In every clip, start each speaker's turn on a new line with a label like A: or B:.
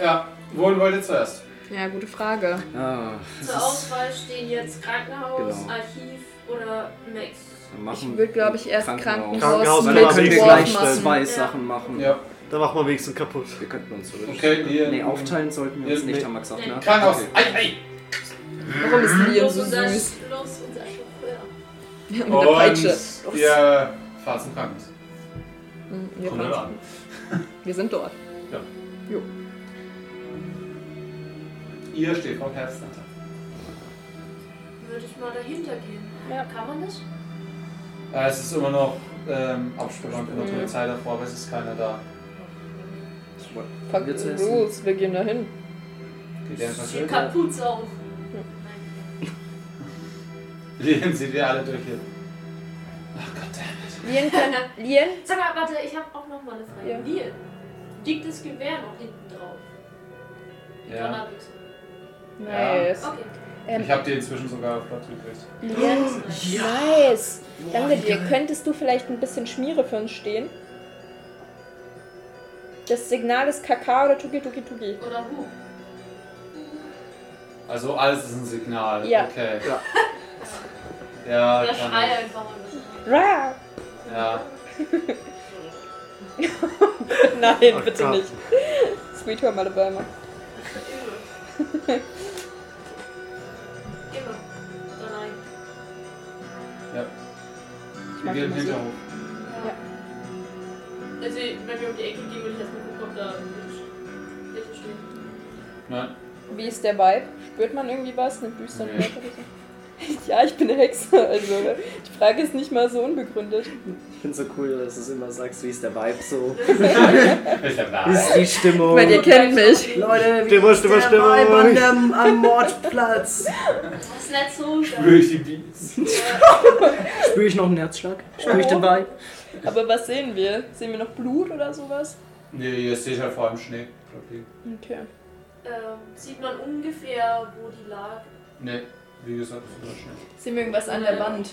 A: Ja, wohin wollt ihr zuerst?
B: Ja, gute Frage.
C: Ja, das
D: Zur
C: ist-
D: Auswahl stehen jetzt Krankenhaus,
C: Genau.
D: Archiv oder Max.
C: machen
B: Ich würde, glaube ich, erst
C: Krankenhaus.
B: Krankenhaus,
E: Krankenhaus
C: Weil
B: mit
C: dann können wir
E: Krankenhaus
B: Entwurf
C: gleich
E: machen.
C: zwei
D: Ja.
C: Sachen machen.
A: Ja,
E: Da machen wir wenigstens kaputt.
C: Wir könnten uns zurück.
A: okay, ihr.
C: Nee, aufteilen sollten wir uns
A: Nee.
C: nicht, haben wir gesagt, ne?
A: Krankenhaus.
C: Okay.
A: Ei, ei.
B: Warum ist Liam
D: Los
B: so
D: unser,
B: süß?
D: los unser Chauffeur.
B: Ja, mit der Peitsche. Los.
A: Und ihr fahrt zum Krankenhaus.
B: Hm, Wir,
A: Kommt
B: fahren.
A: an.
B: wir sind dort.
A: Ihr steht vor dem Herbstcenter.
D: Würde ich mal dahinter gehen.
B: Ja.
D: Kann man das?
A: Ja, es ist immer noch ähm, Absperrung von der
B: Mhm.
A: Polizei davor, aber es ist keiner da.
B: Fuck
C: Wir zuerst.
B: los, wir gehen dahin.
A: Die lernen
D: Die
A: natürlich.
D: Kapuze auf.
B: Hm.
A: Lehnen sie dir alle durch hier. Ach Gott, damn
B: Lien kann. Lien?
D: Sag mal, warte, ich habe auch noch mal eine Frage.
B: Ja.
D: Neil, liegt das Gewehr noch hinten drauf?
A: it. Ja.
D: Donnerblitz.
B: Nice.
D: Okay.
A: Ich habe die inzwischen sogar flott gekriegt.
B: Ähm, Lien? Nice. Danke dir. Könntest du vielleicht ein bisschen Schmiere für uns stehen? Das Signal ist Kaka oder Tuki Tuki Tuki.
D: Oder Hu.
A: Also alles ist ein Signal.
B: Ja.
A: Okay.
C: Ja.
A: Ja,
D: Oder
A: kann
D: Schrei
A: ich.
D: einfach. oder so.
B: Ra!
A: Ja.
B: Nein,
E: Oh
B: bitte
E: Gott.
B: nicht. Sweet Home Alabama.
D: Immer. Oder nein.
A: ja. Wir
B: mag die
A: gehen
B: Musik.
A: hinterhof.
D: Also, wenn wir um die Ecke gehen, würde ich erstmal gucken, ob da Licht Licht steht.
A: Nein.
B: Wie ist der Vibe? Spürt man irgendwie was? Eine Büste
A: Nee.
B: nee. oder so? Ja, ich bin eine Hexe. Also, die Frage ist nicht mal so unbegründet.
C: Ich finde so cool, dass du es immer sagst, wie ist der Vibe so?
A: Ich hab
C: Wie ist die Stimmung?
B: Weil ihr kennt mich.
C: Leute, wie
E: Stimmung,
C: ist
E: Stimmung,
C: der Vibe an
E: Stimmung.
C: dem, am Mordplatz?
D: Was nicht so
A: Spür ich die Beats.
C: Spüre ich noch einen Herzschlag? Spüre ich den Vibe?
B: Aber was sehen wir? Sehen wir noch Blut oder sowas?
A: Nee, ihr seht halt vor allem Schnee. Okay.
B: Okay.
D: ähm, Sieht man ungefähr, wo die lag.
A: Nee, wie gesagt, es ist nur Schnee.
B: Sehen wir irgendwas an der Wand?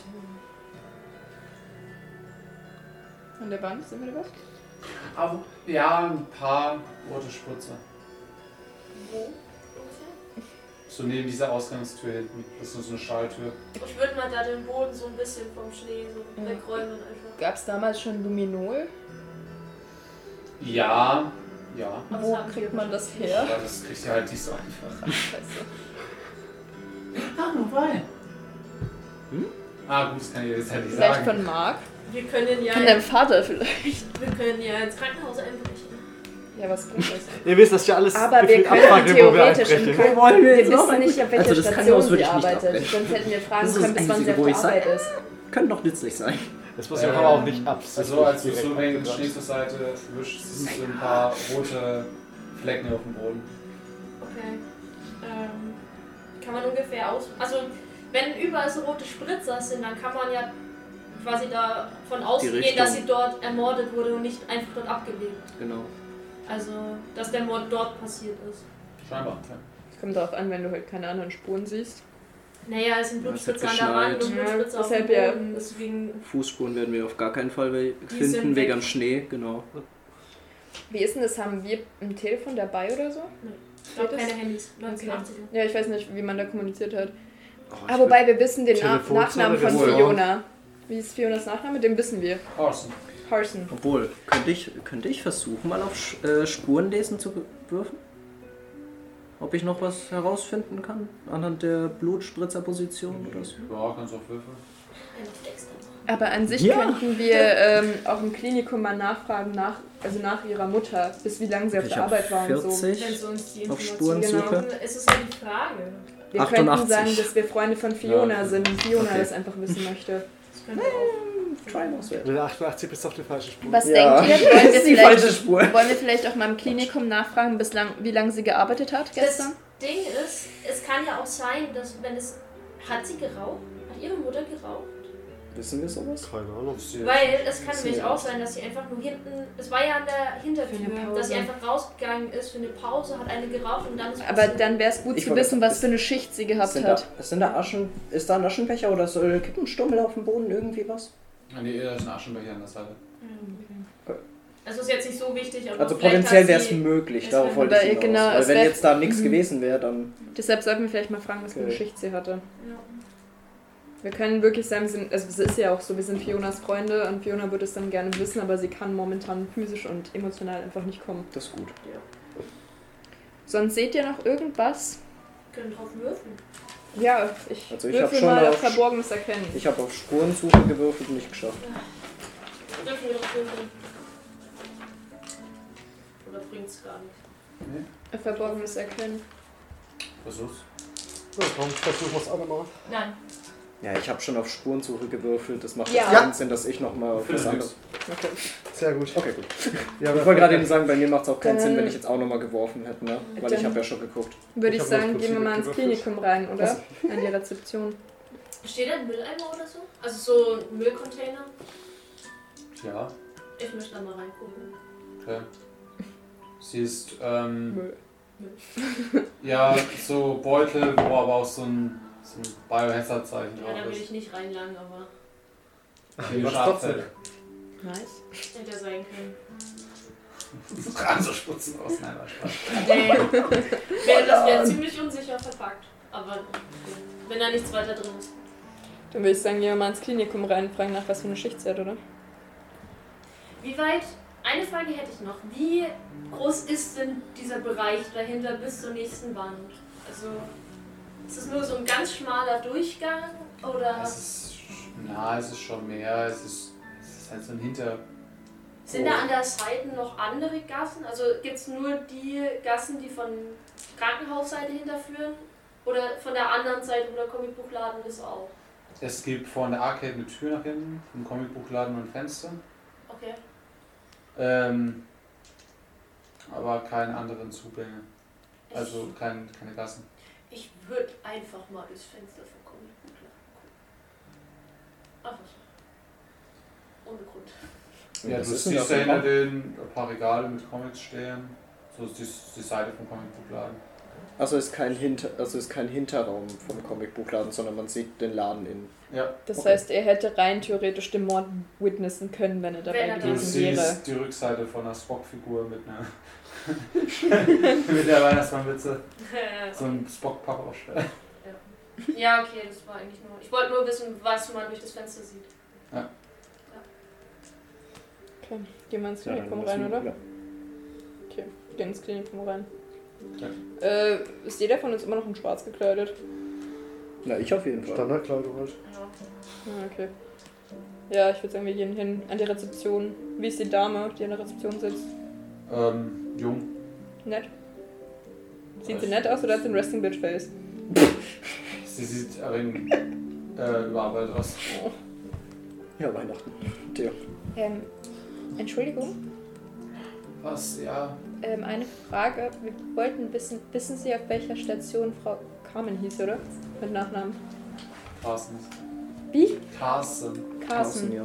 B: An der Wand? Sehen wir da was?
A: Aber, ja, ein paar rote Spritzer.
D: Wo? ungefähr?
A: So neben dieser Ausgangstür hinten. Das ist nur so eine Stahltür.
D: Ich würde mal da den Boden so ein bisschen vom Schnee so
B: Mhm.
D: wegräumen einfach.
B: Gab es damals schon Luminol?
A: Ja, ja.
D: Aber
B: Wo
D: das haben
B: kriegt
D: wir
B: man das her?
A: Aber das kriegt ihr halt nicht so einfach.
B: Scheiße.
A: Ah, wobei. Hm? Ah, gut, das kann ich jetzt halt nicht sagen.
B: Vielleicht von Marc?
D: Wir können ja,
B: Von deinem Vater vielleicht.
D: wir können ja ins Krankenhaus einbrechen.
B: Ja, was bringt das?
E: Ihr wisst, das ist ja alles
B: Aber wir
E: Befehl-
B: können
E: Abfrage, wo wir
B: theoretisch im
E: einbrechen.
B: Krankenhaus.
C: Wo wollen wir
B: Wir
C: jetzt noch
B: wissen
C: hin?
B: nicht, auf welcher
C: Also, das
B: Station
C: Krankenhaus würde
B: sie
C: ich nicht
B: arbeitet.
C: abbrechen.
B: Sonst hätten wir
C: Das
B: fragen
C: ist das
B: können, bis wann sie
C: Einzige,
B: auf
C: wo
B: der
C: ich
B: Arbeit ist.
C: Könnte doch nützlich sein.
E: Das muss ja
A: Ähm,
E: auch nicht absichtlich
A: Also, als du
E: direkt
A: so wegen
E: abgedacht.
A: Schnee zur Seite wischst, siehst du ein paar rote Flecken auf dem Boden.
D: Okay. Ähm, kann man ungefähr aus. Also, wenn überall so rote Spritzer sind, dann kann man ja quasi davon ausgehen, dass
C: Richtung.
D: sie dort ermordet wurde und nicht einfach dort abgelegt.
C: Genau.
D: Also, dass der Mord dort passiert ist.
A: Scheinbar.
B: Kommt darauf an, wenn du halt keine anderen Spuren siehst.
D: Naja, es sind
C: Ja, es
D: Blutspritzer an
C: hat
D: der Wand und
B: geschneit. Ja,
D: Blutspritzer auf dem
B: deshalb ja.
D: Boden. Deswegen,
C: Fußspuren werden wir auf gar keinen Fall we-
D: Die
C: finden,
D: sind weg.
C: wegen am Schnee, genau.
B: Wie ist denn das? Haben wir ein Telefon dabei oder so?
D: ich glaube,
B: das?
D: keine Handys.
B: Okay.
D: 1980er.
B: Ja, ich weiß nicht, wie man da kommuniziert hat.
C: Oh, ich
B: Ah, wobei, wir wissen den Na
E: Telefonzelle
B: Nachnamen von
A: wohl, ja.
B: Fiona. Wie ist Fionas Nachname? Den wissen wir.
A: Awesome.
B: Carson.
C: Obwohl, könnte ich, könnte ich versuchen, mal auf Sch- äh, Spuren lesen zu be- würfen? Ob ich noch was herausfinden kann? Anhand der Blutspritzerposition oder so?
A: Ja, kannst du auch Würfel.
D: Ein auf Dexter.
B: Aber an sich
C: Ja.
B: könnten wir ähm, auch im Klinikum mal nachfragen, nach, also nach ihrer Mutter, bis wie lange sie auf
C: Ich
B: der
C: hab
B: Arbeit war und so.
C: 40.
D: Wenn sie uns die
C: Auf
D: Informationen
C: Spurensuche.
D: geben, ist es ja die Frage.
B: Wir
C: 88.
B: könnten sagen, dass wir Freunde von Fiona
A: Ja.
B: sind und Fiona
C: Okay.
B: das einfach wissen möchte.
D: Das könnte auch.
C: Trial auswählen.
E: Mit der 88 bist du auf die falsche Spur.
B: Was
C: Ja,
B: denkt ihr? Wollen
C: das
B: wir,
C: ist die
B: vielleicht,
C: falsche Spur.
B: wollen wir vielleicht auch mal im Klinikum nachfragen, bis lang, wie lange sie gearbeitet hat gestern?
D: Das Ding ist, es kann ja auch sein, dass wenn es. Hat sie geraucht? Hat ihre Mutter geraucht?
C: Wissen wir sowas?
E: Keine Ahnung.
A: Das ist hier-
D: Weil es kann nämlich auch sein, dass sie einfach nur hinten. Es war ja an der
B: Für eine
D: Hintertür,
B: Pause.
D: dass sie einfach rausgegangen ist für eine Pause, hat eine geraucht und dann ist.
B: Aber dann wäre es gut
C: Ich
B: zu
C: wollte-
B: wissen, was für eine Schicht sie gehabt
C: Sind da,
B: hat.
C: sind da Aschen, ist da ein Aschenbecher oder so äh, Kippenstummel auf dem Boden irgendwie was?
A: Ah, Nee, da ist ein Aschenbecher an der Seite.
D: Mhm.
C: Okay.
D: Also ist jetzt nicht so wichtig, aber
C: Also
D: vielleicht
C: potenziell
D: hat
C: wäre es
D: sie-
C: möglich,
D: es
C: darauf
D: wär-
C: wollte ich
B: Aber
C: hinaus.
B: genau,
C: Weil
B: es
C: wenn
B: wär-
C: jetzt da nichts
B: Mhm.
C: gewesen wäre, dann...
B: Deshalb sollten wir vielleicht mal fragen, was für eine
C: Okay.
B: Schicht sie hatte.
D: Ja.
B: Wir können wirklich sagen, wir sind, also es ist ja auch so, wir sind Fionas Freunde und Fiona würde es dann gerne wissen, aber sie kann momentan physisch und emotional einfach nicht kommen.
C: Das ist gut.
B: Sonst seht ihr noch irgendwas?
D: Können drauf würfeln.
B: Ja, ich also
C: Also ich hab
B: würfel
C: schon
B: mal auf
C: auf-
B: Verborgenes erkennen.
C: Ich habe auf Spurensuche gewürfelt und nicht geschafft.
D: Dürfen wir drauf würfeln. Oder bringt's gar nicht.
B: Auf Verborgenes erkennen.
A: Versuch's.
E: So, komm, versuchen wir es auch nochmal.
D: Nein.
C: Ja, ich habe schon auf Spurensuche gewürfelt. Das macht
B: Ja.
C: jetzt keinen Sinn, dass ich nochmal auf was
A: Philipp.
C: anderes...
E: Okay. Sehr gut.
C: Okay, gut.
E: Ja,
C: Ich wollte gerade eben sagen, bei mir macht es auch keinen
B: Dann-
C: Sinn, wenn ich jetzt auch nochmal geworfen hätte, ne? Weil ich
B: Dann-
C: habe ja schon geguckt.
B: Würde
E: Ich
B: ich,
E: hab
B: sagen,
E: noch
B: gehen wir mal ins
E: gewürfelt.
B: Klinikum rein, oder? An die Rezeption.
D: Steht da ein Mülleimer oder so? Also so ein Müllcontainer?
A: Ja,
D: Ich möchte da mal reingucken.
A: okay. Sie ist, ähm,
B: Müll.
A: ja, so Beutel, wo aber auch so ein, so ein Biohazard-Zeichen
D: Ja, da
A: drauf
D: will
A: ist.
D: ich nicht reinlangen, aber
A: Chemische
E: Mach's trotzdem.
A: Abfälle.
B: Nice.
D: hätte ja sein können.
A: Dran so Also spritzen aus. Nein, war Spaß.
D: Damn. Wäre das wäre ziemlich unsicher verpackt. Aber wenn da nichts weiter drin ist.
B: Dann würde ich sagen, gehen wir mal ins Klinikum rein und fragen nach, was für eine Schicht sie hat, oder?
D: Wie weit, eine Frage hätte ich noch. Wie groß ist denn dieser Bereich dahinter bis zur nächsten Wand? Also ist es nur so ein ganz schmaler Durchgang oder
A: Es ist, sch- na, es ist schon mehr. Es ist, es ist halt so ein Hinter.
D: sind da an der Seite noch andere Gassen? Also gibt es nur die Gassen, die von Krankenhausseite hinterführen? Oder von der anderen Seite, wo der Comicbuchladen ist, auch?
A: Es gibt vorne der Arcade eine Tür nach hinten, im Comicbuchladen und Fenster.
D: Okay.
A: Ähm, aber keine anderen Zugänge. Also kein, keine Gassen.
D: Ich würde einfach mal durchs Fenster vom Comicbuchladen gucken. Einfach so. Ohne Grund.
A: Ja,
C: das
A: du
C: ist ein
A: siehst
C: Waffenraum.
A: dahinter den ein paar Regale mit Comics stehen. So ist die, die Seite vom Comicbuchladen.
C: Also ist kein Hinter, also ist kein Hinterraum vom Comicbuchladen, sondern man sieht den Laden innen.
A: Ja.
B: Das
C: Okay.
B: heißt, er hätte rein theoretisch den Mord witnessen können, wenn er dabei
D: Wenn er da
A: Du
B: gewesen wäre.
A: siehst die Rückseite von einer Spock-Figur mit einer mit der Weihnachtsmannmütze. So ein Spock-Pappaufsteller.
D: Ja, okay, das war eigentlich nur. Ich wollte nur wissen, was man durch das Fenster sieht.
B: Okay. Gehen wir ins
C: Ja, dann
B: Klinikum
C: müssen-
B: rein, oder?
C: Ja.
B: Gehen ins Klinikum rein.
A: Ja.
B: Äh, ist jeder von uns immer noch in schwarz gekleidet?
C: Na, ich auf jeden Fall.
E: Standardkleidung halt.
B: Ah, okay. Ja, ich würde sagen, wir gehen hin an die Rezeption. Wie ist die Dame, die an der Rezeption sitzt?
A: Ähm, jung.
B: Nett? Sieht sie nett aus oder hat sie ein Resting Bitch Face?
A: Sie sieht aber in, äh, überarbeitet aus.
C: Ja, Weihnachten. Theo.
B: Ähm, Entschuldigung,
A: Was, ja.
B: ähm, eine Frage. Wir wollten wissen, wissen Sie, auf welcher Station Frau Carmen hieß, oder? Mit Nachnamen.
A: Carsten.
B: Wie?
A: Carsten.
B: Carsten.
C: ja.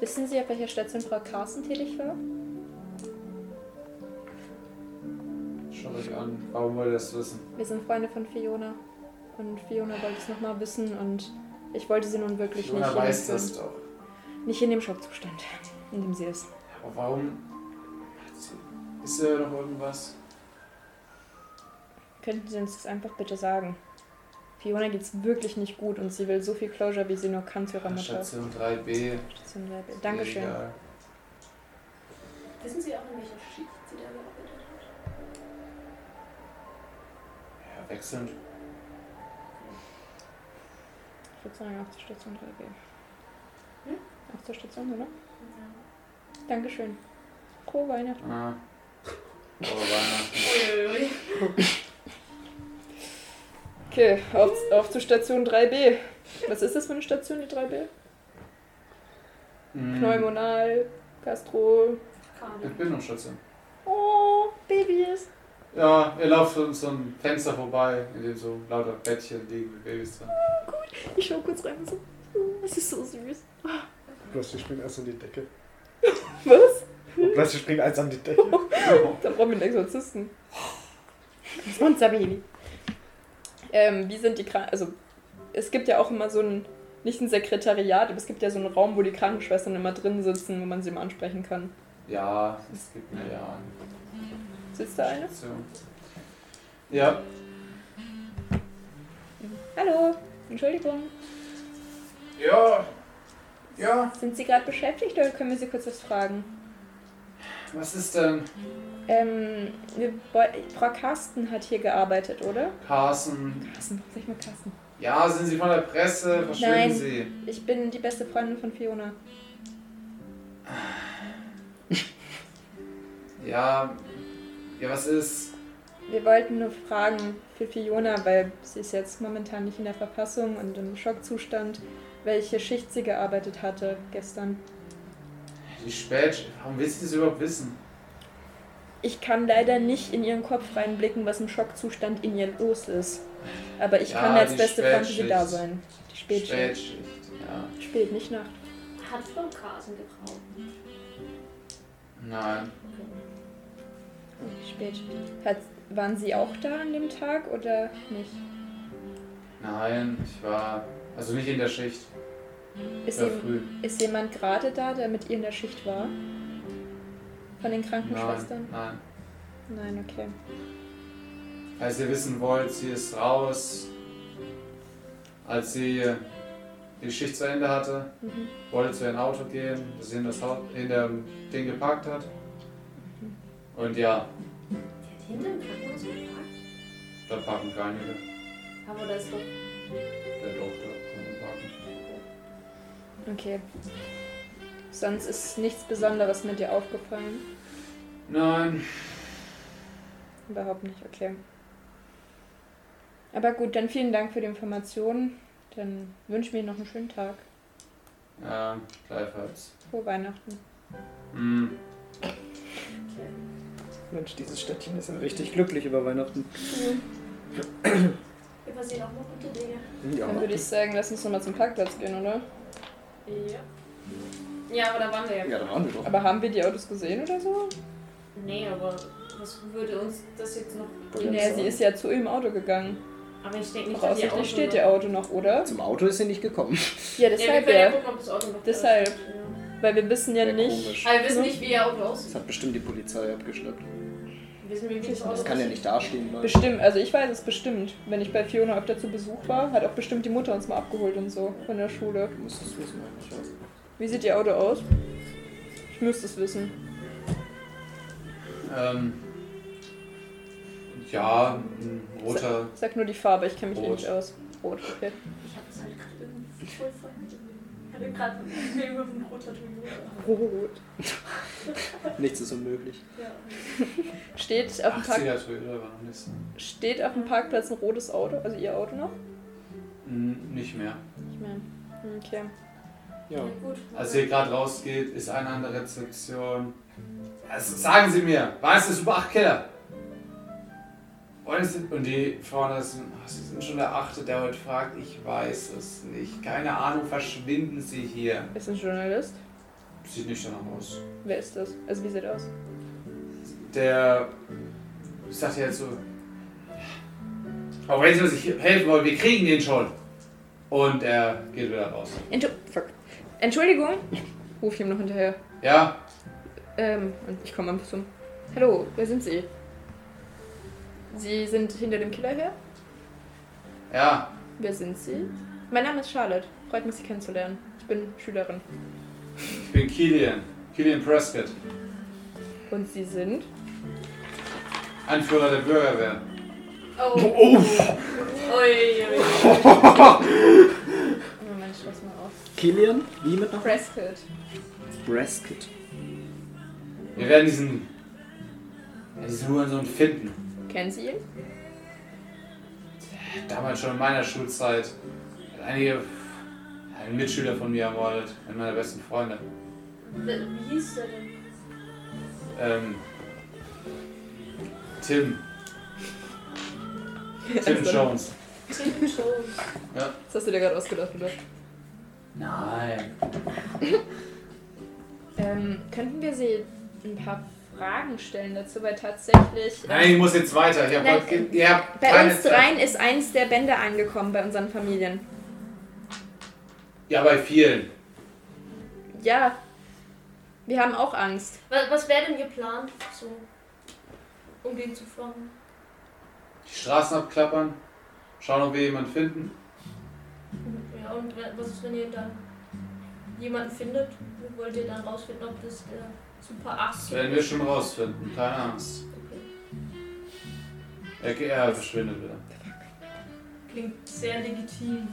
B: Wissen Sie, auf welcher Station Frau Carsten tätig war?
A: Schaut euch an. Warum wollt ihr das wissen?
B: Wir sind Freunde von Fiona. Und Fiona wollte es nochmal wissen und ich wollte sie nun wirklich
A: Fiona
B: nicht,
A: weiß
B: in
A: das doch.
B: dem, nicht in dem Schockzustand, in dem sie ist.
A: Aber warum? hat sie- Ist da noch irgendwas?
B: Könnten Sie uns das einfach bitte sagen? Fiona geht's wirklich nicht gut und sie will so viel Closure, wie sie nur kann, zu ihrer Mutter.
A: Station 3b.
B: Station Leibel. Dankeschön.
A: Egal.
D: Wissen Sie auch, in welcher Schicht sie da gearbeitet hat?
A: Ja, wechselnd.
B: Ich würde sagen, auf zur Station 3B.
D: Hm?
B: Auf zur Station, oder? Dankeschön. Frohe Weihnachten.
A: Ah. Oh, Weihnachten.
D: Uiuiui.
B: Okay, auf, auf zur Station 3B. Was ist das für eine Station, die 3B?
A: Mm.
B: Pneumonal, Gastro.
D: Kabel.
A: Entbindungsstation.
B: Oh, Babys.
A: Ja, ihr lauft an so einem Fenster vorbei, in dem so lauter Bettchen liegen mit Babys drin.
B: Ich schau kurz rein und so. oh, Es ist so süß.
E: Plötzlich springt eins an die Decke.
B: Was?
E: Und plötzlich springt eins an die Decke.
B: Da brauchen wir einen Exorzisten. Das Monsterbaby. Ähm, wie sind die Kranken... Also, es gibt ja auch immer so ein... Nicht ein Sekretariat, aber es gibt ja so einen Raum, wo die Krankenschwestern immer drin sitzen, wo man sie mal ansprechen kann.
A: Ja, es gibt mir ja eine
B: Sitzt da eine?
A: Option. Ja,
B: Hallo, Entschuldigung.
A: Ja, ja,
B: Sind Sie gerade beschäftigt oder können wir Sie kurz was fragen?
A: was ist denn?
B: Ähm, wir woll- Frau Carsten hat hier gearbeitet, oder?
A: Carsten,
B: Carsten, sag ich mal Carsten.
A: ja, sind Sie von der Presse? Verschwinden
B: Nein.
A: Sie.
B: Ich bin die beste Freundin von Fiona.
A: Ja, ja, was ist?
B: Wir wollten nur fragen für Fiona, weil sie ist jetzt momentan nicht in der Verfassung und im Schockzustand, welche Schicht sie gearbeitet hatte gestern.
A: Die Spät, warum willst du das überhaupt wissen?
B: Ich kann leider nicht in ihren Kopf reinblicken, was im Schockzustand in ihr los ist. Aber ich
A: Ja,
B: kann als
A: die
B: beste Freundin für sie
A: Spätschicht.
B: da sein. Die Spätschicht.
A: Spätschicht, ja.
B: Spät, nicht Nacht.
D: Hat Frau Carsten getraut.
A: Nein,
B: Oh, Spätschicht. Hat, waren Sie auch da an dem Tag oder nicht?
A: nein, ich war, also nicht in der Schicht, ich
B: Ist,
A: war
B: jem-
A: früh.
B: ist jemand gerade da, der mit ihr in der Schicht war? Von den
A: Nein,
B: Krankenschwestern?
A: nein.
B: Nein, okay.
A: Als ihr wissen wollt, sie ist raus. Als sie äh, die Schicht zu Ende hatte,
B: Mhm.
A: wollte zu ihrem Auto gehen, das sie in, das Haus, in dem Ding geparkt hat.
B: Mhm.
A: Und ja,
D: Die hat hinter dem Krankenhaus gefragt.
A: da parken einige.
D: Aber das ist doch.
A: Der durfte drinnen parken.
B: Okay. Sonst ist nichts Besonderes mit dir aufgefallen?
A: Nein,
B: Überhaupt nicht, okay. Aber gut, dann vielen Dank für die Informationen. Dann wünsche ich mir noch einen schönen Tag.
A: ja, ähm, gleichfalls.
B: Frohe Weihnachten.
A: Hm.
C: Mensch, dieses Städtchen ist ja richtig glücklich über Weihnachten.
D: Wir passieren auch noch gute Dinge.
C: Ja.
B: Dann würde ich sagen, lass uns nochmal zum Parkplatz gehen, oder?
D: Ja. Ja, aber da waren wir ja.
C: Ja, da waren wir doch.
B: Aber haben wir die Autos gesehen oder so?
D: Nee, aber was würde uns das jetzt noch.
C: Ja,
B: Nee,
C: das
B: sie
C: war-
B: ist ja zu ihrem Auto gegangen.
D: Aber ich denke nicht, dass die auch
B: Voraussichtlich steht
D: ja
B: ihr Auto noch, oder?
C: Zum Auto ist sie nicht gekommen.
B: Ja,
D: Ja, wir
B: deshalb
D: können ja
B: ja.
D: gucken, ob das Auto noch da ist.
B: Deshalb.
D: Ja.
B: Weil wir wissen ja
C: Sehr
B: nicht.
C: komisch.
D: Aber wir wissen nicht, wie ihr Auto aussieht.
C: Das hat bestimmt die Polizei abgeschleppt.
D: Wissen wir, wie das Auto
C: Das kann ja
D: aussieht?
C: nicht dastehen bleiben.
B: Bestimmt, also ich weiß es bestimmt. Wenn ich bei Fiona öfter zu Besuch war, hat auch bestimmt die Mutter uns mal abgeholt und so von der Schule.
C: Du musst es wissen eigentlich. ja.
B: Wie sieht ihr Auto aus? Ich müsste es wissen.
A: Ähm. Ja, ein roter.
B: Sag nur die Farbe, ich kenne mich eh
A: Rot.
B: nicht aus. Rot, okay.
D: Ich habe das halt gerade irgendwie voll voll. Ich hatte gerade mir über den roter Toyota.
B: Rot.
C: Nichts ist unmöglich.
D: Ja.
B: Steht auf, dem Park
A: 80er Toyota war noch nicht so.
B: steht auf dem Parkplatz ein rotes Auto, also ihr Auto noch?
A: Hm, Nicht mehr.
B: Ich meine, okay.
D: ja.
C: Ja.
D: gut.
A: Als Also ihr gerade rausgeht, ist einer an der Rezeption. Also sagen Sie mir, war es der Super 8 Killer? Und, es sind, und die Frauen, das sind, ach, sie sind schon der Achte, der heute fragt, ich weiß es nicht. Keine Ahnung, verschwinden Sie hier.
B: Ist ein Journalist?
A: Sieht nicht danach aus.
B: Wer ist das? Also wie sieht er aus?
A: Der sagt ja jetzt so, auch wenn Sie uns nicht helfen wollen, wir kriegen den schon. Und er geht wieder raus.
B: Entschuldigung. Fuck. Entschuldigung. Ruf ich ihm noch hinterher.
A: Ja,
B: Ähm, und ich komme einfach zum. Hallo, wer sind Sie? Sie sind hinter dem Killer her?
A: ja,
B: Wer sind Sie? Mein Name ist Charlotte. Freut mich, Sie kennenzulernen. Ich bin Schülerin.
A: ich bin Kilian. Kilian Prescott,
B: Und Sie sind?
A: Anführer der Bürgerwehr.
D: Oh.
A: Oh.
D: Ui, ui, ui.
B: Moment, ich schreib's mal auf.
C: Killian, wie mit noch?
B: Prescott.
C: Brasket.
A: Wir werden diesen. ja, diesen Hurensohn finden.
B: Kennen Sie ihn?
A: Damals schon in meiner Schulzeit. hat Einige. Ein Mitschüler von mir ermordet. Einen meiner besten Freunde.
D: Wie hieß der denn?
A: Ähm. Tim. Tim Jones.
D: Tim Jones.
B: Das hast du dir gerade ausgedacht, oder?
A: Nein.
B: Ähm, könnten wir Sie ein paar Fragen stellen dazu, weil tatsächlich. ähm,
A: Nein, ich muss jetzt weiter. Ich hab
B: Nein, äh,
A: heute. Ihr habt
B: Bei
A: keine
B: uns
A: Zeit.
B: dreien ist eins der Bände angekommen bei unseren Familien.
A: Ja, bei vielen.
B: Ja. Wir haben auch Angst.
D: Was, was wäre denn Ihr Plan, so, um den zu fangen?
A: Die Straßen abklappern, schauen, ob wir jemanden finden.
D: Ja, und we- was ist, wenn ihr dann jemanden findet? Wie wollt ihr dann rausfinden, ob das der Super 8
A: Das werden wir schon rausfinden, keine Angst.
D: Okay.
A: Er, ge- er verschwindet wieder.
D: Klingt sehr legitim.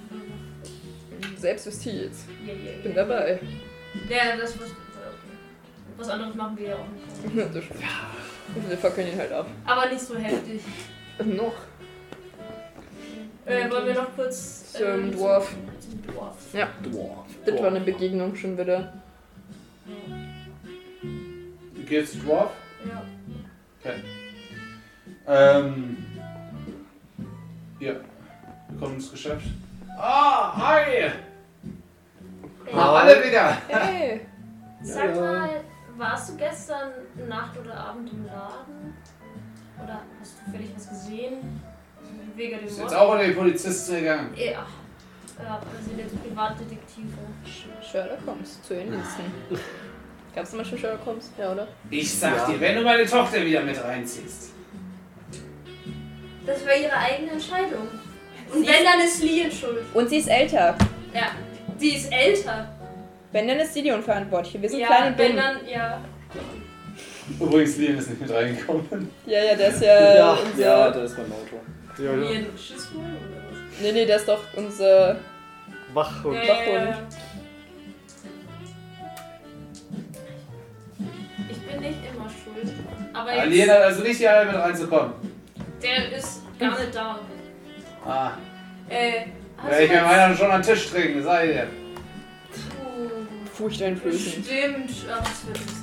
D: aber-
B: Selbstjustiz.
D: Ja, ja, ja.
B: Bin dabei.
D: Ja, das was. Okay. Was anderes machen wir ja auch nicht.
B: Das- Wir fackeln ihn halt ab.
D: Aber nicht so heftig.
B: Also Noch.
D: Äh, wollen wir noch kurz.
B: Zum
D: ähm,
B: Dwarf.
D: Zum, zum Dwarf.
B: Das war eine Begegnung schon wieder.
A: Du gehst Dwarf?
D: Ja.
A: Ähm. Ja. Wir kommen ins Geschäft. Ah, hi! Na, alle wieder!
B: Hey!
D: Sag
E: Ja.
D: mal, warst du gestern Nacht oder Abend im Laden? Oder hast du völlig was gesehen? Wegen dem
A: Ist
D: Mord?
A: jetzt auch unter die Polizisten gegangen.
D: Ja. Ja, wir sind jetzt Privatdetektive.
B: Sherlock Holmes zu den Diensten. Gab's immer schon Sherlock Holmes? Ja, oder?
A: Ich sag
C: Ja.
A: dir, wenn du meine Tochter wieder mit reinziehst.
D: Das war ihre eigene Entscheidung. Und wenn, dann ist Lee in Schuld.
B: Und sie ist älter.
D: Ja. Die ist älter.
B: Wenn, dann ist sie die Unverantwortliche. Wir sind
D: ja,
B: klein und
D: wenn
B: dumm.
D: dann, ja.
A: Übrigens, Liam ist nicht mit reingekommen.
B: Ja, ja, der ist ja,
C: ja,
B: unser...
C: ja, da ist mein Auto.
E: Ja,
D: Wie
E: ja.
D: ein Schiss wohl, oder was?
B: Nee, nee, der ist doch unser...
E: Wach und.
D: Ja,
B: Wachhund.
D: ja, ja. Ich bin nicht immer schuld. Aber
A: Alien
D: jetzt,
A: hat also nicht die Eier mit reinzukommen.
D: der ist gar nicht da.
A: Ah,
D: Äh, hast
A: werde
D: du
A: ich mir
D: jetzt-
A: meiner schon an den Tisch trinken, sei dir.
D: Puh.
B: Furchteinflößend.
D: Stimmt, ach, das wird lustig.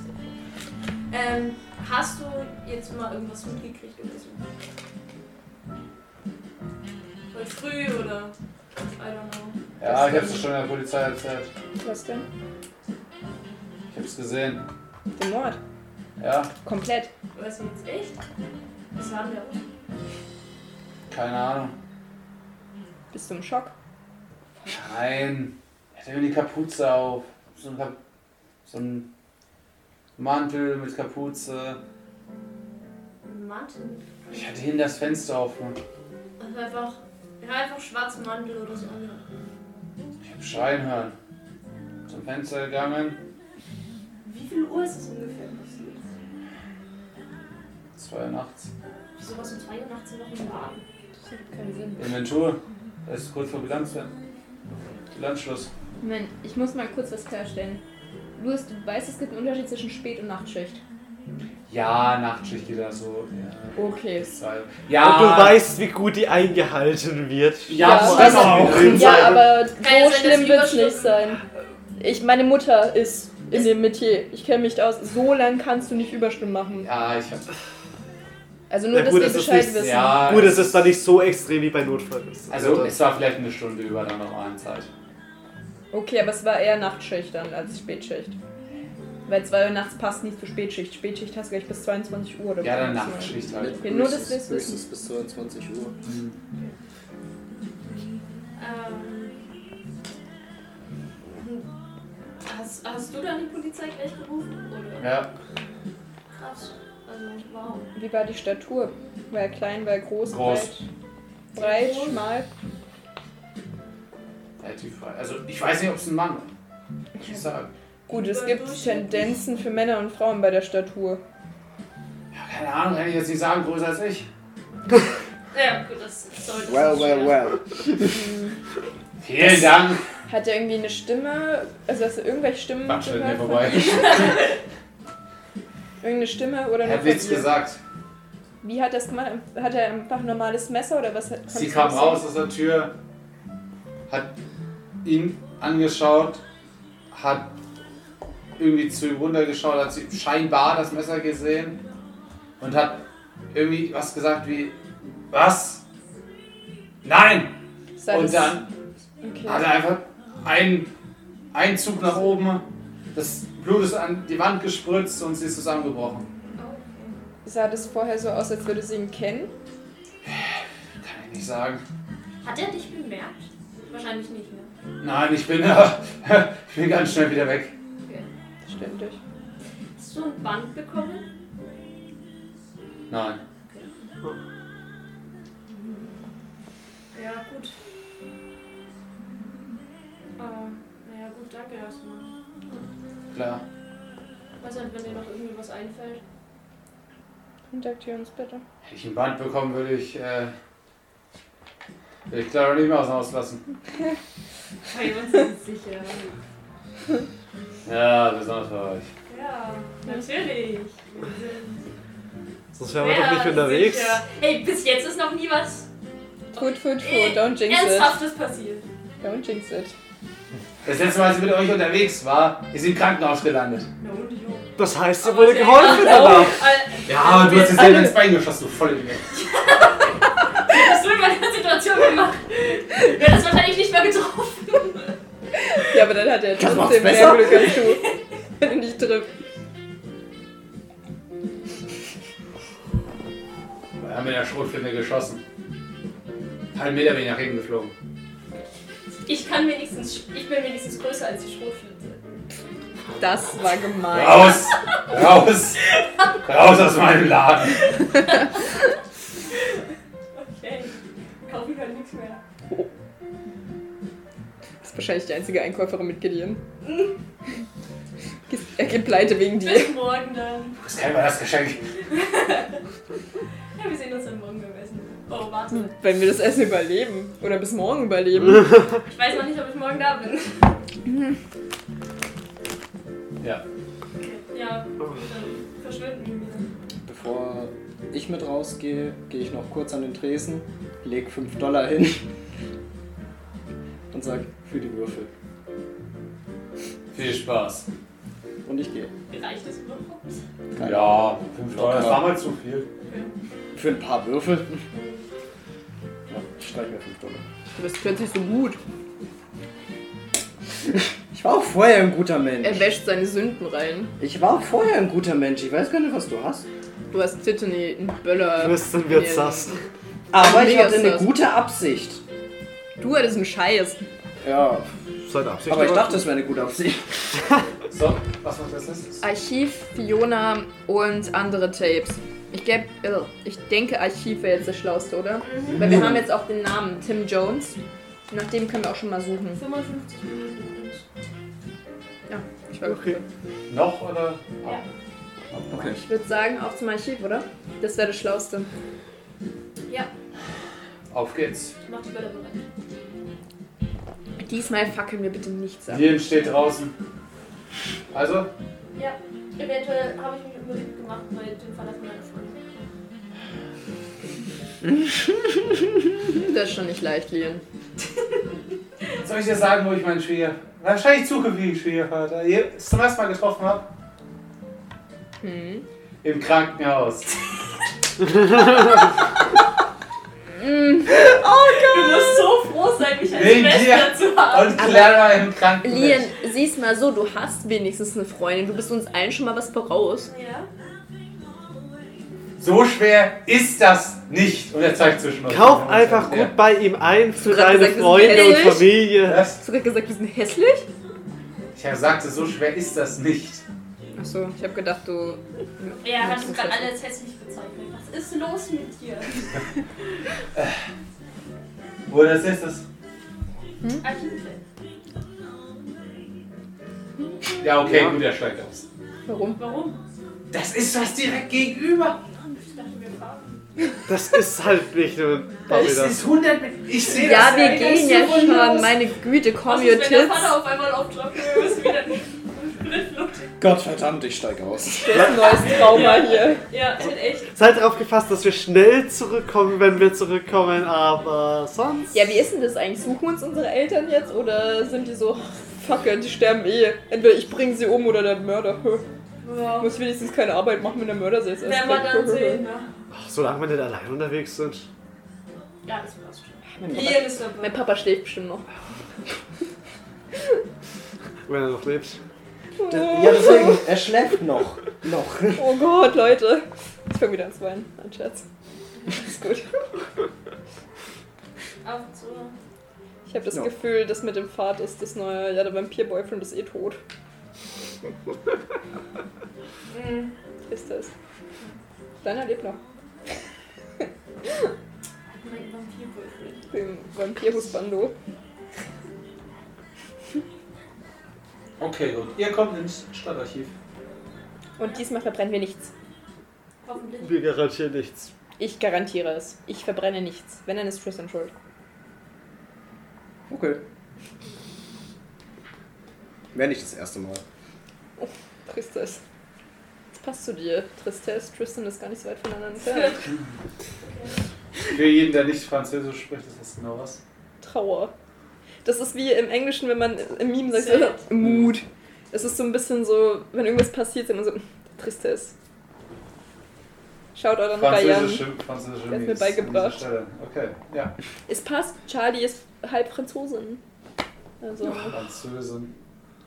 D: Ähm, hast du jetzt mal irgendwas mitgekriegt oder so? Heute früh oder? I don't know.
A: Ja, ich hab's schon der Polizei erzählt.
B: Was denn?
A: Ich hab's gesehen.
B: Den Mord.
A: Ja,
B: Komplett.
D: Weiß ich jetzt echt? Was war denn da?
A: keine Ahnung.
B: Bist du im Schock?
A: Nein. Er hatte mir die Kapuze auf. So ein, Kap so ein Mantel mit Kapuze.
D: Martin.
A: Ich hatte hinten das Fenster offen.
D: Also einfach, ja, einfach schwarzen Mantel oder so.
A: Ich hab Schreien hören. Zum Fenster gegangen.
D: Wie viel Uhr ist es ungefähr passiert?
A: Zwei Uhr nachts.
D: Wieso was um 2 Uhr nachts noch im Laden?
B: Das ergibt keinen Sinn.
A: Inventur. Das ist kurz vor Bilanz. Bilanzschluss.
B: Moment, ich muss mal kurz was klarstellen. Louis, du weißt, es gibt einen Unterschied zwischen Spät- und Nachtschicht.
A: Ja, Nachtschicht geht da so. Ja.
B: Okay.
A: Zwei.
F: Und
A: Ja,
F: du weißt, wie gut die eingehalten wird.
A: Ja,
B: Ja,
A: das
B: weiß
A: auch.
B: Ja, aber so
D: Kann ja sein, dass
B: schlimm
D: wir
B: wird es nicht
D: schon-
B: sein. Ich, meine Mutter ist in
D: Ist-
B: dem Metier. Ich kenne mich da aus. So lang kannst du nicht Überstunden machen.
A: Ja, ich hab.
B: Also nur,
F: Ja,
B: dass
F: gut,
B: wir
F: das ist
B: Bescheid
F: nicht-
B: wissen.
A: Ja,
F: Gut, es ist dann nicht so extrem wie bei Notfall. Ist.
A: Also, es war vielleicht eine Stunde über der normalen Zeit.
B: Okay, aber es war eher Nachtschicht dann als Spätschicht. Weil 2 Uhr nachts passt nicht zu Spätschicht. Spätschicht hast du gleich bis 22 Uhr. Oder
A: Ja, dann
B: maximal.
A: Nachtschicht halt.
B: Ja, nur, dass wir es
C: höchstens
B: wissen.
C: bis 22 Uhr.
D: Ähm. Hast, hast du dann die Polizei gleich gerufen? Oder?
A: Ja,
D: Krass. Also, wow.
B: Wie war die Statur? War er klein, war er groß,
A: Groß.
B: breit, breit,
D: Groß.
B: schmal?
A: relativ frei. Also, ich weiß nicht, ob es ein Mann war. Muss Ich sagen.
B: Gut, es
D: War
B: gibt
D: durchschnittlich.
B: Tendenzen für Männer und Frauen bei der Statur.
A: Ja, keine Ahnung, kann ich jetzt nicht sagen, größer als ich.
D: Ja, gut, das sollte.
E: Well, well, well.
A: Vielen Dank.
B: Hat er irgendwie eine Stimme? Also hast du irgendwelche Stimmen
A: Quatsch, schnell
B: gehört
A: hier
B: von-
A: vorbei.
B: Irgendeine Stimme oder
A: Er
B: nur
A: hat
B: von
A: nichts
B: ihr?
A: gesagt.
B: Wie hat das gemacht? Hat er einfach ein normales Messer oder was? hat-
A: Sie
B: konntest du
A: kam
B: das
A: raus
B: sehen?
A: aus der Tür, hat ihn angeschaut, hat irgendwie zu ihm runtergeschaut, hat sie scheinbar das Messer gesehen und hat irgendwie was gesagt wie, was? Nein!
B: Sah das-
A: Und dann hat
B: Okay.
A: er einfach einen, einen Zug nach oben, das Blut ist an die Wand gespritzt und sie ist zusammengebrochen.
D: Oh.
B: Sah das vorher so aus, als würde sie ihn kennen?
A: Kann ich nicht sagen.
D: Hat er dich bemerkt? Wahrscheinlich nicht, ne?
A: Nein, ich bin, ich bin ganz schnell wieder weg.
D: Okay.
B: Ständig.
D: Hast du ein Band bekommen?
A: Nein.
D: Ja, gut. Ähm, naja, gut, danke erstmal.
A: Klar.
D: Weiß nicht, wenn dir noch irgendwie was einfällt.
B: Kontaktiere uns bitte.
A: Hätte ich ein Band bekommen, würde ich. Äh, würde ich Clara nicht mehr aus dem Haus lassen.
D: Bei uns ist sicher.
A: Ja, besonders bei euch.
D: Ja, natürlich. Wir sind
F: Sonst wären wir doch
D: sehr
F: nicht
B: äh,
F: unterwegs.
D: sicher. Hey, bis jetzt ist noch nie was
B: Food, food,
D: Äh,
B: food. Don't jinx it.
D: Ernsthaftes passiert.
B: Don't jinx it.
A: Das letzte Mal, als ich mit euch unterwegs war, ist sie im Krankenhaus gelandet.
D: Na und ich auch.
F: Das heißt, sie
D: Aber
F: wurde
D: sie-
F: geholfen danach.
D: Äh,
A: Ja, aber du hast jetzt selber ins Bein geschossen, du Vollidiot.
D: Was du in meiner Situation gemacht? Wir hätten es wahrscheinlich nicht mehr getroffen.
B: Ja, aber dann hat er
A: Das macht's
B: trotzdem mehr
A: besser.
B: Glück als du. Wenn du nicht triffst.
A: Wir haben mit der Schrotflinte geschossen. Ein paar Meter bin ich nach hinten geflogen.
D: Ich kann wenigstens, ich bin wenigstens größer als die Schrotflinte.
B: Das war gemein.
A: Raus! Raus! Raus aus meinem Laden!
D: Okay. Kaufen kann nichts mehr.
B: Das ist wahrscheinlich die einzige Einkäuferin mit Gideon. Er geht pleite wegen dir.
D: Bis morgen dann.
A: Das kann mir das Geschenk.
D: Ja, wir sehen uns dann morgen beim Essen. Oh, warte.
B: Wenn wir das Essen überleben. Oder bis morgen überleben.
D: Ich weiß noch nicht, ob ich morgen da bin.
A: Ja.
D: Ja, dann verschwinden wir wieder.
C: Bevor ich mit rausgehe, gehe ich noch kurz an den Tresen, leg 5 Dollar hin und sag für die Würfel.
A: Viel Spaß.
C: Und ich gehe.
D: Reicht das überhaupt?
C: Keine
A: Ja, 5 Dollar
C: Locker.
A: ist damals zu viel.
C: Ahnung. Für ein paar Würfel. Ja, ich streich mir 5 Dollar.
B: Du bist plötzlich so gut.
C: Ich war auch vorher ein guter
B: Er
C: Mensch.
B: wäscht seine Sünden rein.
C: Ich war auch vorher ein guter Mensch. Ich weiß gar nicht, was du hast.
B: Du hast Tittany, einen Böller.
F: Wissen wir
B: Ja.
F: das.
C: Aber ich
B: Mega
C: hatte eine
B: sus.
C: gute Absicht.
B: Du hattest einen Scheiß.
C: Ja,
F: Seine Absicht.
C: aber ich dachte, es wäre eine gute Absicht.
A: So, was macht das letztes?
B: Archiv, Fiona und andere Tapes. Ich, geb, äh, ich denke, Archiv wäre jetzt das Schlauste, oder? Weil wir haben jetzt auch den Namen Tim Jones. Nach dem können wir auch schon mal suchen.
D: 55 Minuten.
B: Ich war
F: Okay.
A: Noch oder?
D: Ja.
C: Okay.
B: Ich würde sagen, auf zum Archiv, oder? Das wäre das Schlauste.
D: Ja,
A: Auf geht's.
D: mach die Bälle bereit.
B: Diesmal fackeln wir bitte nichts ab.
A: Lien steht draußen. Also,
D: Ja, eventuell habe ich mich unbedingt gemacht bei dem Verlassen meiner Freundin.
B: Das ist schon nicht leicht, Lien.
A: soll ich dir sagen, wo ich meinen Schwieger... Wahrscheinlich zukünftigen Schwiegervater je- zum ersten Mal getroffen habe?
B: Hm.
A: Im Krankenhaus.
D: Du wirst so froh sein, mich als
A: Wegen
D: Schwester
A: dir.
D: zu haben.
A: Und Clara im Krankenhaus.
B: Lien, sieh's mal so, du hast wenigstens eine Freundin. Du bist uns allen schon mal was voraus.
D: Ja,
A: So schwer ist das nicht. Und er zeigt zwischen uns.
F: Kauf einfach
A: Ja.
F: gut bei ihm ein für
B: gerade
F: deine
B: gesagt, das
F: Freunde und
B: ist hässlich?
F: Familie.
A: Was?
B: Hast du gerade gesagt, wir sind hässlich?
A: Ich habe gesagt, so schwer ist das nicht.
B: Achso, ich habe gedacht, du.
D: er hat uns gerade alle als hässlich bezeichnet. Was ist los mit dir?
A: Wo das ist, das.
B: Mhm.
D: Archivfeld.
A: Ja, okay,
F: Ja.
A: gut, er steigt aus.
B: Warum?
D: Warum?
A: Das ist was direkt gegenüber.
D: Ich dachte, wir fahren.
F: Das ist halt nicht nur
A: Das
F: Barbie.
A: ist 100 Meter. Ich sehe
B: Ja,
A: das.
B: wir
A: direkt
B: gehen
A: aus
B: ja
A: dem Mund
B: schon.
A: raus.
B: Meine Güte, komm,
D: Was
B: your
D: ist, wenn der
B: tits.
D: Vater auf einmal auftaucht? Wir müssen wieder Spritflucht.
C: Gott verdammt, ich steige aus.
B: Das ist ein neues Trauma hier.
D: Ja, halt echt.
F: Seid darauf gefasst, dass wir schnell zurückkommen, wenn wir zurückkommen, aber sonst.
B: Ja, wie ist denn das eigentlich? Suchen uns unsere Eltern jetzt oder sind die so, oh, fuck it, die sterben eh. Entweder ich bringe sie um oder der Mörder. Hö.
D: Ja.
B: Muss wenigstens keine Arbeit machen, wenn der Mörder sie jetzt
D: Werden
B: erst
D: wir
B: weg-
D: dann sehen. ne?
F: Ach, solange wir nicht allein unterwegs sind.
D: Ja, das passt schon.
B: Mein Papa,
D: Hier ist dabei.
B: mein Papa schläft bestimmt noch.
F: Wenn er noch lebt.
C: Ja, deswegen, er schläft noch. Noch.
B: Oh Gott, Leute. Ich fange wieder an zu weinen. Nein, Scherz. Ist gut.
D: Auf zu.
B: Ich habe das
C: Ja.
B: Gefühl, das mit dem Pfad ist das neue. Ja, der Vampir-Boyfriend ist eh tot.
D: Mhm.
B: Ist das. Steiner lebt noch.
D: Mein Vampirwürfel.
B: Dem Vampirhusbando.
A: Okay, gut. Ihr kommt ins Stadtarchiv.
B: Und diesmal verbrennen wir nichts.
D: Hoffentlich.
F: Wir garantieren nichts.
B: Ich garantiere es. Ich verbrenne nichts. Wenn, dann ist Tristan schuld.
C: Okay.
E: Wäre nicht das erste Mal.
B: Tristes. Das passt zu dir. Tristes, Tristan ist gar nicht so weit voneinander entfernt.
A: Für jeden, der nicht Französisch spricht, ist das genau was.
B: Trauer. Das ist wie im Englischen, wenn man im Meme sagt,
D: Sad.
B: Mut. Es ist so ein bisschen so, wenn irgendwas passiert, sind man so, Tristes. Schaut euren Bayern.
A: Französische, französische
B: Der hat mir
A: Memes an dieser
B: beigebracht.
A: Stelle. Okay, ja.
B: Es passt. Charlie ist halb Franzosin. Also,
A: Französin. Zum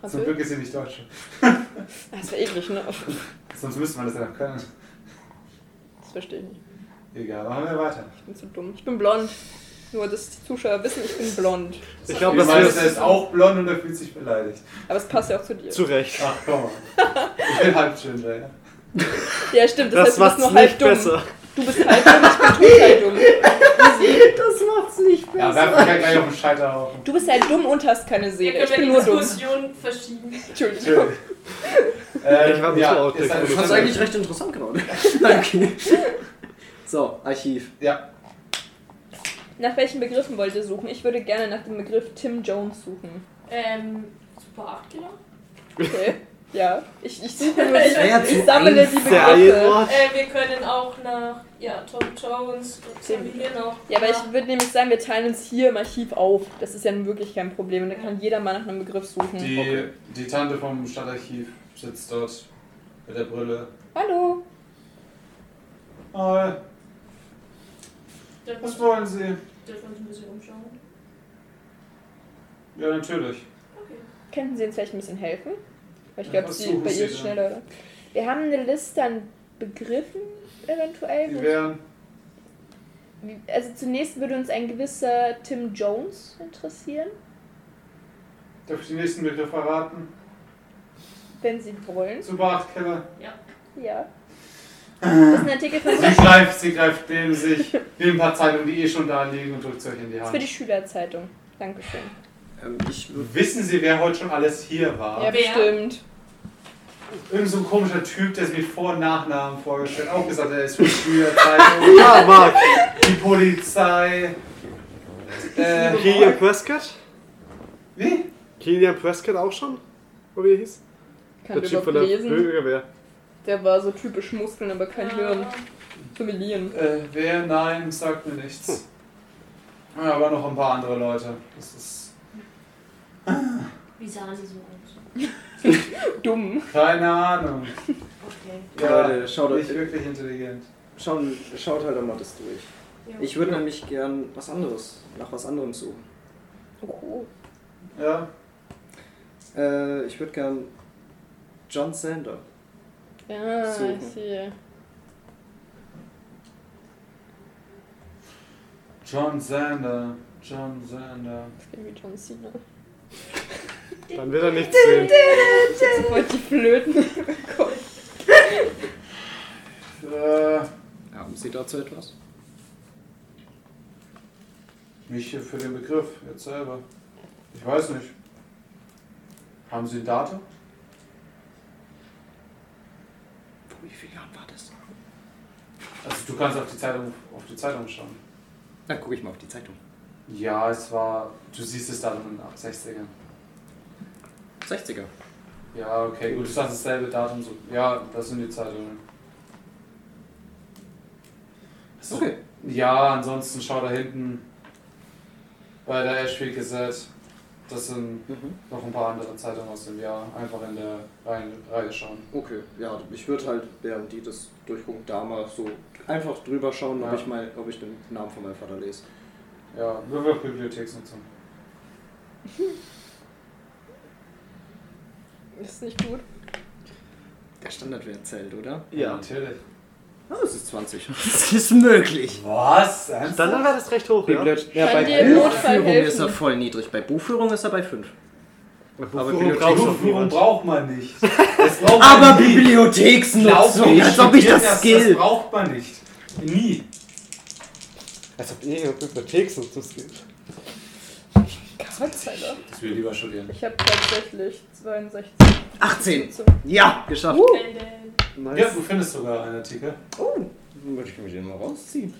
B: Französisch.
A: Glück ist sie nicht Deutsche.
B: Das wäre eklig, ne?
A: Sonst müsste man das ja noch können.
B: Das verstehe ich nicht.
A: Egal, machen wir weiter.
B: Ich bin zu dumm. Ich bin blond. Nur, dass die Zuschauer wissen, ich bin blond.
F: Ich
A: Der
F: glaube, das
A: Meister
F: ist
A: ist auch blond und er fühlt sich beleidigt.
B: Aber es passt ja auch zu dir.
F: zu Recht.
A: Ach komm. Ich bin halb Ginger, ja.
B: ja, stimmt. Das, heißt, du bist
F: Das macht's
B: nur
F: nicht
B: halb dumm.
F: besser.
B: Du bist halb dumm, ich bin tot halb dumm.
E: Das macht's nicht
A: Ja, werfen wir gleich auf den Scheiterhaufen.
B: Du bist halt dumm und hast keine
D: Wir
B: Seele. Ich bin
D: können
B: nur
D: die
B: dumm.
D: Diskussion verschieben.
B: Entschuldigung.
A: Natürlich. Äh,
F: Ich war ein bisschen out,
A: ist
F: der
A: ein
F: Kunde.
C: Ich fand's eigentlich recht interessant gerade. Danke. So, Archiv.
A: Ja,
B: Nach welchen Begriffen wollt ihr suchen? Ich würde gerne nach dem Begriff Tim Jones suchen.
D: Ähm, Super 8 Killer?
B: Okay. Ja. Ich, ich suche nur die,
C: Wär zu
B: ich sammle die
C: einfach.
B: Begriffe.
F: Serienmord?
D: Äh, wir können auch nach, ja, Tom Jones, was haben wir hier noch?
B: Ja, aber ich würde nämlich sagen, wir teilen uns hier im Archiv auf. Das ist ja nun wirklich kein Problem. Und da kann jeder mal nach einem Begriff suchen.
A: die, die Tante vom Stadtarchiv sitzt dort mit der Brille.
B: Hallo.
A: Hi,
D: Dürfen
A: was wollen Sie?
D: dürfen wir uns ein bisschen umschauen?
A: Ja, natürlich.
D: Okay.
B: Könnten Sie uns vielleicht ein bisschen helfen? Weil ich
A: Ja,
B: glaube,
A: was
B: sie-
A: suchen
B: bei
A: Sie
B: ihr ist
A: denn?
B: schneller. Oder? Wir haben eine Liste an Begriffen eventuell.
A: Die wären.
B: Also zunächst würde uns ein gewisser Tim Jones interessieren,
A: Darf ich den nächsten Begriff verraten?
B: wenn Sie wollen.
A: Super 8 Keller.
B: Ja. Das ist ein Artikel von
A: Sie greift, sie greift neben sich, wie ein paar Zeitungen, die eh schon da liegen und drückt sie euch in die
B: Das ist für die
A: Hand.
B: Schülerzeitung. Dankeschön.
C: Ähm, ich
A: Wissen Sie, wer heute schon alles hier war?
B: Ja,
D: Wer?
B: bestimmt.
A: Irgend so ein komischer Typ, der es mit Vor- und Nachnamen vorgestellt hat. Auch gesagt, er ist für die Schülerzeitung,
F: Ja, Marc.
A: die Polizei. Äh,
F: Kilian Prescott?
A: wie?
F: Kilian Prescott auch schon? Oder wie er hieß?
B: Kann
F: der
B: der
F: Typ
B: überhaupt
F: von der
B: lesen.
F: Bürgerwehr.
B: Der war so typisch Muskeln, aber kein Hirn.
D: Ah,
B: So wie Lian.
A: Äh, wer? Nein, sagt mir nichts. Ja, aber noch ein paar andere Leute. Das ist.
D: Wie sahen sie so aus?
B: Dumm.
A: Keine Ahnung.
D: Okay.
A: Ja,
C: Leute, schaut euch-
A: nicht wirklich intelligent.
C: schauen, schaut halt einmal das durch.
D: Ja.
C: Ich würde nämlich gern was anderes, nach was anderem suchen.
B: Oh,
A: Ja,
C: Äh, ich würde gern John Sander.
B: ja,
C: Suchen.
B: ich sehe.
A: John Sander. John Sander.
B: Das klingt wie John Cena.
F: Dann wird er nichts sehen.
B: Sofort die Flöten.
A: Äh,
C: Haben Sie dazu etwas?
A: mich hier für den Begriff jetzt selber. Ich weiß nicht. Haben Sie ein Datum?
C: Vor wie vielen Jahren war das?
A: Also du kannst auf die Zeitung, auf die Zeitung schauen.
C: Dann gucke ich mal auf die Zeitung.
A: Ja, es war. Du siehst es Datum in den 60ern.
C: 60er.
A: Ja, okay, gut, du sagst dasselbe Datum. So. Ja, das sind die Zeitungen. So.
C: Okay.
A: Ja, ansonsten schau da hinten bei der Ashfield Gazette. Das sind
C: Mhm.
A: noch ein paar andere Zeitungen aus dem Jahr. Einfach in der Reihe, Reihe schauen.
C: Okay, ja, ich würde halt, während die das durchgucken, da mal so einfach drüber schauen, ob,
A: Ja.
C: ich mal, ob ich den Namen von meinem Vater lese.
A: Ja, Würfel Bibliotheksnutzung.
B: Ist nicht gut.
C: Der Standardwert zählt, oder?
F: Ja.
A: Natürlich.
C: Ah, es ist 20. Das ist möglich.
A: Was?
F: Dann wäre das recht hoch, ja?
C: Bibliot- ja,
B: Kann
C: bei
B: dir im Notfall
C: Buchführung
B: helfen.
C: ist er voll niedrig. Bei Buchführung ist er bei 5.
A: Aber
F: brauchst du
A: Bibliotheksaufführung
F: jemand?
A: braucht man nicht. Das braucht man
C: Aber
A: nie. Glaub
C: Bibliotheksnutzung,
A: mir,
C: als ob ich
A: studiert
C: das
A: Das
C: skill.
A: braucht man nicht. Nie.
E: Als ob ihr hier Bibliothek so zu skillt.
A: Das will ich lieber studieren.
B: Ich habe tatsächlich 62.
C: 18.
B: So.
C: Ja, geschafft.
D: Wenn denn-
A: Ja,
F: Nice.
A: du findest sogar einen Artikel.
C: Oh.
E: Würde ich mich den mal rausziehen.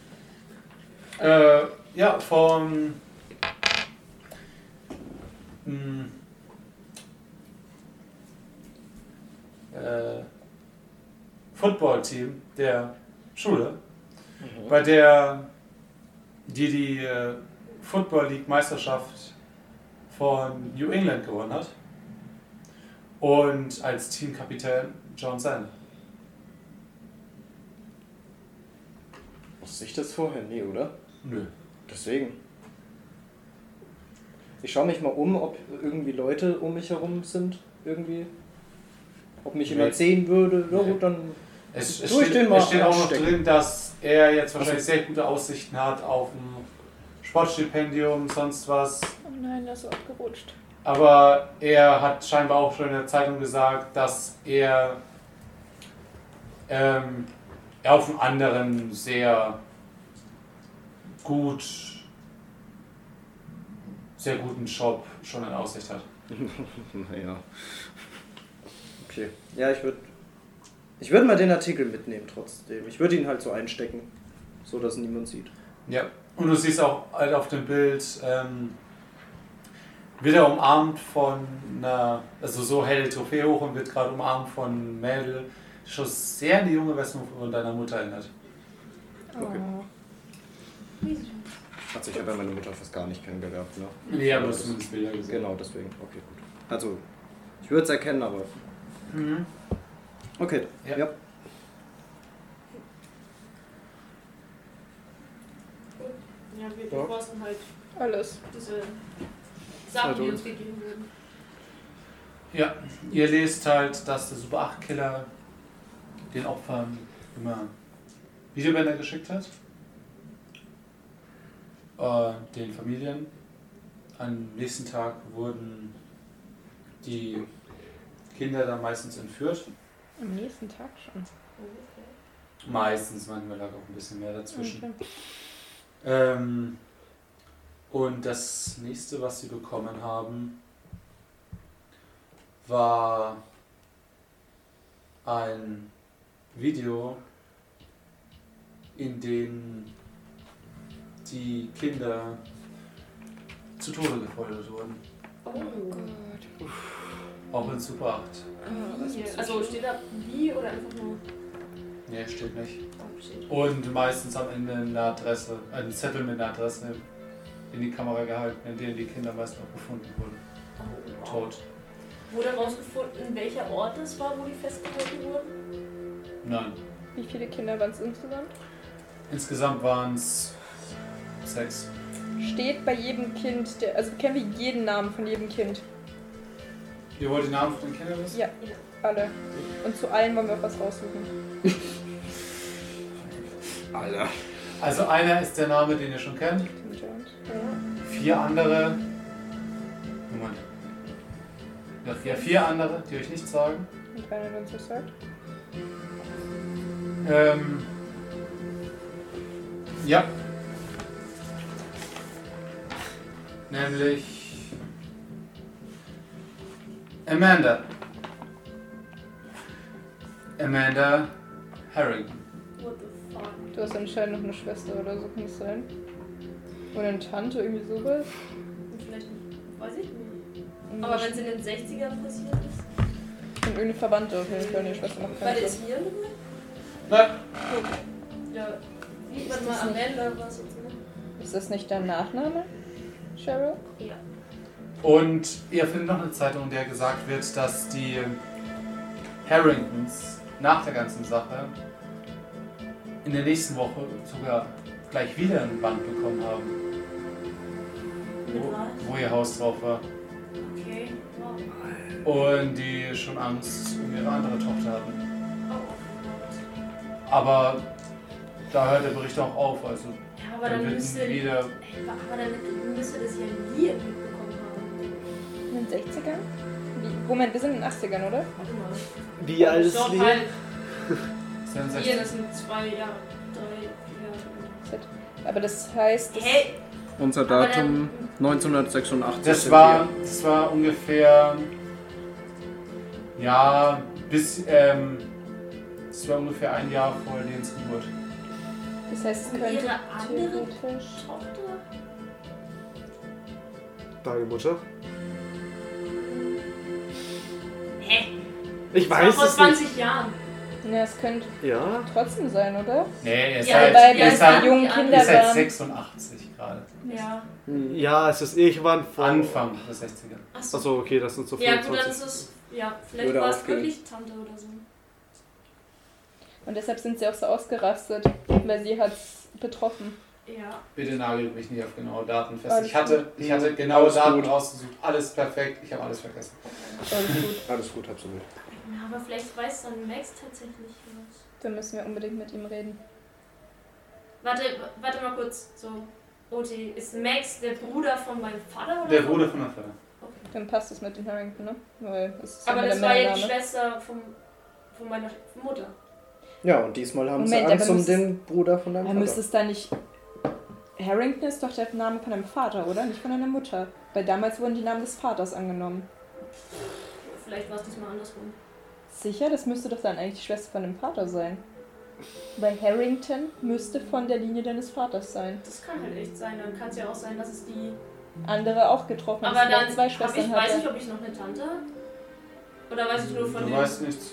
A: Äh, ja, vom. Mh, äh, Football-Team der Schule, bei der die die äh, Football League Meisterschaft von New England gewonnen hat und als Teamkapitän John Sand.
E: Wusste ich das vorher? Nee, oder?
A: Nö.
E: Deswegen. Ich schaue mich mal um, ob irgendwie Leute um mich herum sind. Irgendwie. Ob mich
A: Nee.
E: jemand sehen würde. Ja,
A: Nee.
E: gut, dann.
A: Es, es,
E: Tu ich
A: steht,
E: den mal
A: es steht auch noch
E: anstecken.
A: drin, dass er jetzt wahrscheinlich sehr gute Aussichten hat auf ein Sportstipendium, sonst was.
B: Oh nein, das ist abgerutscht.
A: Aber er hat scheinbar auch schon in der Zeitung gesagt, dass er, ähm, er auf einen anderen sehr gut, sehr guten Job schon in Aussicht hat.
E: Naja. Okay. Ja, ich würde. Ich würde mal den Artikel mitnehmen trotzdem. Ich würde ihn halt so einstecken. So dass niemand sieht.
A: Ja, und du siehst auch halt auf dem Bild, ähm, wird er umarmt von einer, also so hält die Trophäe hoch und wird gerade umarmt von einem Mädel, die schon sehr an die junge Version von deiner Mutter erinnert.
E: Okay.
B: Oh.
E: Also ich habe ja meine Mutter fast gar nicht kennengelernt, ne?
A: Nee, aber das sind die Bilder gesehen.
E: Genau, deswegen. Okay, gut. Also, ich würde es erkennen, aber.
A: Mhm.
E: Okay.
A: Ja.
E: Ja.
D: Ja, wir
E: Ja.
D: brauchen halt
B: Alles.
D: diese
B: halt
D: Sachen, die
E: Ja,
D: uns gegeben wurden.
A: Ja, ihr lest halt, dass der Super 8 Killer den Opfern immer Videobänder geschickt hat. Äh, den Familien. Am nächsten Tag wurden die Kinder dann meistens entführt.
B: Am nächsten Tag schon.
D: Oh,
A: Meistens, manchmal lag auch ein bisschen mehr dazwischen.
B: Okay.
A: Ähm, und das nächste, was sie bekommen haben, war ein Video, in dem die Kinder zu Tode gefoltert wurden.
D: Oh,
B: Oh Gott.
A: Auch in Super 8.
B: Ah, das
D: Wie?
B: ist
D: Also steht da wie oder einfach nur
A: Nee, steht nicht.
D: oh, steht.
A: Und meistens am Ende eine Adresse, einen Zettel mit einer Adresse in die Kamera gehalten, in dem die Kinder meist noch gefunden wurden.
D: Oh, wow.
A: Tot.
D: Wurde herausgefunden, welcher Ort es war, wo die festgehalten wurden?
A: Nein.
B: Wie viele Kinder waren es insgesamt?
A: Insgesamt waren es sechs.
B: Steht bei jedem Kind, der, also kennen wir jeden Namen von jedem Kind.
A: Ihr wollt die Namen von den Kindern wissen?
B: Ja, alle. Und zu allen wollen wir auch was raussuchen.
E: Alter.
A: Also einer ist der Name, den ihr schon kennt.
B: Tim Jones. Ja.
A: Vier andere. Moment. Ja, vier, vier andere, die euch nichts sagen.
B: Und wenn er uns was sagt.
A: Ähm. Ja. Nämlich. Amanda. Amanda Harrington.
D: What the fuck?
B: Du hast anscheinend noch eine Schwester oder so, kann es sein? Oder eine Tante, irgendwie sowas.
D: Und Vielleicht nicht. Weiß ich nicht.
B: Und
D: Aber wenn es in den 60ern passiert ist.
B: Und irgendeine Verwandte auf jeden Fall, eine Schwester macht
D: Weil der
B: keine
D: ist hier drin?
A: Nein.
D: Ja. Sieht
B: Ist
D: man mal
B: das nicht-
D: Amanda was und so.
B: Ist das nicht dein Nachname, Cheryl?
D: Ja.
A: Und ihr findet noch eine Zeitung, in der gesagt wird, dass die Harringtons nach der ganzen Sache in der nächsten Woche sogar gleich wieder ein Band bekommen haben,
D: Mit was?
A: wo, wo ihr Haus drauf war.
D: Oh. Okay. Oh, Wow.
A: Und die schon Angst um ihre andere Tochter hatten.
D: Oh.
A: Aber da hört der Bericht auch auf, also
D: Ja, aber
A: da
D: dann
A: wird
D: müsste.
A: wieder
D: Ey, Aber dann müsste das ja nie mitbekommen haben.
B: Eine den 60ern? Wie, Moment, wir sind in den 80ern, oder?
D: Warte mal.
F: Wie alt ist
D: Short
F: Liam?
D: Pile. Hier, das sind zwei Jahre, drei Jahre.
B: Aber das heißt. Das
D: Hey,
C: Unser
D: Aber
C: Datum 1986.
A: Das
C: sind
A: war,
C: wir.
A: das war ungefähr. Ja, bis. Ähm, das war ungefähr ein Jahr vor Lens Geburt.
B: Das heißt, es
D: Und
B: könnte
D: ihre andere-
B: theoretisch.
D: Tochter?
F: Deine Mutter?
D: Hä?
F: Ich
D: Das war
F: weiß
D: vor
F: es nicht.
D: 20 Jahren.
B: Ja, es könnte
F: Ja?
B: trotzdem sein, oder?
A: Nee, halt, ihr
D: Ja,
A: seid,
B: weil
A: ihr
B: wir
A: seid,
B: jungen
D: ihr
A: ihr
B: Kinder
A: seid
B: waren.
A: 86 halt gerade.
D: Ja.
F: Ja, es ist irgendwann vor.
A: Anfang der 60er.
B: Also,
D: Achso.
F: Achso, okay, das sind so
D: ja, gut, dann
F: 25.
D: ist es. Ja, vielleicht
C: Würde
D: war es
C: aufgehen.
D: wirklich Tante oder so.
B: Und deshalb sind sie auch so ausgerastet, weil sie hat's betroffen.
D: Ja.
A: Bitte nagelt mich nicht auf genaue Daten fest.
B: Alles
A: Ich hatte, ich hatte genaue Daten rausgesucht. Alles perfekt. Ich habe alles vergessen.
B: Alles gut.
E: Alles gut, hab's mit.
D: ja. Aber vielleicht weiß dann Max tatsächlich was.
B: Dann müssen wir unbedingt mit ihm reden.
D: Warte, w- warte mal kurz. So. Oti, ist Max der Bruder von meinem Vater oder?
A: Der Bruder von der Firma.
D: Okay.
B: Dann passt es mit dem Harrington, ne? Weil es ist ja
D: Aber
B: nur
D: das
B: der ne?
D: war ja die
B: Männername.
D: Schwester vom, von meiner Mutter.
E: Ja, und diesmal haben
B: Moment,
E: sie Angst
B: aber
E: um
B: müsst-
E: den Bruder von
B: Aber
E: deinem
B: müsste
E: Vater.
B: es da nicht. Harrington ist doch der Name von deinem Vater, oder? Nicht von deiner Mutter. Weil damals wurden die Namen des Vaters angenommen.
D: Vielleicht war es diesmal andersrum.
B: Sicher, das müsste doch dann eigentlich die Schwester von dem Vater sein. Weil Harrington müsste von der Linie deines Vaters sein.
D: Das kann halt echt sein. Dann kann es ja auch sein, dass es die.
B: Andere auch getroffen.
D: Aber
B: dass
D: dann.
B: er zwei
D: hab ich
B: Schwestern
D: weiß
B: hatte.
D: ich, ob ich noch eine Tante hab. Oder weiß ich nur von
A: Du
D: dem.
A: weißt nichts.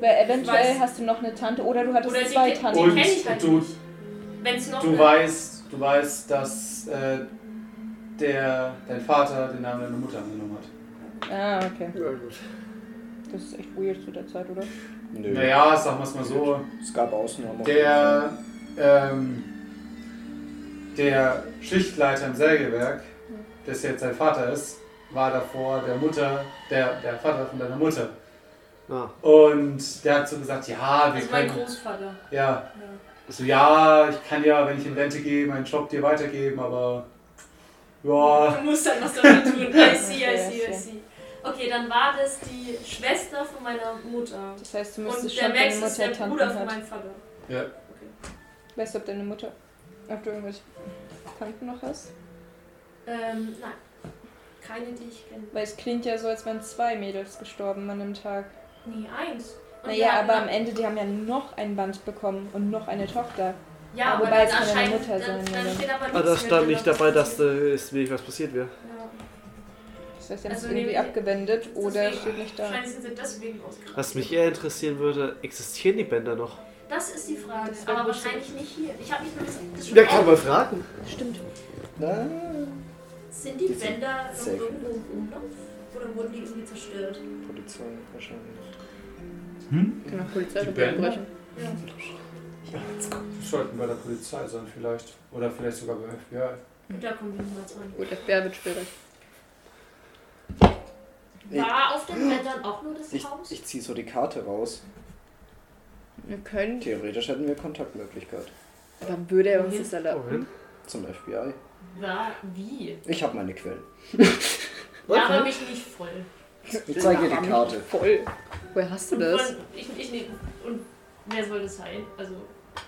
B: Weil eventuell
D: weiß-
B: hast du noch eine Tante oder du hattest
D: Oder die,
B: zwei
D: die
B: Tanten.
D: kenne ich halt
A: Und du-
D: nicht. Wenn es noch.
A: Du weißt, du weißt, dass äh, der, dein Vater den Namen deiner Mutter angenommen hat.
B: Ah, okay.
F: Ja, gut.
B: Das ist echt weird zu der Zeit, oder?
E: Nö.
A: Naja, sagen wir es mal so.
E: Es gab Ausnahmen.
A: Der, ähm, der Schichtleiter im Sägewerk, das jetzt sein Vater ist, war davor der Mutter, der, der Vater von deiner Mutter.
F: Ah,
A: Und der hat so gesagt, ja, wir
D: Das ist Also mein
A: können,
D: Großvater.
A: ja,
D: Ja.
A: so, ja, ich kann ja, wenn ich in Rente gehe, meinen Job dir weitergeben, aber, ja,
D: Du musst halt dann was damit tun. I see, I
B: Okay,
D: see, I
B: I
D: see. Okay, dann war das die Schwester von meiner Mutter.
B: Das heißt, du müsstest
D: Und der
B: schon deine
D: Max ist der
B: Mutter
D: Bruder
B: Tanten
D: von
B: hat.
D: meinem Vater.
A: ja.
B: Weißt du, ob deine Mutter. Ob du irgendwelche Tanten noch hast?
D: Ähm, nein. Keine, die ich kenne.
B: Weil es klingt ja so, als wären zwei Mädels gestorben an dem Tag.
D: Nee, eins. Und wir
B: Naja,
D: hatten-
B: aber am Ende, die haben ja noch ein Band bekommen und noch eine Tochter.
D: Ja, aber
B: wobei es
D: dann
B: kann ja eine
D: erscheint-
B: Mutter
D: dann,
B: sein,
D: Dann
B: oder?
D: steht aber
F: ah
D: nichts
F: da
D: mehr
F: stand
D: drin,
F: nicht
D: ob
F: dabei, dass
D: das
F: äh, es irgendwas passiert wäre.
D: Ja.
B: Das heißt, die haben
D: Also
B: es irgendwie
D: nehmen wir-
B: abgewendet oder es Oh,
D: Deswegen-
B: steht nicht da.
D: Wahrscheinlich sind sie deswegen ausgerastet.
F: Was mich eher interessieren würde, existieren die Bänder noch?
D: Das ist die Frage.
B: Das wäre
D: Aber
B: lustig.
D: wahrscheinlich nicht hier. Ich habe mich nur das, das schon
F: Ja, kann man fragen.
B: Stimmt.
D: Sind die
E: Die sind
D: Bänder noch
E: safe.
D: irgendwo im Umlauf? Oder wurden die irgendwie zerstört?
E: Polizei wahrscheinlich.
B: Genau, Polizei
A: Die Band?
D: Ja.
A: Sollten bei der Polizei sein vielleicht. Oder vielleicht sogar bei FBI.
D: Und da kommen wir niemals an.
B: Gut, FBI wird schwierig.
E: Ich-
D: War auf den Bändern auch nur das
E: Ich,
D: Haus?
E: ich ziehe so die Karte raus.
B: Wir können.
E: Theoretisch hätten wir Kontaktmöglichkeit
B: Dann würde er
D: uns
B: uns
D: das
B: das erlauben.
F: Moment.
E: zum FBI.
D: War wie?
E: Ich habe meine Quellen.
D: Laber mich nicht voll.
E: Ich zeige dir die Karte.
B: Voll. Woher hast du
D: Und,
B: das?
D: von- ich, ich, ne- und wer soll das sein? Also,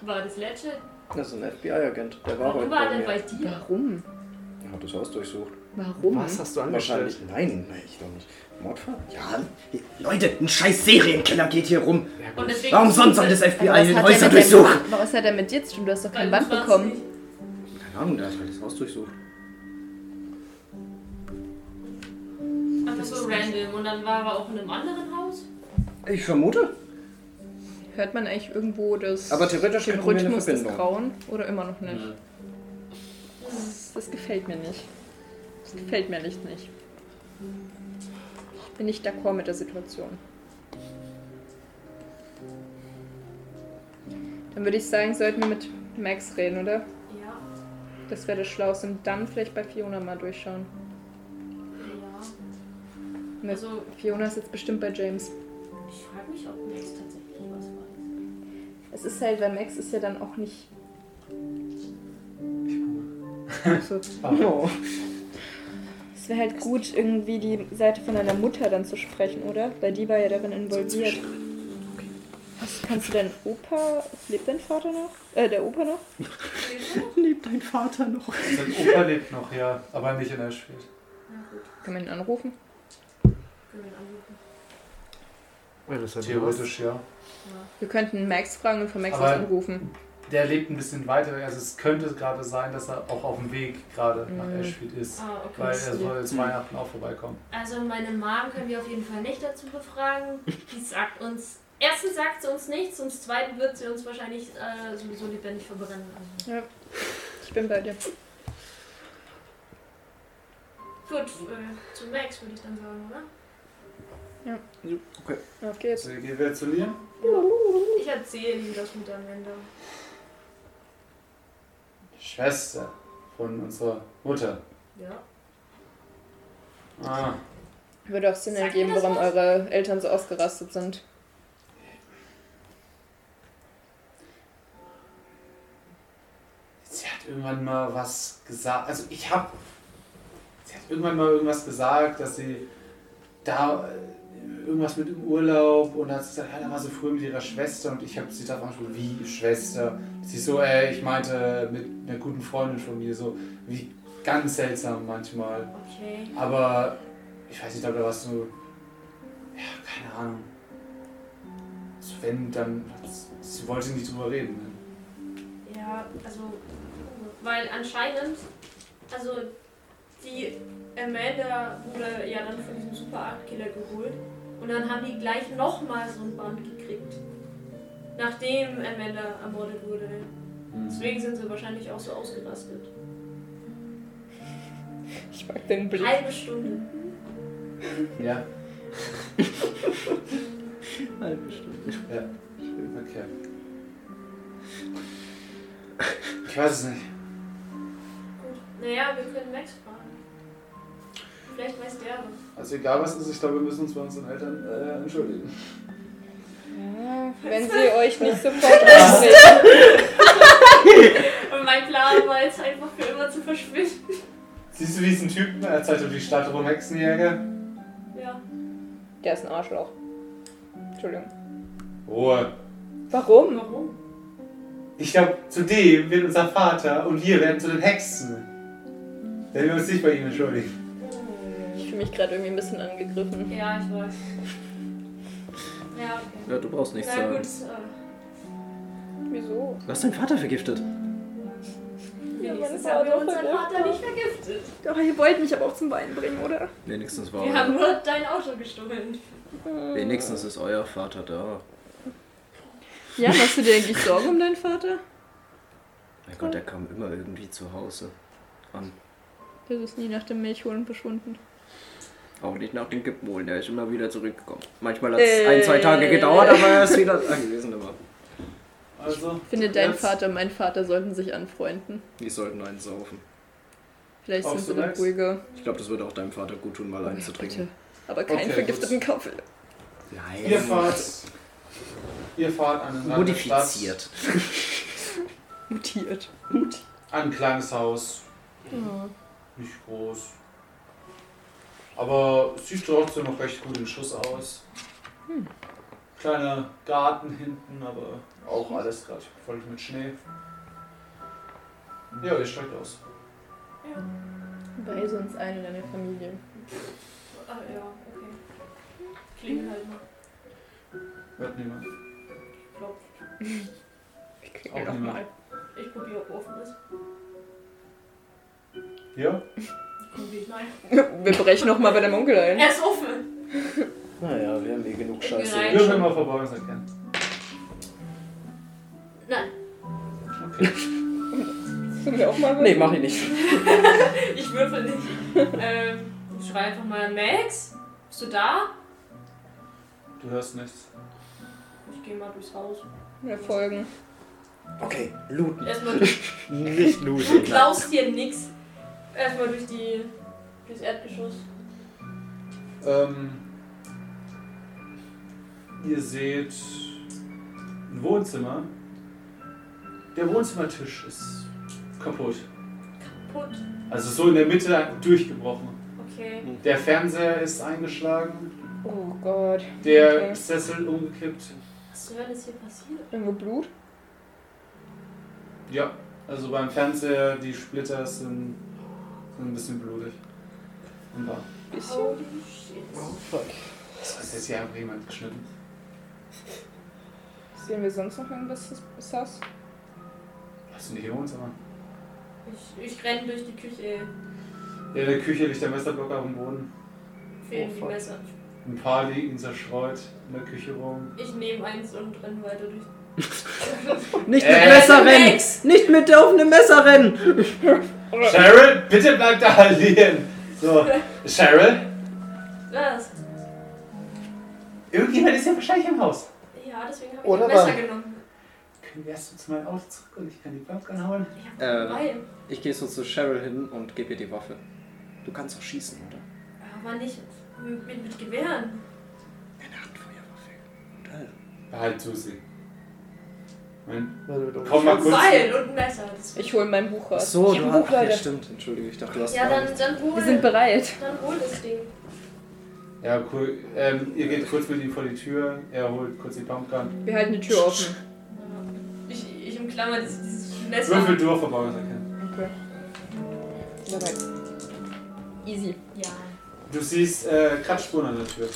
D: war das Ledger?
E: Das ist ein FBI-Agent. Der war
D: Warum
E: heute
D: war
E: bei
D: der bei
E: mir.
D: dir?
B: Warum?
E: Er hat das Haus durchsucht.
B: Warum?
F: Was hast du
E: Mhm. Wahrscheinlich.
F: angestellt?
E: Nein, nein, ich doch nicht. Mordfall? Ja, Leute, ein scheiß Serienkiller geht hier rum.
D: Und deswegen
E: Warum sonst soll das FBI
B: Also was,
E: den
B: hat er
E: Häuser
B: mit deinem,
E: durchsuchen?
B: aber was hat er mit dir zu tun? Du hast doch kein
D: Weil
B: Band
D: du warst
B: bekommen.
D: nicht-
E: Keine Ahnung, der hat halt das Haus durchsucht.
D: Einfach so random. Und dann war er auch in einem anderen Haus?
E: Ich vermute.
B: Hört man eigentlich irgendwo das
E: Aber theoretisch
B: den
E: hätten wir eine
B: Rhythmus des
E: Verbindung.
B: Grauen? Oder immer noch nicht? Das, das gefällt mir nicht. Das gefällt mir nicht, nicht. Ich bin nicht d'accord mit der Situation. Dann würde ich sagen, sollten wir mit Max reden, oder?
D: Ja.
B: Das wäre das Schlauste. Und dann vielleicht bei Fiona mal durchschauen.
D: Ja.
B: Mit
D: Also,
B: Fiona ist jetzt bestimmt bei James.
D: ich frage mich, ob Max tatsächlich was weiß.
B: Es ist halt, weil Max ist ja dann auch nicht. so.
E: Oh.
B: Es Es Also, wäre halt gut, irgendwie die Seite von deiner Mutter dann zu sprechen, oder? Weil die war ja darin involviert. Was, kannst du deinen Opa. Lebt dein Vater noch? Äh, der Opa noch?
C: Lebt dein Vater noch?
A: Sein Opa lebt noch, ja, aber nicht in der Schwede.
D: Na gut,
B: Können wir ihn anrufen?
D: können wir ihn anrufen.
F: Wenn das halt nur was-
A: Theoretisch, ja.
B: Wir könnten Max fragen und von Max
A: Aber-
B: aus anrufen.
A: Der lebt ein bisschen weiter, also es könnte gerade sein, dass er auch auf dem Weg gerade nach
B: Mhm.
A: Ashfield ist.
D: Ah, okay.
A: Weil er soll jetzt Weihnachten auch vorbeikommen.
D: Also meine Mom können wir auf jeden Fall nicht dazu befragen. Die sagt uns, erstens sagt sie uns nichts und zweitens wird sie uns wahrscheinlich äh, sowieso lebendig verbrennen. Also,
B: Ich bin bei dir.
D: gut, äh, zu Max würde ich dann sagen, oder?
B: Auf geht's.
A: So, Also gehen wir zu Liam?
D: Ich erzähle ihm das mit am Ende.
A: Schwester von unserer Mutter.
D: Ja.
A: Ah,
B: Würde auch Sinn
D: Sagt
B: ergeben,
D: ihr das
B: warum
D: was?
B: eure Eltern so ausgerastet sind.
A: sie hat irgendwann mal was gesagt. Also ich hab. Sie hat irgendwann mal irgendwas gesagt, dass sie da äh, irgendwas mit im Urlaub und hat sie gesagt, ja, da war sie früher mit ihrer Schwester und ich habe sie darauf angesprochen, wie Schwester. Sie so, ey, ich meinte mit einer guten Freundin von mir, so wie ganz seltsam manchmal.
D: Okay.
A: Aber ich weiß nicht, ob da was so. Ja, keine Ahnung. So, wenn, dann. Sie wollte nicht drüber reden. Ne?
D: Ja, also, weil anscheinend, also die Amanda wurde ja dann von diesem Super 8 Killer geholt und dann haben die gleich nochmal so ein Band gekriegt. Nachdem Amanda ermordet wurde. Deswegen sind sie wahrscheinlich auch so ausgerastet.
B: Ich mag den Blick.
D: Halbe Stunde.
A: Ja,
C: Halbe Stunde.
A: okay. Ich weiß es nicht.
D: Gut. Naja, wir können Max fragen. Vielleicht weiß der was.
A: Also, egal was ist, ich glaube, wir müssen uns bei unseren Eltern äh, entschuldigen.
B: Ja, wenn sie euch nicht sofort rauslegen.
D: Und mein Plan war jetzt einfach für immer zu verschwinden.
A: Siehst du diesen Typen? Er zeigt um die Stadt rum, Hexenjäger.
D: Ja.
B: Der ist ein Arschloch. Entschuldigung.
A: Ruhe.
B: Warum?
D: Warum?
A: Ich glaube, zu dem wird unser Vater und wir werden zu den Hexen. Wenn wir uns nicht bei ihm entschuldigen.
B: Ich fühle mich gerade irgendwie ein bisschen angegriffen.
D: Ja, ich weiß. Ja, okay.
C: Ja, du brauchst nichts
D: Na
C: sagen.
D: gut, äh,
B: Wieso?
C: Du hast deinen Vater vergiftet.
D: wenigstens haben wir unseren Vater nicht vergiftet.
B: Doch, ihr wollt mich aber auch zum Weinen bringen, oder?
C: Wenigstens war
D: Wir haben nur dein Auto gestohlen.
C: Wenigstens ist euer Vater da.
B: Ja, machst du dir eigentlich Sorgen um deinen Vater?
C: Mein Gott, er kam immer irgendwie zu Hause an.
B: Der ist nie nach dem Milchholen verschwunden.
C: Auch nicht nach den Kippenholen, der ist immer wieder zurückgekommen. Manchmal hat
E: Äh.
C: es ein, zwei Tage gedauert, aber er ist wieder angewiesen. Aber
A: Also.
B: Ich finde, dein
A: jetzt-
B: Vater und mein Vater sollten sich anfreunden.
C: die sollten einen saufen.
B: Vielleicht
A: Auch
B: sind
A: so
B: sie dann
A: nice?
B: ruhiger.
C: Ich glaube, das würde auch deinem Vater gut tun, mal einen zu
B: Bitte.
C: trinken.
B: Aber keinen
A: Okay,
B: vergifteten Kaffee.
C: Nein.
A: Ihr fahrt. Ihr fahrt an den Rand der Stadt,
C: Modifiziert.
B: Mutiert.
A: an ein kleines Haus,
B: Ja.
A: nicht groß. Aber es sieht trotzdem noch recht gut im Schuss aus. Kleiner Garten hinten, aber auch alles gerade voll mit Schnee. Ja, ihr steigt aus.
B: Weise uns ein in deine Familie.
D: Ah, ja, okay. Klingt halt mal.
A: Hört niemand.
D: Klopf.
B: Ich
A: Auch
B: klingel noch mal.
D: Ich probiere, ob offen ist.
A: Ja?
D: Ich probiere mal.
B: Wir brechen nochmal bei deinem Onkel ein.
D: Er ist offen!
E: Naja, wir haben eh genug
B: Genau.
D: Nein.
E: Scheiße.
A: Wir können mal vorbei und sagt gern.
D: Nein,
A: Okay.
B: Sollen wir auch mal
E: Nee, mach ich nicht.
D: ich würfel nicht. ähm, ich schreie einfach mal, Max, bist du da?
A: Du hörst nichts.
D: Ich gehe mal durchs Haus.
B: Wir folgen.
E: Okay, looten.
D: Erstmal
F: Nicht
D: Du
F: looten.
D: klaust hier nix. Erstmal durch die durchs Erdgeschoss.
A: Ähm, ihr seht ein Wohnzimmer. Der Wohnzimmertisch ist kaputt.
D: Kaputt.
A: Also so in der Mitte durchgebrochen.
D: Okay.
A: Der Fernseher ist eingeschlagen,
B: Oh Gott.
A: der
B: Okay.
A: Sessel umgekippt.
D: Was zur Hölle ist hier passiert?
B: Irgendwo Blut?
A: Ja, also beim Fernseher, die Splitter sind, sind ein bisschen blutig. Und da.
B: Bisschen.
D: Holy shit.
B: Fuck.
A: Das hat jetzt hier einfach jemand geschnitten.
B: Sehen wir sonst noch irgendwas Sass?
A: Hast du nicht hier uns, aber.
D: Ich, ich renne durch die Küche.
A: Ja, in der Küche liegt der Messerblock auf dem Boden.
D: Fehlen
B: Oh,
D: die
B: fuck.
D: Messer.
A: Ein paar liegen zerstreut in der Küche rum.
D: Ich nehme eins und renne weiter durch.
C: Nicht
A: Äh.
C: mit Messer rennen!
D: Max!
C: Nicht mit der offenen Messer rennen!
A: Cheryl, bitte bleib da liegen! So, Cheryl?
D: Was?
A: Irgendjemand ist ja wahrscheinlich im Haus.
D: Ja, deswegen habe ich
F: Oder
D: ein Messer
F: wann?
D: genommen.
A: Können wir erst uns mal auf zurück und ich kann die Popcorn holen?
D: Ich habe
E: Äh.
D: dabei.
E: Ich gehe so zu Cheryl hin und gebe ihr die Waffe. Du kannst doch schießen, oder?
D: Aber nicht mit, mit Gewehren.
E: Eine Handfeuerwaffe.
A: Behalt du sie. Mein-
F: Komm
A: Komm mal
F: mal.
D: Ein
A: kurz.
D: Seil und ein Messer. Das
B: Ich hole mein Buch raus.
E: So,
B: ich
E: du
B: hab ein
E: hast.
B: Buch,
E: Ach, ja,
B: Leute.
E: stimmt. Entschuldige, ich dachte, du hast.
D: ja,
E: gar
D: dann,
E: nicht.
D: dann hol.
B: Wir sind bereit.
D: dann hol das Ding.
A: Ja, cool. Ähm, ihr geht kurz mit ihm vor die Tür. Er holt kurz die Pumpgun.
B: Wir halten die Tür offen.
D: Ich, ich umklammer dieses, dieses Messer.
A: Würfel durch, verborgenes Erkennen.
B: Okay. Bereit. Easy.
D: Ja.
A: Du siehst äh, Kratzspuren an der Tür.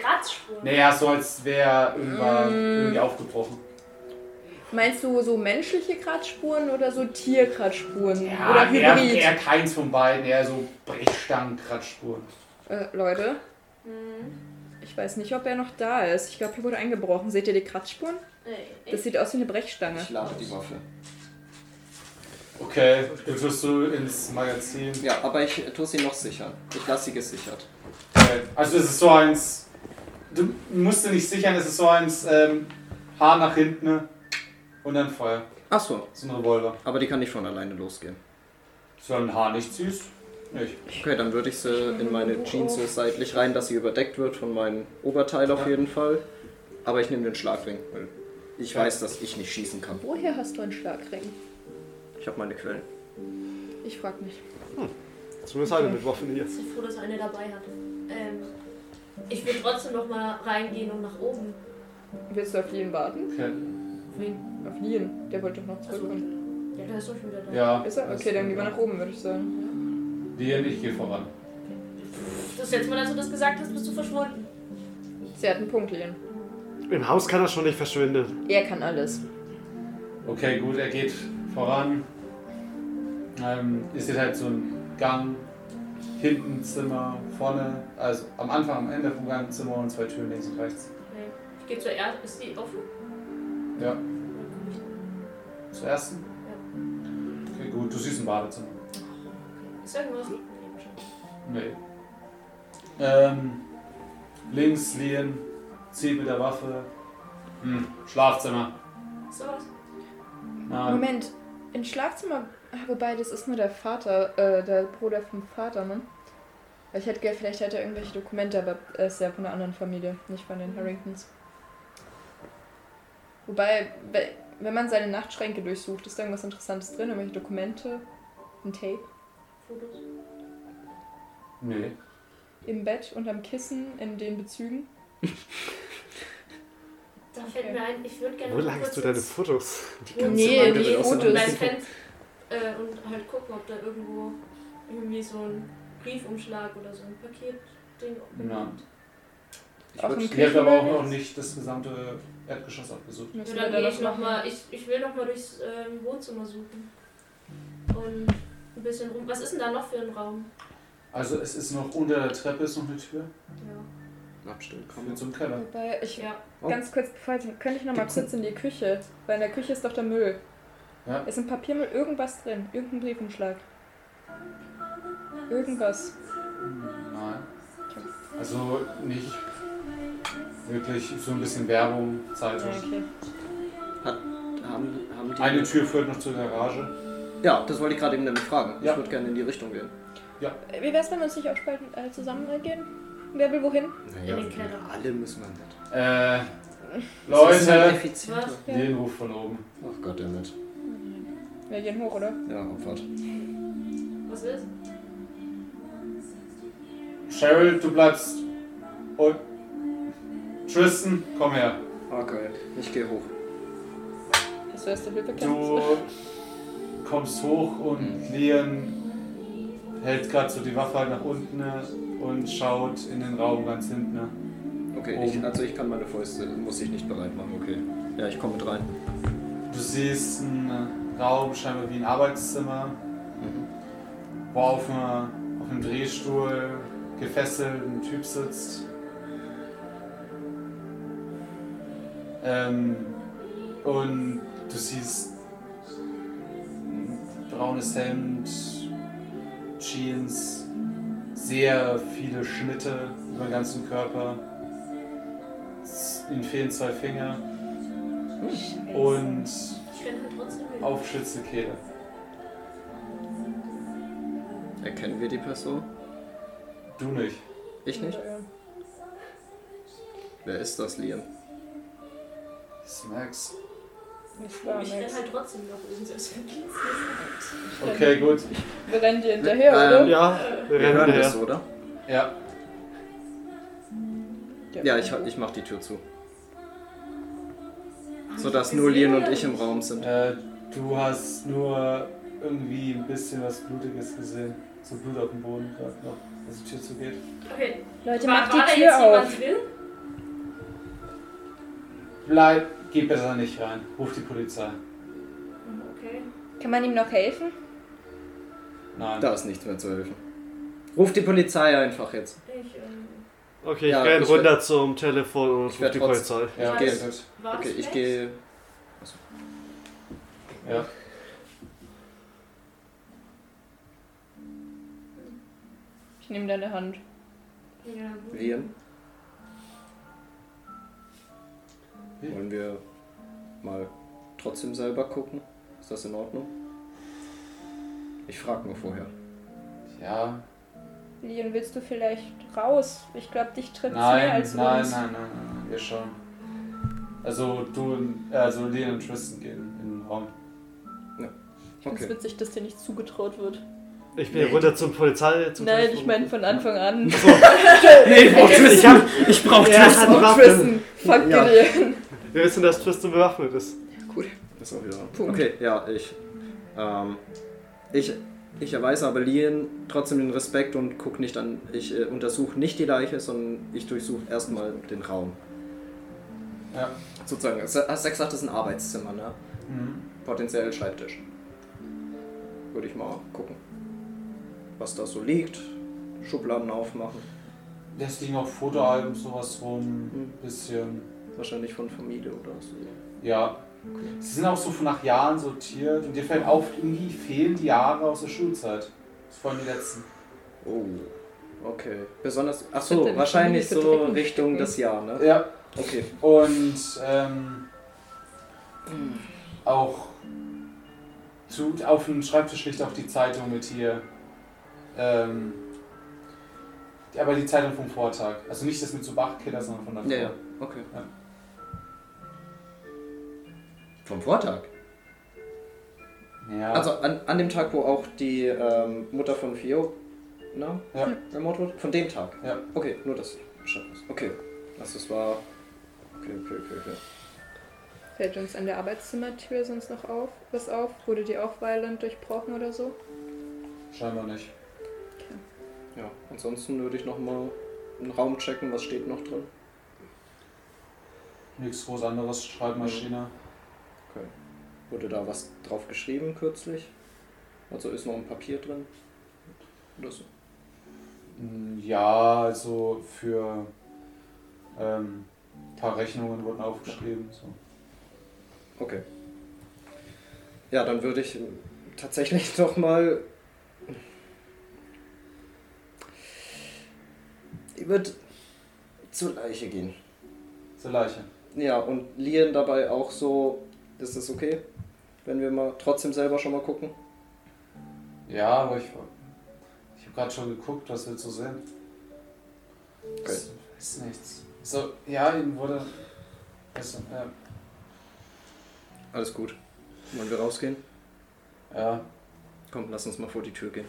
D: Kratzspuren.
A: Naja, so als wäre irgendwann
B: Mm.
A: irgendwie aufgebrochen.
B: Meinst du so menschliche Kratzspuren oder so Tierkratzspuren?
A: Ja,
B: oder
A: eher,
B: Hybrid?
A: eher keins von beiden, eher so Brechstangen-Kratzspuren.
B: Äh, Leute,
D: Hm.
B: ich weiß nicht, ob er noch da ist. Ich glaube, hier wurde eingebrochen. Seht ihr die Kratzspuren?
D: Nee,
B: Das sieht aus wie eine Brechstange.
E: Ich lade die Waffe.
A: Okay, jetzt wirst du ins Magazin.
E: Ja, aber ich tue sie noch sichern. Ich lasse sie gesichert.
A: Okay. Also es ist so eins. Du musst dir nicht sichern, es ist so eins ähm, Haar nach hinten ne? und dann Feuer.
E: Achso,
A: So ein Revolver.
E: aber die kann nicht von alleine losgehen.
A: So ein Haar nicht ziehst. Nicht.
E: Okay, dann würde ich sie in meine
B: Buch
E: Jeans so
B: auf.
E: seitlich rein, dass sie überdeckt wird von meinem Oberteil auf jeden Fall. Aber ich nehme den Schlagring, weil ich
A: Ja.
E: weiß, dass ich nicht schießen kann.
B: Woher hast du einen Schlagring?
E: Ich habe meine Quellen.
B: Ich frag mich.
F: Zumindest eine mit Waffen hier.
D: Ich bin froh, dass einer dabei hatte. Ähm, ich will trotzdem noch mal reingehen und nach oben.
B: Willst du auf Lien warten?
A: Okay.
D: Wen?
B: Auf Lien. Der wollte doch noch
D: Also,
B: zurückkommen.
D: ja, da ist doch schon wieder da.
A: Ja.
B: Ist er? Okay, dann gehen wir nach oben, würde ich sagen.
A: Dir nicht, geh voran.
D: Das letzte Mal, als du das gesagt hast, bist du verschwunden.
B: Sie hat einen Punkt, Lien.
F: Im Haus kann er schon nicht verschwinden.
B: Er kann alles.
A: Okay, gut, er geht voran. Ähm, ihr seht halt so einen Gang, hinten Zimmer, vorne, also am Anfang, am Ende vom Gang Zimmer und zwei Türen links und rechts.
D: Okay. Ich gehe zur Erde. Ist die offen?
A: Ja, zur ersten. Okay, gut, du siehst ein Badezimmer.
D: Ist irgendwas?
A: Nee. Ähm, links Lien, Ziel mit der Waffe. Hm, Schlafzimmer.
D: So was?
A: Nein.
B: Moment, im Schlafzimmer, ah, wobei das ist nur der Vater, äh, der Bruder vom Vater, ne? Weil Ich hätte gern, vielleicht hat er irgendwelche Dokumente, aber er ist ja von einer anderen Familie, nicht von den Harringtons. Wobei, we- wenn man seine Nachtschränke durchsucht, ist da irgendwas Interessantes drin, irgendwelche Dokumente, ein Tape
D: Fotos?
A: Nee.
B: im Bett, unterm Kissen, in den Bezügen.
D: Da fällt mir ein, ich würde gerne.
F: Wo lagst du deine
D: Fotos?
F: Fotos?
B: Nee,
E: Zimmer
B: die
E: wird auch so
B: Fotos.
D: Äh, und halt gucken, ob da irgendwo irgendwie so ein Briefumschlag oder so ein Paketding.
A: Na.
E: Ich
B: Auf
E: würd-
B: dem
A: Ihr habt aber auch noch nicht das gesamte Erdgeschoss abgesucht.
D: Ja,
B: Müssen wir
D: dann
B: da
D: gehe
B: was
D: ich noch
B: machen?
D: mal, ich, ich will nochmal durchs ähm, Wohnzimmer suchen. Und ein bisschen rum. Was ist denn da noch für ein Raum?
A: Also es ist noch unter der Treppe ist noch eine Tür.
D: Ja.
A: Kommen
E: Abstellkammer.
A: wir zum Keller.
B: Wobei, ich,
D: ja.
E: Oh.
B: Ganz kurz, bevor ich, könnte ich noch mal kurz in die Küche? Weil in der Küche ist doch der Müll.
A: Ja.
B: Ist im Papiermüll irgendwas drin? Irgendein Briefumschlag? Irgendwas.
A: Hm, Nein. Also nicht wirklich so ein bisschen Werbung,
B: Ja,
A: Zeitung.
B: okay.
E: Haben, haben die
A: Eine Tür führt noch zur Garage.
E: Ja, das wollte ich gerade eben nämlich fragen.
A: Ja.
E: Ich würde gerne in die Richtung gehen.
B: Äh, Wie wär's, wenn wir uns nicht aufspalten, äh, zusammen reingehen? Wer will wohin?
D: In den Keller.
E: alle müssen wir nicht.
A: Äh,
E: Das ist halt
A: Leute,
E: effizienter.
D: Was?
B: Ja.
A: den Ruf von oben.
E: Ach Gott, damit.
B: Wir gehen hoch, oder?
E: Ja, Abfahrt.
D: Was ist?
A: Cheryl, du bleibst. Und. Tristan, komm her.
E: Ah, geil. Ich gehe hoch.
B: Das heißt, der Hilfe
A: Du kommst hoch und
B: Hm.
A: Leon hält gerade so die Waffe halt nach unten ne, und schaut in den Raum ganz hinten. ne.
E: Okay,
A: Oh.
E: ich, also ich kann meine Fäuste, muss ich nicht bereit machen, okay. Ja, ich komme mit rein.
A: Du siehst einen äh, Raum, scheinbar wie ein Arbeitszimmer, wo auf, einer, auf einem Drehstuhl gefesselt ein Typ sitzt. Ähm, und du siehst ein braunes Hemd, Jeans, sehr viele Schnitte über den ganzen Körper. S- Ihm fehlen zwei Finger und Oh,
D: Ich bin halt trotzdem wild.
A: aufgeschützte Kehle.
E: Erkennen wir die Person?
A: Du nicht.
E: Ich nicht? Wer ist das, Liam?
A: Das merkst
B: Ich war
D: Ich renn halt trotzdem noch irgendwie selbst wenn die-
A: Okay, gut.
B: Wir rennen dir hinterher, oder?
E: Ähm,
F: Ja, wir
E: Wir
F: rennen
E: hören das,
F: her.
E: oder?
A: Ja,
E: Ja, ich, ich mach die Tür zu. Sodass nur Liam und ich im Raum sind.
A: äh, du hast nur irgendwie ein bisschen was Blutiges gesehen. So Blut auf dem Boden gerade noch, als die Tür zugeht.
D: Okay,
B: Leute,
D: war,
B: macht
D: war
B: die
D: da jetzt
B: Tür auf.
D: jemand drin?
A: Bleib, geh besser nicht rein. Ruf die Polizei.
D: Mhm, Okay.
B: Kann man ihm noch helfen?
A: Nein.
E: Da ist nichts mehr zu helfen. Ruf die Polizei einfach jetzt.
D: Ich ähm,
F: Okay, ich
E: Ja,
F: renn
E: ich werd-
F: runter zum Telefon und
E: Ich
F: ruf
E: werd
F: die
E: trotzdem-
F: Polizei.
A: Ja,
E: Geh.
A: das ist-
D: war
E: Okay,
D: das
E: ich
D: schlecht?
E: gehe.
A: ja.
B: Ich nehme deine Hand.
D: Ja, gut.
E: Liam.
A: Hm?
E: Wollen wir mal trotzdem selber gucken? Ist das in Ordnung? Ich frag nur vorher.
A: ja.
B: Leon, willst du vielleicht raus? Ich glaube, dich trifft mehr
A: Nein,
B: als
A: nein,
B: uns.
A: nein, nein, nein, nein, wir schauen. Also du, und- äh, also Leon und Tristan gehen in den Raum.
B: Ich finde es
E: Okay.
B: witzig, dass dir nicht zugetraut wird.
F: Ich bin runter zum Polizei. Zum
B: nein,
F: Telefon.
B: ich meine von Anfang an.
E: Nee, ich brauch
F: Ich hab,
E: Ich brauch
F: er hat Waffen.
B: Tristan, fuck
E: Ja.
B: Gideon.
F: Wir wissen, dass Tristan bewaffnet ist.
E: Ist auch wieder.
B: Punkt.
E: Okay, ja, ich. Ähm, ich. Ich erweise aber Lien trotzdem den Respekt und guck nicht an. Ich äh, untersuche nicht die Leiche, sondern ich durchsuche erstmal den Raum.
A: Ja.
E: Sozusagen, hast du hast ja gesagt, das ist ein Arbeitszimmer, ne?
A: Mhm.
E: Potenziell Schreibtisch. Würde ich mal gucken. Was da so liegt. Schubladen aufmachen.
A: Lässt liegen auch Fotoalben, sowas rum.
E: Mhm.
A: Bisschen.
E: Wahrscheinlich von Familie oder so.
A: Ja. Sie sind auch so von nach Jahren sortiert und dir fällt auf, irgendwie fehlen die Jahre aus der Schulzeit. Das waren die letzten.
E: Oh. Okay. Besonders. Ach
B: wird
E: so,
B: deine
E: wahrscheinlich
B: Familie
E: so
B: verdrängt.
E: Richtung das Jahr, ne?
A: Ja,
E: Okay.
A: und ähm, auch zu, auf dem Schreibtisch liegt auch die Zeitung mit hier. Ähm, die- aber die Zeitung vom Vortag. Also nicht das mit so Bachkiller, sondern von davor.
E: Ja, ja, okay.
A: Ja.
E: Vom Vortag?
A: Ja.
E: Also an, an dem Tag, wo auch die ähm, Mutter von Fio na,
A: Ja.
E: ermordet wurde? Von dem Tag?
A: Ja.
E: Okay, nur das. Bescheid weiß. Okay. Also es war... Okay, okay, okay, okay.
B: Fällt uns an der Arbeitszimmertür sonst noch auf? Was auf? Wurde die auch violent durchbrochen oder so?
A: scheinbar nicht.
E: Ja, ansonsten würde ich nochmal einen Raum checken, was steht noch drin.
A: Nichts groß anderes. Schreibmaschine.
E: Wurde da was drauf geschrieben kürzlich? Also ist noch ein Papier drin? Oder so.
A: Mm, Ja, also für ähm, ein paar Rechnungen wurden aufgeschrieben. So.
E: Okay. Ja, dann würde ich ähm, tatsächlich doch mal über zur Leiche gehen.
A: Zur Leiche.
E: Ja, und Lien dabei auch so, ist das okay, wenn wir mal trotzdem selber schon mal gucken?
A: Ja, aber ich, ich habe gerade schon geguckt, was willst du sehen? Das ist nichts. So, ja, ihm wurde. Also, äh,
E: Alles gut. Wollen wir rausgehen?
A: ja.
E: Komm, lass uns mal vor die Tür gehen.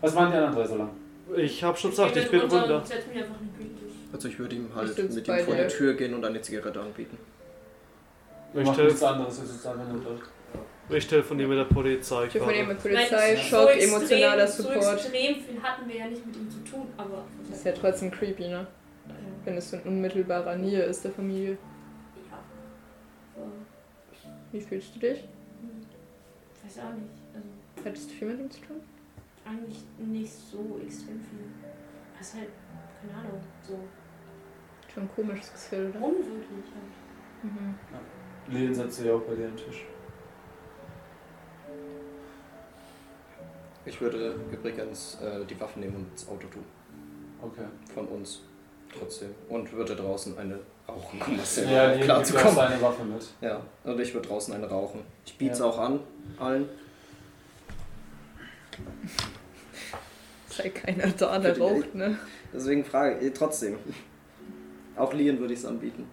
A: Was machen die anderen drei so lang?
F: Ich habe schon gesagt,
D: geh
F: ich
D: mit
F: bin runter.
D: und setz mich einfach in die Küche.
E: Also ich würde ihm
B: Ich
E: halt
B: bin's
E: mit
B: bei
E: ihm vor
B: dir.
E: der Tür gehen und eine Zigarette anbieten.
A: Wir machen nichts anderes, wir sind zusammen durch.
F: Ich telefoniere mit der Polizei.
B: Ich von mit
D: Ich meine, das
B: Polizei,
D: ist
B: Schock,
D: extrem-
B: emotionaler
D: So
B: Support.
D: extrem viel hatten wir ja nicht mit ihm zu tun, aber.
B: Das ist ja trotzdem creepy, ne? Wenn es so in unmittelbarer Nähe ist der Familie.
D: Ja. So. hm,
B: Wie fühlst du dich?
D: Weiß auch nicht. Also
B: Hattest du viel mit ihm zu tun?
D: eigentlich nicht so extrem viel. Das ist halt, keine Ahnung, so
B: Schon ein komisches Gefühl, oder?
D: unwirklich halt.
B: Mhm.
A: Lilien setzt sich auch bei dir an den Tisch.
E: Ich würde übrigens äh, die Waffen nehmen und ins Auto tun.
A: Okay.
E: Von uns. Trotzdem. Und würde draußen eine rauchen, um das
A: Ja,
E: ja,
A: Lilien
E: klar
A: gibt
E: zu
A: dir auch
E: kommen.
A: seine Waffe mit.
E: Ja, und ich würde draußen eine rauchen. Ich biete es
A: Ja.
E: auch an, allen.
B: Sei keiner da, der
E: Für die
B: raucht, ne?
E: Deswegen frage ich, eh, trotzdem. Auch Lien würde ich es anbieten.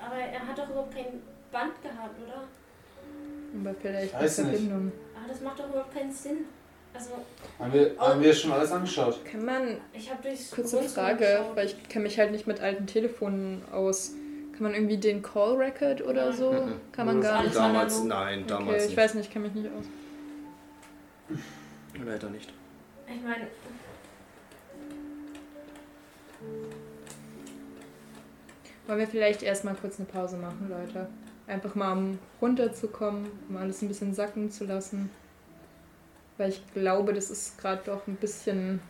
D: Aber er hat doch überhaupt kein Band gehabt, oder?
B: Aber vielleicht eine
A: Weiß nicht.
B: Verbindung.
D: Aber Ah, das macht doch überhaupt keinen Sinn. Also,
A: Haben wir, haben wir schon alles angeschaut?
B: Kann man,
D: ich habe durchs
B: kurze
D: Wohnzimmer
B: Frage,
D: geschaut.
B: weil ich kenne mich halt nicht mit alten Telefonen aus. Kann man irgendwie den Call Record oder so?
E: Mhm.
B: Kann man
F: Das
B: gar nicht.
D: alles-
E: Damals,
D: analog.
E: nein, halt damals
B: Okay, ich weiß nicht, ich kenne mich nicht aus.
E: nicht. Leider nicht.
D: Ich meine.
B: Wollen wir vielleicht erstmal kurz eine Pause machen, Leute? Einfach mal um runterzukommen, um alles ein bisschen sacken zu lassen. Weil ich glaube, das ist gerade doch ein bisschen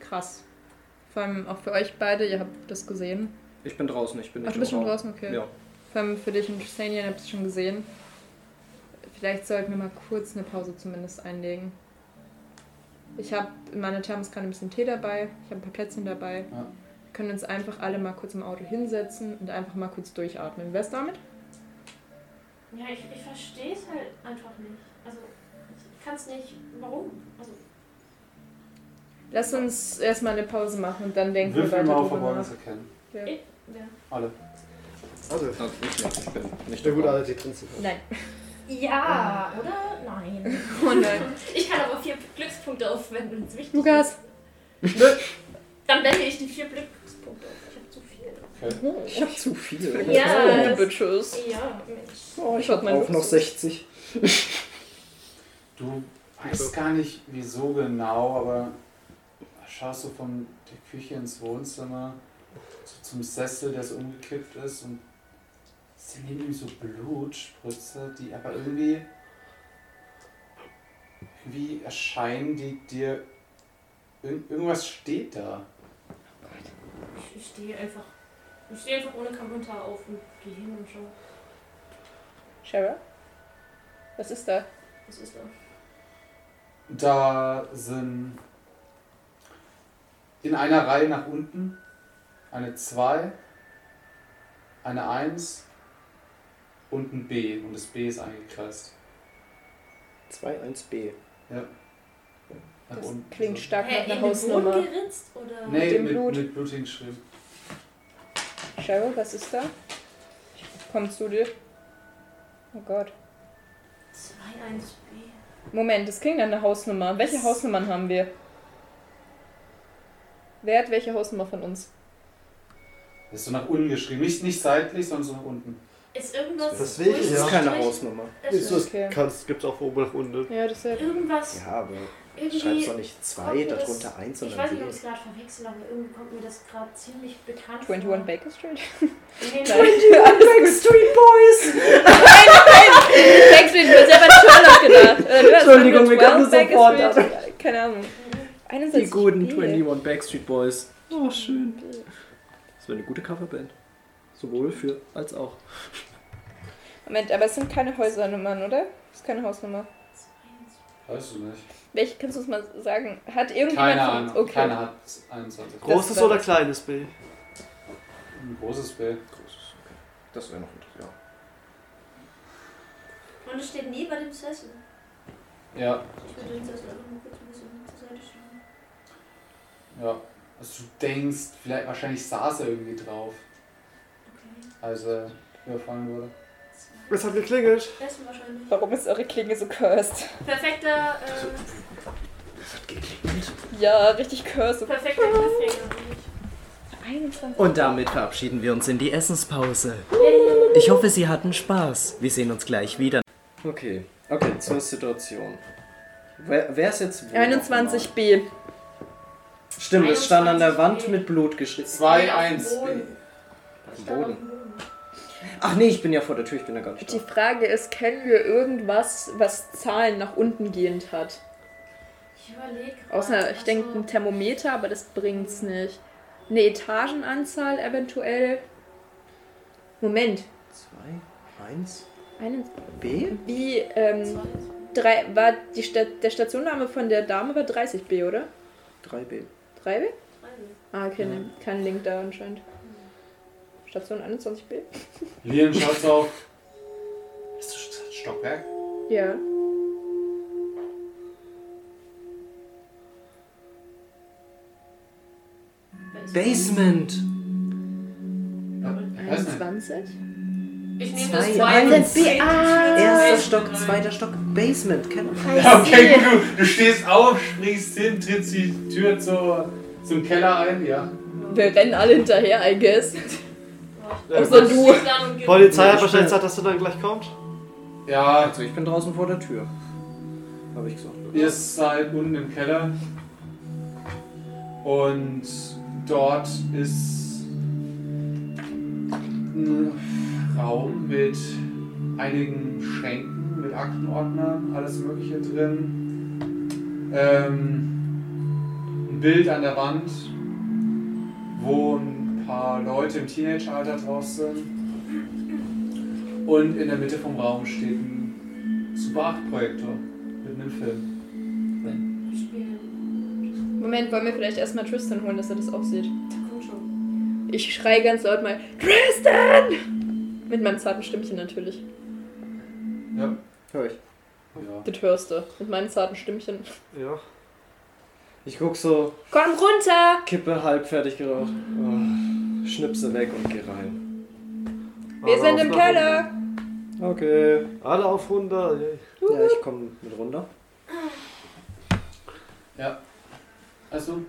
B: krass. Vor allem auch für euch beide, ihr habt das gesehen.
E: Ich bin draußen, ich bin
B: Ach,
E: nicht
B: du bist
E: im
B: schon
E: Raum.
B: draußen, okay.
E: Ja.
B: Vor allem für dich und Shania, ihr habt es schon gesehen. Vielleicht sollten wir mal kurz eine Pause zumindest einlegen. Ich habe in meiner Thermos gerade ein bisschen Tee dabei, ich habe ein paar Plätzchen dabei.
A: Ja.
B: Wir können uns einfach alle mal kurz im Auto hinsetzen und einfach mal kurz durchatmen. Wär's damit?
D: Ja, ich, ich verstehe es halt einfach nicht. Also, ich kann es nicht. Warum? Also,
B: Lass uns erstmal eine Pause machen und dann denken wir
A: Würfel
B: weiter
A: mal auf
B: drüber nach.
A: Verborgenes erkennen.
D: ja.
A: Alle.
F: Also,
E: Also ich nicht, ich bin nicht
F: der
E: im
F: gute
E: Raum.
F: alte die drin sind.
B: Nein.
D: Ja, oder? Nein.
B: Oh nein.
D: Ich kann aber vier Glückspunkte aufwenden, wenn es wichtig ist.
B: Lukas!
D: Dann wende ich die vier Glückspunkte auf. Ich habe zu viel.
E: Ich hab zu viele.
D: Ja,
B: Oh, Bitches.
D: Ja, Mensch.
E: Oh, ich
B: Schaut
E: hab
B: mal
E: auch
B: los.
E: noch 60.
A: Du weißt gar nicht, wieso genau, aber schaust du von der Küche ins Wohnzimmer so zum Sessel, der so umgekippt ist und sie neben ihm so Blutspritze, die aber irgendwie irgendwie erscheinen, die dir irg- irgendwas steht da.
D: Ich, ich stehe einfach. Ich stehe einfach ohne Kommentar auf und gehe hin und schau.
B: Shara? Was ist da?
D: Was ist da?
A: Da sind in einer Reihe nach unten eine 2, eine 1 und ein B. Und das B ist eingekreist.
E: 21b.
A: Nach
B: Das
A: unten.
B: klingt
A: so.
B: stark nach
D: Hä,
B: einer
D: in den Mund
B: Hausnummer.
D: geritzt oder?
A: Nee,
B: mit dem
A: mit,
B: Blut.
A: mit Blut hingeschrieben.
B: Cheryl, was ist da? Komm zu dir. Oh Gott.
D: 2-1-B.
B: Moment, das klingt nach einer Hausnummer. Welche Hausnummern haben wir? Wer hat welche Hausnummer von uns?
A: Das ist so nach unten geschrieben. Nicht, nicht seitlich, sondern so nach unten.
D: Ist irgendwas.
F: Das sehe ich,
D: durch-
E: Das
F: Ja.
E: ist keine
D: durch-
E: Hausnummer.
D: das
F: Ist
D: ist
F: das
B: Okay.
F: kannst, gibt's auch von oben nach unten.
B: Ja, deshalb.
D: Irgendwas.
E: Ja, aber schreibst
D: irgendwie.
E: doch nicht 2,
D: kommt mir das-
E: darunter 1,
D: Ich weiß
E: sondern
D: nicht, ob
E: b.
D: ich es gerade verwechsel, aber irgendwie kommt mir das gerade ziemlich bekannt
B: 21 Baker Street?
D: Nee,
B: Nein.
D: nein.
B: Baker Street Boys! nein, nein! Baker Street, ich hab selber an Sherlock gedacht. Äh, du hast
C: Entschuldigung,
B: 112
C: wir kamen
B: Baker
C: sofort
B: Street. Äh, Keine Ahnung. 61
C: Die guten
B: B.
C: 21 Backstreet Boys. Oh, schön. Das wäre eine gute Coverband. Sowohl für als auch.
B: Moment, aber es sind keine Häusernummern, oder? Das ist keine Hausnummer.
A: Weißt du nicht.
B: Welche kannst du uns mal sagen? Hat irgendjemand
A: Keine
B: von uns-
A: Ahnung.
B: Okay.
A: Keiner hat 21.
F: Großes
B: war-
F: oder kleines B?
A: Ein großes B.
E: Großes, okay. Das wäre noch interessant. Ja.
D: Und es steht nie bei dem Sessel.
A: Ja,
D: Ich würde den Sessel einfach mal kurz ein bisschen zur Seite schieben.
A: ja. Also du denkst, vielleicht wahrscheinlich saß er irgendwie drauf,
D: Okay.
A: als er überfallen wurde.
F: Es hat geklingelt.
D: Sessel wahrscheinlich.
B: Warum ist eure Klinge so cursed?
E: Also-
D: Perfekter. Äh,
B: Ja, richtig cursive.
D: Perfekter Cliffhanger.
B: 21.
E: Und damit verabschieden wir uns in die Essenspause. Ich hoffe, Sie hatten Spaß. Wir sehen uns gleich wieder. Okay, okay, zur Situation. Wer, wer ist jetzt wo
B: 21b.
E: nochmal? Stimmt, es stand an der
D: 21b.
E: Wand mit Blut geschrieben.
A: 2-1.
E: Auf dem Boden. Ach nee, ich bin ja vor der Tür, ich bin ja gar nicht da.
B: Die Frage ist, kennen wir irgendwas, was Zahlen nach unten gehend hat?
D: Ich also überlege.
B: Außer, ich denke, ein Thermometer, aber das bringt's nicht. Eine Etagenanzahl eventuell. Moment.
E: 2, 1,
B: Einen,
E: B?
B: wie, ähm, drei, war die Sta der Stationname von der Dame war 30b, oder?
E: 3B.
B: 3b? Ah, okay, ne. kein Link da anscheinend. Station 21b?
A: Lien, schaut's auf. Hast du schon gesagt Stockwerk?
B: Ja.
E: Basement!
A: Ja, weiß nicht.
B: 21?
D: Ich nehme
E: Zwei,
D: das
E: eins.
D: 2
E: Erster Stock, zweiter Stock, Basement, kennt man.
A: Ja, okay, gut, du, du stehst auf, springst hin, trittst die Tür zur, zum Keller ein, ja.
B: Wir rennen alle hinterher, I guess.
F: Außer
B: Außer du.
F: Äh, Polizei hat
E: Ja,
F: wahrscheinlich
E: schnell.
F: gesagt, dass du dann gleich kommst.
A: Ja,
E: Also, ich bin draußen vor der Tür. Habe ich gesagt.
A: Ihr seid unten im Keller und dort ist ein Raum mit einigen Schränken, mit Aktenordnern, alles Mögliche drin. Ähm, ein Bild an der Wand, wo ein paar Leute im Teenageralter drauf sind. Und in der Mitte vom Raum steht ein Super 8-Projektor mit einem Film.
B: Moment, wollen wir vielleicht erstmal Tristan holen, dass er das auch sieht? Ich schrei ganz laut mal, Tristan! Mit meinem zarten Stimmchen natürlich.
A: Ja.
E: Hör ich.
A: ja.
B: Das hörst du. Mit meinem zarten Stimmchen.
F: Ja.
E: Ich guck so,
B: Komm runter!
E: Kippe halb fertig geraucht. Oh, schnipse weg und geh rein.
B: Wir
F: Alle
B: sind
F: auf
B: im
F: nach
B: Keller!
E: Okay.
F: unten. Alle auf 100. Yay.
E: Ja, ich komme mit runter.
A: Also,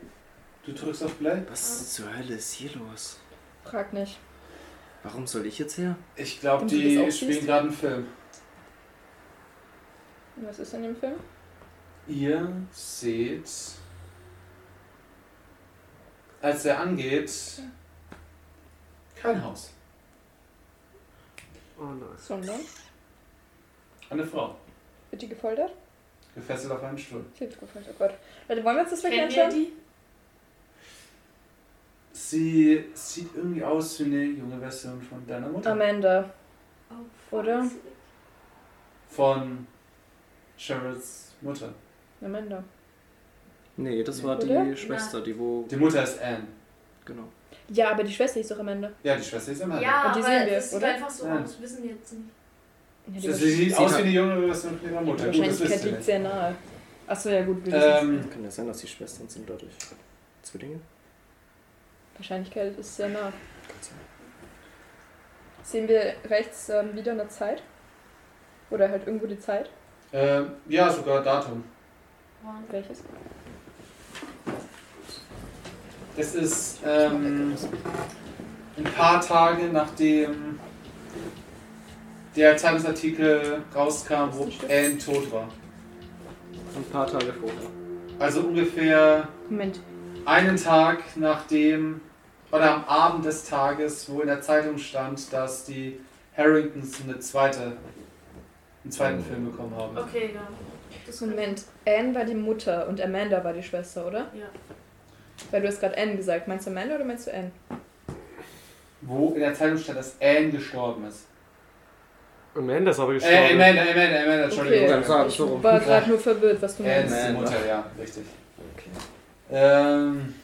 A: du drückst auf Play?
E: Was zur Hölle ist hier los?
B: Frag nicht.
E: Warum soll ich jetzt her?
A: Ich glaube,
B: Und du das
A: die
B: auch
A: spielen
B: siehst?
A: gerade einen Film.
B: Was ist in dem Film?
A: Ihr seht, als er angeht, kein Haus.
F: Oh nein.
B: Sondern?
A: Eine Frau,
B: Wird die gefoltert?
A: gefesselt auf einem Stuhl.
B: Sie wird gefoltert, oh Gott. Leute, wollen wir uns das wirklich
D: Kennen wir
B: anschauen?
D: die?
A: Sie sieht irgendwie aus wie eine junge Version von deiner Mutter.
B: Amanda. Oh, Oder?
A: Von Cheryls Mutter.
B: Amanda.
E: Nee, das war
B: Oder?
E: die Schwester, die wo.
A: Die Mutter ist Anne.
E: Genau.
B: Ja, aber die Schwester ist doch Amanda.
A: Ja, die Schwester ist Amanda.
D: Ja,
B: Und die
D: aber
B: sehen wir,
D: das sieht
B: oder?
D: einfach so
A: Ja.
D: aus, wissen wir jetzt nicht.
B: Ja, die
A: Sie sie sieht
E: Sie
A: aus
E: hat-
A: wie eine junge Version von ihrer
B: die
A: Mutter. Gut, das
B: Wahrscheinlichkeit
A: wisst ihr
B: liegt
A: nicht.
B: sehr nahe. Achso, ja gut, wir wissen
A: Ähm,
E: Kann ja sein, dass die Schwestern sind dadurch. Zwillinge?
B: Wahrscheinlichkeit ist sehr nah.
E: Kann sein.
B: Sehen wir rechts ähm, wieder eine Zeit? Oder halt irgendwo die Zeit?
A: äh, ja, sogar Datum.
B: Welches?
A: Das ist ähm, ein paar Tage nachdem der Times-Artikel rauskam, wo Anne tot war.
E: Ein paar Tage vorher.
A: Also ungefähr
B: Moment.
A: einen Tag nachdem, oder am Abend des Tages, wo in der Zeitung stand, dass die Harringtons eine zweite, einen
F: Oh.
A: zweiten Film bekommen haben.
D: Okay, ja. Das
B: Moment. Anne war die Mutter und Amanda war die Schwester, oder?
D: Ja.
B: Weil du hast gerade Anne gesagt. Meinst du Amanda oder meinst du Anne?
A: Wo in der Zeitung stand, dass Anne gestorben ist.
F: Amanda ist aber gestorben.
A: Äh, Amanda, Amanda, Amanda, Entschuldigung.
E: Okay. Sagen,
B: Ich
E: so rum.
B: war gerade nur verwirrt, was du
A: Anne
B: meinst.
A: ist die
E: Amanda.
A: Mutter, ja, richtig.
E: Okay.
A: Ähm,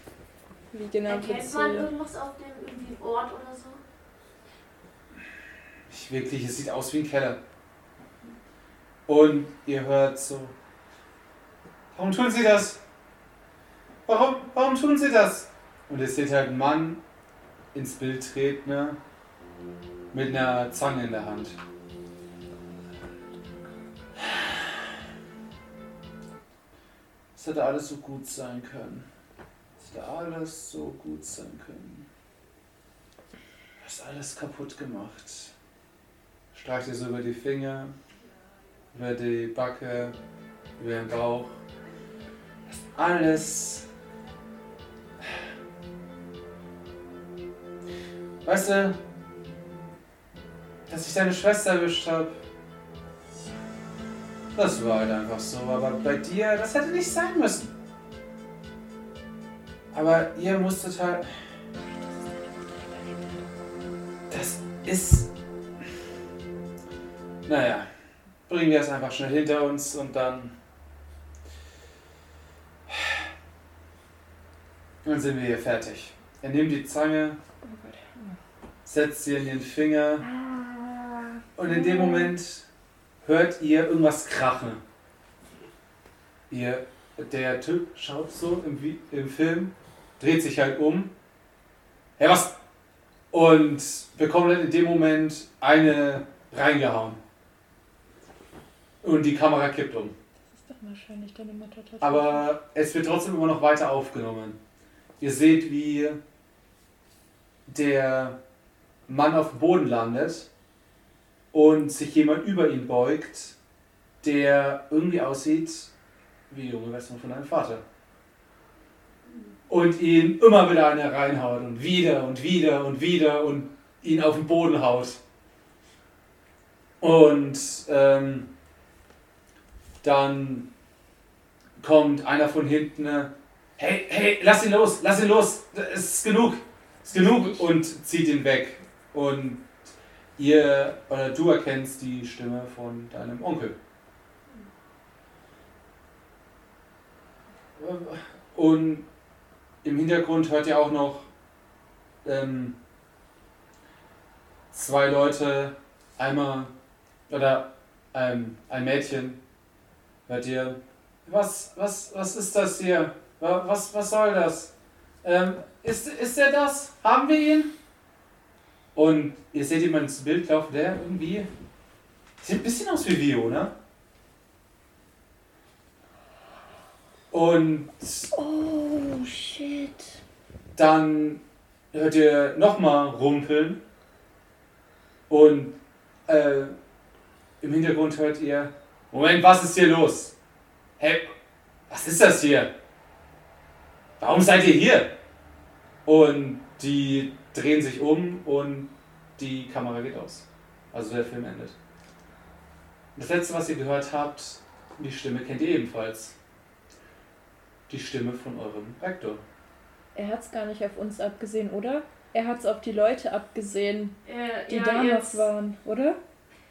B: Wie genau
D: Erkennt
B: geht's
D: man
B: dir?
D: irgendwas auf dem irgendwie Ort oder so?
A: Nicht wirklich, es sieht aus wie ein Keller. Und ihr hört so. Warum tun sie das? Warum, warum tun sie das? Und ihr seht halt einen Mann ins Bild treten, ne? Mit einer Zange in der Hand. Es hätte alles so gut sein können. Es hätte alles so gut sein können. Du hast alles kaputt gemacht. Streich dir so über die Finger, über die Backe, über den Bauch. Du hast alles. Weißt du, dass ich deine Schwester erwischt habe, das war halt einfach so, aber bei dir, das hätte nicht sein müssen. Aber ihr musstet halt. Das ist. Naja, bringen wir es einfach schnell hinter uns und dann. Dann sind wir hier fertig. Er nimmt die Zange, setzt sie in den Finger
B: Ah,
A: und in dem Moment hört ihr irgendwas krachen. Ihr, der Typ schaut so im, Vi- im Film, dreht sich halt um. Hey, was? Und bekommt dann in dem Moment eine reingehauen. Und die Kamera kippt um.
B: Das ist doch wahrscheinlich deine Mutter. tatsächlich.
A: Aber es wird trotzdem immer noch weiter aufgenommen. Ihr seht, wie der Mann auf dem Boden landet und sich jemand über ihn beugt, der irgendwie aussieht wie die junge Version von einem Vater. Und ihn immer wieder eine reinhaut und wieder und wieder und wieder und ihn auf den Boden haut. Und ähm, dann kommt einer von hinten. äh, Hey, hey, lass ihn los, lass ihn los, es ist genug, es ist genug und zieht ihn weg. Und ihr oder du erkennst die Stimme von deinem Onkel. Und im Hintergrund hört ihr auch noch ähm, zwei Leute, einmal oder ähm, ein Mädchen, hört ihr was, was, was ist das hier? Wa- Was, was soll das? Ähm, ist, ist er das? Haben wir ihn? Und ihr seht jemanden ins Bild laufen, der irgendwie. Sieht ein bisschen aus wie Vio, ne? Und
D: Oh, shit.
A: dann hört ihr nochmal rumpeln und äh, im Hintergrund hört ihr, Moment, was ist hier los? Hey, was ist das hier? Warum seid ihr hier? Und die drehen sich um und die Kamera geht aus. Also der Film endet. Das letzte, was ihr gehört habt, die Stimme kennt ihr ebenfalls. Die Stimme von eurem Rektor.
B: Er hat es gar nicht auf uns abgesehen, oder? Er hat es auf die Leute abgesehen,
D: Äh,
B: die
D: ja,
B: damals
D: jetzt,
B: waren, oder?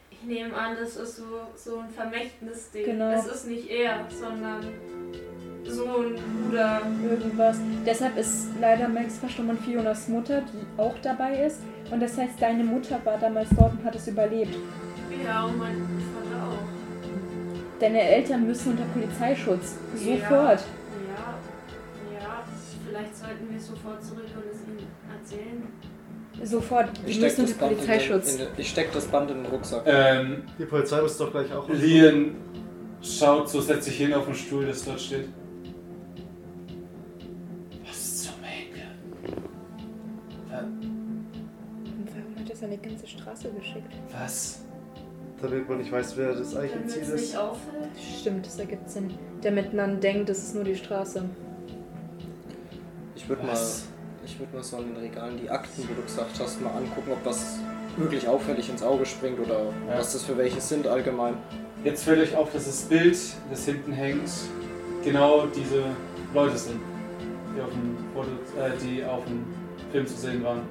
D: Ich nehme an, das ist so, so ein Vermächtnisding.
B: Genau.
D: Es ist nicht er, sondern Sohn, Bruder.
B: Irgendwas. Deshalb ist leider Max verstummt und Fionas Mutter, die auch dabei ist. Und das heißt, deine Mutter war damals dort und hat es überlebt.
D: Ja, und mein Vater auch.
B: Deine Eltern müssen unter Polizeischutz.
D: Ja.
B: Sofort.
D: Ja, ja. Vielleicht sollten wir sofort zurück und es ihm erzählen.
B: Sofort. Die
E: Ich steck
B: müssen
E: das
B: unter
E: Band in den, in
B: Polizeischutz.
E: den, ich steck das Band in den Rucksack.
A: Ähm,
F: Die Polizei muss doch gleich auch.
A: Lien schaut so, setzt sich hin auf den Stuhl, das dort steht. Was zum Henker?
B: Und warum hat er seine ganze Straße geschickt?
A: Was?
F: Damit man nicht weiß, wer das eigentliche
D: Damit
F: Ziel
D: es nicht
F: ist.
D: auffällt.
B: Stimmt, das ergibt Sinn. Damit man denkt, das ist nur die Straße.
E: Ich würde mal,
A: Was?
E: ich würd mal so an den Regalen die Akten, wo du gesagt hast, mal angucken, ob was wirklich auffällig ins Auge springt oder
A: Ja.
E: was das für welche sind allgemein.
A: Jetzt fällt euch auf, dass das Bild, das hinten hängt, genau diese Leute sind, die auf dem, Foto, äh, die auf dem Film zu sehen waren.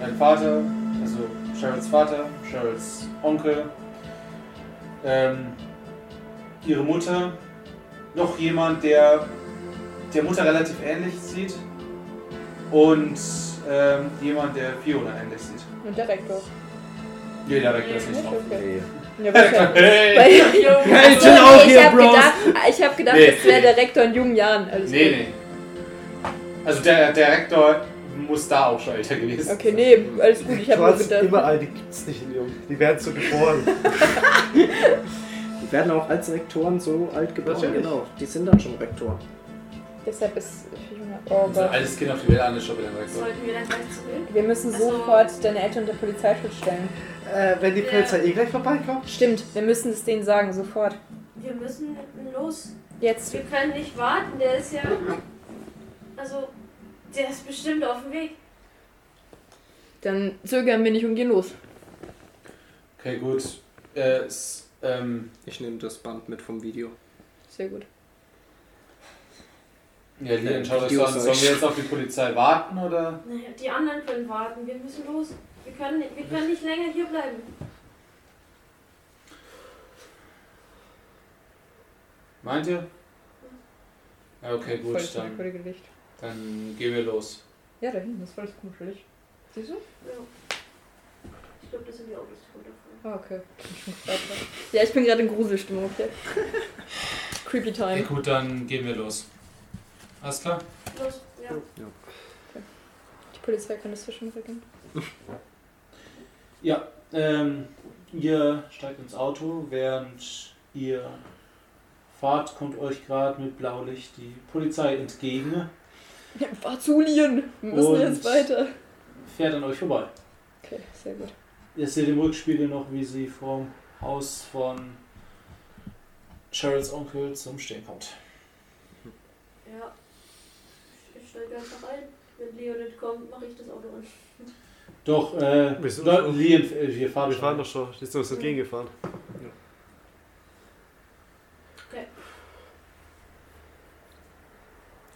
A: Dein Vater, also Cheryls Vater, Cheryls Onkel, ähm, ihre Mutter, noch jemand, der der Mutter relativ ähnlich sieht und ähm, jemand, der Fiona ähnlich sieht.
B: Und der Rektor.
A: Nee, da weckt das nicht
B: Ja,
A: auf.
B: okay. Ja, bitte.
A: Hey!
B: Weil,
D: Hey,
B: Sorry,
A: chill out
B: ich
A: here,
B: hab
A: Bros.
B: gedacht, ich hab gedacht
A: Nee.
B: das wäre der Rektor in jungen Jahren. Alles
A: Nee,
B: gut.
A: nee. Also der, der Rektor muss da auch schon älter gewesen sein.
B: Okay, nee, alles gut, ich hab nur
F: Schwarz,
B: gedacht.
F: überall, die gibt's nicht in Jung. Die werden so geboren.
E: Die werden auch als Rektoren so alt geboren.
F: Natürlich.
E: Genau, die sind dann schon Rektoren.
B: Deshalb ist. Oh
A: Unser
B: Gott.
A: altes Kind Also auf die Welt angeschoben, der Rektor.
D: Sollten wir dann gleich zurück?
B: Wir müssen
D: Ach so.
B: sofort deine Eltern der Polizei stellen.
F: Äh, wenn die
D: Ja.
F: Polizei eh gleich vorbeikommt?
B: Stimmt, wir müssen es denen sagen, sofort.
D: Wir müssen los.
B: Jetzt.
D: Wir können nicht warten, der ist ja. Also, der ist bestimmt auf dem Weg.
B: Dann zögern wir nicht und gehen los.
A: Okay, gut. Äh, s- ähm,
E: Ich nehme das Band mit vom Video.
B: Sehr gut.
A: ja, Lian,
E: Äh,
A: schaut euch
E: Videos
A: das an.
E: euch.
A: Sollen wir jetzt auf die Polizei warten oder?
D: Naja, die anderen können warten. Wir müssen los. Wir können, nicht- wir können nicht länger hier bleiben.
A: Meint ihr? Ja, okay, gut,
B: Voll das
A: dann,
B: merkwürdige Licht.
A: dann gehen wir los.
B: Ja, da hinten ist voll das komische Licht. Siehst du?
D: Ja. Ich glaube, das sind die Autos voll davon.
B: Ah, okay. Ich bin grad dran. Ja, ich bin gerade in Gruselstimmung, okay? Creepy
A: Okay,
B: Time.
A: gut, dann gehen wir los. Alles klar?
D: Los, ja.
B: Die Polizei kann das zwischenrücken.
A: Ja, ähm, ihr steigt ins Auto, während ihr fahrt, kommt euch gerade mit Blaulicht die Polizei entgegen,
B: Ja, fahr zu, Lien! Wir müssen
A: Und-
B: jetzt weiter.
A: fährt an euch vorbei.
B: Okay, sehr gut.
A: Ihr seht im Rückspiegel noch, wie sie vom Haus von Cheryls Onkel zum Stehen kommt.
D: Ja. Ich steige einfach ein. Wenn Leo nicht kommt, mache ich das Auto an.
A: Doch, äh,
F: Wir sind
A: Leute,
F: schon-
A: Liam, äh, wir fahren
F: Wir fahren
A: schon.
F: doch schon. Die sind uns entgegengefahren.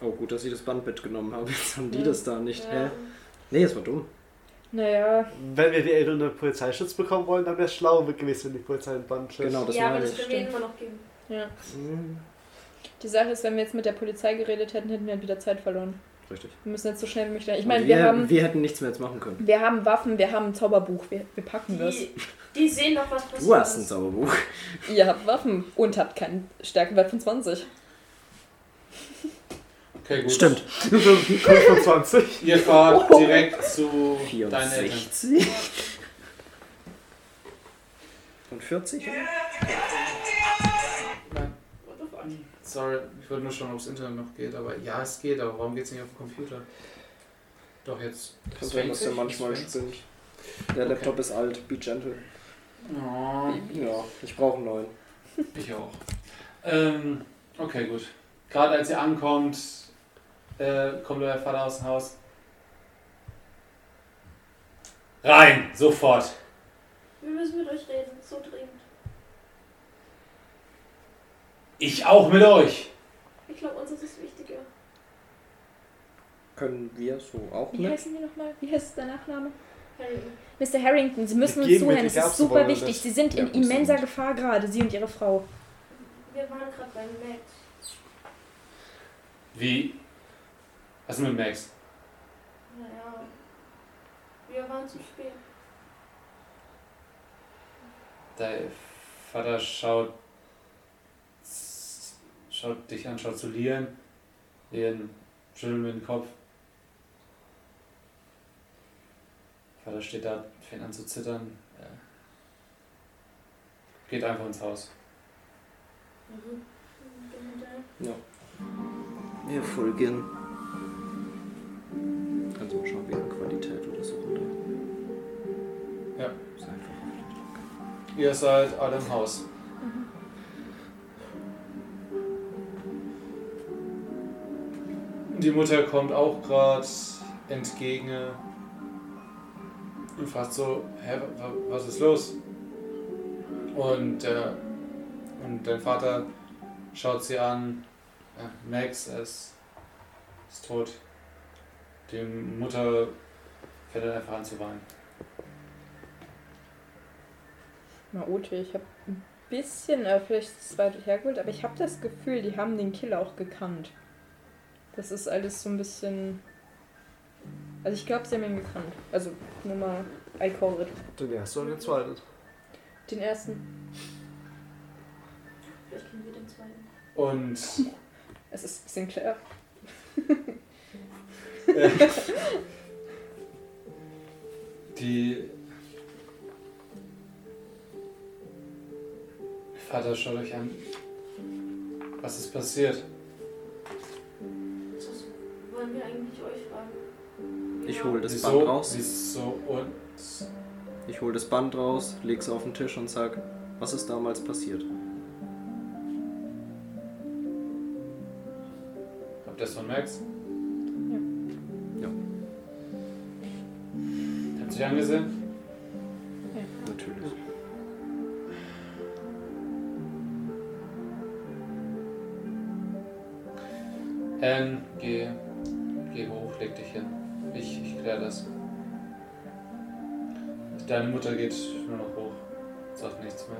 E: Oh, gut, dass ich das Band mitgenommen habe. Jetzt haben die
B: Ja.
E: das da nicht.
D: ja.
E: Hä? Nee, das war dumm.
B: Naja,
F: Wenn wir die Eltern einen Polizeischutz bekommen wollen, dann wäre es schlau gewesen, wenn die Polizei ein Band schützt.
E: Genau, das
D: ja, aber
E: meine
D: das
E: ich.
D: können wir ihnen immer noch geben.
B: ja.
E: Hm,
B: Die Sache ist, wenn wir jetzt mit der Polizei geredet hätten, hätten wir halt wieder Zeit verloren.
E: Richtig.
B: Wir müssen jetzt so schnell wie möglich. Ich
E: Und
B: meine, wir haben.
E: wir hätten nichts mehr jetzt machen können.
B: Wir haben Waffen, wir haben ein Zauberbuch, wir, wir packen das.
D: Die, die sehen doch, was passiert.
E: Du hast ein
D: ist.
E: Zauberbuch.
B: Ihr habt Waffen und habt keinen Stärkewert von 20.
A: Okay, gut.
E: Stimmt.
F: Das sind 25.
A: Ihr fahrt direkt zu deinen Eltern.
E: 64. Und 40?
A: Nein,
D: What the fuck?
A: sorry, ich wollte nur schauen, ob das Internet noch geht, aber ja, es geht, aber warum geht es nicht auf dem Computer? Doch, jetzt.
E: Das wäre ja
A: sich,
E: manchmal
A: das fängt
E: spinnt. Der
A: Okay.
E: Laptop ist alt, be gentle.
A: sich. Oh,
E: Ja, ich brauche einen neuen.
A: ich auch. Ähm, okay, gut. Gerade als ihr ankommt, äh, kommt euer Vater aus dem Haus. Rein, sofort.
D: Wir müssen mit euch reden. So dringend.
A: Ich auch mit euch.
D: Ich glaube, uns ist es wichtiger.
E: Können wir so auch
B: Wie
E: mit?
B: heißen die nochmal? Wie heißt der Nachname?
D: Harry.
B: Mr. Harrington, Sie müssen
F: Wir
B: uns
F: gehen mit,
B: zuhören, es
F: egal, ob
B: ist
F: Sie
B: super
F: wollen oder
B: wichtig.
F: nicht.
B: Sie sind in
E: Ja,
B: immenser
E: absolut.
B: Gefahr gerade, Sie und Ihre Frau.
D: Wir waren gerade bei Max.
A: Wie? Was ist mit Max?
D: Naja. Wir waren zu spät.
A: Dein Vater schaut, schaut dich an, schaut zu Lian. Lian schüttelt mit dem Kopf. Vater steht da, fängt an zu zittern. Ja. Geht einfach ins Haus.
D: Mhm. Ich bin hinterher.
E: Wir folgen. Kannst du mal schauen, wegen Qualität oder so runter.
A: Ja.
E: Ist einfach.
A: Ihr seid alle im Haus.
B: Mhm.
A: Die Mutter kommt auch gerade entgegen und fragt so, hä, wa- wa- was ist los? Und, äh, und dein Vater schaut sie an, ja, Max ist, ist tot. Die Mutter fängt dann einfach an zu weinen.
B: Na, Ote, ich habe ein bisschen, äh, vielleicht ist es weit hergeholt, aber ich habe das Gefühl, die haben den Killer auch gekannt. Das ist alles so ein bisschen. Also, ich glaube, sie haben ihn gekannt. Also, nur mal, I call it.
F: Den ersten und den zweiten.
B: Den ersten.
D: Vielleicht können wir den zweiten.
A: Und
B: Es ist Sinclair.
A: Die Vater, schaut euch an. Was ist passiert?
D: Das wollen wir eigentlich euch fragen.
E: Ich
D: Ja.
E: hole das
A: Wieso?
E: Band raus.
A: Wieso uns?
E: Ich hole das Band raus, leg's auf den Tisch und sag, was ist damals passiert?
A: Habt ihr das von Max?
E: Ja.
A: Habt ihr euch angesehen?
E: Natürlich.
A: Helen, Ähm, geh, geh hoch, leg dich hin. Ich, ich klär das. Deine Mutter geht nur noch hoch. Sagt nichts mehr.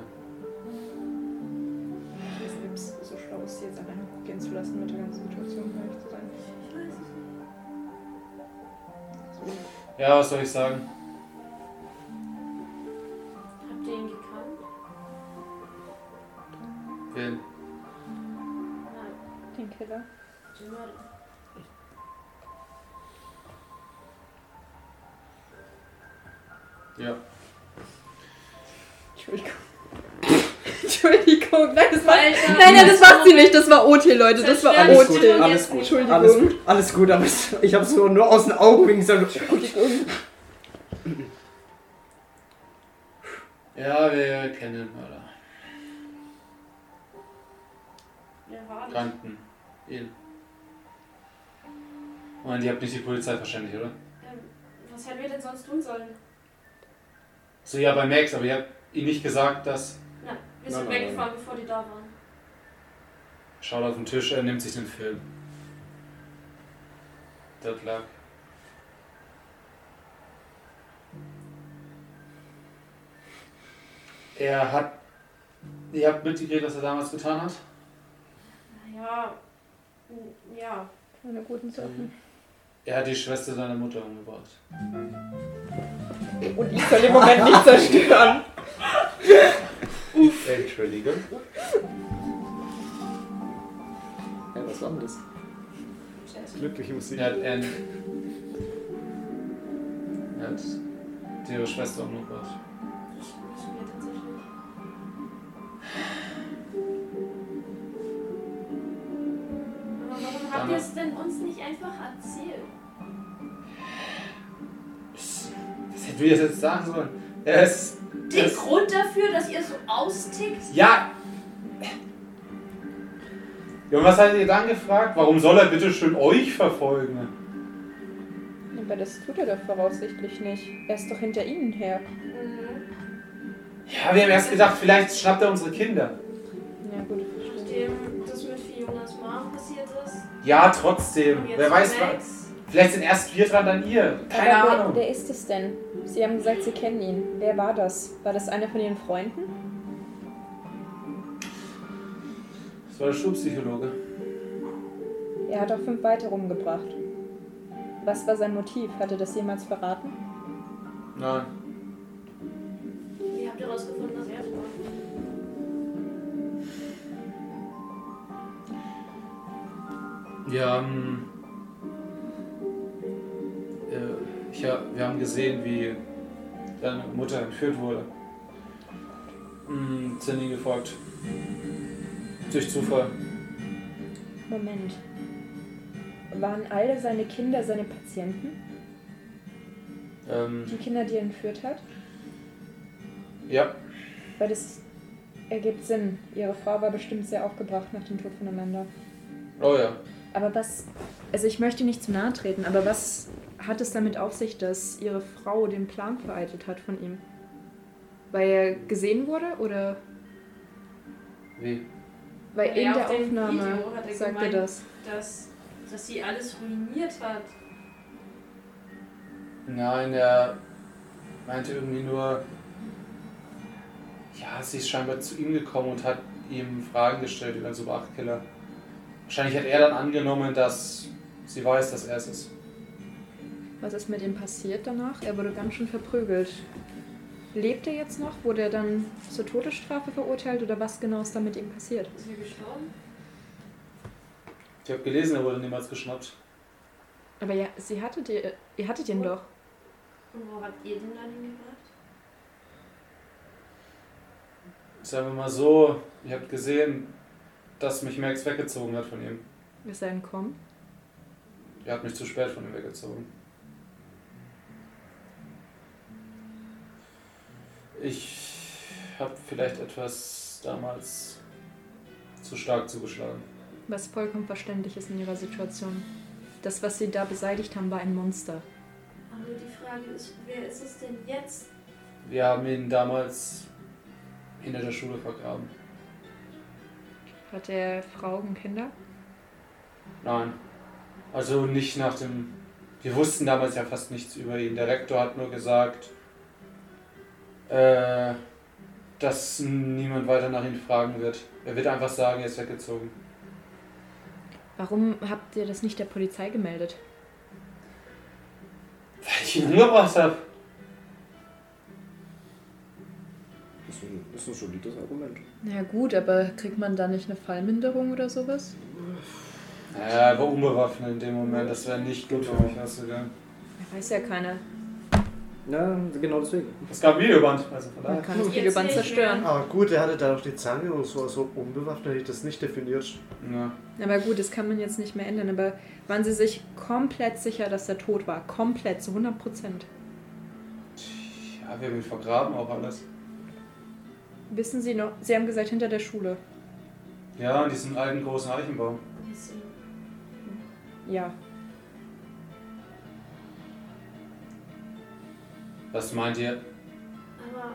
B: Ich weiß nicht, ob es so schlau ist, sie jetzt alleine gehen zu lassen mit der ganzen Situation, um ehrlich zu sein.
D: Ich weiß es nicht.
A: Ja, was soll ich sagen?
D: Habt ihr ihn gekannt?
A: Wen?
D: Nein.
B: Den Killer.
D: Den Mörder.
A: Ja.
B: Entschuldigung. Entschuldigung, nein, das war.
D: Alter.
B: Nein, nein, das war sie nicht, das war OT, Leute, das war
D: Alles
B: OT.
D: gut,
B: Entschuldigung.
D: alles gut.
B: Entschuldigung.
E: Alles gut, alles gut, aber es- ich hab's nur, nur aus den Augen wegen gesagt.
A: Ja, wir kennen den Mörder.
D: Der war das.
A: Kannten ihn. Und ihr habt nicht die Polizei verständigt, oder?
D: Ähm, was hätten wir denn sonst tun sollen?
A: So, ja, bei Max, aber ihr habt ihm nicht gesagt, dass.
D: Nein, wir
E: Nein,
D: sind
E: nein,
D: weggefahren, bevor die da waren.
A: Schaut auf den Tisch, er nimmt sich den Film. Dort lag. Er hat. Ihr habt mitgekriegt, was er damals getan hat?
D: Naja, n- ja.
B: Keine guten Sachen.
A: Er hat die Schwester seiner Mutter umgebracht.
B: Und ich soll den Moment nicht zerstören.
G: Entschuldigung.
E: Hä, was war denn das?
F: Glückliche Musik.
A: Er hat Anne. Er hat ihre Schwester umgebracht.
D: Ich, ich mir tatsächlich. Aber warum habt ihr es denn uns nicht einfach erzählt?
A: Was hätten wir jetzt sagen sollen? Er ist.
D: Den
A: Das,
D: Grund dafür, dass ihr so austickt?
A: ja! Ja, und was hat ihr dann gefragt? Warum soll er bitte schön euch verfolgen?
B: Aber das tut er doch voraussichtlich nicht. Er ist doch hinter ihnen her.
D: Mhm.
A: Ja, wir haben erst gedacht, vielleicht schnappt er unsere Kinder.
B: Ja, gut, verstehe.
D: Nachdem das mit Fionas Mom passiert ist.
A: Ja, trotzdem.
D: Und jetzt
A: Wer weiß, was.
D: Max.
A: Vielleicht sind erst wir dran, dann ihr. Keine
B: Aber
A: Ahnung.
B: Wer, wer ist es denn? Sie haben gesagt, Sie kennen ihn. Wer war das? War das einer von Ihren Freunden?
A: Das war der Schulpsychologe.
B: Er hat auch fünf weitere umgebracht. Was war sein Motiv? Hat er das jemals verraten?
A: Nein.
D: Wie habt ihr rausgefunden, dass er es war?
A: Wir haben. Äh, ich hab, wir haben gesehen, wie deine Mutter entführt wurde. Hm, sind ihm gefolgt. Durch Zufall.
B: Moment. Waren alle seine Kinder seine Patienten?
A: Ähm,
B: Die Kinder, die er entführt hat?
A: ja,
B: Weil das ergibt Sinn. Ihre Frau war bestimmt sehr aufgebracht nach dem Tod von Amanda.
A: oh ja.
B: Aber was. Also, ich möchte nicht zu nahe treten, aber was hat es damit auf sich, dass Ihre Frau den Plan vereitelt hat von ihm? Weil er gesehen wurde oder?
A: Wie?
B: Weil
D: Ja,
B: in der
D: auf dem
B: Aufnahme
D: Video hat er
B: sagt
D: gemeint.
B: er das.
D: Dass, dass sie alles ruiniert hat.
A: Nein, er meinte irgendwie nur. Ja, sie ist scheinbar zu ihm gekommen und hat ihm Fragen gestellt über den Super 8-Killer. Wahrscheinlich hat er dann angenommen, dass sie weiß, dass er es ist.
B: Was ist mit ihm passiert danach? Er wurde ganz schön verprügelt. Lebt er jetzt noch? Wurde er dann zur Todesstrafe verurteilt oder was genau ist da mit ihm passiert?
D: Ist sie gestorben?
A: Ich habe gelesen, er wurde niemals geschnappt.
B: Aber ja, sie hattet ihr, ihr hattet ihn doch.
D: Und wo habt ihr den dann hingebracht?
A: Sagen wir mal so, ihr habt gesehen, dass mich Max weggezogen hat von ihm.
B: Ist er entkommen?
A: Er hat mich zu spät von ihm weggezogen. Ich habe vielleicht etwas damals zu stark zugeschlagen.
B: Was vollkommen verständlich ist in ihrer Situation. Das, was sie da beseitigt haben, war ein Monster.
D: Aber die Frage ist, wer ist es denn jetzt?
A: Wir haben ihn damals hinter der Schule vergraben.
B: Hat er Frauen, Kinder?
A: Nein. Also nicht nach dem. Wir wussten damals ja fast nichts über ihn. Der Rektor hat nur gesagt, äh, dass niemand weiter nach ihm fragen wird. Er wird einfach sagen, er ist weggezogen.
B: Warum habt ihr das nicht der Polizei gemeldet?
A: Weil ich ihn umgebracht habe.
E: Das ist ein, das ist ein solides Argument.
B: Na gut, aber kriegt man da nicht eine Fallminderung oder sowas?
A: Naja, er war unbewaffnet in dem Moment. Das wäre nicht gut für mich ausgegangen.
B: Ja, Weiß ja keiner.
E: Ja, genau deswegen.
A: Es gab ein Videoband, also von
B: Man
A: daher.
B: kann das
D: Jetzt
B: Videoband
D: nicht mehr.
B: zerstören.
F: Aber gut, er hatte da noch die Zange und so, so unbewaffnet hätte ich das nicht definiert.
A: Ja.
B: Aber gut, das kann man jetzt nicht mehr ändern. Aber waren sie sich komplett sicher, dass er tot war? Komplett, zu 100 Prozent.
A: ja, wir haben ihn vergraben auch alles.
B: Wissen Sie noch, Sie haben gesagt, hinter der Schule.
A: Ja, an diesem alten großen Eichenbaum.
B: Ja.
A: Was meint ihr?
D: Aber.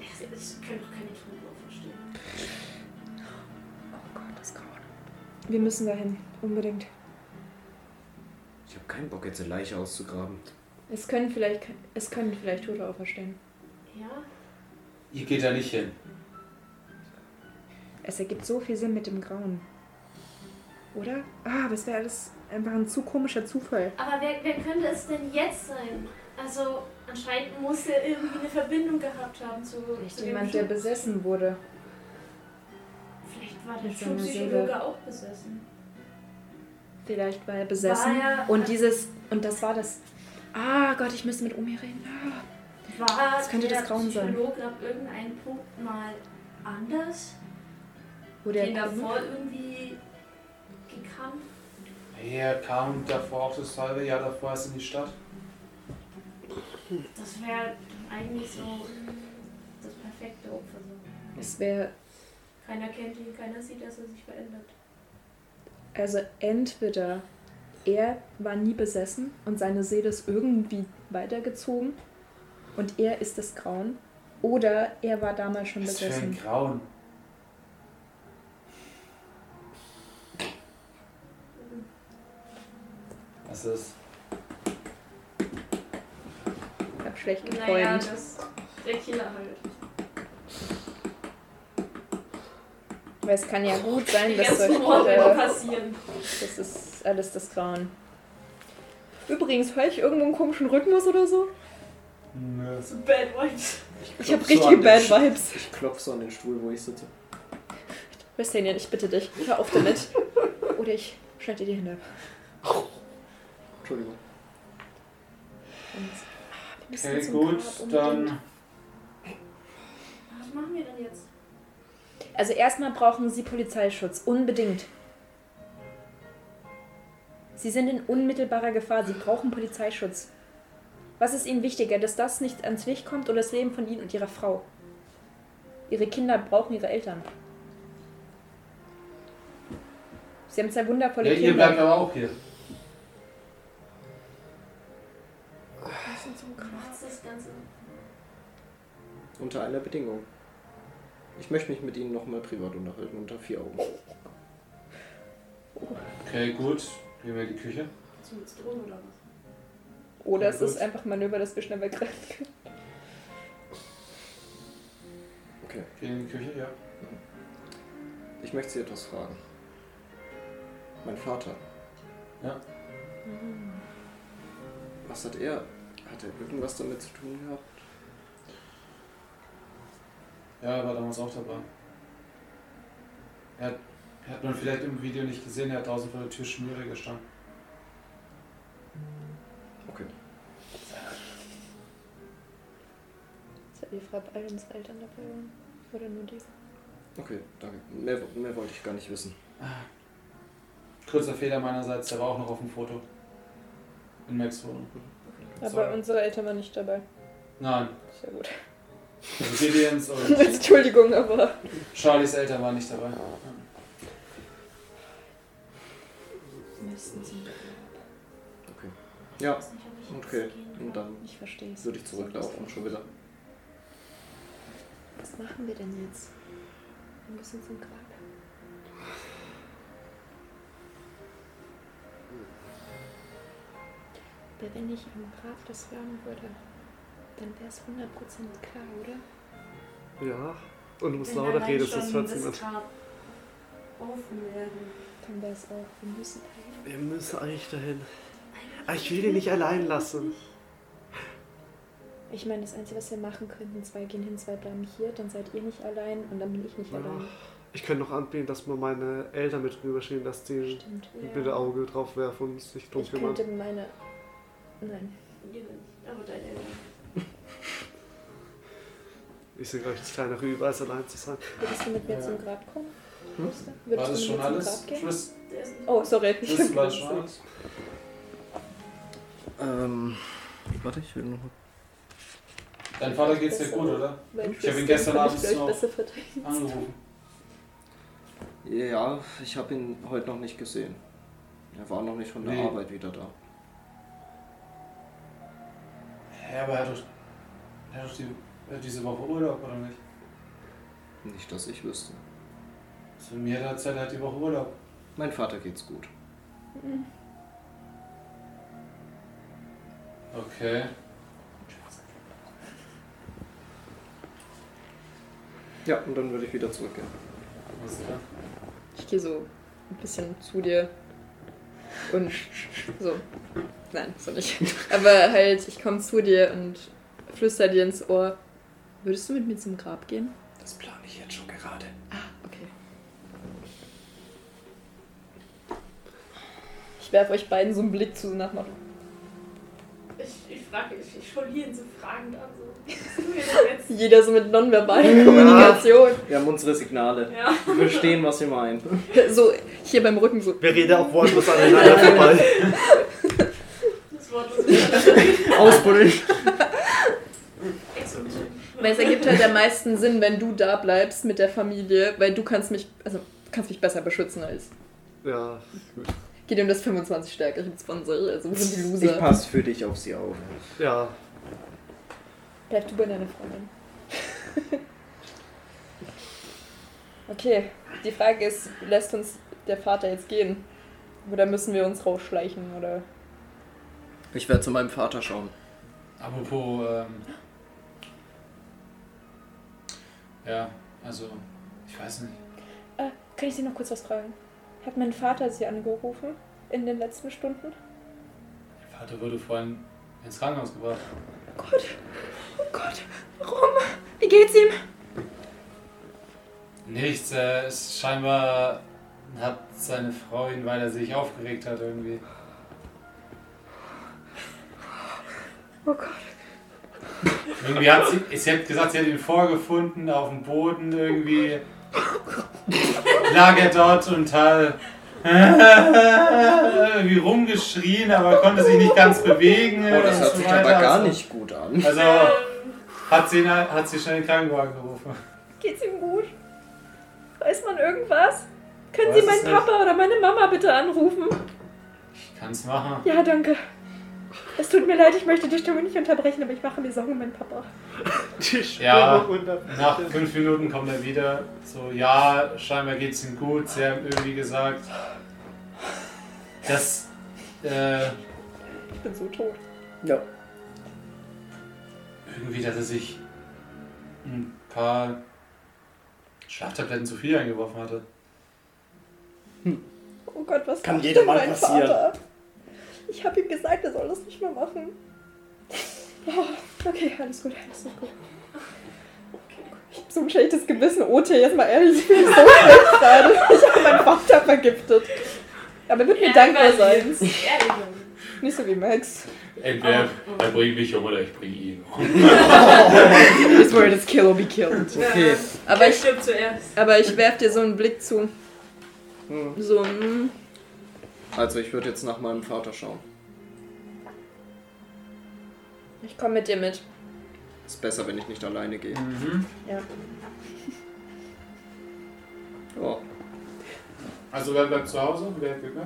D: Ich kann doch keine Truhe verstehen.
B: Oh Gott, das Grauen. Wir müssen dahin, unbedingt.
E: Ich habe keinen Bock, jetzt eine Leiche auszugraben.
B: Es können vielleicht, es können vielleicht Tote auferstehen.
D: Ja?
A: Ihr geht da nicht hin.
B: Es ergibt so viel Sinn mit dem Grauen. Oder? Ah, das wäre alles einfach ein zu komischer Zufall.
D: Aber wer, wer könnte es denn jetzt sein? Also, anscheinend muss er irgendwie eine Verbindung gehabt haben zu.
B: Vielleicht
D: zu
B: jemand, der
D: dem Typ.
B: besessen wurde.
D: Vielleicht war der
B: mit seiner
D: Schulpsychologe auch besessen.
B: Vielleicht war er besessen.
D: War er-
B: und dieses, und das war das. Ah Gott, ich müsste mit Omi reden. Ah.
D: War
B: Das könnte
D: der
B: das Grauen sein.
D: Psychologe ab irgendeinem Punkt mal anders?
B: Wurde
D: den
B: er
D: davor irgendwie gekannt?
A: Er kam davor auch das halbe Jahr davor erst in die Stadt.
D: Das wäre eigentlich so das perfekte Opfer. So.
B: Es wäre,
D: Keiner kennt ihn, keiner sieht, dass er sich verändert.
B: also entweder er war nie besessen und seine Seele ist irgendwie weitergezogen und er ist das Grauen. Oder er war damals schon
A: Was für ein
B: besessen.
A: Grauen. Was ist?
B: Ich hab schlecht geträumt.
D: Naja, das der Killer halt.
B: Weil es kann ja gut
D: Die
B: sein, dass
D: ganzen
B: solche
D: Morde
B: Leute,
D: passieren.
B: das ist alles das Grauen. Übrigens, höre ich irgendwo einen komischen Rhythmus oder so?
A: Nö.
D: So Bad Vibes.
B: Ich habe
E: Klopf so
B: richtige
E: an den
B: Bad
E: Stuhl-
B: Vibes.
E: Ich klopfe so an den Stuhl, wo ich sitze.
B: Westanian, ich bitte dich, hör auf damit. Oder ich schneide dir die Hände ab.
E: Entschuldigung.
B: Und, ah, wir müssen
A: Okay,
B: zum
A: gut,
B: Grab unbedingt.
A: dann.
D: Was machen wir denn jetzt?
B: Also erstmal brauchen sie Polizeischutz, unbedingt. Sie sind in unmittelbarer Gefahr, sie brauchen Polizeischutz. Was ist ihnen wichtiger, dass das nicht ans Licht kommt oder das Leben von ihnen und ihrer Frau? Ihre Kinder brauchen ihre Eltern. Sie haben zwei wundervolle
A: Ja, ihr
B: Kinder.
A: bleibt aber auch hier.
D: Was das Ganze?
E: Unter einer Bedingung. Ich möchte mich mit Ihnen nochmal privat unterhalten, unter vier Augen.
A: Okay, gut. Gehen wir in die Küche.
D: Zum jetzt Drogen oder was?
B: Oder es
A: Gut.
B: ist einfach ein Manöver, das wir schnell wegrennen können.
E: Okay.
A: Gehen in die Küche, ja.
E: Ich möchte Sie etwas fragen. Mein Vater. Mhm.
A: Ja.
E: Was hat er? Hat er irgendwas damit zu tun gehabt?
A: Ja, er war damals auch dabei. Er hat, hat man vielleicht im Video nicht gesehen, er hat draußen vor der Tür Schmiere gestanden.
E: Okay.
B: Das hat Brief ab Aldens Eltern dabei waren. Oder nur die.
E: Okay, danke. Mehr, mehr wollte ich gar nicht wissen.
A: Kurzer Fehler meinerseits, der war auch noch auf dem Foto. In Max Wohnung.
B: Aber
A: Sorry.
B: unsere Eltern waren nicht dabei.
A: Nein, also
B: Sehr gut.
A: Gideons und
B: Entschuldigung, aber.
A: Charlies Eltern waren nicht dabei.
D: Müssten sie
E: Okay. Ja,
D: weiß nicht, ob ich jetzt
E: okay.
D: gehen
E: Und
D: kann.
E: dann
B: Ich verstehe es.
E: würde ich zurücklaufen schon wieder.
B: Was machen wir denn jetzt? Wir müssen zum Grab. Aber wenn ich am Grab das hören würde, dann wäre es 100% klar, oder?
F: Ja. Und ums
D: Wenn
F: lauter
D: allein
F: redest, das
D: schon
F: hört niemand.
D: Grab offen werden.
B: Dann wäre es auch, wir müssen heilen.
F: Wir müssen eigentlich dahin. Aber ich will die nicht allein lassen.
B: Ich meine, das Einzige, was wir machen könnten, zwei gehen hin, zwei bleiben hier, dann seid ihr nicht allein und dann bin ich nicht
F: Ja.
B: allein.
F: Ich könnte noch anbieten, dass man meine Eltern mit rüberschieben, dass die
B: Stimmt.
F: ein blöde Auge drauf werfen und sich drum
B: Ich
F: kümmern.
B: könnte meine. Nein.
D: Ihr- Aber deine Eltern.
F: Ich sehe gleich das kleine rüber, als allein zu sein.
B: Würdest du mit mir
A: Ja.
B: zum Grab kommen?
E: Hm?
B: Würdest du
A: War
B: mit
A: das
B: mir
A: schon
B: zum
A: alles?
B: Grab gehen?
A: Schluss,
D: Der ist
B: Oh, sorry.
A: Schluss war schon alles.
E: Ähm, warte, ich will noch
A: Dein Vater geht's dir gut, oder? Ich hab ihn gestern Abend noch Angerufen.
E: Ja, ich habe ihn heute noch nicht gesehen. Er war noch nicht von der
A: Nee.
E: Arbeit wieder da.
A: Ja, aber er hat doch, er hat doch die, er hat diese Woche Urlaub, oder nicht?
E: Nicht, dass ich wüsste.
A: Zu Also mir der Zeit hat die Woche Urlaub.
E: Mein Vater geht's gut.
A: Okay.
E: Ja, und dann würde ich wieder zurückgehen.
A: Alles klar.
B: Ich gehe so ein bisschen zu dir und so. Nein, so nicht. Aber halt, ich komme zu dir und flüster dir ins Ohr. Würdest du mit mir zum Grab gehen?
E: Das plane ich jetzt schon gerade.
B: Ah, okay. Ich werfe euch beiden so einen Blick zu nach Motto.
D: Ich, ich frage, ich, ich schaue ihn so fragend an. So. Was tun wir denn jetzt?
B: Jeder so mit nonverbaler Kommunikation.
E: Wir haben unsere Signale.
D: Ja.
E: Wir verstehen, was wir meinen.
B: So hier beim Rücken so.
F: Wir reden auch wortlos aneinander vorbei.
D: Das Wort ist
E: Ausbuddeln.
D: explodiert.
B: Weil es ergibt halt am meisten Sinn, wenn du da bleibst mit der Familie, weil du kannst mich, also du kannst mich besser beschützen als.
F: Ja,
B: Geht um das 25 stärker, ich bin 20, also wir sind die
E: Ich
B: Loser.
E: passe für dich auf sie auf.
F: ja.
B: Bleib du bei deiner Freundin. okay, die Frage ist, lässt uns der Vater jetzt gehen? Oder müssen wir uns rausschleichen? Oder
E: Ich werde zu meinem Vater schauen.
A: Apropos, ähm, ja, also, ich weiß nicht.
B: Äh, kann ich Sie noch kurz was fragen? Hat mein Vater Sie angerufen in den letzten Stunden?
A: Mein Vater wurde vorhin ins Krankenhaus gebracht.
B: Oh Gott, oh Gott, warum? Wie geht's ihm?
A: Nichts, äh, es- scheinbar hat seine Frau ihn, weil er sich aufgeregt hat irgendwie.
B: Oh Gott.
A: Irgendwie hat sie, sie hat gesagt, sie hat ihn vorgefunden auf dem Boden irgendwie. Lag er dort und hat irgendwie rumgeschrien, aber konnte sich nicht ganz bewegen.
E: Oh, das
A: und
E: hört
A: so
E: sich
A: weiter.
E: aber gar
A: Also-
E: nicht gut an.
A: Also
D: Ähm,
A: hat sie, ihn- hat sie schnell den Krankenwagen gerufen.
B: Geht's ihm gut? Weiß man irgendwas? Können Sie
A: Weiß es
B: meinen
A: nicht.
B: Papa oder meine Mama bitte anrufen?
A: Ich kann's machen.
B: Ja, danke. Es tut mir leid, ich möchte die Stimme nicht unterbrechen, aber ich mache mir Sorgen um meinen Papa.
F: Die Stimme
A: Ja.
F: unter.
A: Nach fünf Minuten kommt er wieder. So, ja, scheinbar geht's ihm gut. Sie haben irgendwie gesagt, dass. Äh,
B: Ich bin so tot.
E: Ja.
A: irgendwie, dass er sich ein paar Schlaftabletten zu viel eingeworfen hatte.
B: Oh Gott, was
E: Kann
B: macht
E: jedem
B: denn
E: mal
B: mein
E: passieren.
B: Vater? Ich habe ihm gesagt, er soll das nicht mehr machen. Oh, okay, alles gut, alles gut. Ich habe so ein schlechtes Gewissen. OT, jetzt mal ehrlich, ich bin so schlecht gerade. Ich habe meinen Vater vergiftet. Aber er wird mir dankbar sein.
D: Ehrlich, Junge.
B: Nicht so wie Max.
G: Entweder er bringt mich um oder ich bringe ihn um.
B: This word is kill or be killed.
C: Okay.
B: Aber ich,
D: stirb Äh, zuerst.
B: aber ich werf dir so einen Blick zu.
E: Hm.
B: So, mm,
E: Also ich würde jetzt nach meinem Vater schauen.
B: ich komme mit dir mit.
E: Ist besser, wenn ich nicht alleine gehe.
A: Mhm.
E: Ja.
A: Also wer bleibt zu Hause und wer geht mit?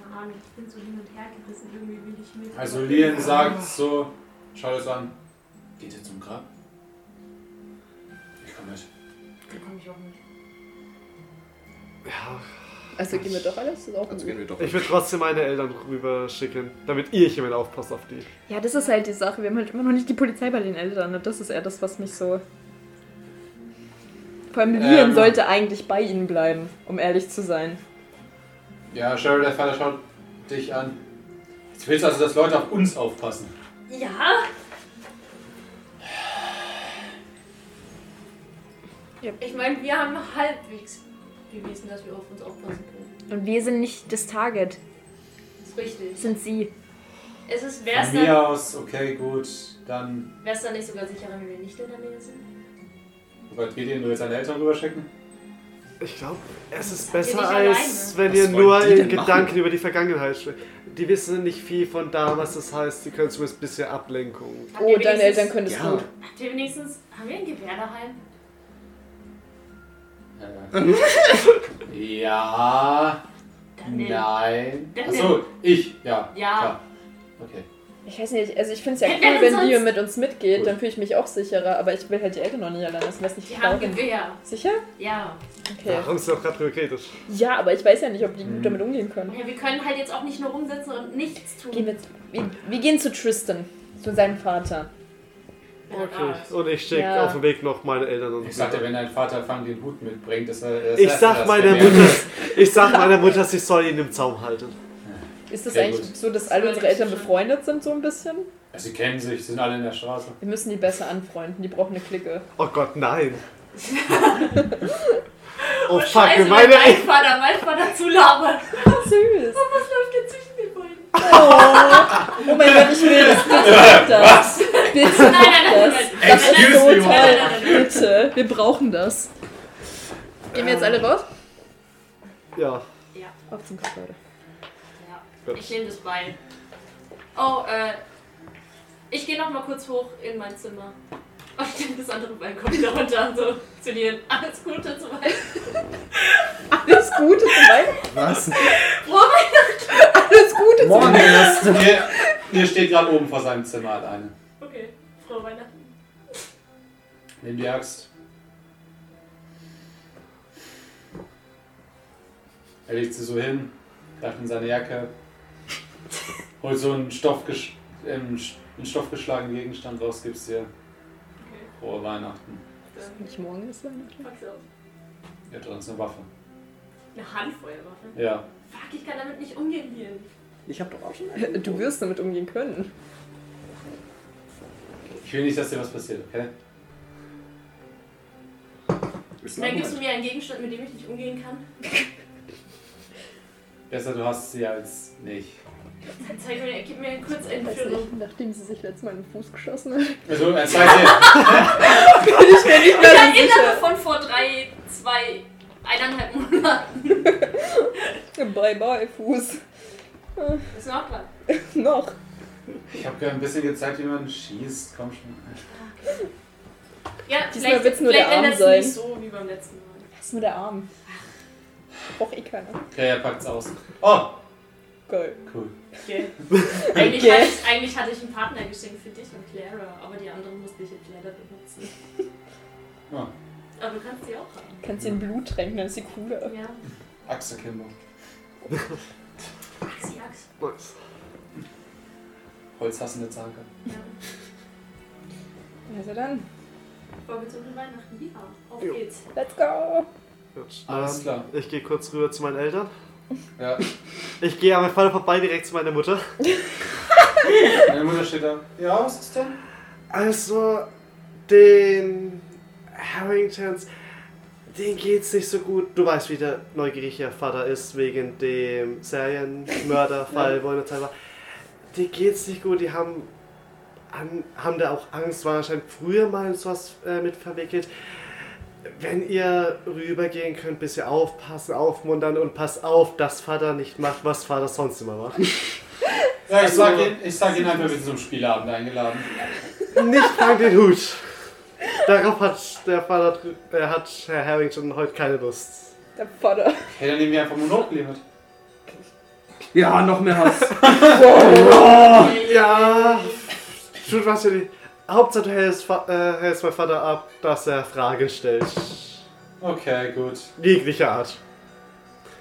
D: Keine Ahnung, ich bin so hin und her gerissen, irgendwie will ich mit.
A: Also Lien sagt so, schau das an. Geht ihr zum Grab? Ich komme mit.
D: Da komm ich auch mit.
F: Ja,
B: Also gehen wir doch alles zusammen.
E: Also gehen wir doch.
F: ich will trotzdem meine Eltern rüber schicken, damit ihr jemand aufpasst auf die.
B: Ja, das ist halt die Sache. Wir haben halt immer noch nicht die Polizei bei den Eltern. Und das ist eher das, was mich so. Vor allem Lien
A: Ähm.
B: sollte eigentlich bei ihnen bleiben, um ehrlich zu sein.
A: Ja, Cheryl, der Vater schaut dich an. Jetzt willst du also, dass Leute auf uns aufpassen.
D: Ja?
B: Ja.
D: Ich meine, wir haben halbwegs bewiesen, dass wir auf uns aufpassen können.
B: Und wir sind nicht das Target,
D: Das ist richtig.
B: sind sie.
D: Es ist, wär's
A: Von mir
D: dann,
A: aus, okay, gut, dann.
D: wär's dann nicht sogar sicherer, wenn wir nicht in der Nähe sind?
A: Wobei, geht ihr, du willst deine Eltern rüberschicken?
F: Ich glaube, es ist
D: Geht
F: besser,
D: nicht
F: als wenn
C: Was
F: ihr
C: wollen
F: nur
C: die
F: in
C: denn
F: Gedanken
C: machen?
F: über die Vergangenheit sprecht. Die wissen nicht viel von damals, das heißt, sie können zumindest ein bisschen Ablenkung.
D: Habt
B: Oh,
D: ihr
B: deine
D: wenigstens-
B: Eltern können es
E: Ja.
B: gut.
D: Habt ihr wenigstens. Haben wir ein Gewehr daheim?
A: Äh. ja.
D: Dann nehmen.
A: Nein.
D: Dann
A: Achso, ich, ja.
D: Ja.
A: klar. Okay.
B: Ich weiß nicht, also ich finde es ja
D: Ja,
B: cool,
D: wer denn
B: wenn
D: sonst?
B: Lien mit uns mitgeht,
A: Gut.
B: dann fühle ich mich auch sicherer. Aber ich will halt die Eltern noch nicht allein lassen, was nicht
D: Die
B: klar
D: haben
B: ist.
D: Gewehr.
B: Sicher?
D: Ja.
B: Okay.
F: Darum ist es auch gerade drüber kritisch.
B: Ja, aber ich weiß ja nicht, ob die
A: Hm.
B: gut damit umgehen können.
D: ja. Wir können halt jetzt auch nicht nur rumsitzen und nichts tun.
B: Gehen wir, zu- wir, wir gehen zu Tristan, zu seinem Vater.
D: Ja,
F: Okay.
D: da.
F: Ah, Und ich schicke
B: Ja.
F: auf dem Weg noch meine Eltern und
A: Ich sagte, wenn dein Vater fang den Hut mitbringt, dass er. dass
F: ich
A: er-
F: sag
A: dass
F: meiner
A: er-
F: Mutter, ich sag meiner Mutter, sie soll ihn im Zaum halten.
B: Ist das
A: Sehr
B: eigentlich
A: gut.
B: so, dass alle unsere Eltern befreundet sind, so ein bisschen?
A: Ja, Sie kennen sich, sind alle in der Straße.
B: Wir müssen die besser anfreunden, die brauchen eine Clique.
F: Oh Gott, nein. oh fuck,
D: Scheiße, wenn
F: meine
D: mein
F: Eltern.
D: Vater, mein Vater zulabert.
B: Süß!
D: Was läuft denn zwischen den beiden?
B: Oh mein Gott, ich will das bitte mach das! Bitte mach
D: Nein, nein, nein,
B: das!
D: nein, nein.
B: Das ist so
G: Excuse me,
B: toll!
D: Mann.
B: Bitte, wir brauchen das. Gehen wir jetzt alle raus?
F: Ja,
D: Ja,
B: Auf zum Gebäude.
D: ja. Ich nehme das Bein. Oh, äh. Ich gehe noch mal kurz hoch in mein Zimmer. Und ich nehme das andere Bein, komme wieder runter und so zu dir. Alles Gute zu meinem
B: Alles Gute zum Beispiel.
E: Was?
D: Robin.
B: Alles Gute zum
E: Morgen erst.
A: Ihr, ihr steht gerade oben vor seinem Zimmer alleine.
D: Okay, frohe Weihnachten.
A: Nimm die Axt. Er legt sie so hin, greift in seine Jacke, holt so einen, Stoffgesch ähm, einen stoffgeschlagenen Gegenstand raus, gibt's dir.
D: Okay,
A: Frohe Weihnachten.
D: dann
B: Nicht morgen ist Weihnachten.
D: pack's aus.
A: Ihr habt sonst eine Waffe.
D: Eine Handfeuerwaffe.
A: Ja.
D: Fuck, ich kann damit nicht umgehen hier.
E: Ich hab doch auch schon.
B: Äh, Du wirst damit umgehen können.
A: Ich will nicht, dass dir was passiert, okay?
E: Ist
D: Und
E: ein
D: dann gibst du
E: Argument.
D: mir einen Gegenstand, mit dem ich nicht umgehen kann.
A: Besser du hast sie als nicht.
D: Dann zeig mir, gib mir kurz eine
B: Weiß
D: Führung.
B: nicht, nachdem sie sich letztes Mal in den Fuß geschossen hat.
A: Also, er zeigt dir.
B: Ich bin nicht
D: Ich
B: mehr
D: erinnere von vor drei, zwei, eineinhalb Monaten.
B: sicher. Bye bye, Fuß.
D: Ist noch klar.
B: Noch.
A: Ich hab dir ein bisschen gezeigt, wie man schießt. Komm schon.
D: Ja,
B: Diesmal wird's nur der Arm
D: ändert's
B: sein.
D: nicht so wie beim letzten Mal.
B: Das ist nur der Arm. Braucht eh keiner.
A: Okay, er packt's aus. Oh,
B: Geil.
A: cool.
D: Okay. eigentlich,
B: Okay.
D: Hatte ich, eigentlich hatte ich ein Partnergeschenk für dich und Clara, aber die anderen musste ich jetzt leider benutzen.
A: Ah,
D: Aber du kannst sie auch haben.
B: Kannst dir in Blut tränken, dann ist sie cooler.
D: Ja.
A: Axe Kimbo.
D: Axi, Axi.
F: nice.
A: Holzhassende Zanke.
D: Ja.
B: Also dann,
D: Vorgezogene Weihnachten. Ja. Auf
F: Jo.
D: geht's.
B: let's go!
F: Gut,
A: Alles
F: ähm,
A: klar.
F: Ich gehe kurz rüber zu meinen Eltern.
A: Ja,
F: Ich gehe an meinem Vater vorbei, direkt zu meiner Mutter.
A: meine Mutter steht da. Ja, was ist denn?
F: Also, den Harringtons. Den geht's nicht so gut. Du weißt, wie der neugierige Vater ist wegen dem Serienmörderfall, wo er Teil war. Den geht's nicht gut. Die haben, an, haben da auch Angst, waren anscheinend früher mal in sowas äh, mit verwickelt. Wenn ihr rübergehen könnt, bisschen aufpassen, aufmuntern und passt auf, dass Vater nicht macht, was Vater sonst immer macht.
A: Ja, ich
F: Also-
A: sag ihn, ich sag ihn einfach, wir sind zum Spieleabend eingeladen.
F: Nicht fang den Hut. Darauf hat der Vater, drü- äh, hat Herr Harrington heute keine Lust.
B: Der Vater.
A: Hey, dann nehmen wir einfach Monopoly mit.
C: Ja, noch mehr Hass.
F: Ja, tut was für die. Hauptsache, du hältst, Fa- äh, hältst mein Vater ab, dass er Fragen stellt.
A: Okay, gut.
F: Jeglicher Art.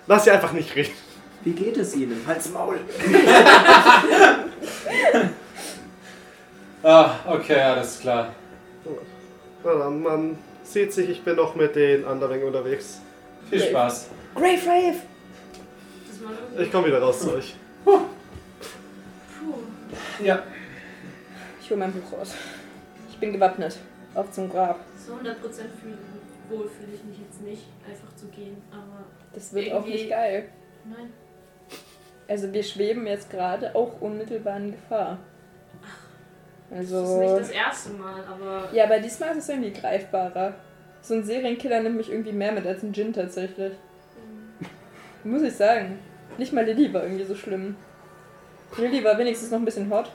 F: Lass sie einfach nicht reden.
C: Wie geht es Ihnen? Halt's Maul.
A: Ah, okay, alles klar.
F: Na dann, man sieht sich, ich bin noch mit den anderen unterwegs.
A: Viel Spaß.
B: Grave Rave!
D: Dass man irgendwie-
F: Ich komme wieder raus zu euch.
D: Puh.
A: Ja.
B: Ich hol mein Buch raus. Ich bin gewappnet. Auf zum Grab.
D: So 100% fühl, wohl fühle ich mich jetzt nicht, einfach zu gehen, aber
B: Das wird auch nicht geil.
D: nein.
B: Also wir schweben jetzt gerade auch unmittelbar in Gefahr. Also.
D: Das ist nicht das erste Mal, aber
B: Ja, aber diesmal ist es irgendwie greifbarer. So ein Serienkiller nimmt mich irgendwie mehr mit als ein Gin tatsächlich. Muss ich sagen. Nicht mal Lilly war irgendwie so schlimm. Lilly war wenigstens noch ein bisschen hot.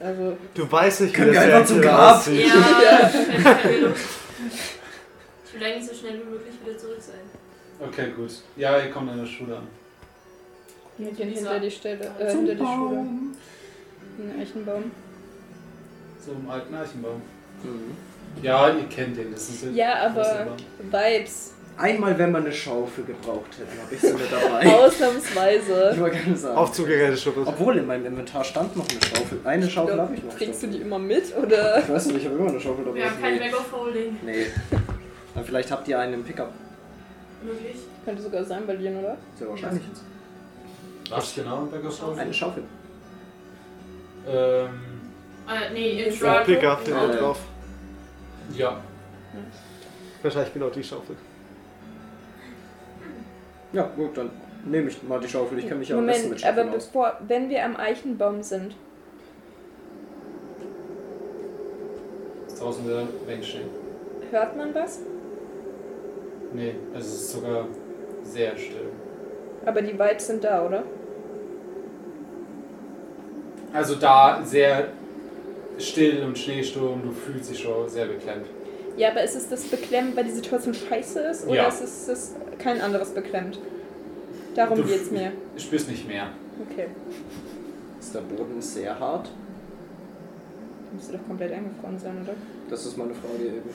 B: Also,
F: Du weißt nicht, wie
C: Können
F: das
C: wir einfach zum
F: Serienkiller
C: Grab?
D: ja,
F: aussieht.
D: ja. ich will eigentlich so schnell wie möglich wieder zurück sein.
A: Okay, gut. Ja, ihr kommt an der Schule an.
B: wir gehen
D: Lisa.
B: hinter die, Stelle, äh, hinter die Schule. Ein Eichenbaum.
A: So im alten Eichenbaum.
E: Mhm.
A: Ja, ihr kennt den. Das ist
B: Ja, aber
A: das ist
B: Vibes.
C: Einmal, wenn man eine Schaufel gebraucht hätte, habe ich sie mit dabei. ich
B: Ausnahmsweise.
C: wollte gerne sagen.
F: Auf Zugeräte schon.
C: Obwohl in meinem Inventar stand noch eine Schaufel. Eine Schaufel habe ich noch.
B: Kriegst du die immer mit oder?
C: Ich weiß nicht, ich habe immer eine Schaufel dabei.
D: Wir haben kein Bag of Holding.
C: nee. Aber vielleicht habt ihr einen im Pickup.
D: Möglich.
B: Könnte sogar sein bei dir, oder?
C: Sehr wahrscheinlich.
A: Was genau, Bäckerschaufel?
C: Eine Schaufel.
A: Ähm,
D: Äh, nee, in
F: Ja,
D: Shroud.
F: pick up den
C: Ja, ja.
F: drauf.
A: ja.
F: Wahrscheinlich genau die Schaufel.
C: Ja, gut, dann nehme ich mal die Schaufel. Ich kenne mich ja am besten mit
B: Moment, aber
C: Schaufeln aus.
B: bevor, wenn wir am Eichenbaum sind,
A: Ist draußen wieder wegstehen.
B: hört man was?
A: Nee, es ist sogar sehr still.
B: Aber die Vibes sind da, oder?
A: Also da sehr still und Schneesturm, du fühlst dich schon sehr beklemmt.
B: Ja, aber ist es das beklemmt, weil die Situation scheiße ist? Oder
A: Ja.
B: ist es das kein anderes beklemmt? Darum
A: Du-
B: geht's mir.
A: Du spürst nicht mehr.
B: Okay.
C: Ist der Boden sehr hart?
B: Du musst doch komplett eingefroren sein, oder?
C: Das ist meine Frage eben.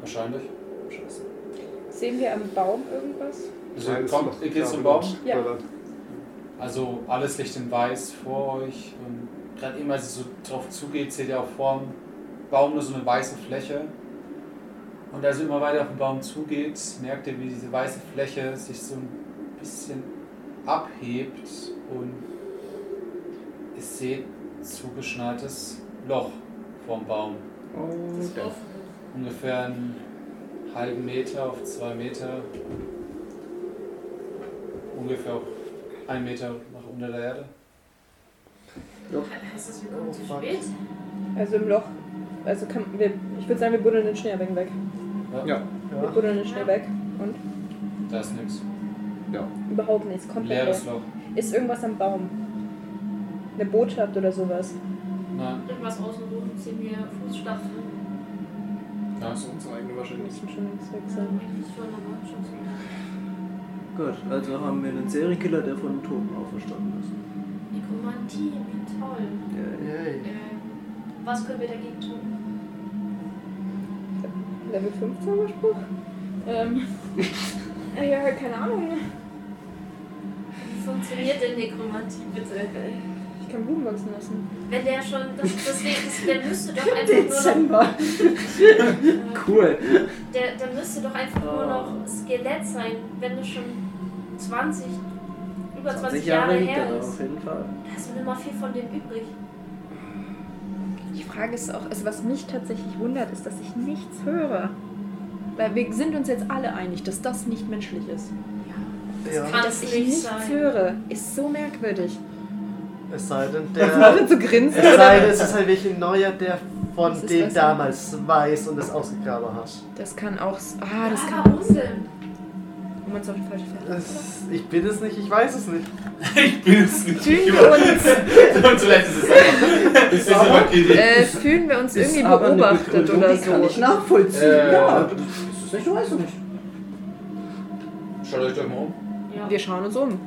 A: Wahrscheinlich.
C: Scheiße.
B: Sehen wir am Baum irgendwas?
A: Also
F: Nein, das
A: kommt,
F: macht-
A: ihr
F: ja,
A: geht zum
F: genau.
A: Baum.
B: Ja.
F: Oder-
A: Also alles Licht in Weiß vor euch. Und gerade eben, als ihr so drauf zugeht, seht ihr auch vor dem Baum nur so eine weiße Fläche. Und als ihr immer weiter auf den Baum zugeht, merkt ihr, wie diese weiße Fläche sich so ein bisschen abhebt und ihr seht zugeschneites Loch vorm Baum.
C: Oh,
D: Ist
C: der
D: offen.
A: Ungefähr einen halben Meter auf zwei Meter. Ungefähr auf einen Meter nach unter der Erde.
D: Heißt das, wir kommen zu
F: Oh, fuck.
D: spät?
B: Also im Loch. Also kann, wir, ich würde sagen, wir buddeln den Schneeregen weg.
C: Ja.
B: Wir
F: Ja.
B: buddeln den Schnee weg. Und
A: Da ist nichts.
B: überhaupt nichts. Komplett
A: Leeres
B: leer.
A: Loch.
B: Ist irgendwas am Baum? Eine Botschaft oder sowas?
A: Nein.
D: Irgendwas außenrum sehen wir Fußstapfen.
A: Ja.
C: ist unsere eigene
B: Wir
C: wahrscheinlich.
B: müssen schon links weg sein.
D: Eigentlich schon, aber schon so.
C: Gut, also haben wir einen Serienkiller, der von den Toten auferstanden ist.
D: Nekromantie, wie toll.
C: Der
F: Yay.
D: Ähm, was können wir dagegen tun?
B: Level 5 Zauberspruch? Ähm. äh, ja, keine Ahnung.
D: Wie funktioniert denn Nekromantie, bitte?
B: Ich kann Blumen wachsen lassen.
D: Wenn der schon, das, deswegen, das, der müsste doch einfach nur noch,
C: Cool.
D: der, der müsste doch einfach nur noch Skelett sein, wenn es schon 20, über 20, Jahre, her
C: er
D: ist.
C: auf jeden Fall.
D: Da ist mir immer viel von dem übrig.
B: Die Frage ist auch, also was mich tatsächlich wundert, ist, dass ich nichts höre. Weil wir sind uns jetzt alle einig, dass das nicht menschlich ist.
F: Ja.
D: Kann
B: dass
D: es
B: ich
D: nicht
B: nicht
D: sein.
B: höre, ist so merkwürdig.
F: Es sei denn,
B: Warte
F: der.
B: zu grinsen.
F: es sei denn, es ist halt wirklich ein neuer, der
B: Das
F: von
B: ist
F: dem
B: besser.
F: damals weiß und das ausgegraben hat.
B: Das kann auch. s- Ah, das
D: Ja,
B: kann auch.
D: warum
B: sein,
D: denn?
B: Um uns auf die falsche Fährte.
F: Es, ich bin es nicht, ich weiß es nicht.
G: Ich bin es nicht.
B: Fühlen wir uns,
G: Und zuletzt ist es einfach. Ist aber die
B: äh, fühlen wir uns
C: Ist
B: irgendwie
C: aber eine
B: beobachtet
C: Begründung,
B: oder
C: die Kann ich
B: so?
C: nachvollziehen.
A: Äh,
C: ja, das ist nicht, du weißt doch nicht.
A: Schaut euch doch mal um.
D: Ja.
B: Wir schauen uns um.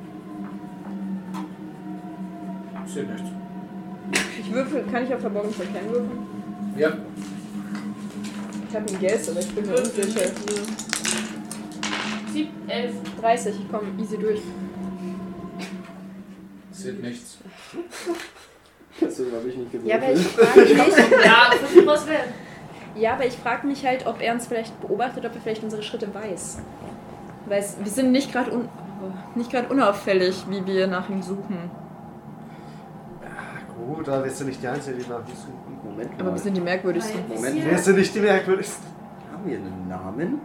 A: Ich sehe nichts.
B: Ich würfel, kann ich auf verborgenes Erkennen würfeln?
A: Ja.
B: Ich habe einen Guess, aber ich bin mir unsicher.
D: Sieb, elf.
B: 30, ich komme easy durch.
A: Seht nichts.
E: Deswegen habe ich nicht
B: Ja, aber ich
E: gewürfelt.
B: frage mich,
D: Ja, versuch was werden.
B: ja, aber ich frag mich halt, ob er uns vielleicht beobachtet, ob er vielleicht unsere Schritte weiß. Weil es- wir sind nicht gerade un, nicht gerade unauffällig, wie wir nach ihm suchen.
F: Na gut, aber wir sind nicht die Einzigen, die nach ihm suchen.
E: Moment mal.
B: Aber wir sind die merkwürdigsten.
E: Moment,
D: Weil
E: wer
F: Wir
D: bisher-
F: sind nicht die merkwürdigsten.
E: haben wir einen Namen?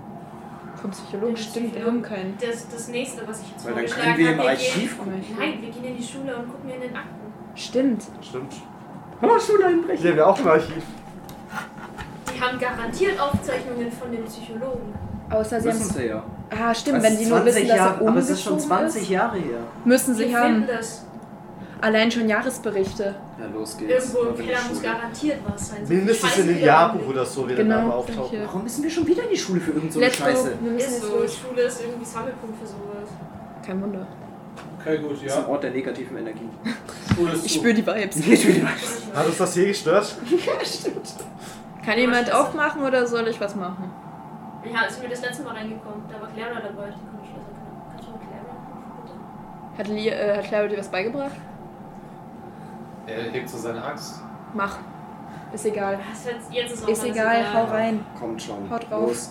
B: Vom Psychologen stimmt, wir haben keinen.
D: Das, das nächste, was ich jetzt
E: Weil dann
D: vorgeschlagen
E: können wir im
D: habe,
E: Archiv gucken.
D: Gehen, nein, wir gehen in die Schule und gucken in den Akten.
B: Stimmt.
F: Stimmt.
E: Oh, schon einbrechen.
F: Hier haben wir auch ein Archiv.
D: Die haben garantiert Aufzeichnungen von dem Psychologen.
B: Außer sie
E: Wissen
B: haben.
E: sie ja.
B: Ah, stimmt,
E: Das
B: wenn die
E: ist
B: nur
E: 20
B: wissen, dass er
E: Jahre,
B: umgezogen
E: Aber es ist schon 20
B: ist,
E: Jahre her.
B: müssen
D: Die
B: sie
D: finden
B: haben.
D: das.
B: Allein schon Jahresberichte.
E: Ja, los geht's.
D: Irgendwo im
E: Ab in die
D: Keller muss
E: Schule.
D: garantiert was sein.
F: Mindestens
D: Scheiße,
F: in dem
D: wieder-
F: Jahrbuch oder so wird der
B: Genau,
F: Name
B: denke ich
F: auftauchen.
B: jetzt.
E: Warum müssen wir schon wieder in die Schule für irgendeine so eine Scheiße?
B: Wir müssen
D: Ist
B: jetzt
D: so,
B: los.
D: Schule ist irgendwie Sammelpunkt für sowas.
B: Kein Wunder.
A: Okay, gut,
E: Das ist ein
A: ja.
E: Ort der negativen Energie.
A: Cool ist
B: Ich
A: zu.
B: spüre die Vibes.
E: Geht wieder.
F: Hat uns das hier gestört?
B: Kann jemand aufmachen oder soll ich was machen?
D: Ja, als ich mir das letzte Mal reingekommen, da war Clara dabei. Die konnte ich also knapp. Kannst du mal Clara rufen, bitte?
B: Hat, Lee, äh, hat Clara dir was beigebracht?
A: Er hebt so seine Axt.
B: Mach. Ist egal.
D: Was, jetzt, jetzt ist auch
B: Ist
D: alles
B: egal, hau rein.
E: Kommt schon.
B: Haut drauf.
E: Los.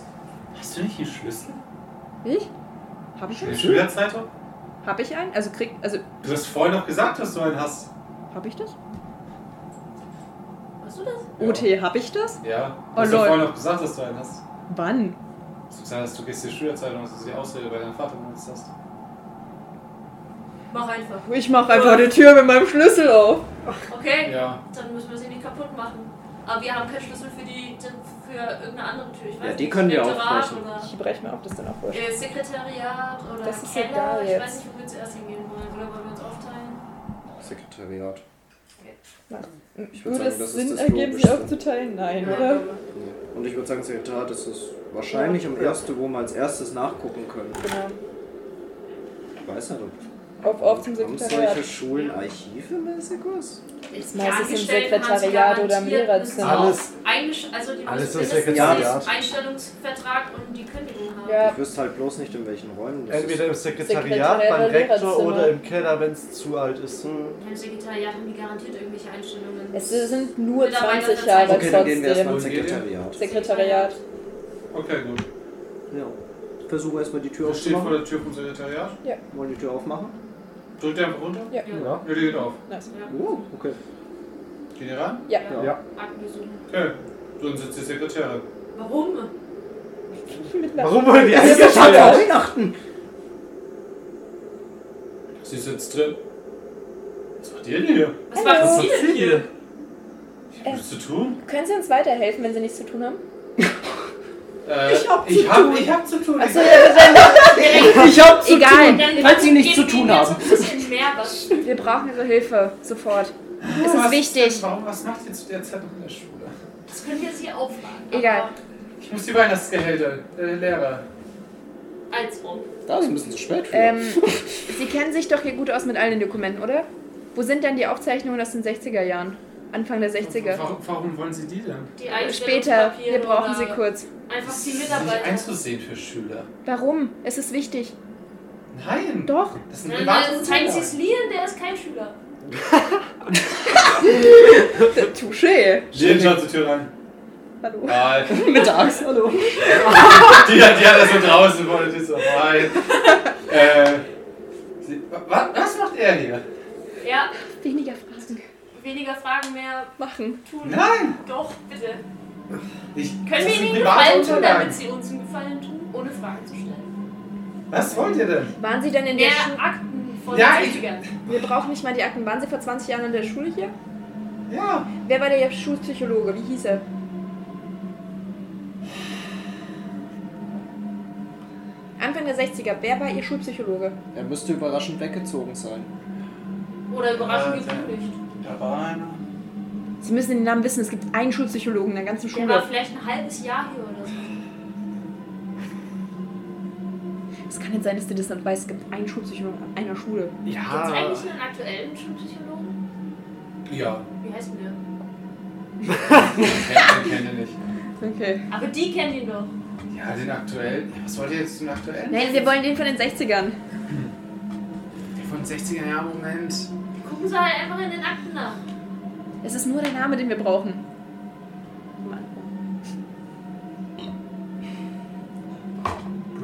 A: Hast du nicht einen Schlüssel?
B: Ich? Hab ich
A: Die
B: einen?
A: Schülerzeitung?
B: Hab ich einen? Also krieg. Also,
A: Du hast vorhin noch gesagt, dass du einen hast.
B: hab ich das?
D: Hast du das?
B: OT, hab ich das?
A: Ja. Du
B: Oh,
A: hast doch
B: lol.
A: vorhin noch gesagt, dass du einen hast.
B: Wann?
A: Du hast gesagt, dass du gehst die Schülerzeitung und dass du die Ausrede bei deinem Vater benutzt hast.
D: Mach einfach.
B: Ich mach einfach die Tür mit meinem Schlüssel auf.
D: Okay?
A: Ja.
D: Dann müssen wir sie nicht kaputt machen. Aber wir haben keinen Schlüssel für die für irgendeine andere Tür. Ich weiß
E: Ja, die
D: nicht,
E: können wir
D: Rektorat
E: aufbrechen.
D: Oder
B: Ich breche mir auf, das dann auch wurscht.
D: äh, Sekretariat oder
B: Das ist
D: Keller.
B: egal
D: ich
B: jetzt.
D: weiß nicht, wo wir zuerst hingehen wollen. Oder wollen wir uns aufteilen?
E: Sekretariat. Ich
B: Hm,
E: würd
B: Würde
E: sagen,
B: es
E: das ist
B: Sinn
E: das
B: ergeben, sich
E: Logischste.
B: aufzuteilen? Nein,
D: Ja,
B: oder?
E: Und ich würde sagen, Sekretariat ist das wahrscheinlich am erste, wo wir als erstes nachgucken können.
B: Genau.
E: Ich weiß nicht, ob
B: Auf, auf zum
E: haben solche
B: Sekretariat.
E: Schulen Archive mäßig was?
D: Das
B: meiste ist im Sekretariat oder genau. im Lehrerzimmer.
F: Alles-
D: also die müssen
F: alles im
D: mindestens
F: Sekretariat.
D: den Einstellungsvertrag und die Kündigung haben.
B: Ja,
E: Ich wüsste halt bloß nicht, in welchen Räumen das
F: Entweder
E: ist.
F: im Sekretariat,
B: Sekretariat
F: beim
B: oder
F: Rektor
B: Lehrerzimmer.
F: oder im Keller, wenn es zu alt ist. Hm.
D: Im Sekretariat haben die garantiert irgendwelche Einstellungen.
B: es sind nur
D: Mittlerweile
B: 20
D: wird's
B: Jahre
D: einfach-
E: Okay, dann gehen wir erstmal
B: trotzdem.
E: ins Sekretariat.
B: Sekretariat.
A: Okay, gut.
E: Ja. Versuche erstmal die Tür
A: Du stehst vor
E: aufzumachen.
A: der Tür vom Sekretariat.
E: Wollen die Tür aufmachen?
A: Drückt ihr einfach runter.
B: Ja.
D: Ja.
A: Ja, die geht auf.
B: Nice.
E: Oh, okay.
A: Geht ihr rein?
B: Ja.
E: Ja.
F: Ja.
D: Aktengesuchen.
A: Okay. So, dann sitzt die Sekretärin.
D: Warum?
F: Warum wollen die
E: Das ist
F: eigentlich
E: ja schon
F: gestört?
E: Weihnachten!
A: Sie sitzt drin. Was macht ihr denn hier?
D: Was machen
B: Hallo.
D: Sie denn hier?
A: Ich hab nichts zu tun.
B: Können Sie uns weiterhelfen, wenn Sie nichts zu tun haben?
A: Äh,
E: Ich hab zu
A: ich hab,
E: tun.
A: Ich hab zu tun.
B: Achso, ja,
E: Ich hab's zu
B: Egal.
E: tun,
D: Dann-
E: falls sie nichts zu
D: geben
E: tun
D: wir jetzt
E: haben.
D: ein bisschen mehr was.
B: wir, wir brauchen Ihre Hilfe. Sofort. Es ist
A: was
B: wichtig.
A: Denn, warum, was macht ihr zu der Zeit noch in der Schule?
D: Das können wir jetzt hier aufmachen.
B: Egal.
A: Ich muss die Weihnachtsgehälter der Lehrer.
D: Aber Als ob.
E: Da ist ein bisschen zu spät für.
B: Ähm, Sie kennen sich doch hier gut aus mit all den Dokumenten, oder? Wo sind denn die Aufzeichnungen aus den 60er Jahren? Anfang der 60er.
A: Warum, warum wollen sie die denn?
D: Die
B: Später.
D: Einstellungspapiere
B: Wir brauchen Sie
D: oder
B: kurz.
D: Einfach die
A: Das ist nicht
D: Mitarbeiter.
A: einzusehen für Schüler.
B: Warum? Es ist wichtig.
A: Nein.
B: Doch.
A: Das ist ein
D: Nein,
A: privates
D: nein, zeigen Sie es
A: Zimmer.
D: Lian, der ist kein Schüler.
B: Touché.
A: Lien schaut zur Tür rein.
B: Hallo.
A: Nein.
E: Mittags, hallo.
A: Die hat, die hat das so draußen vor der Tür so rein. äh, sie, was, was macht er hier?
D: Ja,
B: Weniger Fragen.
D: weniger Fragen mehr
B: Machen.
D: tun.
A: Nein!
D: Doch, bitte.
A: Ich,
D: Können
A: das
D: wir
A: sind
D: Ihnen einen
A: private
D: Gefallen tun,
A: Unterlagen.
D: damit Sie uns einen Gefallen herzustellen.
A: Was wollt ihr denn?
B: Waren Sie denn in der
D: Der
B: Schule?
D: Akten von
A: Ja,
D: den
A: ich-
D: 70ern.
B: Wir brauchen nicht mal die Akten. Waren Sie vor 20 Jahren in der Schule hier?
A: Ja.
B: Wer war der Schulpsychologe? Wie hieß er? Anfang der 60er, wer war Ihr Schulpsychologe?
E: Er müsste überraschend weggezogen sein.
D: Oder überraschend
A: Alter.
D: gekündigt.
A: Da war einer.
B: Sie müssen den Namen wissen, es gibt einen Schulpsychologen in der ganzen
D: Der war
B: Schule.
D: vielleicht ein halbes Jahr hier oder so.
B: Es kann nicht sein, dass du das nicht weißt, es gibt einen Schulpsychologen an einer Schule.
D: Gibt es
A: Ah.
F: Ja.
D: eigentlich einen aktuellen Schulpsychologen?
A: Ja.
D: Wie heißen wir?
A: Kennt ihr, kennt ihr nicht.
B: Okay.
D: Aber die kennen ihn doch.
A: Ja, den aktuellen. Ja, was wollt ihr jetzt zum aktuellen?
B: Nein, wir wollen den von den 60ern.
A: Der von 60er Jahren, Moment.
D: Gucken Sie halt einfach in den Akten nach.
B: Es ist nur der Name, den wir brauchen. Mann.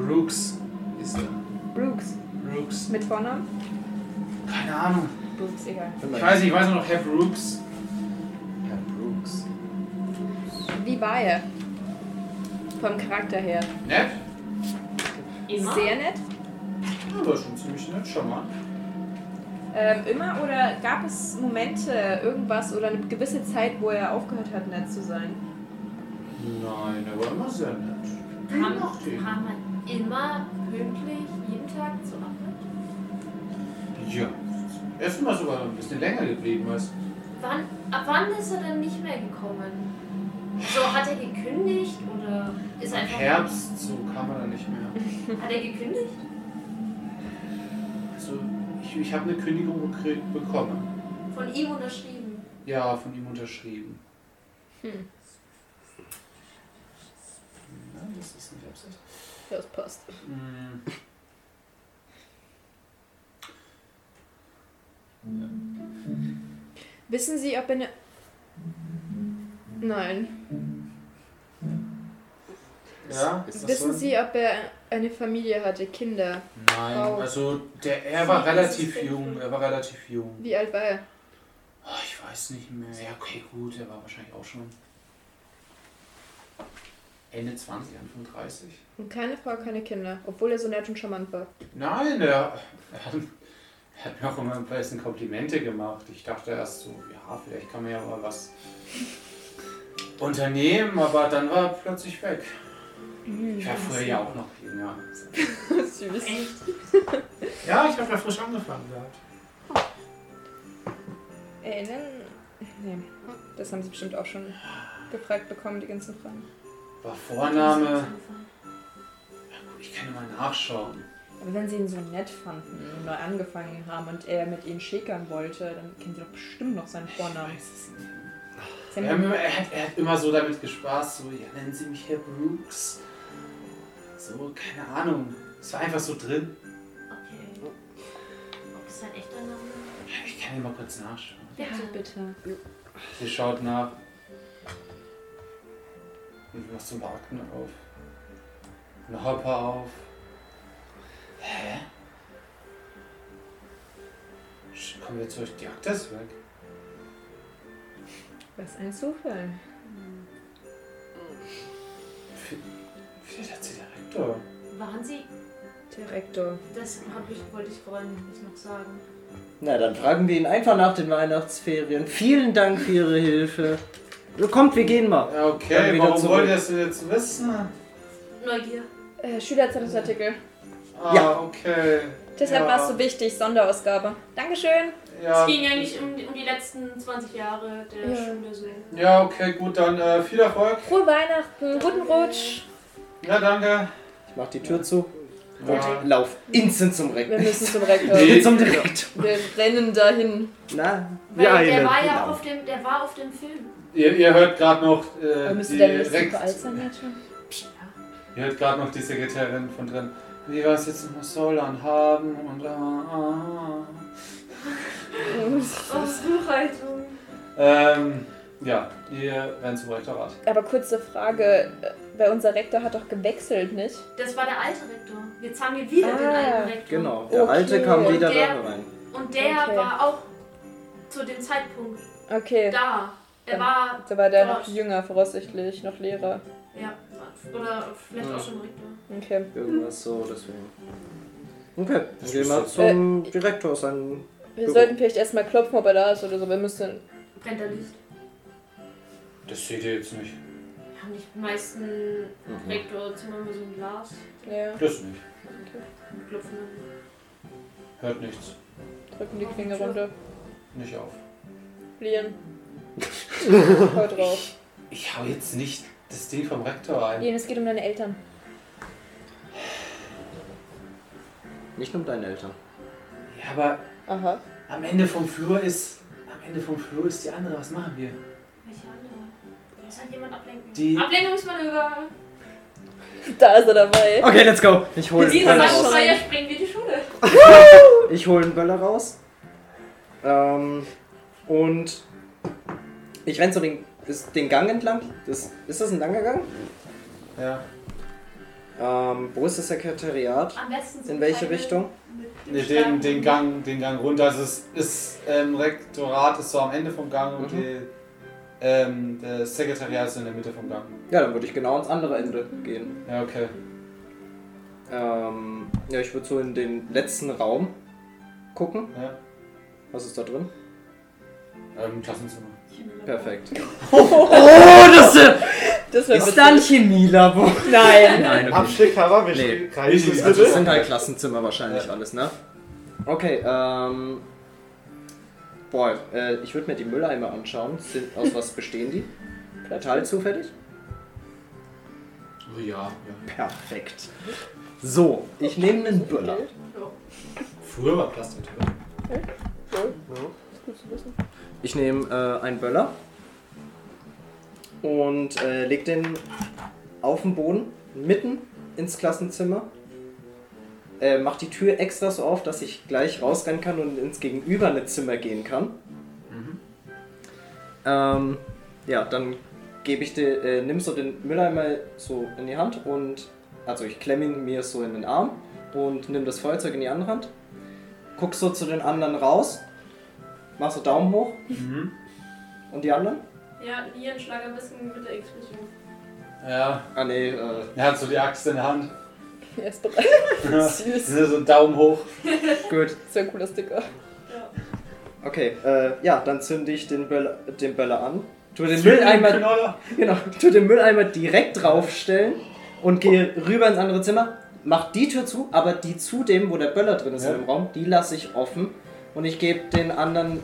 A: Brooks ist er.
B: Brooks.
A: Brooks.
B: Mit Vornamen?
A: Keine Ahnung.
B: Brooks, egal.
A: Ich weiß nicht, ich weiß nur noch Herr Brooks. Herr Brooks.
B: Wie war er? Vom Charakter her.
A: Nett?
D: Immer?
B: Sehr nett.
A: Ja, war schon ziemlich nett, schon mal.
B: Ähm, immer oder gab es Momente, irgendwas oder eine gewisse Zeit, wo er aufgehört hat, nett zu sein?
A: Nein, er war immer sehr nett.
D: Kam,
A: Macht ihn.
D: kam man halt immer pünktlich jeden Tag zur Arbeit?
A: Ja. Erst mal sogar ein bisschen länger geblieben als.
D: Wann, ab wann ist er denn nicht mehr gekommen? So, hat er gekündigt oder ist er
A: Im
D: einfach.
A: Herbst so kam er dann nicht mehr.
D: Hat er gekündigt?
A: Also, ich, ich habe eine Kündigung gekriegt, bekommen.
D: Von ihm unterschrieben.
A: Ja, von ihm unterschrieben.
B: Hm.
A: Nein, das ist nicht Absicht.
B: Das passt.
A: Mm.
B: Wissen Sie, ob er eine. Nein.
A: Ja?
B: Wissen Sie, ob er eine Familie hatte, Kinder?
A: Nein,
B: Wow.
A: also der, er war relativ
D: Respekt.
A: jung, er war relativ jung.
B: Wie alt war er?
A: Ah, ich weiß nicht mehr. Ja, okay, gut, er war wahrscheinlich auch schon Ende 20, Anfang 30.
B: Und keine Frau, keine Kinder, obwohl er so nett und charmant war.
A: Nein, er, er, hat, er hat mir auch immer ein bisschen Komplimente gemacht. Ich dachte erst so, ja, vielleicht kann man ja mal was unternehmen, aber dann war er plötzlich weg. Ich war früher ja auch noch jünger.
B: Süß.
A: Ja, ich habe da frisch angefangen gehabt.
B: Erinnern? Nee. Das haben Sie bestimmt auch schon gefragt bekommen, die ganzen Fragen.
A: War Vorname, ich kann immer nachschauen.
B: Aber wenn sie ihn so nett fanden und neu angefangen haben und er mit ihnen schäkern wollte, dann kennen sie doch bestimmt noch seinen Vornamen.
A: Weiß es nicht.
B: Sie
A: Er hat,
B: haben
A: immer, er, hat, er hat immer so damit gespaßt, so, ja, nennen Sie mich Herr Brooks. So, keine Ahnung. Es war einfach so drin.
D: Okay. Ob es sein echter Name ist?
A: Ich kann ja mal kurz nachschauen.
B: ja,
D: Bitte.
B: bitte.
A: Sie schaut nach. Und machst so ein paar Akten auf. Ein Hopper auf. Hä? Sch- Kommen wir zu euch, die Akte ist weg.
B: Was ein Zufall.
A: V- Vielleicht hat sie Direktor.
D: Waren Sie.
B: Direktor.
D: Das hab ich, wollte ich vorhin nämlich noch sagen.
C: Na, dann fragen wir ihn einfach nach den Weihnachtsferien. Vielen Dank für Ihre Hilfe.
E: Also
C: Kommt, wir gehen mal.
A: Ja,
C: Dann
A: okay,
C: wieder
A: warum
C: zurück.
A: wollt ihr das denn jetzt wissen?
D: Neugier.
B: Äh, Schülerzeitungsartikel.
A: Ah,
C: Ja.
A: okay.
B: Deshalb
A: ja.
B: war es so wichtig, Sonderausgabe. Dankeschön.
A: Ja,
D: Es ging eigentlich um, die- um die letzten 20 Jahre der
B: Ja.
D: Schule so.
A: ja okay, gut, dann äh, viel Erfolg.
B: Frohe Weihnachten, guten Rutsch.
A: Ja, danke. Äh,
C: Ich mach die Tür zu
A: Ja.
C: und lauf instant zum
B: Wir
C: Rektor.
B: müssen zum Rektor.
A: Nee.
C: Zum Direktor.
B: Wir rennen dahin.
C: Na,
D: Weil
F: Ja,
D: der
F: Ihnen.
D: war ja auch
C: Genau.
D: auf dem, der war auf dem Film.
A: Ihr, ihr hört gerade noch, äh,
B: Aber
A: die
B: müsste der nicht
A: Rex-
B: super alt sein jetzt schon?
A: ihr hört grad noch die Sekretärin von drin. Wie war es jetzt mit Solan haben und ah,
D: Oh, Buchhaltung.
A: ah. Ähm, ja, ihr werdet zum Rektorat.
B: Aber kurze Frage, äh, weil unser Rektor hat doch gewechselt, nicht?
D: Das war der alte Rektor. Jetzt haben wir wieder den
B: Ah,
D: alten Rektor.
E: Genau, der
B: Okay.
E: Alte kam
D: Und
E: wieder
D: der-
E: da rein.
D: Und der
B: Okay.
D: war auch zu dem Zeitpunkt
B: Okay.
D: da. Er
B: Dann-
D: war,
B: Da war der
D: Dort.
B: noch jünger, voraussichtlich, noch Lehrer.
D: ja, war Oder vielleicht auch schon direkt da.
B: Okay.
E: Irgendwas so, deswegen. Okay, dann gehen wir
C: müsste-
E: zum Direktor sein.
B: Wir
E: Jo.
B: sollten vielleicht erstmal klopfen, ob er da ist oder so. Wir müssen.
D: Brennt da Licht.
A: Das seht ihr jetzt nicht.
D: Wir haben nicht die meisten Rektorzimmer immer so ein Glas.
B: Ja,
A: Das nicht.
D: Und klopfen dann.
A: Hört nichts.
B: drücken die Klinge runter.
A: Nicht auf.
B: Lian. Hau drauf.
A: Ich hau jetzt nicht das Ding vom Rektor ein.
B: Lian, es geht um deine Eltern.
E: Nicht nur um deine Eltern.
A: Ja, aber
B: Aha.
A: am Ende vom Flur ist. Am Ende vom Flur ist die andere. Was machen wir?
D: Welche andere? Da muss halt jemand ablenken.
A: Die-
D: Ablenkungsmanöver!
B: Da ist er dabei.
E: Okay, let's go! Ich hole
B: Diese
E: den
D: Dieser
E: Böller
B: Sache
E: raus.
B: schon.
D: Sackfeuer springen wie die Schule.
E: Ich hole den Böller raus. Ähm, und ich renne so den, das- den Gang entlang. Das, ist das ein langer Gang?
A: Ja.
E: Ähm, wo ist das Sekretariat?
D: Am besten so
E: In welche
D: kleine
E: Richtung?
D: mit dem
A: Ne,
D: Stein.
A: den, den Gang, den Gang runter. Also es ist ähm, Rektorat ist so am Ende vom Gang und
E: Mhm.
A: die, ähm, das Sekretariat ist in der Mitte vom Gang.
E: Ja, dann würde ich genau ans andere Ende gehen.
A: Ja, okay.
E: Ähm, ja, ich würde so in den letzten Raum gucken.
A: Ja.
E: Was ist da drin?
A: Ähm, Klassenzimmer.
E: Perfekt.
B: Das wäre
E: Oh, äh, Ist da ein Chemielabor?
B: Nein.
E: Nein, okay.
F: Abstieg haben wir,
E: Nee.
F: nee. reißen
A: Richtig,
F: es
E: Also, das
F: bitte.
E: sind halt Klassenzimmer wahrscheinlich
A: Ja.
E: alles, ne? Okay, ähm. Boah, äh, ich würde mir die Mülleimer anschauen. Sind, aus was bestehen die? Total zufällig?
A: Oh ja, ja.
E: Perfekt. So, ich nehme einen Böller.
A: Früher war Plastik drin.
E: Ich nehme äh, einen Böller und äh, leg den auf den Boden, mitten ins Klassenzimmer. Äh, mach die Tür extra so auf, dass ich gleich rausrennen kann und ins gegenüberne Zimmer gehen kann. Ähm, ja, dann gebe ich dir, äh, nimm so den Müller einmal so in die Hand und also ich klemme ihn mir so in den Arm und nimm das Feuerzeug in die andere Hand. Guck so zu den anderen raus, mach so Daumen hoch und die anderen?
D: Ja, Lian schlag am besten mit der Explosion.
A: Ja,
E: Ah nee, äh,
A: er hat so die Axt in der Hand.
B: Er ist bereit.
A: Das ist so ein Daumen hoch.
E: gut.
B: Das wäre ein cooler Sticker.
D: Ja.
E: Okay, äh, ja, dann zünde ich den Böller, den Böller an. Tu den
A: Zünden,
E: Mülleimer,
A: Knoller.
E: genau, tu den Mülleimer direkt draufstellen und gehe rüber ins andere Zimmer. Mach die Tür zu, aber die zu dem, wo der Böller drin ist
A: Ja.
E: in dem Raum, die lasse ich offen und ich gebe den anderen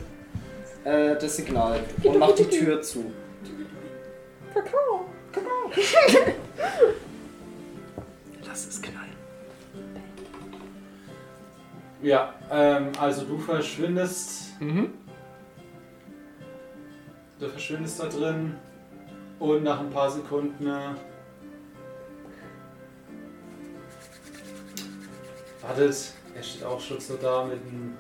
E: äh, das Signal und mach die Tür zu.
B: Kakao.
E: Lass es knallen.
A: Ja, ähm, also du verschwindest. Du verschwindest da drin und nach ein paar Sekunden äh, wartet. Er steht auch schon so da mit, dem,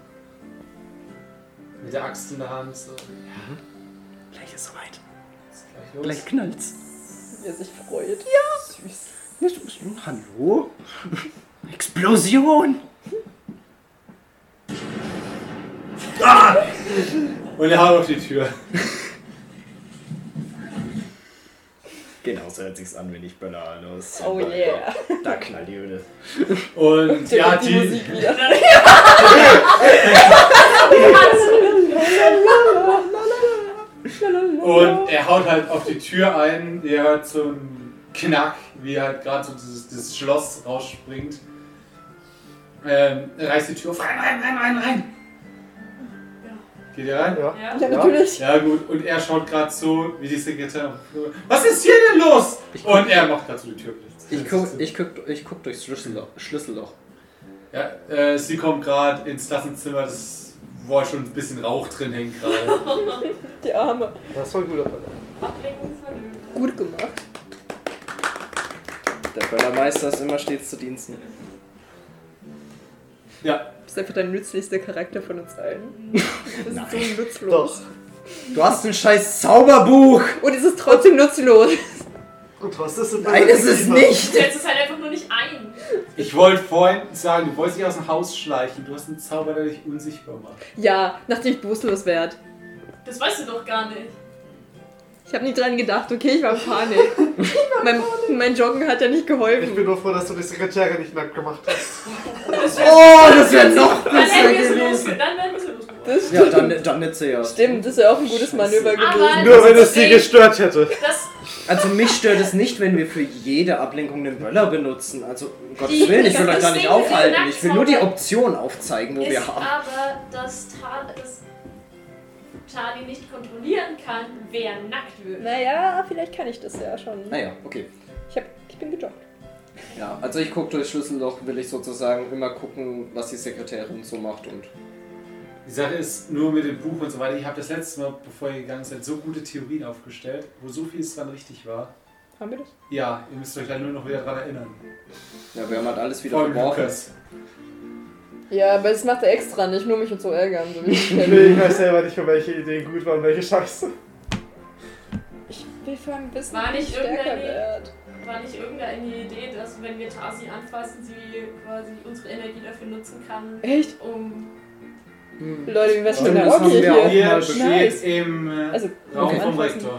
A: mit der Axt in der Hand. So, Mhm.
E: Gleich ist soweit.
A: ist gleich los.
E: Gleich knallt's.
B: Wie er sich freut. Ja. Süß.
E: Hallo? Explosion!
A: Und er haut auf die Tür.
E: Genau so hört sich's an, wenn ich Böller los.
B: Oh yeah.
E: Da knallt die Höhle.
A: Und ja,
B: die,
A: die,
B: Musik wieder.
A: Und er haut halt auf die Tür ein, ihr hört so einen Knack, wie halt gerade so dieses, dieses Schloss rausspringt. Ähm, er reißt die Tür auf, rein, rein, rein, rein, rein! Geht ihr rein?
F: Ja.
D: Ja.
B: Ja, natürlich.
A: Ja gut, und er schaut gerade so, wie die Sekretärin auf dem Flur, Was ist hier denn los? Und er macht gerade so die Tür plötzlich.
E: Ich guck, ich guck, ich guck durchs Schlüsselloch. Schlüsselloch.
A: Ja, äh, sie kommt gerade ins Klassenzimmer, das wo schon ein bisschen Rauch drin hängt gerade.
B: Die Arme.
F: Das war ein guter Böller.
D: Ablenkungsmanöver.
B: Gut gemacht.
E: Der Böllermeister ist immer stets zu Diensten.
A: ja,
B: Du bist einfach der nützlichste Charakter von uns allen. Du bist so nutzlos.
F: Doch.
E: Du hast ein scheiß Zauberbuch!
B: Und es ist trotzdem nutzlos.
F: Gut, was ist denn bei
E: Nein,
F: der
E: ist es
F: Kiefer?
E: nicht!
D: Du setzt es halt einfach nur nicht ein.
A: ich wollte vorhin sagen, du wolltest dich aus dem Haus schleichen. Du hast einen Zauber, der dich unsichtbar macht.
B: Ja, nachdem ich bewusstlos werd.
D: Das weißt du doch gar nicht.
B: Ich habe nicht dran gedacht, okay, ich war in Panik. mein, mein Joggen hat ja nicht
F: Ich bin
B: geholfen.
F: nur froh, dass du die Sekretärin nicht nackt gemacht hast.
C: Oh, das wäre noch
D: Dann
C: besser
D: hätten wir sie
C: gewesen.
D: losge- dann wären wir sie losgeworden.
B: Das
E: Ja, dann, dann nicht sehr.
B: stimmt, das ist ja auch ein gutes Manöver gewesen.
D: Aber
F: Nur wenn
D: das
F: es sie
D: Ding-
F: gestört hätte.
D: Das,
E: Also mich stört es nicht, wenn wir für jede Ablenkung den Böller benutzen. Also um Gottes
D: Die-
E: Willen, ich will euch da
D: das
E: nicht
D: Ding mit dem
E: aufhalten. Ich will nur die
D: Nacktzauber-
E: Option aufzeigen, wo wir
D: ist
E: haben.
D: aber, dass, Ta dass Charlie nicht kontrollieren kann, wer nackt wird.
B: Naja, vielleicht kann ich das ja schon.
E: Naja, okay.
B: Ich, hab, ich bin gejoggt.
E: Ja, also ich gucke durchs Schlüsselloch, will ich sozusagen immer gucken, was die Sekretärin so macht und.
A: Die Sache ist, nur mit dem Buch und so weiter, ich habe das letzte Mal, bevor ihr gegangen seid, so gute Theorien aufgestellt, wo so vieles dran richtig war.
B: Haben wir das?
A: Ja, ihr müsst euch da nur noch wieder dran erinnern.
E: Ja, wir haben halt alles wieder
A: Folgen
E: verworfen.
A: Lukas.
B: Ja, aber das macht er extra, nicht nur mich und so ärgern. So wie ich
F: Nee,
B: kenne.
F: ich weiß selber nicht, für welche Ideen gut waren und welche scheiße.
B: ich will vor allem wissen,
D: War
B: wie ich
D: nicht irgendeine
B: stärker
D: Idee?
B: werde.
D: War nicht irgendeine Idee, dass wenn wir Tasi anfassen, sie quasi unsere Energie dafür nutzen kann,
B: Echt?
D: um...
E: Hm.
B: Leute, wie wär's mit
E: Stimmt,
B: einer
E: das haben
B: Orgie
E: wir auch.
B: hier?
A: Ihr
E: Nice.
A: steht im äh,
B: Also,
A: Raum
B: okay.
A: vom
B: anfassen.
A: Rektor.
D: Ja,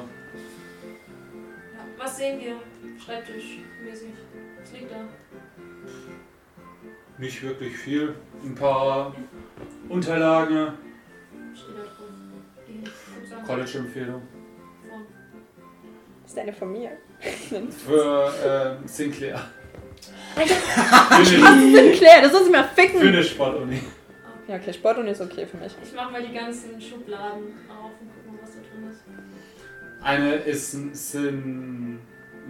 D: was sehen wir? Schreibtischmäßig. Was liegt da?
A: Nicht wirklich viel. Ein paar Unterlagen,
D: Steht da drum. Ich guck's an.
A: College-Empfehlung.
B: Das ist eine von mir.
A: Für ähm, Sinclair.
B: Alter.
A: Für
B: Sinclair, das soll sie mal
A: eine- für
B: ficken.
A: eine Sportuni.
B: Ja, okay, Sportuni ist okay für mich.
D: Ich mach mal die ganzen Schubladen auf und guck mal, was da drin ist.
A: Eine ist, sind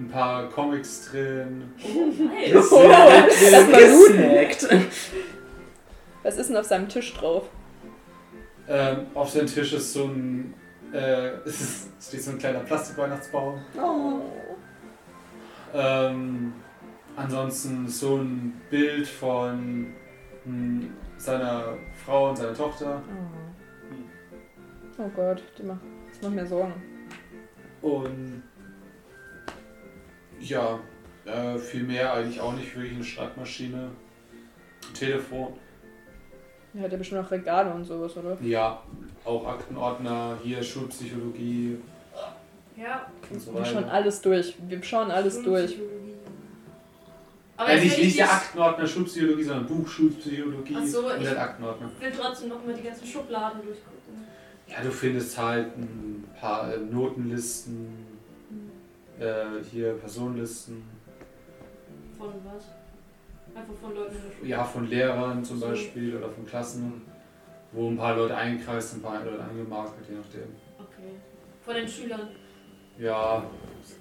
A: ein paar Comics drin.
D: Oh, nice!
B: Oh, das ist erstmal gut.
E: Gesnackt.
B: Was ist denn auf seinem Tisch drauf?
A: Ähm, auf dem Tisch ist so ein. Äh, es ist, steht so ein kleiner Plastikweihnachtsbaum.
B: Oh.
A: Ähm, ansonsten so ein Bild von hm, seiner Frau und seiner Tochter.
B: Oh Gott, die macht, das macht mir Sorgen.
A: Und ja, äh, viel mehr eigentlich auch nicht. Wirklich eine Schreibmaschine, ein Telefon.
B: Die hat ja bestimmt auch Regale und sowas, oder?
A: Ja, auch Aktenordner, hier Schulpsychologie
D: Ja,
A: und so
B: Wir
A: weiter.
B: schauen alles durch. Wir schauen alles durch.
D: Schulpsychologie. Aber
A: Also
D: jetzt
A: nicht,
D: will ich
A: nicht der
D: die-
A: Aktenordner Schulpsychologie, sondern Buch Schulpsychologie
D: Ach so,
A: und
D: ich-
A: dann Aktenordner.
D: will trotzdem noch mal die ganzen Schubladen durchgucken.
A: Ja, du findest halt ein paar äh, Notenlisten,
D: Mhm.
A: äh, hier Personenlisten,
D: Von was? Einfach von Leuten in der Schule.
A: ja, von Lehrern zum
D: So.
A: Beispiel oder von Klassen, wo ein paar Leute eingekreist, ein paar Leute angemarkert, je nachdem.
D: Okay. Von den Schülern.
A: Ja,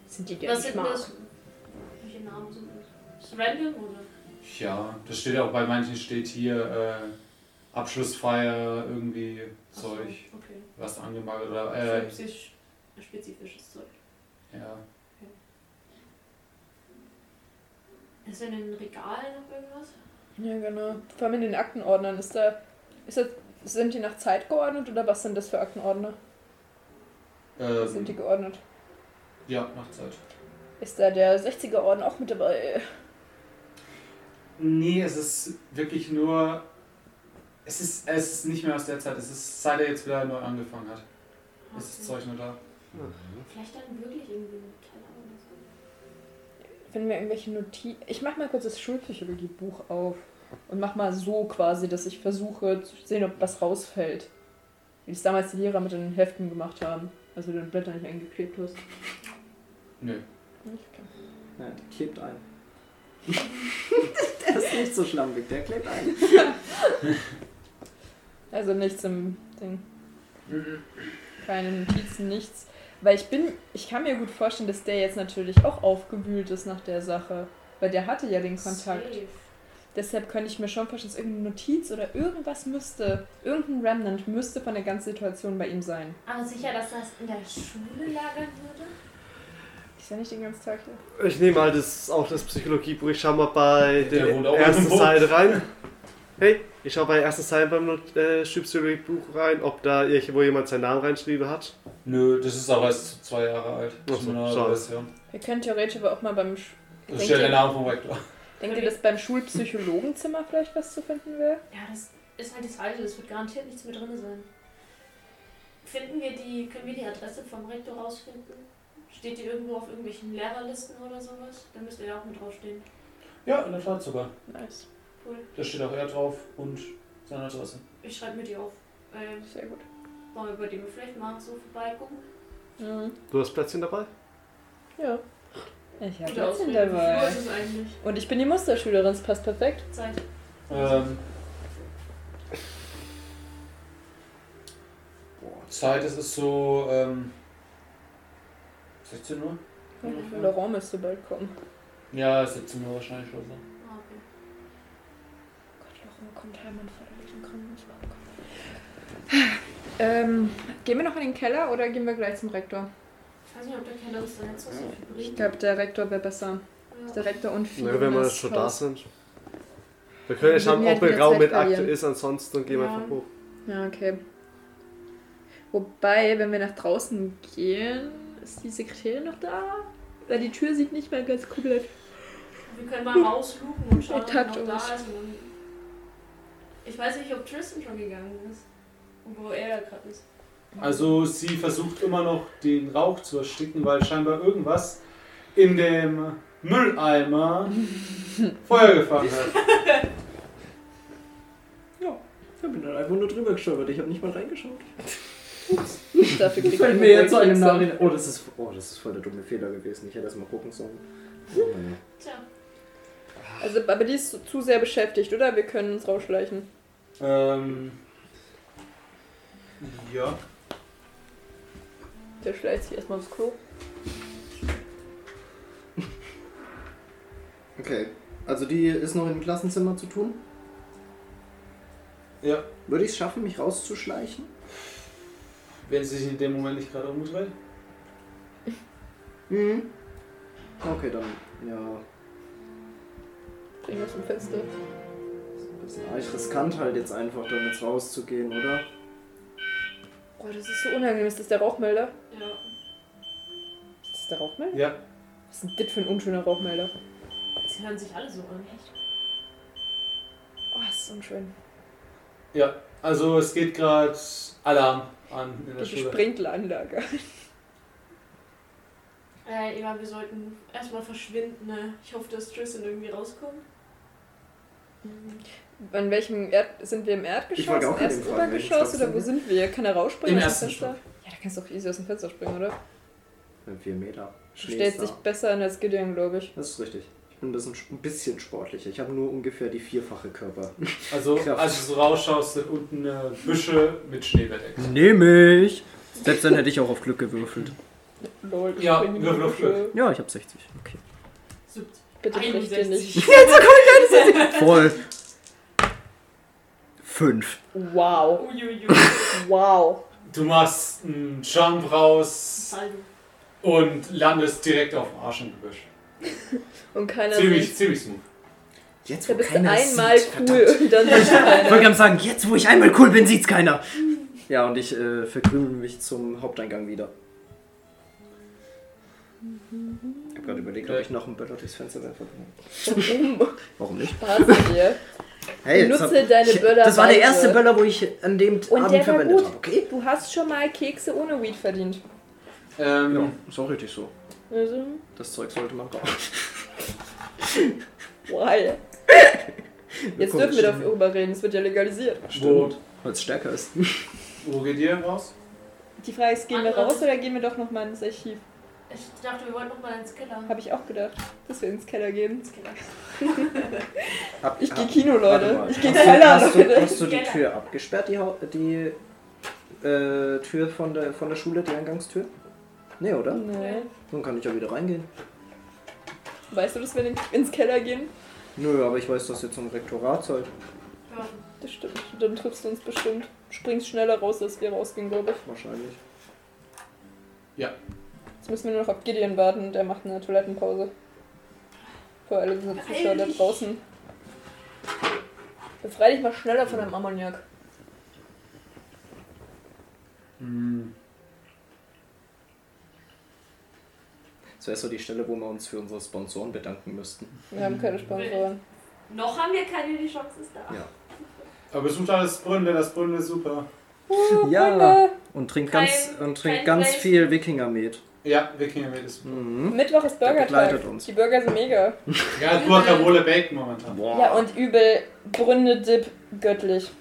B: Sind die
D: was
B: nicht
D: sind
B: mal?
D: das? Welche Namen sind das? Ist random oder?
A: ja, das steht auch bei manchen steht hier äh, Abschlussfeier, irgendwie
D: Ach so,
A: Zeug,
D: Okay.
A: was angemarkert oder äh,
D: Schulpsychisch spezifisches Zeug.
A: ja.
D: Ist in den Regalen noch irgendwas?
B: Ja, genau. Vor allem in den Aktenordnern. Ist da, ist das, sind die nach Zeit geordnet oder was sind das für Aktenordner? Sind die
A: Ähm,
B: geordnet?
A: ja, halt. macht Zeit.
B: Ist da der 60er-Orden auch mit dabei?
A: Nee, es ist wirklich nur. Es ist, es ist nicht mehr aus der Zeit, es ist seit er jetzt wieder neu angefangen hat.
D: Okay.
A: Ist das Zeug nur da.
D: Vielleicht dann wirklich irgendwie mit Keller oder so.
B: Wenn mir irgendwelche Notizen. Ich mach mal kurz das Schulpsychologie-Buch auf und mach mal so quasi, dass ich versuche zu sehen, ob was rausfällt. Wie es damals die Lehrer mit den Heften gemacht haben. Also den Blättern nicht eingeklebt hast.
A: Nö.
B: Okay.
E: Ja, der klebt ein. der ist nicht so schlampig, der klebt ein.
B: Also nichts im Ding. Keine Notizen, nichts. Weil ich bin. Ich kann mir gut vorstellen, dass der jetzt natürlich auch aufgewühlt ist nach der Sache. Weil der hatte ja den Kontakt.
D: Safe.
B: Deshalb könnte ich mir schon vorstellen, dass irgendeine Notiz oder irgendwas müsste, irgendein Remnant müsste von der ganzen Situation bei ihm sein.
D: Aber sicher, dass das in der Schule lagern würde?
B: Ist ja nicht den ganzen Tag hier.
F: Ich nehme mal das, auch das Psychologiebuch, ich schau mal bei
A: Der
F: der,
A: wohnt auch
F: ersten
A: irgendwo.
F: Seite rein. Hey, ich schau bei der ersten Seite beim Not- äh, Schulpsychologiebuch rein, ob da irgendwo jemand seinen Namen reinschrieben hat.
A: Nö, das ist aber erst zwei Jahre alt. Das ist
F: Ach so,
A: nur eine
F: schade.
A: Version.
B: Wir können theoretisch aber auch mal beim. Sch
A: Das steht der
B: denkt, ihr,
A: Name vom Rektor.
B: denkt ihr, dass beim Schulpsychologenzimmer vielleicht was zu finden wäre?
D: Ja, das ist halt das Alte, das wird garantiert nichts mehr drin sein. Finden wir die, können wir die Adresse vom Rektor rausfinden? Steht die irgendwo auf irgendwelchen Lehrerlisten oder sowas? Da müsste ja auch mit draufstehen.
A: Ja, in der Tat sogar.
H: Nice.
D: Cool.
A: Da steht auch er drauf und seine Adresse.
D: Ich schreibe mir die auf. Ähm,
H: Sehr gut.
D: wollen wir bei dem vielleicht mal so vorbeigucken?
H: Mhm.
F: Du hast Plätzchen dabei?
H: Ja. Ich habe
D: Gute
H: Plätzchen
D: Ausrede. Wie früh
H: dabei.
D: ist es eigentlich?
H: Und ich bin die Musterschülerin, es passt perfekt.
D: Zeit.
A: Ähm. Boah, Zeit, es ist so. Ähm, 16 Uhr? Ungefähr.
H: Laurent müsste bald kommen.
A: Ja, 17 Uhr wahrscheinlich schon. so.
D: Ah, okay.
H: Gott, Laurent kommt heim und Vaterlichen kann nicht kommen. Ähm, gehen wir noch in den Keller oder gehen wir gleich zum Rektor?
D: Ich weiß nicht, ob der Keller ist, da jetzt noch so viel
H: Ich
D: bringt.
H: glaube, der Rektor wäre besser.
D: Ja.
H: Der Rektor und
F: Na, wenn wir
H: Fionas
F: schon da
H: Haus.
F: sind. Wir können ja
H: Wir
F: schauen,
H: würden ja
F: ob der
H: wieder
F: Raum
H: Zeit
F: mit Akte
H: verlieren.
F: ist, ansonsten gehen wir
D: Ja.
F: einfach hoch.
H: Ja, okay. Wobei, wenn wir nach draußen gehen, ist die Sekretärin noch da? Weil die Tür sieht nicht mehr ganz komplett.
D: Wir können mal rausluken und schauen, ob
H: Ich hatte
D: er noch da
H: Angst.
D: ist. Und ich weiß nicht, ob Tristan schon gegangen ist. Und wo er da gerade ist.
A: Also sie versucht immer noch den Rauch zu ersticken, weil scheinbar irgendwas in dem Mülleimer Feuer gefangen hat.
I: Ich bin dann einfach nur drüber geschuldet, ich habe nicht mal reingeschaut.
H: Dafür kriegt
I: Fällt
H: man
I: mir jetzt
H: wohl
I: so einem
H: Kekse.
I: Nachhinein. Oh, das ist, oh, das ist voll der dumme Fehler gewesen. Ich hätte das mal gucken sollen.
D: Tja,
H: Also, aber die ist zu sehr beschäftigt, oder? Wir können uns rausschleichen.
A: Ähm. Ja.
H: Der schleicht sich erstmal aufs Klo.
E: Okay. Also die ist noch im Klassenzimmer zu tun.
A: Ja.
E: Würde ich es schaffen, mich rauszuschleichen?
A: Wenn sie sich in dem Moment nicht gerade umdreht.
E: Mhm. Okay, dann. Ja.
H: Bring uns zum Fenster.
E: Das ist eigentlich riskant halt jetzt einfach, dann jetzt rauszugehen, oder?
H: Boah, das ist so unangenehm. Ist das der Rauchmelder?
D: ja.
H: Ist das der Rauchmelder?
A: Ja.
H: Was ist denn das für ein unschöner Rauchmelder?
D: Sie hören sich alle so an, echt?
H: Oh, das ist unschön.
A: Ja. Also es geht gerade Alarm an in der
H: Die
A: Schule.
H: Sprinkleranlage.
D: Äh, Eva, wir sollten erstmal verschwinden. Ne? Ich hoffe, dass Tristan irgendwie rauskommt.
H: An welchem Erd sind wir im Erdgeschoss?
E: Ich wollte auch
H: Im ersten
E: gerade fragen,
H: Obergeschoss
E: welches
H: oder wo
E: Stock
H: sind wir? Kann er rausspringen
A: Im
H: aus dem
A: ersten
H: Fenster? Ja, da kannst du auch easy aus dem Fenster springen, oder?
E: Vier Meter.
H: Du
E: Schnee
H: stellst
E: ist da.
H: dich besser an als Gideon, glaube ich.
E: Das ist richtig. Ich bin ein bisschen, ein bisschen sportlicher. Ich habe nur ungefähr die vierfache Körper.
A: Also
E: Kraft.
A: als du so rausschaust, sind unten äh, Büsche mit Schnee bedeckt.
E: Mhm. Nehme ich! Selbst dann hätte ich auch auf Glück gewürfelt.
H: Lol, ich
A: Ja,
H: spring in die
A: Würfel auf
H: Dusche.
E: Ja, ich habe 60. Okay.
D: 70.
H: Bitte sprich dir nicht.
D: 61.
E: Voll. Fünf.
H: Wow,
D: Uiuiui.
H: wow.
A: Du machst einen Jump raus
D: Saldo.
A: und landest direkt auf dem Arsch im Gebüsch.
H: Und keiner
A: Ziemlich,
H: sieht.
A: ziemlich smooth.
E: Jetzt,
H: Da bist du einmal cool und dann sieht
E: Ich
H: keiner.
E: wollte gerade sagen, jetzt wo ich einmal cool bin, sieht's keiner. Ja, und ich äh, verkrümel mich zum Haupteingang wieder. Ich habe gerade überlegt, ob ich noch einen Böller durchs Fenster werfe.
H: Warum?
E: Warum nicht?
H: Spaß an dir.
E: Hey, jetzt
H: Nutze deine
E: ich,
H: Böller
E: das war der
H: weise.
E: erste Böller, wo ich an dem
H: Und
E: Abend
H: der war
E: verwendet
H: gut.
E: habe, okay?
H: Du hast schon mal Kekse ohne Weed verdient.
A: Ähm,
E: Ja, ist auch richtig so.
H: Also,
E: Das Zeug sollte man rauchen.
H: why?
E: Willkommen
H: Jetzt dürfen wir
E: zum-
H: darüber reden, es wird ja legalisiert.
A: Wo,
E: Stimmt, weil es stärker ist.
A: wo geht ihr raus?
H: Die Frage ist, gehen wir
D: Andere.
H: raus oder gehen wir doch nochmal ins Archiv?
D: Ich dachte, wir wollten nochmal ins Keller.
H: Habe ich auch gedacht, dass wir ins Keller gehen.
E: Ab-
H: Ich gehe
E: ab-
H: Kino,
E: Ah, warte
H: Leute.
E: mal.
H: Ich gehe
E: Hast du-
H: Keller,
E: hast du,
H: Leute.
E: hast du die Tür abgesperrt, die, Hau- die äh, Tür von der, von der Schule, die Eingangstür? Nee, oder?
H: Nee.
E: Dann kann ich ja wieder reingehen.
H: Weißt du, dass wir in- ins Keller gehen?
E: Nö, aber ich weiß, dass jetzt zum Rektorat seid.
D: Ja.
H: Das stimmt. Dann triffst du uns bestimmt. Springst schneller raus, als wir rausgehen, glaube ich.
E: Wahrscheinlich.
H: Jetzt müssen wir nur noch auf Gideon warten. Der macht eine Toilettenpause. Für alle unsere Zuschauer da
D: Beeil dich.
H: draußen. Befrei dich mal schneller von deinem Ammoniak.
E: Mhm. Das wäre so die Stelle, wo wir uns für unsere Sponsoren bedanken müssten.
H: Wir haben keine Sponsoren.
D: Noch haben wir keine, die Chance ist da.
E: Ja.
A: Aber besucht alles Brünn, denn das Brünn ist super.
H: Oh,
E: Ja.
H: Freunde.
E: Und trinkt
D: Kein-
E: ganz, und
D: kein
E: trinkt ganz
D: Fleisch.
E: viel Wikingermet.
A: Ja, Wikinger ist.
E: Mhm.
H: Mittwoch ist
E: Der
H: Burger-Tag.
E: begleitet uns.
H: Die Burger sind mega.
A: Ja, Guacamole Bacon momentan.
E: Boah.
H: Ja, und übel. Bründe-Dip, göttlich.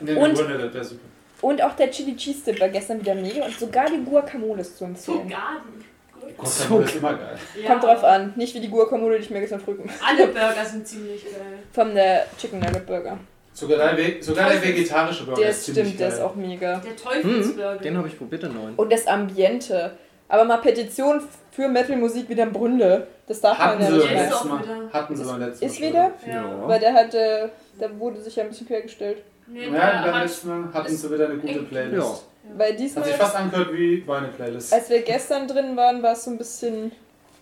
A: Nee,
H: Und-
A: und? Wunder, der ist super.
H: Und auch der Chili Cheese Dip war gestern wieder mega und sogar die Guacamole ist zu empfehlen.
D: Sogar die.
A: Guacamole ist immer geil.
D: Ja.
H: Kommt drauf an, nicht wie die Guacamole, die ich mir gestern früh
D: Alle Burger sind ziemlich äh, geil.
H: Vom der Chicken Nugget Burger.
A: Sogar der, Ve- sogar der vegetarische Burger
H: Der
A: ist
H: ist
A: ziemlich
H: stimmt, der
A: geil.
H: ist auch mega.
D: Der
E: Hm,
D: Teufelsburger.
E: den habe ich probiert, den neuen.
H: Und das Ambiente. Aber mal Petition für Metal-Musik wieder in Bründe. Das darf
A: Hatten
H: man
A: sie
H: ja
A: beim
D: Der
H: nicht
D: ist
H: mehr.
D: auch
A: letzten Mal.
D: wieder.
A: Hatten sie beim letzten Mal.
H: Ist
A: schon.
H: wieder?
D: Ja.
H: Weil der hatte, da wurde sich ja ein bisschen quergestellt.
D: Nee,
A: Ja,
D: der
A: beim
D: hat,
A: letzten Mal hatten sie wieder eine gute Playlist. Hat
H: Weil
B: Also
A: sich
H: diesmal,
A: fast angehört wie meine Playlist.
H: als wir gestern drin waren, war es so ein bisschen.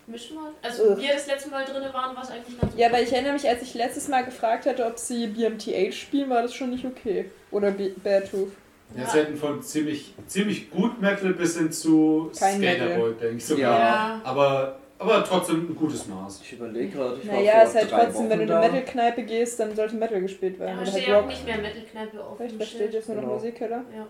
D: mischen wir? Also,
H: Ugh.
D: wir das letzte Mal drin waren, war es eigentlich ganz
H: Ja, weil ich erinnere mich, als ich letztes Mal gefragt hatte, ob sie BMTH spielen, war das schon nicht okay. Oder B- Beartooth.
A: Ja, sie hätten von ziemlich, ziemlich gut Metal bis hin zu
H: Kein
A: Skaterboy, denke ich sogar.
D: Ja.
A: Aber, aber trotzdem ein gutes Maß.
E: Ich überlege gerade, ich war
H: Naja,
E: vor
H: ist halt
E: drei
H: trotzdem,
E: Wochen
H: wenn du in
E: da.
H: eine Metal-Kneipe gehst, dann sollte Metal gespielt
D: Ja,
H: werden.
D: da
H: Oder
D: steht
H: halt
D: ja auch
H: Rock.
D: nicht mehr Metal-Kneipe auf
H: Vielleicht
D: dem
H: versteht
D: Schild.
H: jetzt nur noch
E: Genau.
H: Musik, oder?
D: Ja.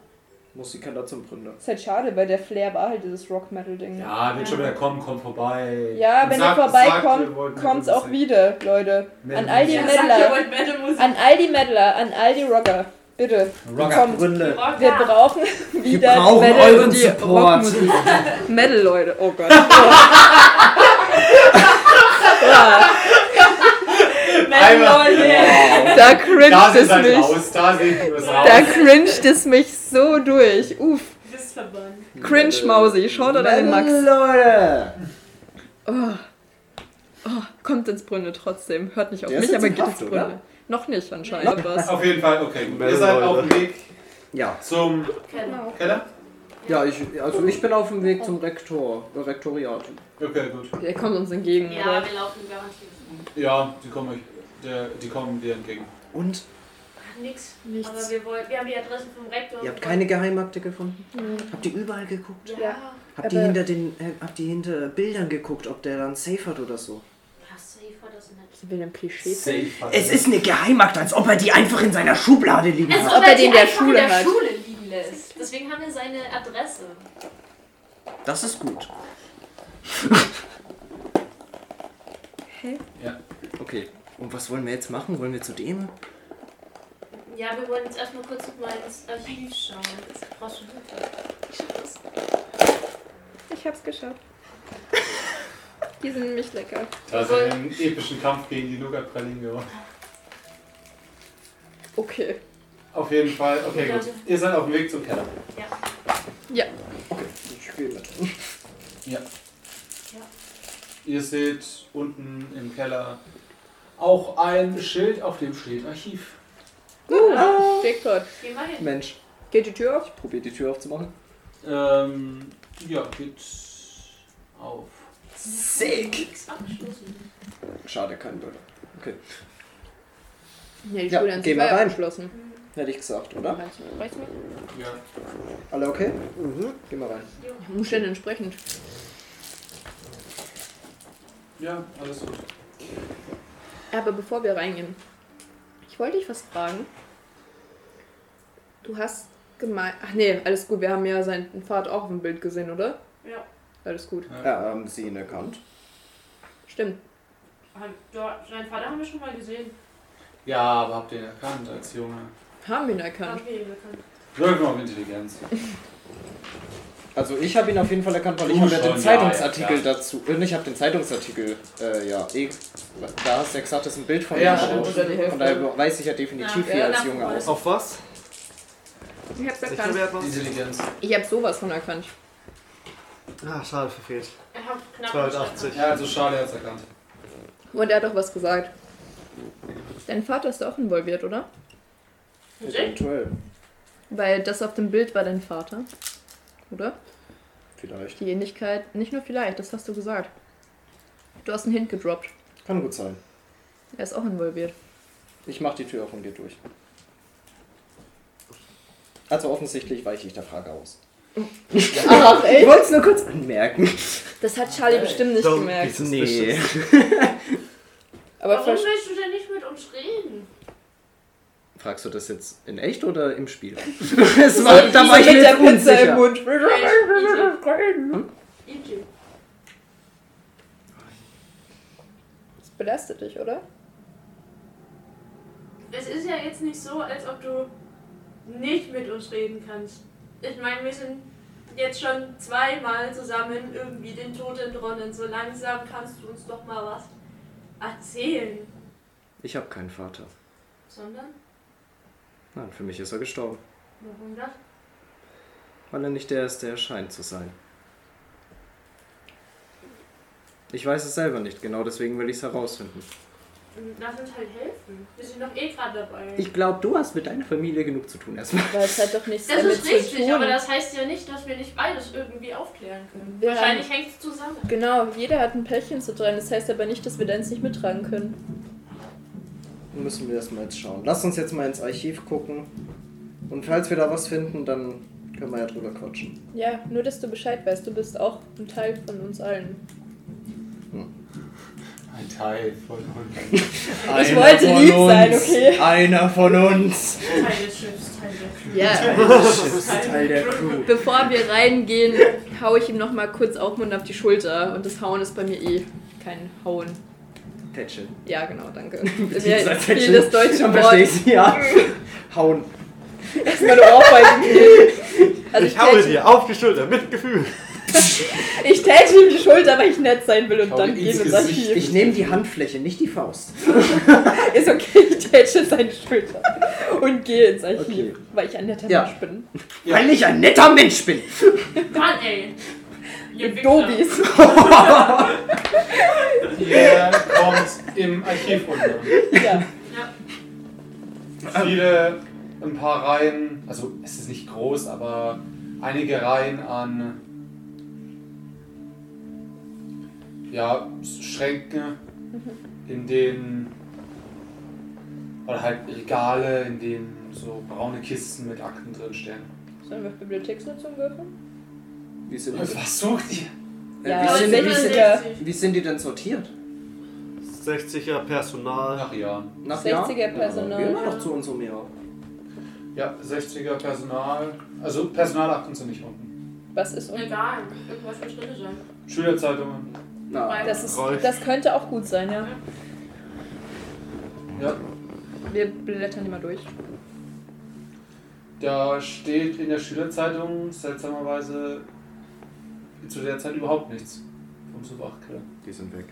E: Musiker zum Bründer.
H: Ist halt schade, weil der Flair war halt dieses Rock-Metal-Ding.
A: Ja, wird
D: Ja.
A: schon wieder kommen, kommt vorbei.
H: Ja,
A: Und
H: wenn
A: sagt-
H: ihr
A: sagt, wir wollten
H: vorbeikommt,
A: ein
H: kommt's
A: gutes
H: auch
A: Ding.
H: wieder, Leute.
A: Wenn
H: An
A: wir-
H: all die
D: Ja, sagt, ihr
H: Meddler,
D: wollt Metal-Musik.
H: an all die Meddler, an all die Rocker, bitte,
A: Rocker.
H: kommt.
E: Bründe.
D: Rocker.
H: Wir brauchen
E: Wir
H: wieder
E: brauchen
H: Metal
E: euren
H: und die
E: Support.
H: Rockmusik. Metal, Leute, oh Gott. Ah,
D: Metal, Leute.
H: da
A: Da
H: cringe
A: sind
H: es
A: halt
H: mich.
A: raus, da sind wir es
H: Da
A: raus.
H: cringe es mich so durch. Uff,
D: Du bist verbannt.
H: cringe Mausi, schaut an den Max.
E: Leute!
H: Oh. Oh, kommt ins Brünne trotzdem. Hört nicht auf
E: Der ist
H: mich,
E: jetzt
H: aber
E: in
H: geht
E: Haft,
H: ins Brünne.
E: oder?
H: Noch nicht anscheinend was.
A: Auf jeden Fall, okay. gut. Ihr
F: Metal,
A: seid auf dem
F: Leute.
A: Weg
E: Ja.
A: zum
H: Genau.
D: Keiner.
A: Keller?
E: Ja, ich, also ich bin auf dem Weg zum Rektor, äh, Rektoriat.
A: Okay, gut.
H: Der kommt uns entgegen.
D: Ja,
H: oder?
D: wir laufen garantiert.
A: Ja, die kommen, euch, der, die kommen dir entgegen.
E: Und?
D: Nix.
H: Nichts.
D: Aber wir, wollen, wir haben die Adresse vom Rektor.
E: Ihr habt keine Geheimakte gefunden? Habt ihr überall geguckt?
D: Ja.
H: Ja.
D: ja.
E: Habt ihr
H: Aber-
E: hinter den, äh, habt ihr hinter Bildern geguckt, ob der dann safe hat oder so?
D: safe war das nicht.
H: Ich will ein Klischee
E: Es ist eine Geheimakte, als ob er die einfach in seiner Schublade liegen
D: Also,
E: hat.
D: ob,
H: Ob
D: er
H: er
D: die
H: den der
D: einfach in
H: Schule
D: der
H: hat.
D: Schule liegen lässt. Deswegen haben wir seine Adresse.
E: Das ist gut.
H: Hä?
A: Ja.
E: Okay. Und was wollen wir jetzt machen? Wollen wir zu dem?
D: Ja, wir wollen jetzt erstmal kurz mal ins Archiv schauen. Das brauchst du Hilfe. Ich schaff das.
H: Ich hab's geschafft. Die sind nämlich lecker.
A: Da sind wir einen epischen Kampf gegen die Nougat-Pralinen gewonnen.
H: Okay.
A: Auf jeden Fall, okay, gut. Ihr seid auf dem Weg zum Keller.
H: Ja.
E: Ich gehe mit.
A: Ja.
D: Ja.
A: Ihr seht unten im Keller auch ein Schild, auf dem steht Archiv.
H: Uh, Dick dort.
D: Geh mal hin.
E: Mensch,
H: Geht die Tür auf?
E: ich probiere die Tür aufzumachen.
A: Ähm, ja, geht auf.
E: Sick!
D: Nix abgeschlossen.
E: Schade, kein Bilder.
H: Ja, die
E: Ja,
H: Schule an
E: geh
H: sich
E: mal
H: war ja
E: rein.
H: abgeschlossen.
E: Hätte ich gesagt, oder?
H: Meinst du, reicht's mir?
A: Ja.
E: Alle okay? Mhm. Geh mal rein.
H: Umständen entsprechend.
A: Ja, alles gut.
H: Aber bevor wir reingehen, ich wollte dich was fragen. Du hast gemeint. Ach nee, alles gut, wir haben ja seinen Vater auch auf dem Bild gesehen, oder?
D: Ja.
H: Alles gut.
E: Ja,
C: Ähm,
E: haben Sie ihn erkannt?
H: Stimmt.
D: Haben- ja, Seinen Ah, Vater haben wir schon mal gesehen.
A: Ja, aber habt ihr ihn erkannt als Junge?
H: Haben ihn erkannt.
D: Haben wir ihn bekannt.
A: Wirken auf Intelligenz.
C: Also ich habe ihn auf jeden Fall erkannt, weil
A: Du
C: ich habe ja
A: schon,
C: den
A: ja,
C: Zeitungsartikel
A: ja, ja.
C: dazu. Und ich habe den Zeitungsartikel, äh, ja, eh, da hast du ja gesagt, das ist ein Bild von
A: Ja,
C: ihm.
A: stimmt.
H: Oder die
C: Von
H: Hälfte.
C: daher weiß ich ja definitiv,
D: Ja,
C: wie
D: ja,
C: er als
D: nach-
C: Junge aussieht.
F: Auf was?
H: Ich hab's
F: Sicher
H: erkannt.
F: wer was?
A: Intelligenz.
H: Ich hab sowas von erkannt.
F: Ah, schade, verfehlt.
D: Er hat knapp
F: 280.
A: Ja, also schade, er hat's erkannt.
H: Und er hat auch was gesagt. Dein Vater ist da auch involviert, oder?
D: Jake?
C: Eventuell,
H: Weil das auf dem Bild war dein Vater. Oder?
C: vielleicht.
H: Die Ähnlichkeit. Nicht nur vielleicht, das hast du gesagt. Du hast einen Hint gedroppt.
C: Kann gut sein.
H: Er ist auch involviert.
C: Ich mach die Tür auf und geh durch. Also offensichtlich weiche ich der Frage aus.
H: Ach,
C: Ich wollte es nur kurz anmerken.
H: Das hat Charlie bestimmt nicht
F: Don't
H: gemerkt.
F: be suspicious.
H: Aber
D: Warum
H: versch-
D: willst du denn nicht mit uns reden?
E: Fragst du das jetzt in echt oder im Spiel? Es war, da war ich
B: mit
E: mir
B: der
E: jetzt
B: Pizza im
E: unsicher.
B: Mund.
D: Egypt.
B: Das belastet dich, oder?
D: Es ist ja jetzt nicht so, als ob du nicht mit uns reden kannst. Ich meine, wir sind jetzt schon zweimal zusammen irgendwie den Tod entronnen. So langsam kannst du uns doch mal was erzählen.
E: Ich habe keinen Vater.
D: Sondern?
E: Nein, für mich ist er gestorben.
D: Warum das?
E: Weil er nicht der ist, der er scheint zu sein. Ich weiß es selber nicht, genau deswegen will ich es herausfinden.
D: Lass uns halt helfen. Wir sind doch eh gerade dabei.
E: Ich glaube, du hast mit deiner Familie genug zu tun erstmal.
B: Weil es hat halt doch nichts
D: das
B: damit
D: ist
B: zu
D: richtig,
B: tun.
D: aber das heißt ja nicht, dass wir nicht beides irgendwie aufklären können.
B: Wir
D: Wahrscheinlich hängt es zusammen.
B: Genau, jeder hat ein Pärchen zu tragen. Das heißt aber nicht, dass wir deins nicht mittragen können.
E: Müssen wir erstmal jetzt schauen. Lass uns jetzt mal ins Archiv gucken. Und falls wir da was finden, dann können wir ja drüber quatschen.
B: Ja, nur dass du Bescheid weißt. Du bist auch ein Teil von uns allen.
A: Ein Teil von uns.
B: Ich wollte
E: von
B: lieb sein,
E: uns.
B: okay.
E: Einer von uns.
D: Teil des Schiffs, Teil der Crew.
B: Ja, also
E: Teil der Crew.
B: bevor wir reingehen, hau ich ihm nochmal kurz Aufmund auf die Schulter. Und das Hauen ist bei mir eh kein Hauen.
E: Tätscheln.
B: Ja, genau, danke.
E: Dieser
B: Mir fiel
E: Tätscheln.
B: das deutsche
E: Dann verstehe
B: Wort.
E: ich ja. Hauen.
B: Meine Ohrfeigen fehlen. Also
F: Ich haue
B: tätschel-
F: dir auf die Schulter mit Gefühl.
B: Ich tätsche ihm die Schulter, weil ich nett sein will und
A: hau
B: dann
A: dir
B: gehen
A: ins
B: wir ins
A: Gesicht.
B: Archiv.
E: Ich nehme die Handfläche, nicht die Faust.
B: Ist okay, ich tätsche seine Schulter und gehe ins Archiv,
E: Okay.
B: weil ich ein netter
E: Ja.
B: Mensch bin.
E: Weil ich ein netter Mensch bin.
D: Mann, ey! Ihr
B: Ihr
D: Wichser.
B: Dobis.
A: Ihr kommt im Archiv unter.
B: Ja.
D: Ja.
A: Viele, ein paar Reihen, also es ist nicht groß, aber einige Reihen an ja, Schränken, in denen oder halt Regale, in denen so braune Kisten mit Akten drin stehen.
B: Sollen wir auf Bibliotheksnutzung würfeln?
E: Wie sind,
A: Und Also was sucht ihr?
E: Also, äh,
B: Ja,
E: wie,
D: Leute,
E: sind,
B: sicher.
E: wie, sind,
D: 67.
E: wie sind die denn sortiert?
F: 60er Personal.
A: Nach Jahren.
E: Nach
B: 60er
E: Jahr?
B: Personal.
E: Ja, gehen wir doch zu unserem Jahr.
A: Ja, 60er Personal. Also Personalakten sind nicht unten.
B: Was ist und
D: Egal, irgendwas wird drin sein.
A: Schülerzeitungen.
E: Na,
B: das ist,
F: Rolf.
B: das könnte auch gut sein, ja.
A: Ja,
B: Wir blättern die mal durch.
A: Da steht in der Schülerzeitung seltsamerweise zu der Zeit überhaupt nichts vom Subachkeller.
E: die sind weg.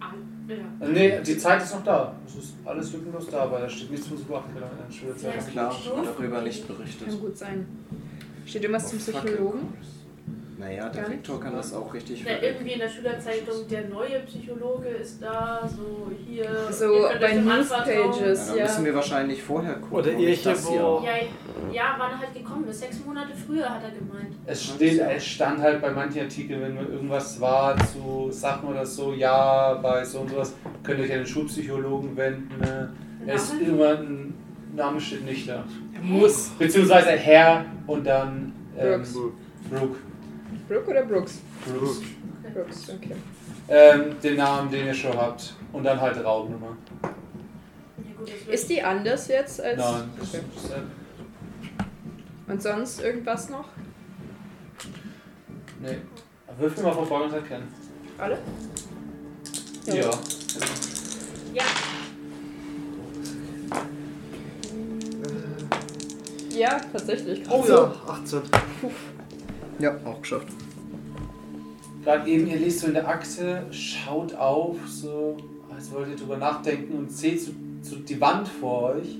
D: Ah, ja.
A: Also nee, die Zeit ist noch da. Es ist alles lückenlos da, aber da steht nichts vom Subachkeller in der Schülerzeitung.
E: Klar, darüber nicht berichtet.
B: gut sein. Steht irgendwas zum
E: Oh, fuck.
B: Psychologen?
E: Naja, der
B: Gar nicht?
E: Rektor kann das auch richtig
D: Na, irgendwie in der Schülerzeitung, der neue Psychologe ist da, so hier.
B: So
D: ihr könnt
B: bei
D: euch dem Anwalt
E: Ja,
B: Newspages,
E: dann
B: ja.
E: müssen wir wahrscheinlich vorher gucken.
F: Oder
E: ob
F: ihr
E: ich das
F: hier wo-
D: trauen. Ja, ja, wann er halt gekommen ist. Sechs Monate früher hat er gemeint.
A: Es, steht, es stand halt bei manchen Artikeln, wenn irgendwas war zu Sachen oder so, ja, bei so und sowas, könnt ihr euch an den Schulpsychologen wenden. ne? Es ist
D: Name?
A: immer ein Name steht nicht da. Muss. Beziehungsweise ein Herr und dann ähm,
B: Brooks.
A: Brooke.
B: Brooke oder Brooks?
A: Brooke.
B: Brooks, okay.
A: Ähm, den Namen, den ihr schon habt. Und dann halt Raubnummer.
D: Ja, gut, das wird-
B: Ist die anders jetzt als.
A: Nein. äh,
B: Okay. Und sonst irgendwas noch?
A: Nee. Wirf mir mal Verborgenheit kennen.
B: Alle?
A: halt Ja.
D: Ja,
B: Ja, tatsächlich.
F: Oh ja, 18.
E: Ja, auch geschafft.
A: Gerade eben, ihr liest so in der Akte, schaut auf, so als wollt ihr drüber nachdenken und seht so, so die Wand vor euch.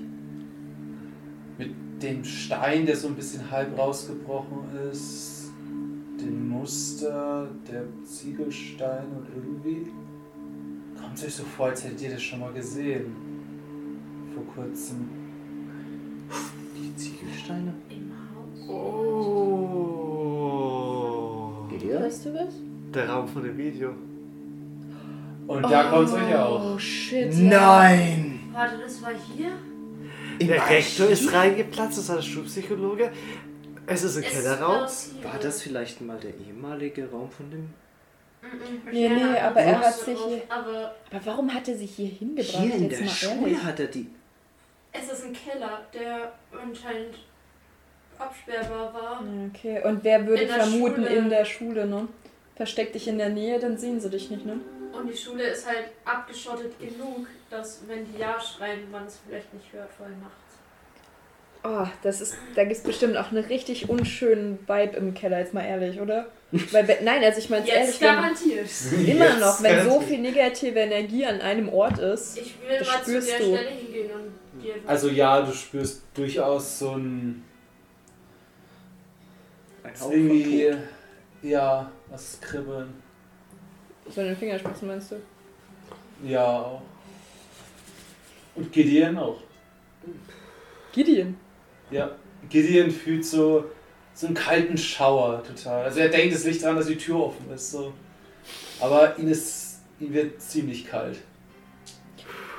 A: Mit dem Stein, der so ein bisschen halb rausgebrochen ist. Dem Muster, der Ziegelstein und irgendwie. Kommt es euch so vor, als hättet ihr das schon mal gesehen. Vor kurzem.
E: Die Ziegelsteine?
D: im Haus.
F: Oh.
E: Geht ihr?
B: Weißt du was?
F: Der Raum von dem Video.
A: Und da kommt es euch auch.
B: Oh shit.
E: Nein!
D: Warte, das war hier?
E: Im
F: Der Rektor
E: Archiv?
F: ist reingeplatzt, das war der Schulpsychologe. Es ist ein
D: Es
F: Kellerraum.
D: ist hier.
E: War das vielleicht mal der ehemalige Raum von dem?
D: Mhm,
B: Nee,
D: keine
B: nee,
D: Ahnung,
B: aber er hat
D: was da
B: sich
D: drauf-
B: hier-
D: Aber
B: Aber warum hat er sich hier hingebracht?
E: Hier in
B: jetzt
E: der
B: mal
E: Schule
B: ehrlich.
E: hat er die.
D: es ist ein diesen Keller, der anscheinend absperrbar war.
B: Okay, und wer würde
D: In der
B: vermuten
D: Schule.
B: in der Schule, ne? Versteck dich in der Nähe, dann sehen sie dich nicht, ne?
D: Und die Schule ist halt abgeschottet genug, dass wenn die Ja schreien, man es vielleicht nicht hört, voll nachts.
B: Oh, das ist, da gibt es bestimmt auch einen richtig unschönen Vibe im Keller, jetzt mal ehrlich, oder? Weil, wenn- nein, also ich meine ehrlich,
D: Jetzt
B: wenn,
D: garantiert.
B: immer noch, wenn so
A: garantiert.
B: viel negative Energie an einem Ort ist.
D: Ich will
B: Das
D: mal zu der
B: spürst du.
D: Stelle hingehen und dir
A: Also ja, du spürst durchaus so ein
E: Ein Hauch von
A: irgendwie
E: Tod.
A: ja, was kribbeln.
B: So in den Fingerspitzen meinst du?
A: Ja auch. Und Gideon auch.
B: Gideon.
A: Ja, Gideon fühlt so so einen kalten Schauer total. Also er denkt, es liegt daran, dass die Tür offen ist so. Aber ihn ist ihm wird ziemlich kalt.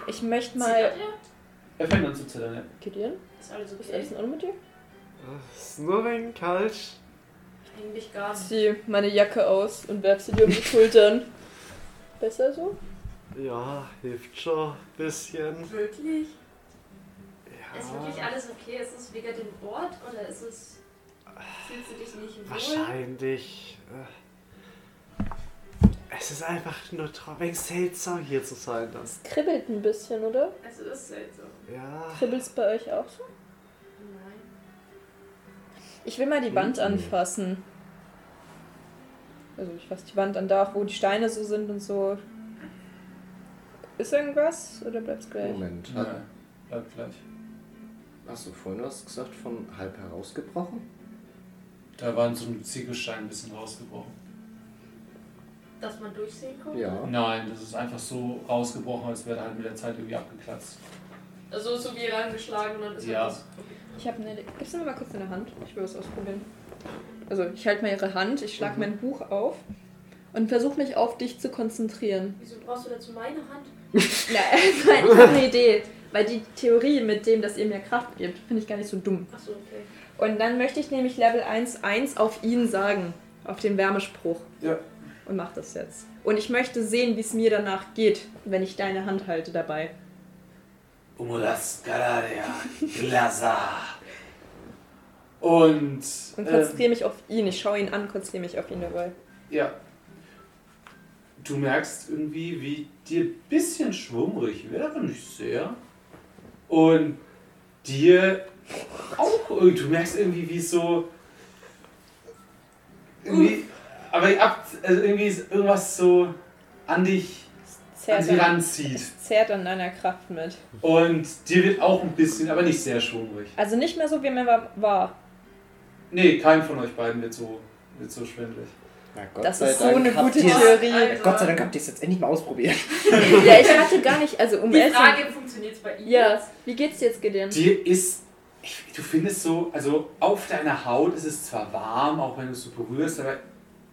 B: Ich möchte
D: mal.
B: mal.
A: Er fängt an zu zittern. Ja.
B: Gideon?
D: Ist alles
B: Ist
D: okay?
B: alles in Ordnung mit dir?
F: Ist nur wegen kalt.
D: Eigentlich gar
B: Ich
D: nicht.
B: zieh meine Jacke aus und werf sie dir um die Schultern. Besser so?
F: Ja, hilft schon ein bisschen.
D: Wirklich?
B: Ah.
D: Ist wirklich
F: Ja,
D: alles okay? Ist es wegen dem Ort oder ist es. Fühlst du dich nicht wohl?
F: wahrscheinlich. Äh, Es ist einfach nur tra- wegen seltsam hier zu sein dann.
B: Es kribbelt ein bisschen, oder?
D: Also das ist seltsam.
F: Ja.
B: Kribbelt's bei euch auch so?
D: Nein.
B: Ich will mal die Wand anfassen. Also ich fasse die Wand an da, auch wo die Steine so sind und so. Ist irgendwas oder bleibt's gleich?
E: Moment. hat-
A: Nein, bleibt gleich.
E: Hast du vorhin was gesagt von halb herausgebrochen?
A: Da waren so ein Ziegelstein ein bisschen rausgebrochen.
D: Dass man durchsehen kann?
E: Ja.
A: Nein, das ist einfach so rausgebrochen, als wäre da halt mit der Zeit irgendwie abgeklatzt.
D: Also so wie reingeschlagen und dann ist
A: Ja.
D: halt das.
B: Ich habe eine. Gib's mir mal kurz deine Hand. Ich will was ausprobieren. Also ich halte mal ihre Hand, ich schlag mein Buch auf und versuche mich auf dich zu konzentrieren.
D: Wieso brauchst du dazu meine Hand?
B: Nein, nein, ich habe eine Idee. Weil die Theorie mit dem, dass ihr mir Kraft gebt, finde ich gar nicht so dumm.
D: Achso, okay.
B: Und dann möchte ich nämlich Level 1, 1 auf ihn sagen. Auf den Wärmespruch.
A: Ja.
B: Und mach das jetzt. Und ich möchte sehen, wie es mir danach geht, wenn ich deine Hand halte dabei.
A: Umulas Galaria Glasa. Und.
B: Und
A: ähm,
B: konzentriere mich auf ihn. Ich schaue ihn an, konzentriere mich auf ihn dabei.
A: ja. Du merkst irgendwie, wie dir ein bisschen schwummrig wird, aber nicht sehr. Und dir auch. Du merkst irgendwie, wie so. Irgendwie. Aber ab, also irgendwie ist irgendwas so an dich, an
B: Zerrt
A: sie
B: an,
A: ranzieht.
B: zerrt an deiner Kraft mit.
A: Und dir wird auch ein bisschen, aber nicht sehr schwummrig.
B: Also nicht mehr so, wie man war- war.
A: Nee, kein von euch beiden wird so, wird so schwindelig.
E: Na, Gott
B: Das
E: sei
B: ist so
E: Dank
B: eine
E: habt
B: gute
E: ihr's-
B: Theorie.
D: Also,
E: Gott sei Dank habt ihr es jetzt endlich mal ausprobiert.
B: Ja, ich hatte gar nicht, also um
D: Die
B: ehrlich zu-
D: Frage funktioniert bei ihm.
B: Ja, wie geht's dir jetzt, Gideon?
A: Dir ist, ich- du findest so, also auf deiner Haut ist es zwar warm, auch wenn du es so berührst, aber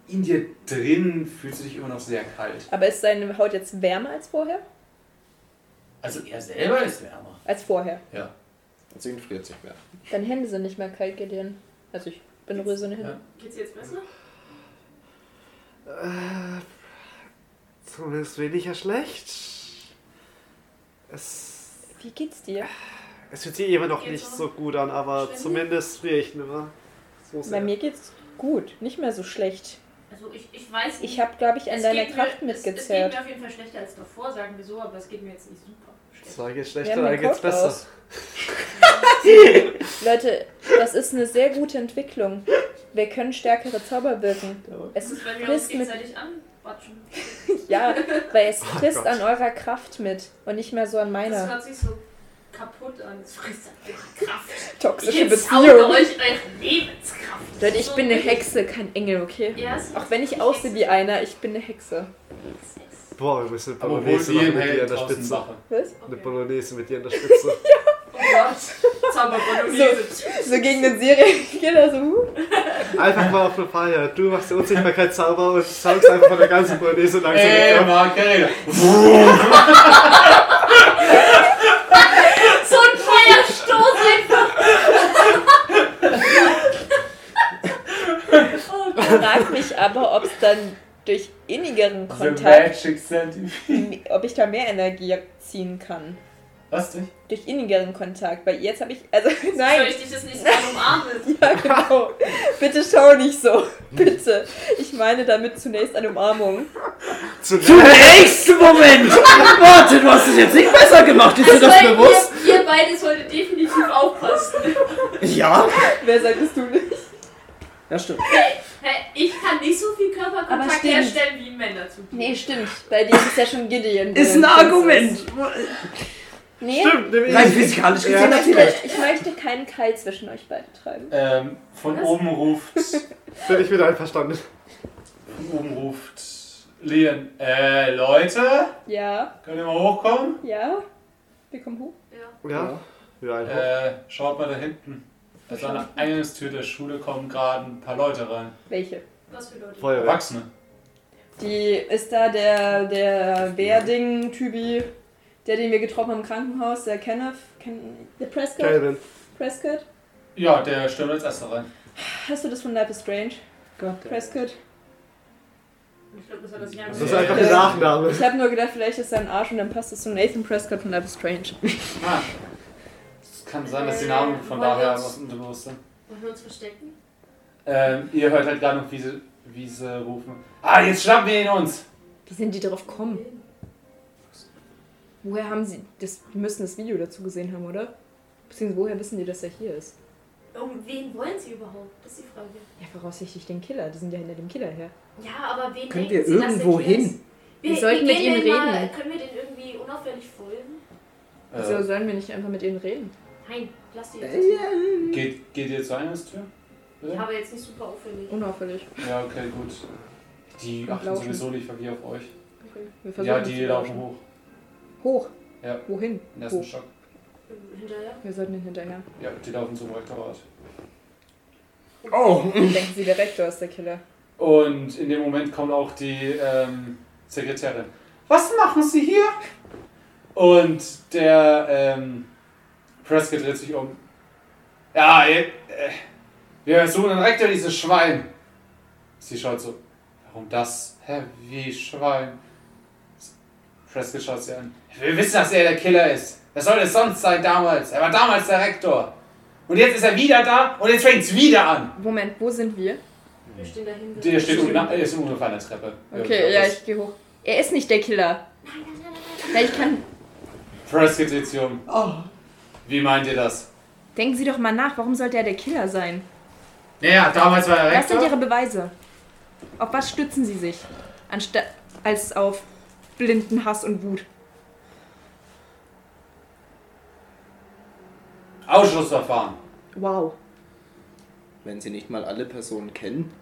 A: in dir drin fühlst du dich immer noch sehr kalt.
B: Aber ist seine Haut jetzt wärmer als vorher?
A: Also er selber ist wärmer.
B: Als vorher.
A: Ja.
E: Also ihn friert sich mehr.
B: Deine Hände sind nicht mehr kalt, Gideon. Also ich berühre seine Hände.
D: Geht's jetzt besser?
F: Äh, zumindest weniger schlecht. Es,
B: Wie geht's dir?
F: es fühlt sich immer noch
D: Geht's
F: nicht
D: noch?
F: so gut an, aber
D: Ständig?
F: zumindest friere ich nicht mehr. So
B: Bei
F: sehr.
B: mir geht's gut, nicht mehr so schlecht.
D: Also ich, ich weiß
B: Ich habe, glaube ich, an
D: Es
B: deiner
D: geht mir-
B: Kraft
D: Es, es geht
B: mitgezerrt.
D: mir auf jeden Fall schlechter als davor, sagen wir so, aber es geht mir jetzt nicht super
F: Es
D: schlecht.
F: war jetzt
B: Wir haben
F: schlechter, dann
B: den
F: geht's
B: Code
F: besser.
B: raus. Leute, das ist eine sehr gute Entwicklung. Wir können stärkere Zauber wirken. Es
D: Das ist, wenn wir uns
B: frisst mit,
D: gegenseitig anbatschen.
B: ja, weil es
F: Oh
B: frisst
F: Gott.
B: an eurer Kraft mit und nicht mehr so an
D: Das
B: meiner.
D: hört sich so kaputt an. Es frisst einfach Kraft.
B: Toxische
D: Ich
B: Beziehung.
D: sauge euch eure Lebenskraft.
B: Leute, ich
D: So
B: bin eine
D: richtig-
B: Hexe, kein Engel, okay?
D: Ja, es-
B: Auch wenn ich aussehe wie einer, ich bin eine Hexe.
F: Boah, wir müssen eine
A: Aber wo
F: Bolognese
A: sie
F: machen
A: im
F: mit dir
A: Hell
F: an der
A: draußen
F: Spitze.
A: Sache.
B: Was?
F: Eine
D: Okay.
F: Bolognese mit dir an der Spitze.
D: Oh Gott. Zauberbolognese.
B: So gegen den Serienkiller, so. huh.
F: Einfach mal auf eine Feier. Du machst den Unsichtbarkeitszauber und saugst einfach von der ganzen Bolognese langsam
A: Ey,
F: weg.
A: Margarete!
D: So ein Feuerstoß einfach. oh Gott.
B: Frag mich aber, ob es dann durch innigeren
F: Also
A: The
B: Kontakt
A: Magic Centipede.
B: ob ich da mehr Energie ziehen kann.
G: Was dich?
H: Durch innigeren Kontakt. Weil jetzt habe ich. Also,
D: Soll
H: nein.
D: ich dich das nächste Mal umarmen?
H: Ja, genau. Bitte schau nicht so. Bitte. Ich meine damit zunächst eine Umarmung.
C: Zunächst, Moment! Warte, du hast es jetzt nicht besser gemacht, ist dir das
D: sollten
C: bewusst?
D: Ihr, ihr beide solltet definitiv aufpassen.
C: Ja.
H: Wer sagtest du nicht?
E: Ja, stimmt.
D: Hey, Ich kann nicht so viel
H: Aber
D: Körperkontakt
H: stimmt.
D: herstellen wie Männer zu tun.
H: Nee, stimmt. Bei dir ist ja schon Gideon.
C: Ist ein Argument.
H: Nee,
F: Stimmt, nehme
C: Rein
F: ich.
C: physikalisch
H: ich
C: gesehen natürlich.
H: möchte, ich möchte keinen Keil zwischen euch beiden treiben.
A: Ähm, von
D: Was?
A: oben ruft. Von
F: Bin ich wieder einverstanden.
A: oben ruft. Leon. Äh, Leute,
H: Ja,
A: könnt ihr mal hochkommen?
H: ja. Wir kommen hoch.
D: Ja.
F: Ja? Ja, einfach.
A: Äh, schaut mal da hinten. Also an der Eingangstür der Schule kommen gerade ein paar Leute rein.
H: Welche?
D: Was für Leute?
F: Feuerwehr.
A: Erwachsene.
H: Die ist da der, der Bärding-Typi, der, den wir getroffen haben im Krankenhaus, der Kenneth. Ken, der Prescott?
F: Calvin.
H: Prescott?
A: Ja, der stürmt als erster rein.
H: Hast du das von Life is Strange?
C: Gott,
H: Prescott?
D: Ich glaube, das hat das nicht
F: Das ist halt-
A: Ja.
F: einfach der Nachname.
H: Ich habe nur gedacht, vielleicht ist er ein Arsch und dann passt es zu Nathan Prescott von Life is Strange.
A: Ah. Es kann sein,
H: Äh,
A: dass die Namen von daher was unterbewusst sind.
D: Wollen wir uns verstecken?
A: Ähm, ihr hört halt gar noch, wie sie, wie sie rufen. Ah, jetzt schnappen wir ihn uns!
H: Wie sind die darauf gekommen?
B: Um.
H: Woher haben sie das? Die müssen das Video dazu gesehen haben, oder? Beziehungsweise woher wissen die, dass er hier ist?
D: Um wen wollen sie überhaupt? Das ist die Frage.
H: Ja, voraussichtlich den Killer. Die sind ja hinter dem Killer her.
D: Ja, aber wen
C: Können
D: denken
C: wir
D: sie, dass
C: irgendwo
D: der hier
C: hin?
D: ist?
H: Wir sollten mit
D: gehen
H: ihnen
D: den mal-
H: reden. halt.
D: Können wir den irgendwie unauffällig folgen?
A: Äh,
H: Also sollen wir nicht einfach mit ihnen reden?
D: Nein, lass die jetzt.
H: Äh,
A: geht, geht ihr zur Eingangstür?
D: Ich habe jetzt nicht super auffällig.
H: Unauffällig.
A: Ja, okay, gut. Die
H: Und
A: achten
H: laufen.
A: sowieso nicht verkehrt auf euch.
H: Wir
A: ja,
H: das
A: die
H: zu
A: laufen
H: löschen.
A: hoch.
H: Hoch.
A: Ja.
H: Wohin?
A: Im ersten
H: Hoch.
A: Stock.
D: Hinterher.
H: Wir sollten ihn hinterher.
A: Ja, die laufen zum Rektorat.
C: Oh.
H: Denken Sie, der Rektor ist der Killer.
A: Und in dem Moment kommt auch die ähm, Sekretärin. Was machen Sie hier? Und der ähm, Prescott dreht sich um. Ja, äh, äh, wir suchen einen Rektor, dieses Schwein. Sie schaut so. Warum das? Hä, wie Schwein? Prescott schaut sie an. Wir wissen, dass er der Killer ist. Wer soll es sonst sein damals? Er war damals der Rektor. Und jetzt ist er wieder da und jetzt fängt's wieder an.
B: Moment, wo sind wir?
D: Wir stehen dahinter.
A: Der steht unten, er ist ungefähr an der Treppe.
B: Okay, ja, ich gehe hoch.
H: Er ist nicht der Killer. Nein, ich kann.
A: Presbyterium. Oh. Wie meint ihr das?
H: Denken Sie doch mal nach, warum sollte er der Killer sein?
A: Naja, damals war er
H: Was sind Ihre
A: Rektor.
H: Beweise? Auf was stützen Sie sich? Anstatt als auf blinden Hass und Wut.
A: Ausschussverfahren.
H: Wow.
E: Wenn sie nicht mal alle Personen kennen.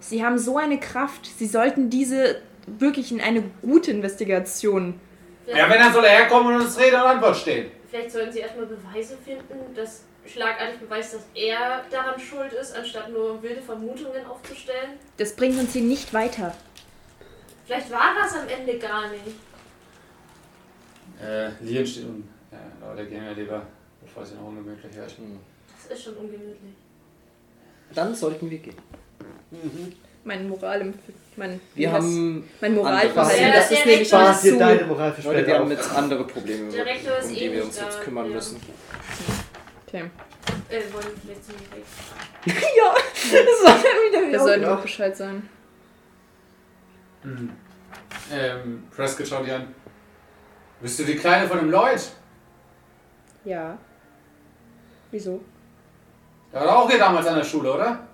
H: Sie haben so eine Kraft. Sie sollten diese wirklich in eine gute Investigation.
A: Ja, wenn dann soll er herkommen und uns Rede und Antwort stehen.
D: Vielleicht sollten sie erstmal Beweise finden, dass schlagartig beweist, dass er daran schuld ist, anstatt nur wilde Vermutungen aufzustellen.
H: Das bringt uns hier nicht weiter.
D: Vielleicht war das am Ende gar nicht.
A: Äh, Lien steht unten. Ja, Leute, gehen wir lieber, bevor es noch ungemütlich wird.
D: Das ist schon ungemütlich.
E: Dann sollten wir gehen.
H: Mein Moral, mein,
E: Wir haben.
H: mein Moral,
E: andere Verhalten.
H: das ist nämlich
D: Ja,
F: Spaß dir
H: zu-
F: deine Moral für
E: Leute,
F: später
E: wir haben
F: auf.
E: jetzt andere Probleme,
D: Der Rektor ist
E: um
D: eh
E: die wir
D: nicht
E: uns
D: da,
E: jetzt kümmern
D: ja.
E: müssen.
H: Okay.
D: Äh, wollen wir vielleicht zum Weg.
H: Wir sollten auch Bescheid sagen.
A: Mhm. Ähm, Prescott schaut ihr an. Bist du die Kleine von dem Lloyd?
H: Ja. Wieso?
A: Der war doch auch hier damals an der Schule, oder?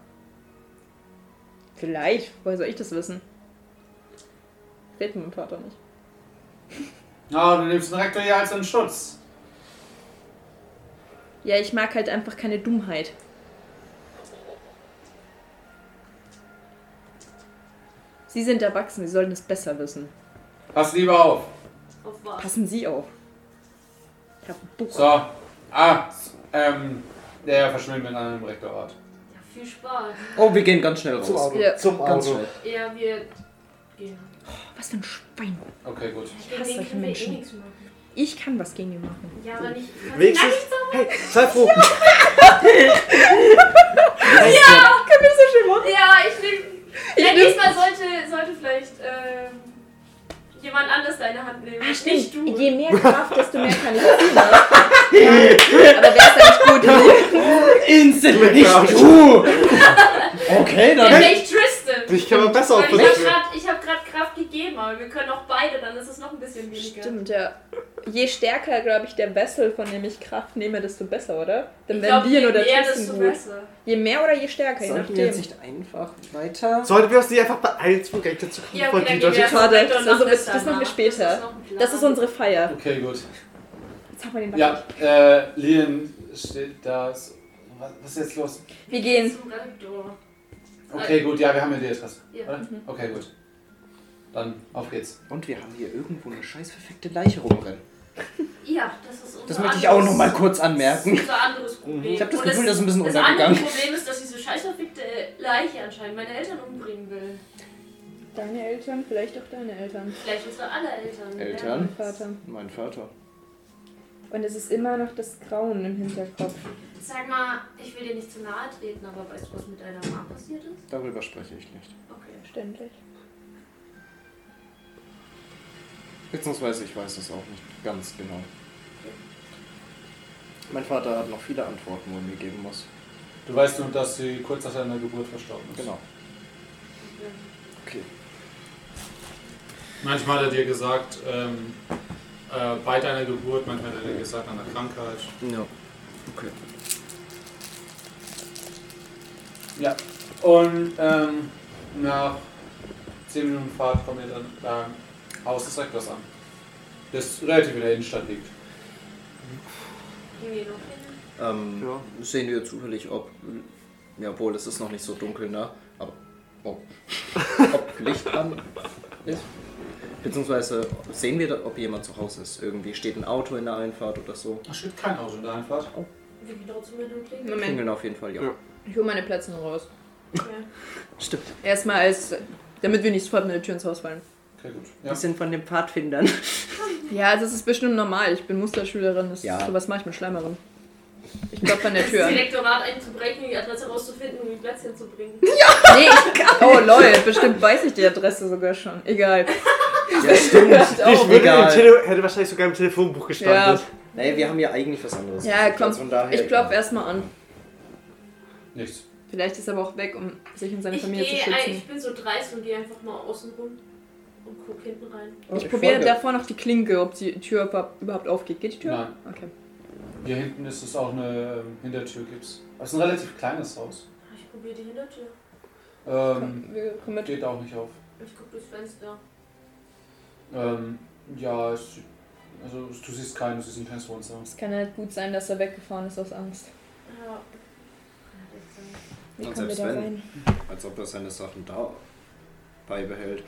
H: Vielleicht. Woher soll ich das wissen? Red mit meinem Vater nicht.
A: Na, du nimmst den Rektor hier als einen Schutz.
H: Ja, ich mag halt einfach keine Dummheit. Sie sind erwachsen, sie sollten es besser wissen.
A: Pass lieber auf.
D: Auf was?
H: Passen Sie auf. Ich hab ein Buch.
A: So. Ah, ähm, der verschwindet mit einem Rektorat.
D: Ja, viel Spaß.
E: Oh, wir gehen ganz schnell
F: Zum
E: raus.
F: Auto.
H: Ja.
F: Zum
E: Ganz
F: Auto.
E: schnell.
D: Ja, wir gehen.
H: Was für ein Schwein.
A: Okay, gut.
D: Gegen
H: hasse
D: den
H: solche
D: können wir eh
H: Menschen.
D: nichts machen.
H: Ich kann was gegen ihn machen.
D: Ja, aber nicht.
F: Wenigstens. Hey, sei froh.
E: Ja!
H: Können wir das so schön machen?
D: Ja, ich nehm. Ja,
H: nehm-
D: diesmal sollte, sollte vielleicht ähm, jemand anders deine Hand nehmen.
B: Ach,
D: nicht du.
B: Je mehr Kraft, desto mehr kann ich ziehen. ne? Ja, aber wäre es dann nicht gut?
E: Instant,
F: nicht
E: du! okay,
D: Ja, Vielleicht Tristan.
F: Ich kann man besser auf
D: Weil ich
F: Position.
D: habe hab gerade Kraft gegeben, aber wir können auch beide, dann ist es noch ein bisschen weniger.
B: Stimmt, ja. Je stärker, glaube ich, der Vessel, von dem ich Kraft nehme, desto besser, oder? Dann
D: Ich
B: werden
D: glaub,
B: wir
D: je
B: oder
D: mehr,
B: Tristan
D: desto
B: gut.
D: besser.
B: Je mehr oder je stärker, je
E: Sollten wir jetzt
B: nachdem.
E: nicht einfach weiter?
F: Sollten wir uns nicht einfach beeinflussen, direkt dazu kommen,
D: Ja,
F: von
D: okay, dann
F: die
D: gehen wir
F: Deutschen-
D: erst mal
B: Schade, Also,
D: weiter und
B: das- das-
D: dann
B: das machen wir
D: danach.
B: später.
D: noch ein Plan.
B: Das ist unsere Feier.
A: Okay, gut.
B: Jetzt haben wir den
A: Ja, äh, Lien steht da. so- Was, was ist jetzt los?
J: Wir gehen.
D: Surrender.
A: Okay, gut, ja, wir haben ja die Adresse.
D: oh. Ja.
A: Oder? Okay, gut. Dann auf geht's.
E: Und wir haben hier irgendwo eine scheiß verfickte Leiche rumrennen.
D: Ja, das ist unser
E: Das möchte ich auch nochmal
D: anderes-
E: kurz
D: Das
E: anmerken.
D: ist unser anderes Problem.
E: Ich hab das
D: Und
E: Gefühl, das ist ein bisschen
D: das
E: untergegangen.
D: andere Problem ist, dass diese scheiß verfickte Leiche anscheinend meine Eltern umbringen will.
B: Deine Eltern, vielleicht auch deine Eltern.
D: Vielleicht unsere aller Eltern.
E: Eltern?
B: Mein Vater.
E: Mein Vater.
B: Und es ist immer noch das Grauen im Hinterkopf.
D: Ja. Sag mal, ich will dir nicht zu nahe treten, aber weißt du, was mit deiner Mama passiert ist?
E: Darüber spreche ich nicht.
D: Okay.
B: Ständig.
E: Beziehungsweise ich weiß es auch nicht ganz genau. Mein Vater hat noch viele Antworten, wo er mir geben muss.
A: Du weißt nur, dass sie kurz nach deiner Geburt verstorben ist.
E: Genau. Okay.
K: Manchmal hat er dir gesagt, ähm, äh, bei deiner Geburt, manchmal hat er dir gesagt, an der Krankheit.
E: Ja. Okay.
A: Ja. Und ähm, nach 10 Minuten Fahrt kommen wir dann beim Haus des Rektors an. Das relativ in der Innenstadt liegt.
D: Gehen wir noch hin?
E: Ähm,
F: Ja.
E: Sehen wir zufällig, ob. Ja, obwohl es ist noch nicht so dunkel, ne? Aber. Oh. ob Licht an ist? Beziehungsweise sehen wir, da, ob jemand zu Hause ist. Irgendwie steht ein Auto in der Einfahrt oder so.
A: Da steht kein Auto in der Einfahrt.
D: Wir gehen trotzdem hin und klingeln.
B: Moment,
E: Klingeln auf jeden Fall, ja.
F: Ja.
B: ich hole meine Plätze noch raus.
D: Okay.
E: Stimmt.
B: Erstmal als, damit wir nicht sofort mit der Tür ins Haus fallen.
A: Okay, gut.
E: Wir
A: Ja.
E: sind von den Pfadfindern.
B: Ja, also es ist bestimmt normal. Ich bin Musterschülerin. Das
E: Ja.
B: Sowas mache ich mit Schleimerin. Ich klopfe an der
D: Das
B: Tür an.
D: Direktorat einzubrechen, die Adresse rauszufinden, um die Platz hinzubringen.
B: Nee, ich Oh lol, bestimmt weiß ich die Adresse sogar schon. Egal.
E: ja, stimmt.
F: Ich würde im
E: egal.
F: Tele hätte wahrscheinlich sogar im Telefonbuch gestanden.
E: Nee, wir haben ja eigentlich was anderes.
B: Ja,
E: gesucht,
B: klopf-
E: also von daher
B: Ich klopfe erstmal an.
A: Nichts.
B: Vielleicht ist er aber auch weg, um sich und seine
D: Ich,
B: Familie zu
D: geh, ein- ich
B: schützen.
D: bin so dreist und gehe einfach mal außen rum und guck hinten rein.
E: Oh,
B: Ich probiere
E: folge.
B: davor noch die Klinke, ob die Tür über- überhaupt aufgeht. Geht die Tür?
A: Nein.
B: Okay.
A: Hier hinten ist es auch eine ähm, Hintertür gibt's. Aber es ist ein relativ kleines Haus.
D: Ich probiere die Hintertür.
A: Ähm,
B: Komm, wir kommen mit.
A: geht auch nicht auf.
D: Ich guck durchs Fenster.
A: Ähm, ja, es, also du siehst keinen, es ist ein kleines Wohnzimmer.
B: Es kann halt gut sein, dass er weggefahren ist aus Angst.
D: Ja.
B: Wie
E: Und
B: kommen wir
E: selbst
B: da
E: wenn.
B: rein?
E: Als ob er seine Sachen da beibehält.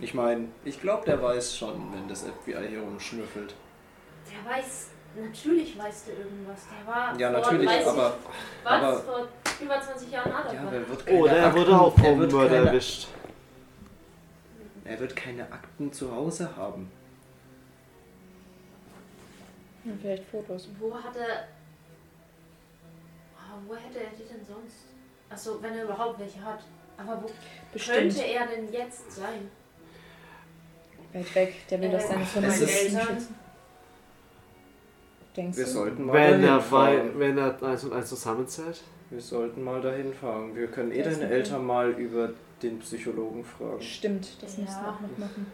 E: Ich meine, ich glaube, der weiß schon, wenn das FBI hier rumschnüffelt.
D: Der weiß, natürlich weiß der irgendwas. Der war
E: Ja,
D: vor
E: natürlich,
D: 30,
E: aber,
D: was,
E: aber-
D: vor über 20 Jahren hat er
E: ja,
D: was.
E: aber er wird keine
F: Oder er
E: Akten,
F: Oh, wurde auch
E: er,
F: vom
E: wird
F: Mörder
E: keine,
F: erwischt.
E: er wird keine Akten zu Hause haben.
B: Ja, vielleicht Fotos.
D: Wo hat er... Ah, wo hätte er die denn sonst? Achso, wenn er überhaupt welche hat. Aber wo könnte
B: Bestimmt.
D: er denn jetzt sein?
B: Weit weg. Der will doch seine
D: Äh,
B: Familie
E: es ist-
B: schützen. Denkst
E: Wir
B: du?
E: sollten mal
F: Wenn
E: dahin
F: er, wei-
E: fahren.
F: wenn er eins und eins zusammenzählt.
E: Wir sollten mal dahin fahren. Wir können eh
B: Das
E: deine
B: ist okay.
E: Eltern mal über den Psychologen fragen.
B: Stimmt, das
D: Ja.
B: müssen wir auch noch machen.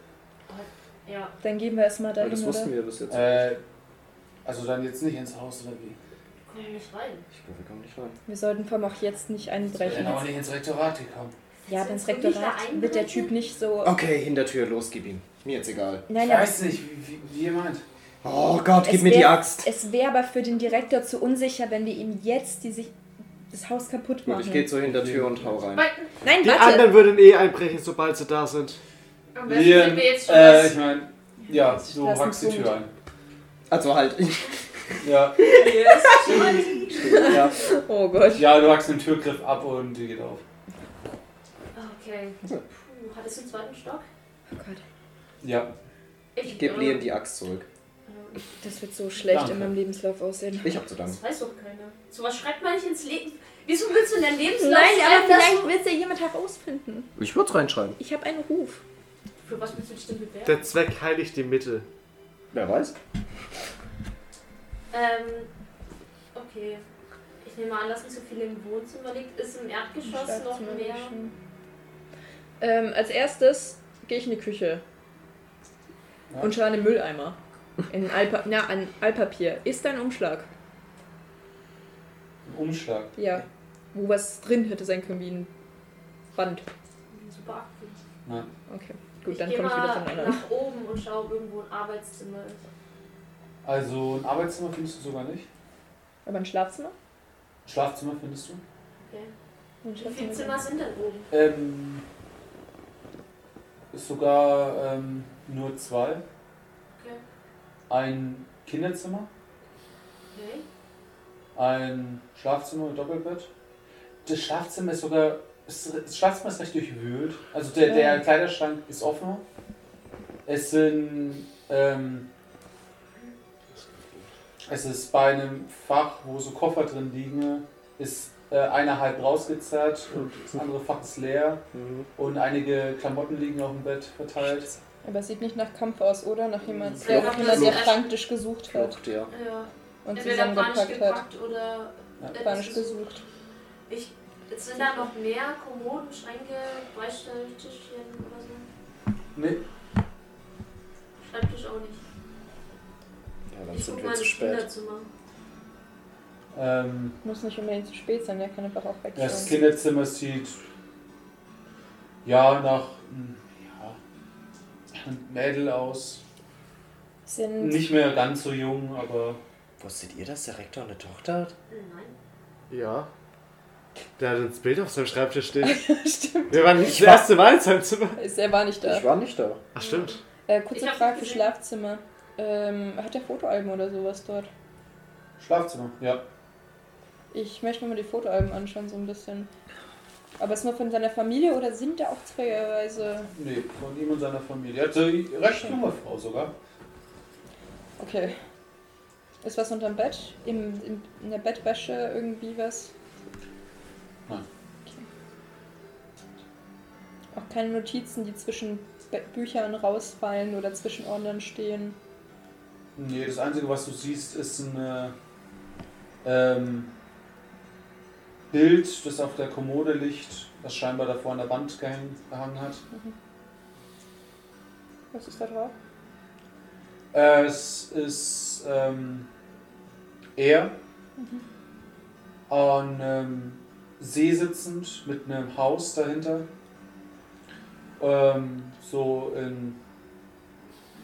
D: Ja,
B: Dann gehen wir erstmal
E: Weil
B: dahin,
E: das wussten
B: oder?
E: wir bis jetzt.
A: Äh, also dann jetzt nicht ins Haus oder wie?
D: komm nicht rein.
E: Ich glaube, wir kommen nicht rein.
B: Wir sollten vor allem auch jetzt nicht
A: Ich bin
B: einbrechen.
A: auch nicht ins Rektorat gekommen.
B: Ja, aber ins
D: Willst du wirklich da
B: Rektorat wird der
D: einbrechen?
B: Typ nicht so.
E: Okay, Hintertür, los, gib ihm. Mir jetzt egal.
B: Nein,
A: Ich
B: aber
A: weiß nicht, wie, wie, wie ihr meint.
E: Oh Gott, gib
B: Es
E: mir die
B: wär-
E: Axt.
B: es wäre aber für den Direktor zu unsicher, wenn wir ihm jetzt die sich das Haus kaputt
E: Gut,
B: machen.
E: ich gehe zur Hintertür und hau rein.
D: Weil-
B: Nein,
F: Die
B: warte!
F: anderen würden eh einbrechen, sobald sie da sind.
D: Am besten
A: Lien,
D: sind wir jetzt schon
A: äh,
D: was-
A: ich meine, ja, du
B: Lass
A: hackst die
B: uns
A: Tür ein.
E: Also halt.
A: Ja,
E: ja.
B: Oh Gott.
A: ja, du hackst den Türgriff ab und die geht auf.
D: Okay. Puh, hat es den zweiten Stock?
B: Oh Gott,
A: Ja,
D: Ich äh,
E: Gib Liam die Axt zurück.
D: die.
B: das wird so schlecht
A: Danke.
B: in meinem Lebenslauf aussehen.
E: Ich hab zu danken.
D: Das weiß doch keiner. So was schreibt man nicht ins Leben. Wieso willst du in dein Lebenslauf
B: Nein, aber
D: schreiben, dass
B: vielleicht will es ja jemand herausfinden.
E: Ich würde reinschreiben.
B: Ich habe einen Ruf.
D: du- Für was willst du dich denn bewerben?
F: Der Zweck heiligt die Mittel.
E: Wer weiß?
D: Ähm, okay. Ich nehme an, dass nicht so viel im Wohnzimmer liegt. Ist im Erdgeschoss noch
B: Schlafzimmer
D: mehr?
B: wischen. Ähm, als erstes gehe ich in die Küche
A: Ja.
B: und schaue in den Mülleimer. In Alpa na, an Altpapier. Ist da ein Umschlag?
A: Ein Umschlag.
B: Ja. Wo was drin hätte sein können wie ein Band.
D: Super aktiv.
B: Okay. Gut,
D: ich
B: dann
D: gehe
B: komme ich wieder
D: mal
B: von anderen.
D: nach oben und schaue, ob irgendwo ein Arbeitszimmer ist.
A: Also ein Arbeitszimmer findest du sogar nicht.
B: Aber ein Schlafzimmer?
A: Ein Schlafzimmer findest du.
B: Ein
D: Wie viele
B: Schlafzimmer.
D: Zimmer sind denn oben?
A: Ähm, ist sogar ähm, nur zwei.
D: Okay.
A: Ein Kinderzimmer,
D: Okay.
A: ein Schlafzimmer mit Doppelbett. Das Schlafzimmer ist sogar. ist- Das Schlafzimmer ist recht durchwühlt. Also der, der Kleiderschrank ist offen. Es sind. Ähm, es ist bei einem Fach, wo so Koffer drin liegen, ist äh, einer halb rausgezerrt und das andere Fach ist leer. Und einige Klamotten liegen auf dem Bett verteilt.
H: Aber es sieht nicht nach Kampf aus, oder? Nach jemand,
D: Ja,
H: nach
D: Flucht.
H: jemand der
D: Flucht.
H: praktisch gesucht hat
E: Flucht, ja.
D: Mhm. Ja.
H: und
D: Entweder panisch
H: zusammengepackt hat.
D: gepackt oder
A: Ja,
D: etwas
H: Panisch
D: gesucht.
H: gesucht.
D: Ich, jetzt sind da noch mehr Kommoden, Schränke, Beistelltischchen oder so.
A: Nee,
D: Schreibtisch auch nicht.
E: Ja, dann
D: Ich
E: sind
D: guck
E: wir
D: mal
E: zu
D: ins
E: spät.
D: Kinderzimmer.
A: ähm,
H: Muss nicht unbedingt zu spät sein, der kann einfach auch wegschauen.
A: das Kinderzimmer sieht ja nach hm, ja, einem Mädel aus.
H: Sind
A: Nicht mehr ganz so jung, aber
E: Wusstet ihr, dass der Rektor eine Tochter hat?
D: Hm, Nein.
F: Ja. Der hat ein Bild auf seinem Schreibtisch stehen.
H: Stimmt.
F: Wir waren nicht
E: Ich
F: das
E: war-
F: erste Mal in seinem Zimmer.
H: Ist, er war nicht da.
E: Ich war nicht da.
F: Ach, stimmt.
H: Äh, kurze
D: Ich hab's
H: Frage
D: nicht
H: für
D: gesehen.
H: Schlafzimmer. Ähm, hat er Fotoalben oder sowas dort?
A: Schlafzimmer, ja.
H: Ich möchte mir mal die Fotoalben anschauen, so ein bisschen. Aber ist nur von seiner Familie oder sind da auch zweigerweise.
A: Nee, von ihm und seiner Familie. Er hatte recht junge Frau sogar.
H: Okay. Ist was unterm Bett? Im, im, in der Bettwäsche irgendwie was?
A: Nein.
H: Okay. Auch keine Notizen, die zwischen Be Büchern rausfallen oder zwischen Ordnern stehen.
A: Nee, das Einzige, was du siehst, ist ein äh, ähm, Bild, das auf der Kommode liegt, das scheinbar davor an der Wand gehäng- gehangen hat.
H: Was ist da drauf?
A: Äh, Es ist ähm, er an einem See sitzend mit einem Haus dahinter. Ähm, so in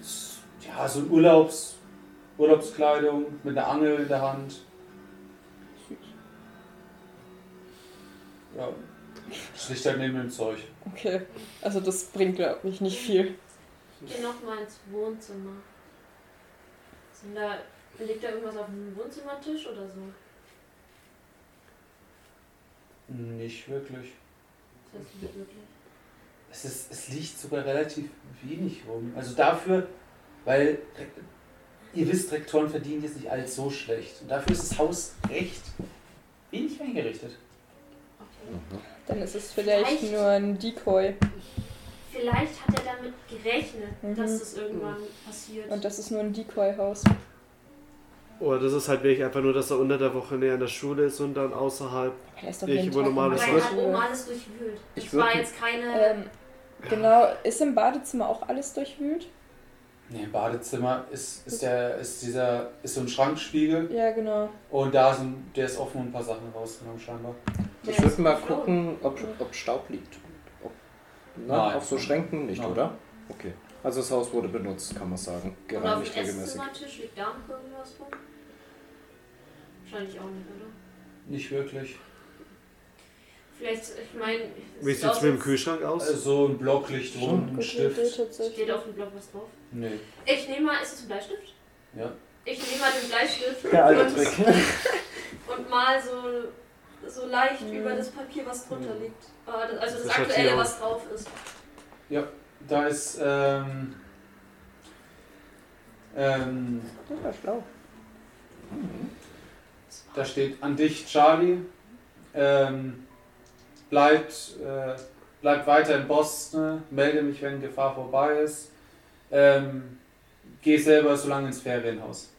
A: s- ja, so in Urlaubs, Urlaubskleidung mit einer Angel in der Hand. Ja, das liegt halt neben dem Zeug.
H: Okay. Also das bringt, glaube ich, nicht viel.
D: Ich gehe nochmal ins Wohnzimmer. Sind da, liegt da irgendwas auf dem Wohnzimmertisch oder so?
A: Nicht wirklich.
D: Das ist nicht wirklich.
A: Es, ist, es liegt sogar relativ wenig rum. Also dafür, weil ihr wisst, Rektoren verdienen jetzt nicht alles so schlecht. Und dafür ist das Haus recht wenig eingerichtet.
D: Okay.
H: Dann ist es vielleicht,
D: Vielleicht.
H: nur ein Decoy.
D: Vielleicht hat er damit gerechnet,
H: Mhm.
D: dass das irgendwann passiert.
H: Und das ist nur ein Decoy-Haus.
F: Oder das ist halt wirklich einfach nur, dass er unter der Woche näher an der Schule ist und dann außerhalb.
H: Er ist doch
F: Ich
H: jeden
F: wohne
H: Tag
F: mal
D: Aber
H: in
F: das
D: er
H: der
D: hat
H: Schule.
D: oben alles durchwühlt.
E: Ah, Ich
D: Das
E: würd-
D: war jetzt keine.
H: Ähm, genau, ist im Badezimmer auch alles durchwühlt?
A: Nee, im Badezimmer ist, ist, der, ist, dieser, ist so ein Schrankspiegel
H: Ja, genau.
A: und da sind, der ist offen und ein paar Sachen rausgenommen scheinbar.
D: der
E: Ich
D: ist
E: würde mal
D: geflogen.
E: gucken, ob, ob Staub liegt. Ob, na,
A: Nein.
E: auf so Schränken nicht,
A: Nein.
E: oder? Okay. Also das Haus wurde benutzt, kann man sagen.
D: Und auf
E: Gereinigt
D: dem
E: regelmäßig.
D: Esszimmertisch liegt da noch irgendwas rum? Wahrscheinlich auch nicht, oder?
A: Nicht wirklich.
D: Vielleicht, ich meine.
F: Wie sieht es mit dem Kühlschrank aus?
A: Also so ein Blocklicht rum, ein
H: Gute Idee
A: Stift.
H: tatsächlich.
D: Steht auf dem Blog was drauf.
A: Nee.
D: Ich nehme mal, ist es ein Bleistift?
A: Ja.
D: Ich nehme mal den Bleistift
E: Der alte
D: und,
E: Trick.
D: und mal so, so leicht über das Papier, was drunter liegt. Ah, das- Also das,
F: Das schaut
D: aktuelle,
F: hier
D: was drauf ist.
A: Da ist ähm, ähm,
H: Das war schlau.
A: Da steht an dich, Charlie. Ähm, bleibt, äh, bleib weiter in Boston, melde mich, wenn Gefahr vorbei ist. Ähm, geh selber so lange ins Ferienhaus.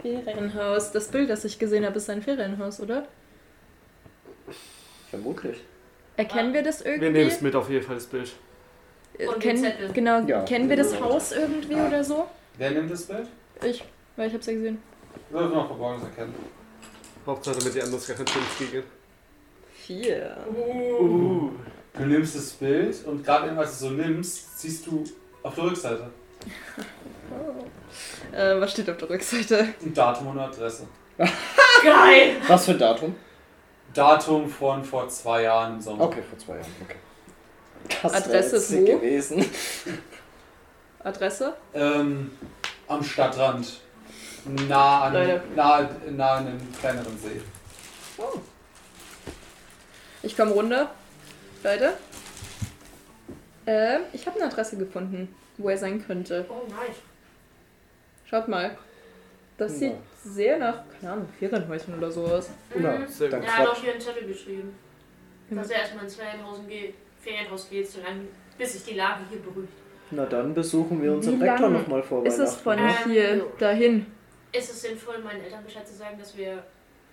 B: Ferienhaus. Das Bild, das ich gesehen habe, ist ein Ferienhaus, oder?
C: Vermutlich.
B: Erkennen wir das irgendwie?
F: Wir nehmen es mit auf jeden Fall, das Bild.
B: Äh,
D: Und den Zettel.
B: kennen, genau,
C: Ja.
B: kennen wir das Haus irgendwie oder so?
A: Wer nimmt das Bild?
B: Ich, weil ich hab's ja gesehen.
A: Würfel noch verborgenes erkennen.
F: Hauptsache, damit die anderen es gar keinen Sinn kriegen.
H: Vier.
F: Uh.
A: Du nimmst das Bild und gerade eben, als du es so nimmst, siehst du auf der Rückseite
H: Äh, was steht auf der Rückseite?
A: ein Datum und eine Adresse.
D: Geil!
C: Was für ein Datum?
A: Datum von vor zwei Jahren im Sommer.
C: Okay, vor zwei Jahren. Okay. Das
H: wär Adresse ist
C: witzig
H: wo?
C: gewesen.
H: Adresse?
A: Ähm, am Stadtrand. Nah
H: Leider.
A: an, nah, nah an einem kleineren See.
H: Ich komme runter. Leute.
B: Ähm,
H: Äh, ich habe
B: ne
H: eine Adresse gefunden, wo er sein könnte.
D: Oh nein.
H: Schaut mal. Das sieht
C: Ja.
H: sehr nach, keine Ahnung, Ferienhäuschen oder sowas.
C: Na,
D: Mhm.
F: Sehr
C: dann
F: gut.
D: Er hat auch
C: quatsch.
D: hier einen Zettel geschrieben. Dass er erstmal ins Ferienhaus geht, Ferienhaus geht, solange, bis sich die Lage hier beruhigt.
C: Na dann besuchen wir
H: Wie
C: unseren Rektor
H: lange
C: nochmal vor
H: Ist es
C: Weihnachten.
H: von
D: Ähm,
H: hier
D: so.
H: dahin?
D: Ist es sinnvoll, meinen Eltern Bescheid zu sagen, dass wir,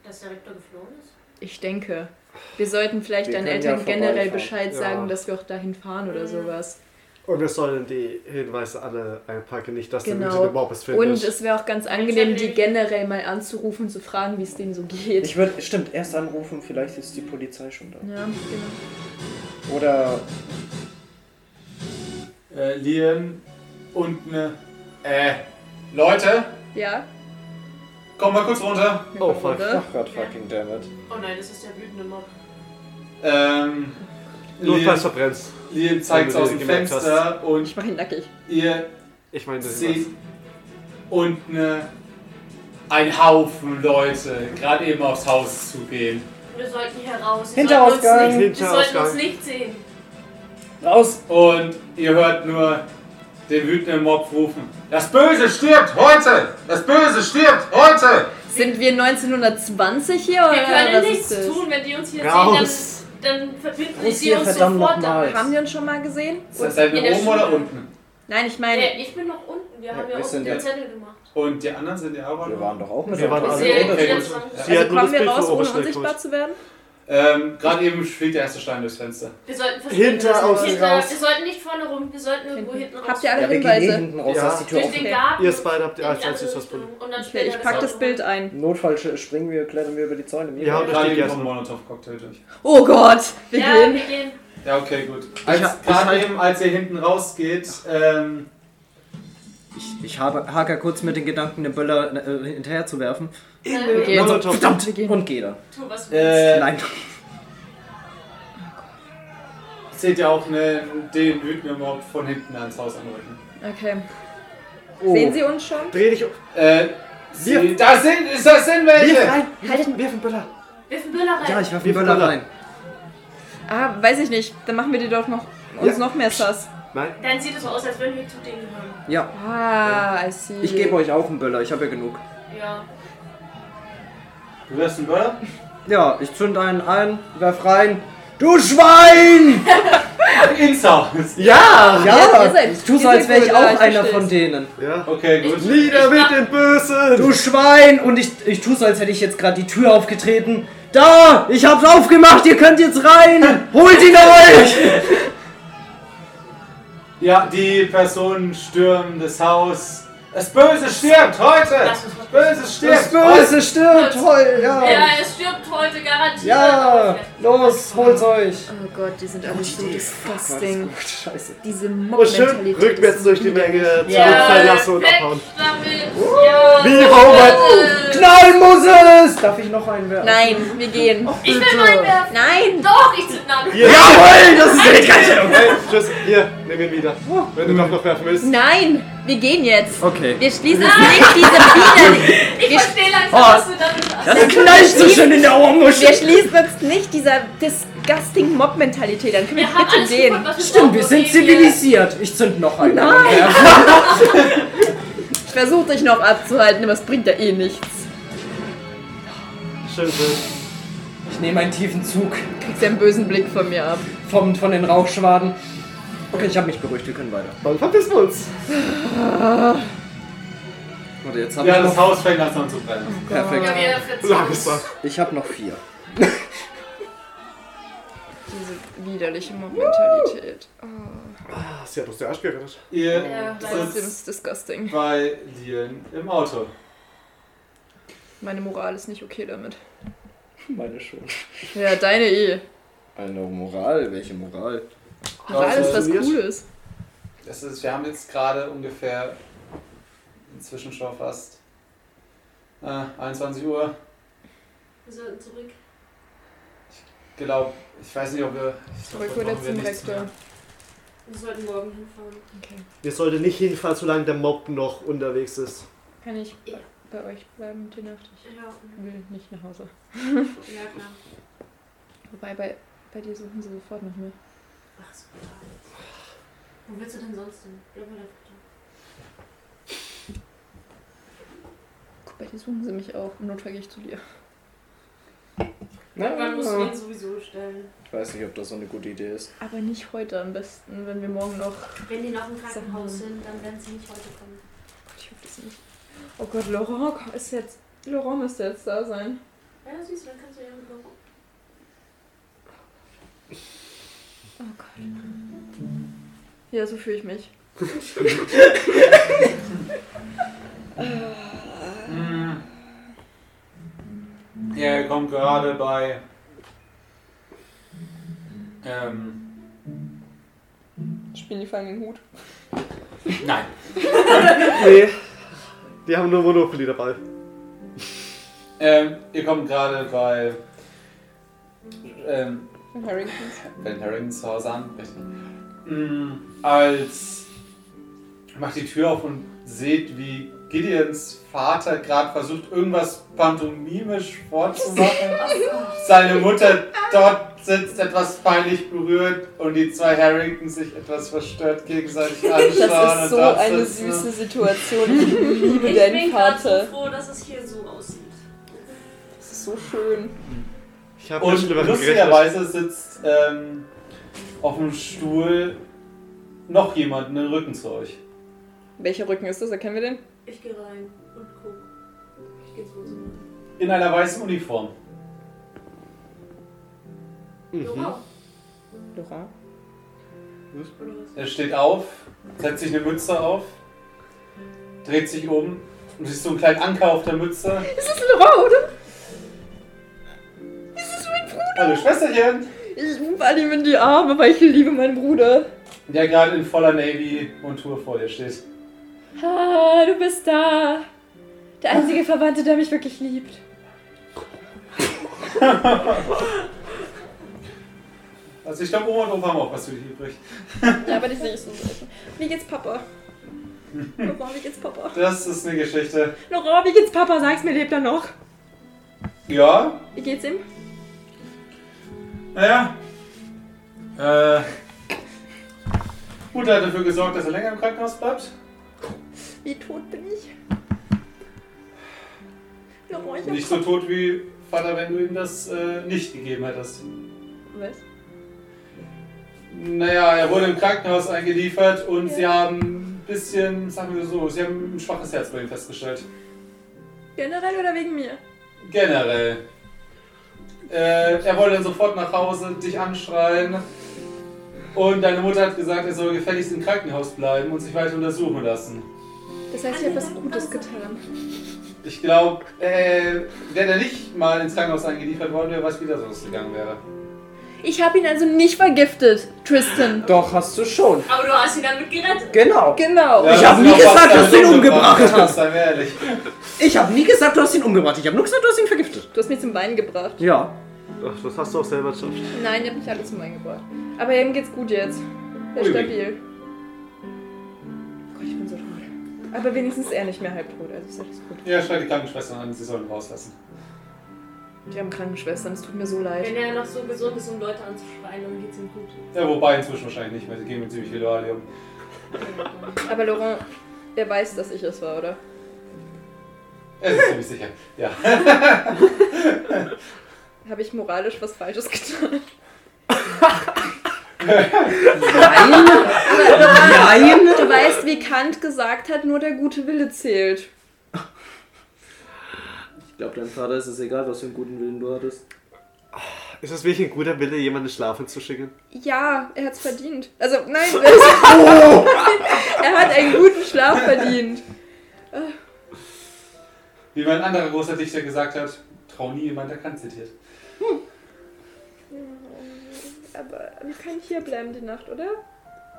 D: dass der Rektor geflohen ist?
B: Ich denke, wir sollten vielleicht
C: Wir
B: deinen
C: können ja
B: Eltern generell
C: vorbeifahren.
B: Bescheid
F: Ja.
B: sagen, dass wir auch dahin fahren oder
D: Mhm.
B: sowas.
F: Und wir sollen die Hinweise alle einpacken, nicht, dass
B: Genau.
F: der Mitte der Mob es
B: Und
F: findet.
B: es wäre auch ganz angenehm, die generell mal anzurufen und zu fragen, wie es denen so geht.
C: Ich würde, stimmt, erst anrufen, vielleicht ist die Polizei schon da.
B: Ja, genau.
C: Oder
A: Äh, Liam und ne. Äh, Leute,
B: Ja,
A: komm mal kurz runter.
B: wir
F: Oh,
B: kommen
F: fuck.
B: runter.
C: Ach Gott, fucking damn it.
D: Oh nein, das ist der wütende Mob.
A: Ähm,
F: Notfalls
A: Liam,
F: verbrennst.
A: Liam zeigt
F: Wenn du
A: aus
F: den
A: dem
F: gemerkt
A: Fenster und
H: Ich mache ihn nackig.
A: ihr
F: Ich meine, den Hinweis.
A: seht und ne. Ein Haufen Leute gerade eben aufs Haus zugehen.
D: Wir sollten hier raus. Sie
C: Hinterausgang.
D: sollten uns nicht- Sie
F: Hinterausgang.
D: sollten uns nicht sehen.
C: Raus!
A: Und ihr hört nur den wütenden Mob rufen. Das Böse stirbt heute! Das Böse stirbt heute!
B: Sind wir 1920 hier oder
D: Wir können
B: was
D: nichts
B: ist das?
D: tun, wenn die uns hier
F: Raus!
D: sehen, dann, dann verbinden
C: Raus
D: sie
C: hier,
D: uns
C: verdammt
D: sofort
C: nochmal.
D: damit.
B: Haben wir uns schon mal gesehen?
A: Ist das seid
D: in
A: ihr
D: der
A: oben oder
D: Schule.
A: unten?
B: Nein, ich meine, also
D: Nee, Äh, ich bin noch unten. Wir
C: Ja,
D: haben ja
C: wir
D: unten
C: sind
D: den
C: ja-
D: Zettel gemacht.
A: Und die anderen sind ja aber.
C: Wir waren doch auch mit
F: Wir waren
C: dabei.
F: alle
D: Sehr
F: mit
A: Okay,
D: gut.
A: gut.
D: Sie
F: Sie
A: Ja.
F: hat
B: also
F: nur das
B: kommen wir
F: Bild
B: raus,
F: für
B: ohne
F: Oberschenkel
B: unsichtbar zu werden?
A: Ähm, Gerade eben fliegt der erste Stein durchs Fenster.
D: Wir sollten verschwinden.
F: Hinter
D: Wir
F: außen
D: sollten-
F: raus.
D: Wir sollten nicht vorne rum, wir sollten irgendwo
B: Hinten.
D: hinten raus.
B: Habt ihr alle
C: Ja, wir gehen eh
B: Hinweise?
C: hinten raus,
F: Ja.
C: dass die Tür
D: durch
C: offen
D: den Garten?
F: Ihr beide habt
D: in
F: als
D: die andere
F: einziges was
D: Richtung.
F: bekommen.
D: Und dann
B: Okay,
D: später
B: ich pack
D: Auto.
B: das Bild ein.
C: Im Notfall sch- springen wir, klettern wir über die Zäune. Mir
F: Ja,
C: egal.
A: Gerade
F: die
A: eben vom
F: erste.
A: Molotov-Cocktail durch.
B: Oh Gott, wir
D: Ja,
B: gehen.
D: wir gehen.
A: Ja, okay, gut.
C: Ich hab-
A: Als,
C: ich
A: Gerade
C: halt-
A: eben, als ihr hinten rausgeht, ähm,
C: ich, ich habe, haker kurz mit den Gedanken, den Böller äh, hinterher zu werfen.
D: Nein,
B: Wir
D: wir
B: gehen.
D: gehen.
F: Molotov.
C: Verdammt! Und geh da.
D: Tu was wir
A: äh,
C: Nein.
A: seht ihr auch ne, den wütenden Mob von hinten ans Haus anrücken.
B: Okay.
C: Oh.
B: Sehen Sie uns schon?
F: Dreh dich um.
A: Äh, sie, da sind, da sind
F: Wirf
A: welche!
F: rein! Wirf, wirf einen Böller!
D: Wirfen Bilder rein.
C: Ja, ich werfe
F: Wir
C: den Böller
F: Böller.
C: rein.
B: Ah, weiß ich nicht. Dann machen wir die doch noch uns
F: Ja.
B: noch mehr Sass.
F: Nein,
D: Dann sieht es so aus, als würden wir zu denen gehören.
C: Ja,
B: Ah, I see.
C: ich gebe euch auch einen Böller, ich habe ja genug.
D: Ja.
A: Du wirst einen Böller?
C: Ja, ich zünd einen ein, werf rein. Du Schwein!
A: Ins Haus.
C: Ja,
B: ihr seid-
C: ich tue so,
B: ihr
C: als
B: seid
C: wäre ich
B: gut,
C: auch
B: ja, ich
C: einer
B: versteh's.
C: von denen.
F: ja.
A: Okay, gut.
F: Nieder mit dem Bösen!
C: Du Schwein! Und ich, ich tue so, als hätte ich jetzt gerade die Tür aufgetreten. Da! Ich hab's aufgemacht! Ihr könnt jetzt rein! Holt ihn euch!
A: Ja, die Personen stürmen das Haus. Das Böse stirbt heute!
D: Lass uns
A: Das
D: was
A: Böse
C: Das
A: stirbt heute!
C: Böse stirbt! Toll! Ja!
D: Ja, es stirbt heute garantiert.
C: Ja!
D: aber
C: Los, holt's euch!
B: Oh Gott, die sind alle so
F: Oh
B: disgusting.
C: Scheiße.
B: Diese
F: Und Oh, schön
B: Mob-Mentalität.
F: rückwärts
B: ist
F: durch die
B: wieder-
F: Menge
D: vielleicht- Ja,
F: zurückfallen lassen und
D: weg
F: abhauen.
D: damit. Ja,
F: Wie Robert!
C: Knallen muss es! Darf ich noch einen werfen?
B: Nein, wir gehen.
D: Ich will meinen werfen.
B: Nein!
D: Doch, ich zünd an.
F: Hier,
C: Jawohl! Das ist der Kante!
F: hey, tschüss, hier, nimm ihn wieder. Wenn du doch noch werfen willst.
B: Nein! Wir gehen jetzt!
C: Okay.
B: Wir schließen nicht diese widerlichen.
D: Ich
B: Ich-
D: verstehe langsam,
C: Oh.
D: was du damit hast.
C: Das knallt so schön in der
B: Wir
C: Ohrmuschel!
B: schließen uns nicht dieser disgusting Mob-Mentalität. Dann können
D: Wir
B: wir
D: haben
B: bitte
D: alles gefunden,
B: gehen.
D: was wir
C: Stimmt,
D: brauchen,
C: wir sind
D: okay,
C: zivilisiert. Ich zünd noch einen. Nein!
B: Ich versuche dich noch abzuhalten, aber es bringt ja eh nichts.
F: Schön, schön.
E: Ich nehme einen tiefen Zug
B: Kriegst ja einen bösen Blick von mir ab.
E: vom, von den Rauchschwaden. Okay, ich habe mich beruhigt, wir können weiter.
F: Dann verpissen wir uns.
E: Warte, jetzt habe
G: Ja,
E: ich
G: das
E: noch...
G: Haus fängt langsam an zu brennen.
E: Perfekt.
D: Ja, wir verziehen uns.
F: Langsam.
E: Ich habe noch vier.
B: Diese widerliche Mentalität.
F: Ah, sie hat uns den Arsch gerettet.
G: Ihr
D: Ja,
B: Das
G: sitzt
B: ist disgusting.
G: bei Lien im Auto.
B: Meine Moral ist nicht okay damit.
E: Meine schon.
B: Ja, deine eh.
C: Eine Moral? Welche Moral?
B: Moral ist was
F: Also,
B: Cooles.
A: Das ist, wir haben jetzt gerade ungefähr inzwischen schon fast äh, 21 Uhr.
D: Wir sollten zurück.
A: Glaub, ich weiß nicht, ob wir. Ich glaub,
B: Zurück
A: heute machen wir
B: zum
A: nichts
B: Rektor.
A: mehr.
D: Wir sollten morgen hinfahren.
B: Okay.
F: Wir sollten nicht hinfahren, solange der Mob noch unterwegs ist.
B: Kann ich
D: Ja.
B: bei euch bleiben die Nacht?
D: Ja,
B: Ich will nicht nach Hause.
D: ja klar.
B: Wobei, bei, bei dir suchen sie sofort nach mir.
D: Ach so. Wo willst du denn sonst hin? Bleib mal da.
B: Guck, bei dir suchen sie mich auch. Im Notfall gehe ich zu dir.
D: Irgendwann musst du ihn sowieso stellen.
C: Ich weiß nicht, ob das so eine gute Idee ist.
B: Aber nicht heute am besten, wenn wir morgen noch...
D: Wenn die noch im Krankenhaus sind, dann werden sie nicht heute kommen.
B: Ich hoffe das nicht. Oh Gott, Laurent ist jetzt... Laurent müsste jetzt da sein.
D: Ja, siehst du, dann kannst du ja mit Laurent.
B: Oh Gott. Ja, so fühle ich mich.
G: Hm. Ja, ihr kommt gerade bei ähm,
H: Spielen die Fallen den Hut.
G: nein.
F: Nee, die haben nur Monopoly dabei.
G: Ähm, ihr kommt gerade bei ähm,
H: Von Harringtons.
G: Ben Harringtons Haus an. Richtig. Mm, als
A: Macht die Tür auf und seht, wie Gideons Vater gerade versucht, irgendwas pantomimisch vorzumachen. Seine Mutter dort sitzt, etwas peinlich berührt und die zwei Harringtons sich etwas verstört gegenseitig anschauen.
H: Das ist so
A: und dort
H: eine
A: sitzen.
H: süße Situation. Ich liebe
D: Ich bin
H: deinen
D: gerade so
H: Vater.
D: froh, dass es hier so aussieht.
H: Das ist so schön.
F: Ich habe
A: Und lustigerweise sitzt ähm, auf dem Stuhl noch jemand den Rücken zu euch.
H: Welcher Rücken ist das? Erkennen wir den?
D: Ich gehe rein und guck. Ich gehe so rein.
A: In einer weißen Uniform.
D: Laurent.
H: Laurent.
D: Oder was?
A: Er steht auf, setzt sich eine Mütze auf, dreht sich um und siehst so einen kleinen Anker auf der Mütze.
B: Ist das Laurent, oder?
A: Hallo Schwesterchen!
B: Ich fall ihm in die Arme, weil ich liebe meinen Bruder.
A: Der gerade in voller Navy und Tour vor dir steht.
B: Ah, du bist da. Der einzige Verwandte, der mich wirklich liebt.
A: Also ich glaube, Oma und Opa haben auch was für dich übrig.
B: Ja, aber das sehe ich so selten. Wie geht's Papa? Laurent, wie geht's Papa?
A: Das ist eine Geschichte.
B: Laurent, wie geht's Papa? Sag's mir, lebt er noch?
A: Ja,
B: Wie geht's ihm?
A: naja. Äh. Mutter hat dafür gesorgt, dass er länger im Krankenhaus bleibt.
B: Wie tot bin ich? Laurent, ich hab...
A: Nicht so tot wie Vater, wenn du ihm das äh, nicht gegeben hättest.
B: Was?
A: Naja, er wurde im Krankenhaus eingeliefert und sie haben ein bisschen, sagen wir so, sie haben ein schwaches Herz bei ihm festgestellt.
B: Generell oder wegen mir?
A: Generell. Äh, er wollte dann sofort nach Hause dich anschreien. Und deine Mutter hat gesagt, er soll gefälligst im Krankenhaus bleiben und sich weiter untersuchen lassen.
B: Das heißt, ich hab was Gutes getan.
A: Ich glaube, äh, wäre er nicht mal ins Krankenhaus eingeliefert worden, wer weiß, wie das losgegangen wäre.
B: Ich habe ihn also nicht vergiftet, Tristan.
E: Doch, hast du schon.
D: Aber du hast ihn damit gerettet.
E: Genau.
B: Genau.
A: Ja,
E: Ich
A: das
E: hab
A: ist
E: nie
A: auch
E: gesagt,
A: fast
E: dass du ihn
A: deine Lunge
E: umgebracht
A: war,
E: hast.
A: Seien wir ehrlich.
E: Ich habe nie gesagt, du hast ihn umgebracht. Ich habe nur gesagt, du hast ihn vergiftet.
B: Du hast mich zum Weinen gebracht.
E: Ja.
F: Ach, das hast du auch selber geschafft.
B: Nein, ihr habt mich alle zum Weinen gebracht. Aber ihm geht's gut jetzt. Er ist
A: Ui.
B: stabil. Gott, ich bin so tot. Aber wenigstens ist er nicht mehr halb tot, also ist alles gut.
A: Ja, schreit die Krankenschwestern an, sie sollen rauslassen.
B: Die haben Krankenschwestern, es tut mir so
D: Wenn
B: leid.
D: er noch so gesund ist, um Leute anzuschreien, dann geht's ihm gut.
A: Ja, wobei inzwischen wahrscheinlich nicht mehr, sie geben ihm ziemlich viel Valium.
B: Aber Laurent, er weiß, dass ich es war, oder?
A: Er ist ziemlich sicher. Ja.
B: Habe ich moralisch was Falsches getan?
C: Nein! Nein!
B: Du weißt, wie Kant gesagt hat, nur der gute Wille zählt.
E: Ich glaube, deinem Vater ist es egal, was für einen guten Willen du hattest.
F: Ist es wirklich ein guter Wille, jemanden schlafen zu schicken?
B: Ja, er hat's verdient. Also, nein, er hat einen guten Schlaf verdient.
A: Wie mein anderer großer Dichter gesagt hat, trau nie jemand, der Kant zitiert.
B: Aber wir können hier bleiben die Nacht, oder?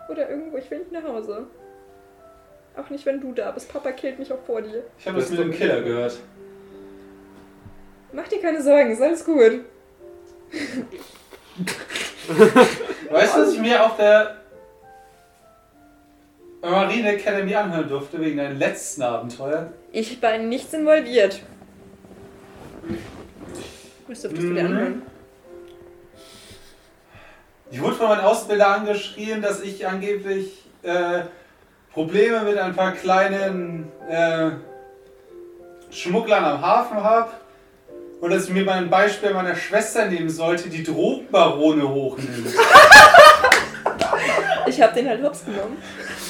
B: Oder irgendwo, ich will nicht nach Hause. Auch nicht, wenn du da bist. Papa killt mich auch vor dir.
A: Ich habe das mit dem Killer gehört.
B: Mach dir keine Sorgen, ist alles gut.
A: Weißt du, was ich mir auf der Marine Academy anhören durfte wegen deinem letzten Abenteuer?
B: Ich war in nichts involviert. Was dürftest du dir
A: Mhm.
B: anhören?
A: Ich wurde von meinem Ausbilder angeschrien, dass ich angeblich äh, Probleme mit ein paar kleinen äh, Schmugglern am Hafen habe. Und dass ich mir mein Beispiel meiner Schwester nehmen sollte, die Drogenbarone hochnimmt.
B: Ich habe den halt hops genommen.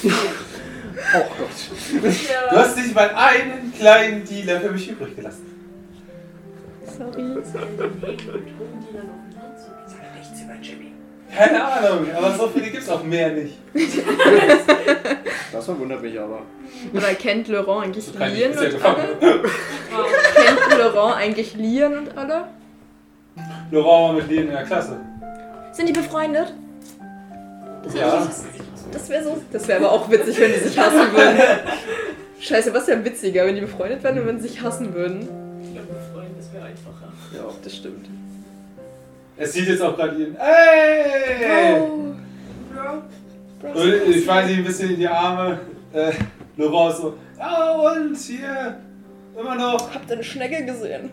C: Oh Gott.
A: Du hast nicht mal einen kleinen Dealer für mich übrig gelassen.
B: Sorry.
A: Keine Ahnung, aber so viele gibt's auch mehr nicht.
C: Das verwundert mich aber.
B: Oder kennt Laurent eigentlich
A: Kann ich
B: Lieren
A: bisher
B: und alle?
A: gefangen.
D: Wow.
B: Kennt Laurent eigentlich Lieren und alle?
A: Laurent war mit Lian in der Klasse.
B: Sind die befreundet?
A: Ja.
B: Das wäre so. Das wäre aber auch witzig, wenn die sich hassen würden. Scheiße, was wäre witziger, wenn die befreundet wären und wenn sie sich hassen würden?
D: Ich glaube, ein Freund, das wäre einfacher.
E: Ja, das stimmt.
A: Es sieht jetzt auch gerade Lian. Ey!
B: Oh.
A: Und ich weiß ihn ein bisschen in die Arme. Äh, Laurent so. Ja und hier. Immer noch.
H: Habt ihr eine Schnecke gesehen?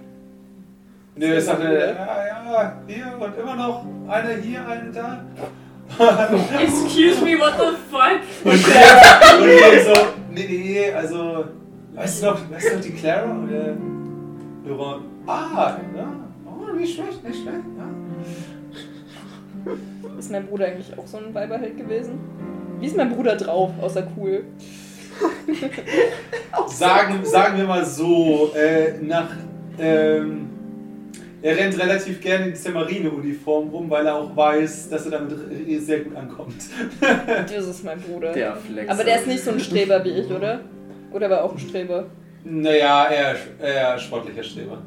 A: Ne, er sagte, ja, ja, hier und immer noch. Eine hier, eine da.
D: Excuse me, what the fuck?
A: Und der, und der so, nee, nee, nee, also, weißt du noch, weißt du noch die Clara? Und der Laurent, ah, ja, oh, nicht schlecht, nicht schlecht, ja.
H: Ist mein Bruder eigentlich auch so ein Weiberheld gewesen? Wie ist mein Bruder drauf, außer cool?
A: Sagen, sagen wir mal so, äh, nach, ähm, er rennt relativ gerne in dieser Marineuniform rum, weil er auch weiß, dass er damit r- sehr gut ankommt.
H: Das ist mein Bruder.
C: Der Flex.
H: Aber der ist nicht so ein Streber wie ich, oder? Oder war auch ein Streber?
A: Naja, eher, eher sportlicher Streber.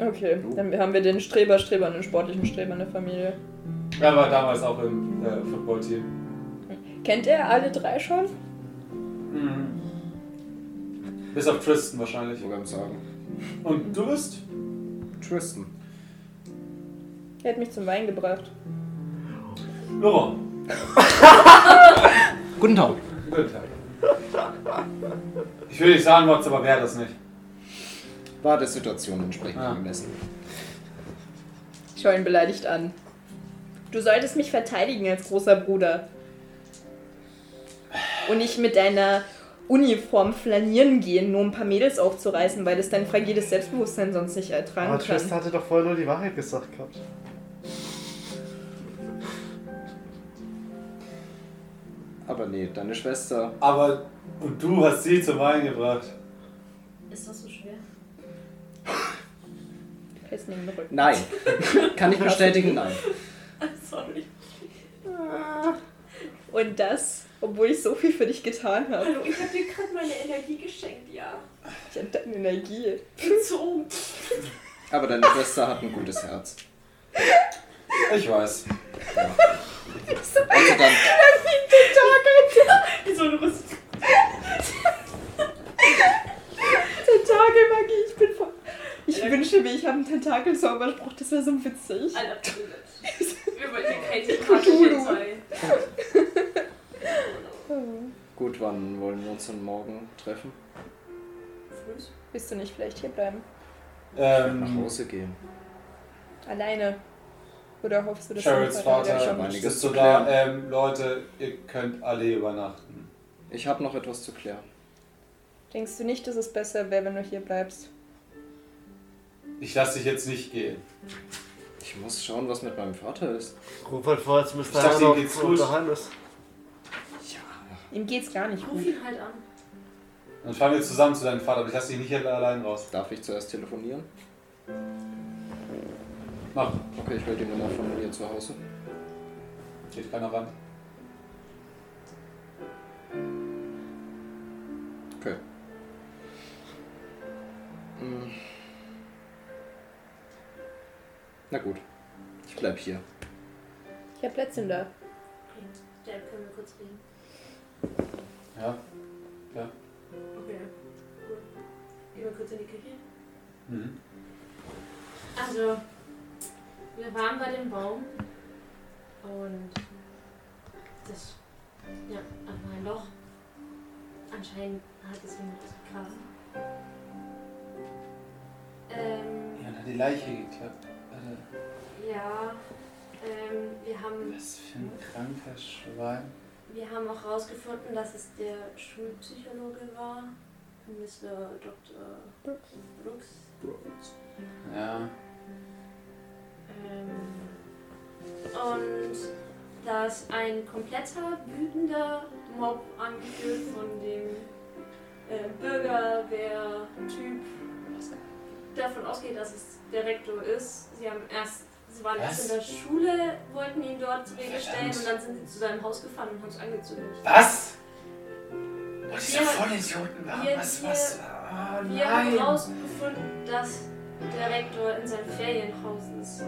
H: Okay, dann haben wir den Streber, Streber und den sportlichen Streber in der Familie.
A: Er war damals auch im äh, Footballteam.
H: Kennt er alle drei schon?
A: Mhm. Bis auf Tristan wahrscheinlich.
C: Ich sagen.
A: Und du bist?
C: Tristan.
H: Er hat mich zum Wein gebracht.
A: Laurent.
C: Guten Tag.
A: Guten Tag. Ich will nicht sagen, was aber wäre das nicht.
C: War der Situation entsprechend
A: Ah.
C: angemessen.
H: Ich schaue ihn beleidigt an. Du solltest mich verteidigen als großer Bruder. Und nicht mit deiner Uniform flanieren gehen, nur um ein paar Mädels aufzureißen, weil das dein fragiles Selbstbewusstsein sonst nicht ertragen
F: Aber
H: kann.
F: Tristan hatte doch vorher nur die Wahrheit gesagt gehabt.
C: Aber nee, deine Schwester.
A: Aber und du hast sie zum Wein gebracht.
D: Ist das so schwer?
H: Fest neben den Rücken.
C: Nein. Kann ich bestätigen? Nein.
D: Sorry.
H: Und das, obwohl ich so viel für dich getan habe.
D: Hallo, ich habe dir gerade meine Energie geschenkt, ja.
H: Ich habe deine Energie.
D: Gezogen.
C: Aber deine Schwester hat ein gutes Herz.
A: Ich weiß.
C: Also dann.
D: Wie so ein Rüst.
H: Tentakelmagie, ich bin voll. Ich
D: Ja.
H: wünsche mir, ich habe einen Tentakel-Zauberspruch, das wäre so witzig.
D: Alter, wir wollten dir kein
H: Cthulhu.
D: Tequatschchen sein.
C: Gut, wann wollen wir uns denn morgen treffen?
H: Willst du nicht vielleicht hier bleiben?
C: Nach
A: Ähm,
C: Hause gehen.
H: Alleine. Oder hoffst du, dass
A: Sherrils
H: wieder
A: Vater
C: schon einiges
A: ist so
C: zu
A: da. Ähm, Leute, ihr könnt alle übernachten.
C: Ich habe noch etwas zu klären.
H: Denkst du nicht, dass es besser wäre, wenn du hier bleibst?
A: Ich lasse dich jetzt nicht gehen.
E: Ich muss schauen, was mit meinem Vater ist.
F: Ruf halt vor, jetzt müsste
A: Ich
F: er
A: dachte,
F: noch
A: ihm geht's gut.
F: Johannes.
H: Ihm geht's gar nicht
D: Ruf
H: gut.
D: ihn halt an.
A: Dann fahren wir zusammen zu deinem Vater, aber ich lasse dich nicht alle- allein raus.
E: Darf ich zuerst telefonieren?
A: Mach,
E: Okay, ich hol die Nummer von mir zu Hause.
A: geht keiner ran.
E: Okay. Hm. Na gut. Ich bleib hier.
H: Ich hab Plätzchen da.
D: Der können wir kurz reden.
A: Ja.
D: Okay. Gut. Gehen wir kurz in die Küche.
A: Mhm.
D: Also, wir waren bei dem Baum und das, ja, da war ein Loch. Anscheinend hat es jemand gegraben. Ähm,
A: Ja, dann hat die Leiche geklappt. Alter,
D: ja, ähm, wir haben
A: was für ein kranker Schwein.
D: Wir haben auch herausgefunden, dass es der Schulpsychologe war, Mr. Dr. Brooks.
A: Ja.
D: Ähm, und dass ein kompletter, wütender Mob, angeführt von dem äh, Bürgerwehr-Typ, davon ausgeht, dass es der Rektor ist. Sie haben erst, sie waren erst
A: Was?
D: in der Schule, wollten ihn dort zur Rede stellen
A: Verdammt.
D: und dann sind sie zu seinem Haus gefahren und haben es angezündet.
A: Was? Oh, diese
D: Wir-
A: Vollidioten waren.
D: wir-
A: was,
D: wir-
A: was? Ah,
D: Wir haben
A: nein.
D: herausgefunden, dass der Rektor in seinem Ferienhaus ist.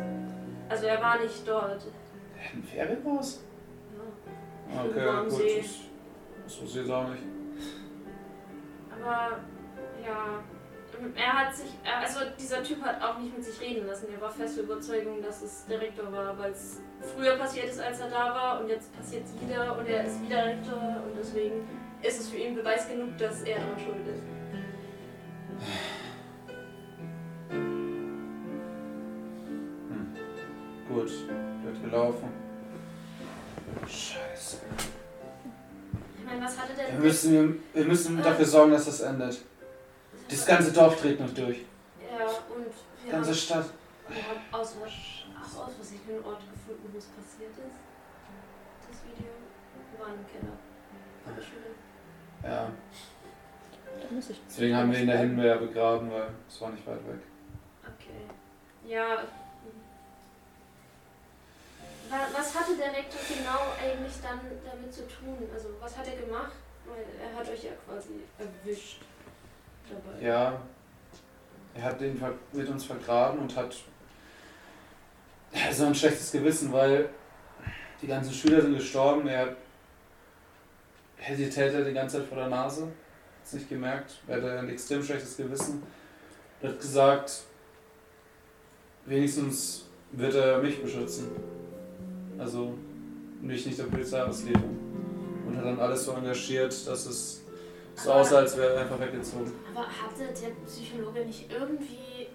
D: Also er war nicht dort.
A: Wir hatten Ferienhaus?
D: Ja.
A: Okay,
D: am
A: gut.
D: See.
A: das- Das wusste ich jetzt auch nicht.
D: Aber ja, er hat sich, er- also dieser Typ hat auch nicht mit sich reden lassen. Er war feste Überzeugung, dass es der Rektor war, weil es früher passiert ist, als er da war und jetzt passiert es wieder und er ist wieder Rektor und deswegen ist es für ihn Beweis genug, dass er daran schuld ist.
A: Gut, wird gelaufen. Scheiße.
D: Ich meine, was hatte der
A: Wir müssen, wir müssen dafür sorgen, dass das endet. Das ganze Dorf dreht noch durch.
D: Ja, und
A: Die
D: wir haben
A: ganze Stadt.
D: Ich habe aus, Vers- ach, aus Versehen den Ort gefunden, wo es passiert ist. Das Video war im Keller. In der Schule.
A: Ja.
B: Da muss ich
A: Deswegen haben wir ihn da hinten ja begraben, weil es war nicht weit weg.
D: Okay. Ja. ähm, Wa- Was hatte der Rektor genau eigentlich dann damit zu tun? Also was hat er gemacht? Weil er hat euch ja quasi erwischt dabei.
A: Ja. Er hat den ver- mit uns vergraben und hat so ein schlechtes Gewissen, weil die ganzen Schüler sind gestorben. Er hesitierte halt die ganze Zeit vor der Nase. Hat's nicht gemerkt. Er hatte ein extrem schlechtes Gewissen. Er hat gesagt, wenigstens wird er mich beschützen. Also mich nicht der Polizei ausliefern. Und hat dann alles so engagiert, dass es so aussah, als wäre er einfach weggezogen.
D: Aber hatte der Psychologe nicht irgendwie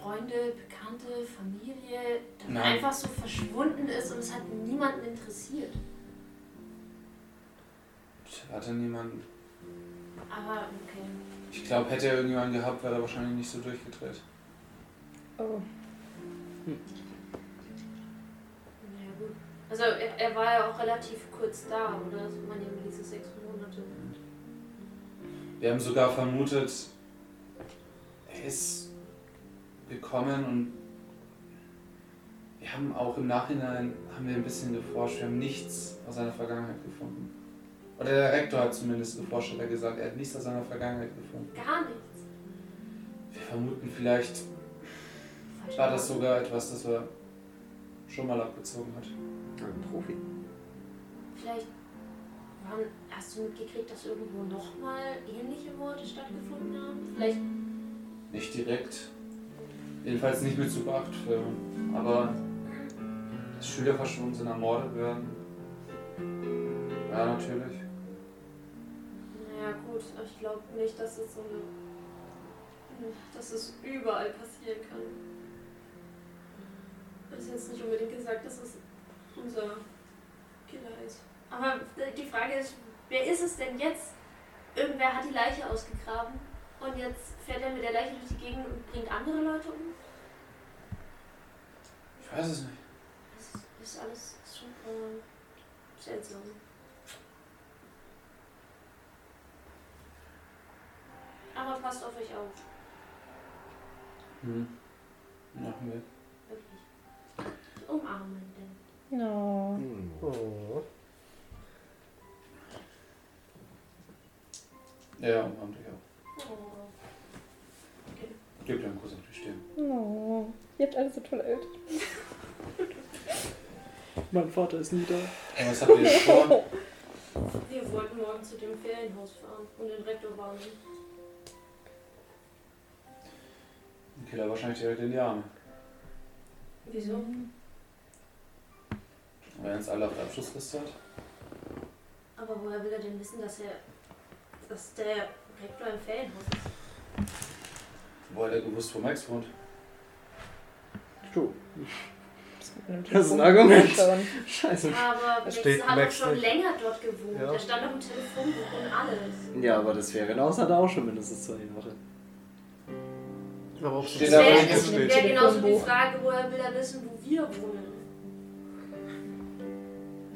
D: Freunde, Bekannte, Familie, der
A: Nein.
D: einfach so verschwunden ist und es hat niemanden interessiert?
A: Ich hatte niemanden.
D: Aber okay.
A: Ich glaube, hätte er irgendjemanden gehabt, wäre er wahrscheinlich nicht so durchgedreht.
B: Oh,
D: Naja, gut. Also er, er war ja auch relativ kurz da, oder? Also, man eben diese sechs Monate.
A: Wir haben sogar vermutet, er ist gekommen und wir haben auch im Nachhinein haben wir ein bisschen geforscht. Wir haben nichts aus seiner Vergangenheit gefunden. Oder der Rektor hat zumindest geforscht, hat er gesagt, er hat nichts aus seiner Vergangenheit gefunden.
D: Gar nichts.
A: Wir vermuten vielleicht
D: Falsch
A: war das sogar etwas, das er schon mal abgezogen hat.
E: Ein Profi.
D: Vielleicht waren, hast du mitgekriegt, dass irgendwo nochmal ähnliche Morde stattgefunden haben? Vielleicht
A: Nicht direkt. Jedenfalls nicht mit Super 8 Filmen. Aber dass Schüler verschwunden sind, ermordet werden. Ja, natürlich.
D: Naja gut, aber ich glaube nicht, dass es so eine. dass es überall passieren kann. Ist jetzt nicht unbedingt gesagt, dass es unser Killer ist. Aber die Frage ist, wer ist es denn jetzt? Irgendwer hat die Leiche ausgegraben und jetzt fährt er mit der Leiche durch die Gegend und bringt andere Leute um?
A: Ich weiß es nicht.
D: Das ist alles ist schon äh, seltsam. Aber passt auf euch auf.
A: Hm. Machen wir.
D: Wirklich. Umarmen denn.
B: No.
C: Hm.
F: Oh.
A: Ja, ja, umarm dich auch.
D: Oh.
A: Gib dir einen Kuss auf die Stirn.
B: No. Oh, Ihr habt alle so tolle Eltern.
E: Mein Vater ist nie da.
A: Ey, was habt ihr jetzt vor?
D: Wir wollten morgen zu dem Ferienhaus fahren und den Rektor warnen.
A: Den Killer wahrscheinlich direkt in die Arme.
D: Wieso?
F: Mhm.
A: Wenn es alle auf der Abschlussliste hat.
D: Aber woher will er denn wissen, dass er. dass der Rektor im Ferienhaus ist?
A: Wo hat er gewusst, wo Max wohnt?
E: True.
B: Das
E: ist ein Argument.
B: Schon.
E: Scheiße.
D: Aber Max
F: steht
D: hat doch
F: Max
D: schon
F: nicht.
D: länger dort gewohnt.
F: Ja.
D: Er stand auf dem Telefonbuch und alles.
E: Ja, aber das
C: genau,
E: Ferienhaus hat er auch schon mindestens zwei Jahre.
F: Warum
A: Steht
D: Das
A: da,
D: wäre
A: wo es steht.
D: wär genauso genau die
B: Telefonbuch.
D: Frage, woher will er wissen, wo wir wohnen?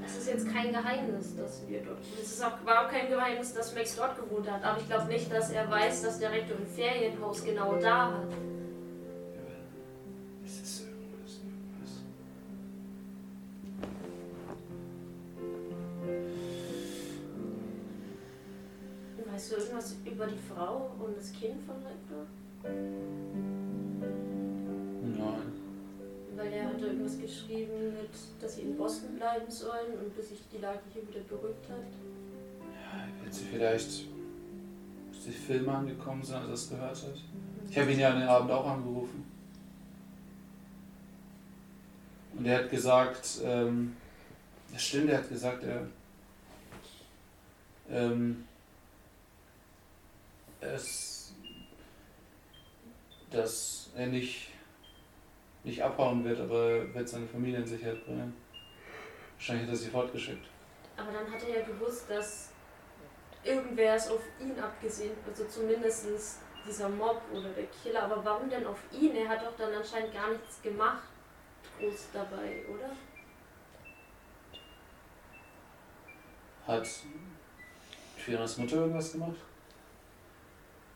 D: Das ist jetzt kein Geheimnis, dass wir dort wohnen. Es ist auch, war auch kein Geheimnis, dass Max dort gewohnt hat. Aber ich glaube nicht, dass er weiß, dass der Rektor im Ferienhaus genau da hat.
A: Es ist irgendwas, irgendwas.
D: Weißt du irgendwas über die Frau und das Kind von Rektor?
A: Nein.
D: Weil er hatte irgendwas geschrieben mit, dass sie in Boston bleiben sollen und bis sich die Lage hier wieder beruhigt hat.
A: Wird sie vielleicht aus den Filmen angekommen sein, als er das gehört hat? Ich habe ihn ja an den Abend auch angerufen. Und er hat gesagt, ähm, das stimmt, er hat gesagt, er, ähm, es, dass er nicht, nicht abhauen wird, aber er wird seine Familie in Sicherheit bringen. Wahrscheinlich hat er sie fortgeschickt.
D: Aber dann hat er ja gewusst, dass irgendwer es auf ihn abgesehen, also zumindest dieser Mob oder der Killer. Aber warum denn auf ihn? Er hat doch dann anscheinend gar nichts gemacht groß dabei, oder?
A: Hat Firas Mutter irgendwas gemacht?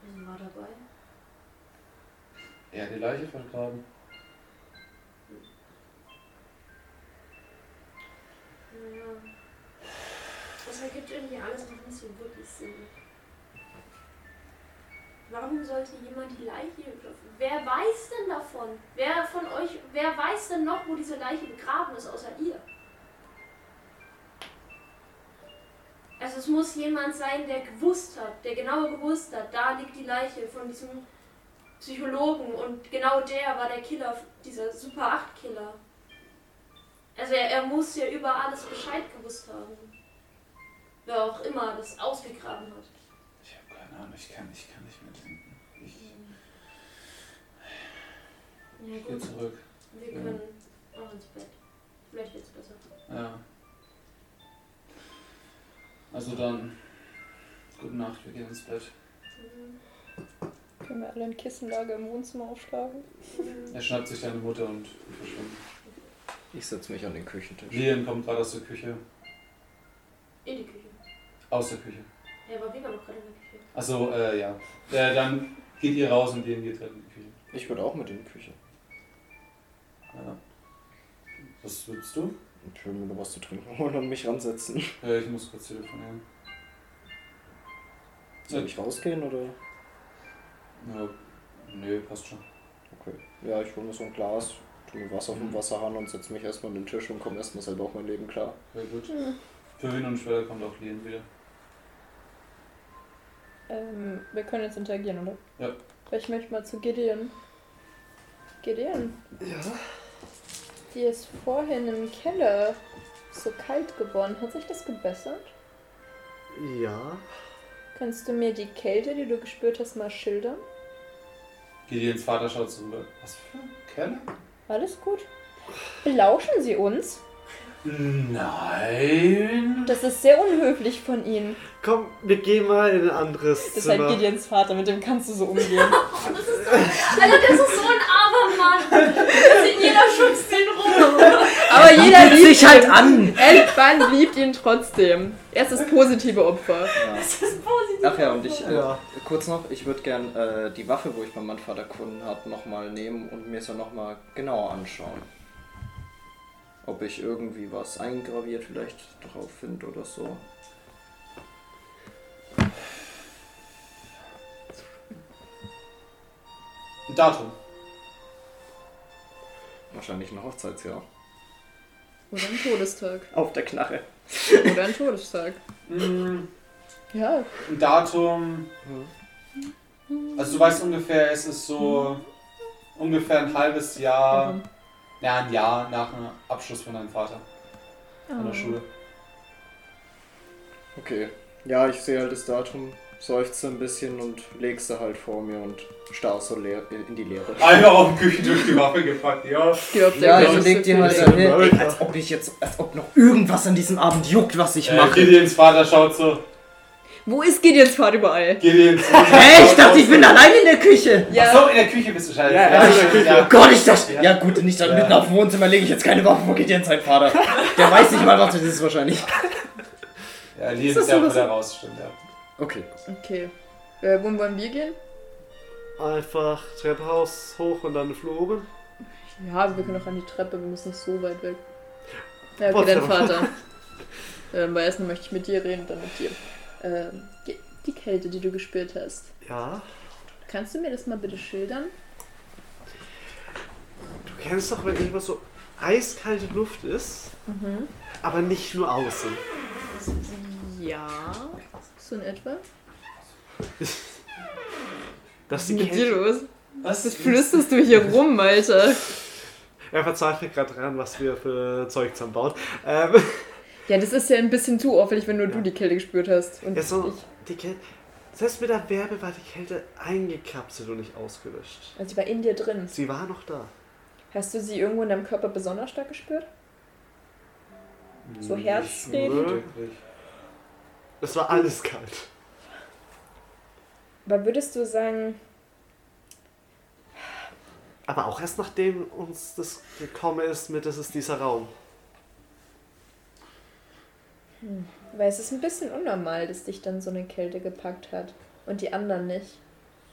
D: Also war dabei.
A: Er hat die Leiche vergraben.
D: Naja. Das ergibt irgendwie alles noch nicht so wirklich Sinn. Warum sollte jemand die Leiche. Wer weiß denn davon? Wer von euch. Wer weiß denn noch, wo diese Leiche begraben ist, außer ihr? Also, es muss jemand sein, der gewusst hat, der genau gewusst hat, da liegt die Leiche von diesem Psychologen und genau der war der Killer, dieser Super 8-Killer. Also er, er muss ja über alles Bescheid gewusst haben. Wer auch immer das ausgegraben hat.
A: Ich habe keine Ahnung, ich kann, ich kann nicht mitdenken. Ich
D: Ja
A: gehe
D: gut,
A: zurück.
D: wir können auch ins Bett. Vielleicht wird's besser.
A: Ja. Also dann, gute Nacht, wir gehen ins Bett.
B: Können wir alle ein Kissenlager im Wohnzimmer aufschlagen?
A: Er schnappt sich deine Mutter und verschwindet.
C: Ich setze mich an den Küchentisch.
A: Lilian kommt gerade aus der Küche.
D: In die Küche.
A: Aus der Küche.
D: Ja, aber wir waren noch gerade in der Küche.
A: Achso, äh, ja. Äh, dann geht ihr raus und Lilian geht halt in die Küche.
C: Ich würde auch mit in die Küche.
A: Ja. Was willst du?
C: Ich würde mir noch was zu trinken holen und mich ransetzen.
A: Äh, ich muss kurz telefonieren.
C: Soll ich rausgehen oder?
A: Ja. Nö, passt schon.
C: Okay. Ja, ich hole mir so ein Glas, tue mir Wasser vom Wasserhahn und setze mich erstmal an den Tisch und komme erstmal selber auf mein Leben klar.
A: Sehr gut. Für wen und später kommt auch Lilian wieder.
B: Ähm, wir können jetzt interagieren, oder?
A: Ja.
B: Weil ich möchte mal zu Gideon. Gideon? Ja? Dir ist vorhin im Keller so kalt geworden. Hat sich das gebessert?
F: Ja.
B: Kannst du mir die Kälte, die du gespürt hast, mal schildern?
A: Gideons Vater schaut zurück. Was für ein Keller?
B: Alles gut? Belauschen Sie uns?
A: Nein.
B: Das ist sehr unhöflich von Ihnen.
F: Komm, wir gehen mal in ein anderes
H: Das ist halt
F: Zimmer.
H: Gideons Vater, mit dem kannst du so umgehen.
D: Alter, das Also ist so ein armer Mann. In jeder schubst den rum.
B: Aber jeder liebt
C: sich halt
B: ihn.
C: an.
B: Elfban liebt ihn trotzdem. Er ist das positive Opfer.
D: Das ist positiv.
E: Ach ja, und ich, äh,
F: Ja.
E: kurz noch, ich würde gern äh, die Waffe, wo ich meinen Mann erkunden habe, nochmal nehmen und mir es ja nochmal genauer anschauen. Ob ich irgendwie was eingraviert vielleicht drauf finde oder so.
A: Ein Datum.
E: Wahrscheinlich ein Hochzeitsjahr.
H: Oder ein Todestag.
E: Auf der Knarre.
H: Oder ein Todestag.
A: Mm,
H: Ja.
A: Ein Datum. Also du weißt ungefähr, es ist so ungefähr ein halbes Jahr, ja ein Jahr nach dem Abschluss von deinem Vater an der Schule.
E: Okay. Ja, ich sehe halt das Datum, seufze ein bisschen und leg's da halt vor mir und starr so leer, äh, in die Leere.
A: Einmal auf den Küchen durch die Waffe gepackt, ja.
B: Ich glaub, der
E: Ja,
B: Gott
E: ich
B: ist
E: leg
B: so
E: dir halt
B: viel.
E: da hin, ey, als ob ich jetzt, als ob noch irgendwas an diesem Abend juckt, was ich
A: Äh,
E: mache.
A: Gideons Vater schaut so.
B: Wo ist Gideons Vater überall?
A: Gideons.
E: Hä, ich dachte, ich bin allein in der Küche.
A: Ach
B: Ja,
A: so, in der Küche bist du scheiße.
F: Ja, in der Küche.
E: Oh Gott, ich dachte. Ja, gut, nicht dann
A: Ja.
E: mitten auf dem Wohnzimmer lege ich jetzt keine Waffe, wo geht denn sein Vater? Der weiß nicht mal, was das ist wahrscheinlich.
A: Ja, Lee ist ja auch wieder raus, stimmt, ja.
E: Okay.
H: okay. Äh, wohin wollen wir gehen?
F: Einfach Treppenhaus hoch und dann Flur oben.
H: Ja, aber wir können auch an die Treppe, wir müssen nicht so weit weg. Ja, okay,
F: Potsdam.
H: dein Vater. ähm, weil erstmal möchte ich mit dir reden, dann mit dir. Ähm, die, die Kälte, die du gespürt hast.
F: Ja.
H: Kannst du mir das mal bitte schildern?
F: Du kennst doch, wenn irgendwas so eiskalte Luft ist,
H: Mhm.
F: aber nicht nur außen.
H: Ja. So in etwa?
F: Das
H: Was ist
F: die
H: mit dir
F: Kälte.
H: los?
A: Was
H: Was flüsterst du hier rum, Alter?
F: Er verzweifelt gerade dran, was wir für Zeug zusammenbauen. Ähm,
H: Ja, das ist ja ein bisschen zu auffällig, wenn nur du die Kälte gespürt hast. Und
F: ja, so,
H: ich.
F: die Kälte. Selbst mit der Werbe war die Kälte eingekapselt und nicht ausgelöscht.
H: Also, die war in dir drin.
F: Sie war noch da.
H: Hast du sie irgendwo in deinem Körper besonders stark gespürt?
F: Hm,
H: So Herzreden?
F: Es war alles kalt.
H: Aber würdest du sagen,
F: Aber auch erst nachdem uns das gekommen ist mit, das ist dieser Raum.
H: weil es ist ein bisschen unnormal, dass dich dann so eine Kälte gepackt hat und die anderen nicht.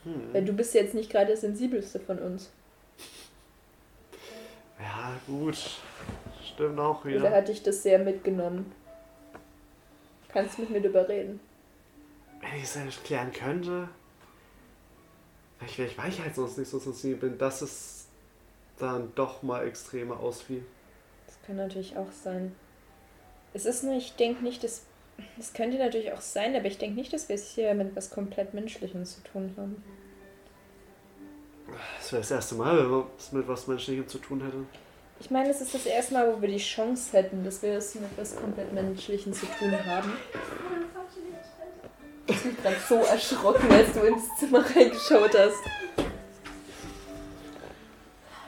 F: Hm.
H: Weil du bist jetzt nicht gerade der sensibelste von uns.
F: Ja, gut. Stimmt auch
H: Oder
F: wieder.
H: hat dich das sehr mitgenommen? Kannst mit mir drüber reden?
F: Wenn ich es erklären könnte. Ich, ich war ich halt sonst nicht so sensibel bin, dass es dann doch mal extremer ausfiel.
H: Das kann natürlich auch sein. Es ist nur, ich denke nicht, dass. Es könnte natürlich auch sein, aber ich denke nicht, dass wir es hier mit was komplett Menschlichem zu tun haben.
F: Das wäre das erste Mal, wenn man es mit was Menschlichem zu tun hätte.
H: Ich meine, es ist das erste Mal, wo wir die Chance hätten, dass wir es mit was komplett Menschlichem zu tun haben. Ich bin gerade so erschrocken, als du ins Zimmer reingeschaut hast.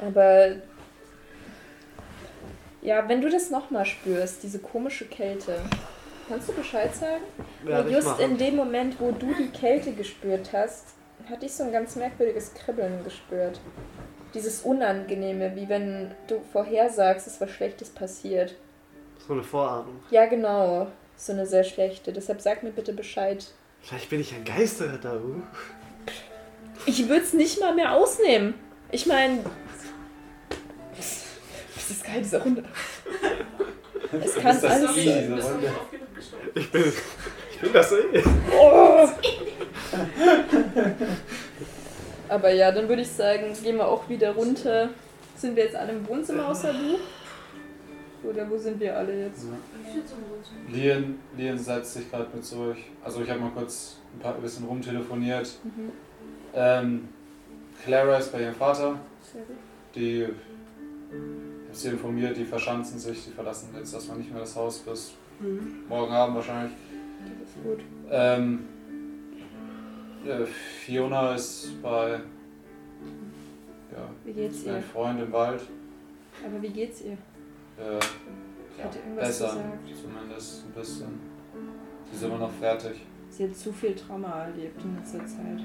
H: Aber. Ja, wenn du das nochmal spürst, diese komische Kälte, kannst du Bescheid sagen?
F: Werde
H: Weil
F: ich
H: just in
F: machen.
H: dem Moment, wo du die Kälte gespürt hast, hatte ich so ein ganz merkwürdiges Kribbeln gespürt. Dieses Unangenehme, wie wenn du vorhersagst, dass was Schlechtes passiert.
F: So eine Vorahnung.
H: Ja, genau. So eine sehr schlechte. Deshalb sag mir bitte Bescheid.
F: Vielleicht bin ich ein Geisterretter. uh.
H: Ich würde es nicht mal mehr ausnehmen. Ich meine. Das ist geil, diese Runde. Es kann
A: ist das
H: alles
A: I,
H: sein.
A: diese
D: Das
A: Runde?
D: ist oft genug gestorben.
F: Ich bin, ich bin das eh.
B: Oh. Aber ja, dann würde ich sagen, gehen wir auch wieder runter. Sind wir jetzt alle im Wohnzimmer außer du? Oder wo sind wir alle jetzt?
D: Ich sitze im Wohnzimmer.
A: Also, Lien, Lien setzt sich gerade mit so euch. Also ich habe mal kurz ein paar, ein bisschen rumtelefoniert. Ähm, Clara ist bei ihrem Vater. Die, ich habe sie informiert, die verschanzen sich, die verlassen jetzt erstmal nicht mehr das Haus bis
B: Hm.
A: morgen Abend wahrscheinlich.
H: Das ist gut.
A: Ähm, äh, Fiona ist bei ja,
B: Wie geht's
A: bei
B: ihr?
A: Freund im Wald.
B: Aber wie geht's ihr?
A: Äh, ja,
B: Hat ihr irgendwas
A: besser,
B: gesagt?
A: zumindest ein bisschen. Sie ist immer noch fertig.
B: Sie hat zu viel Trauma erlebt in letzter Zeit.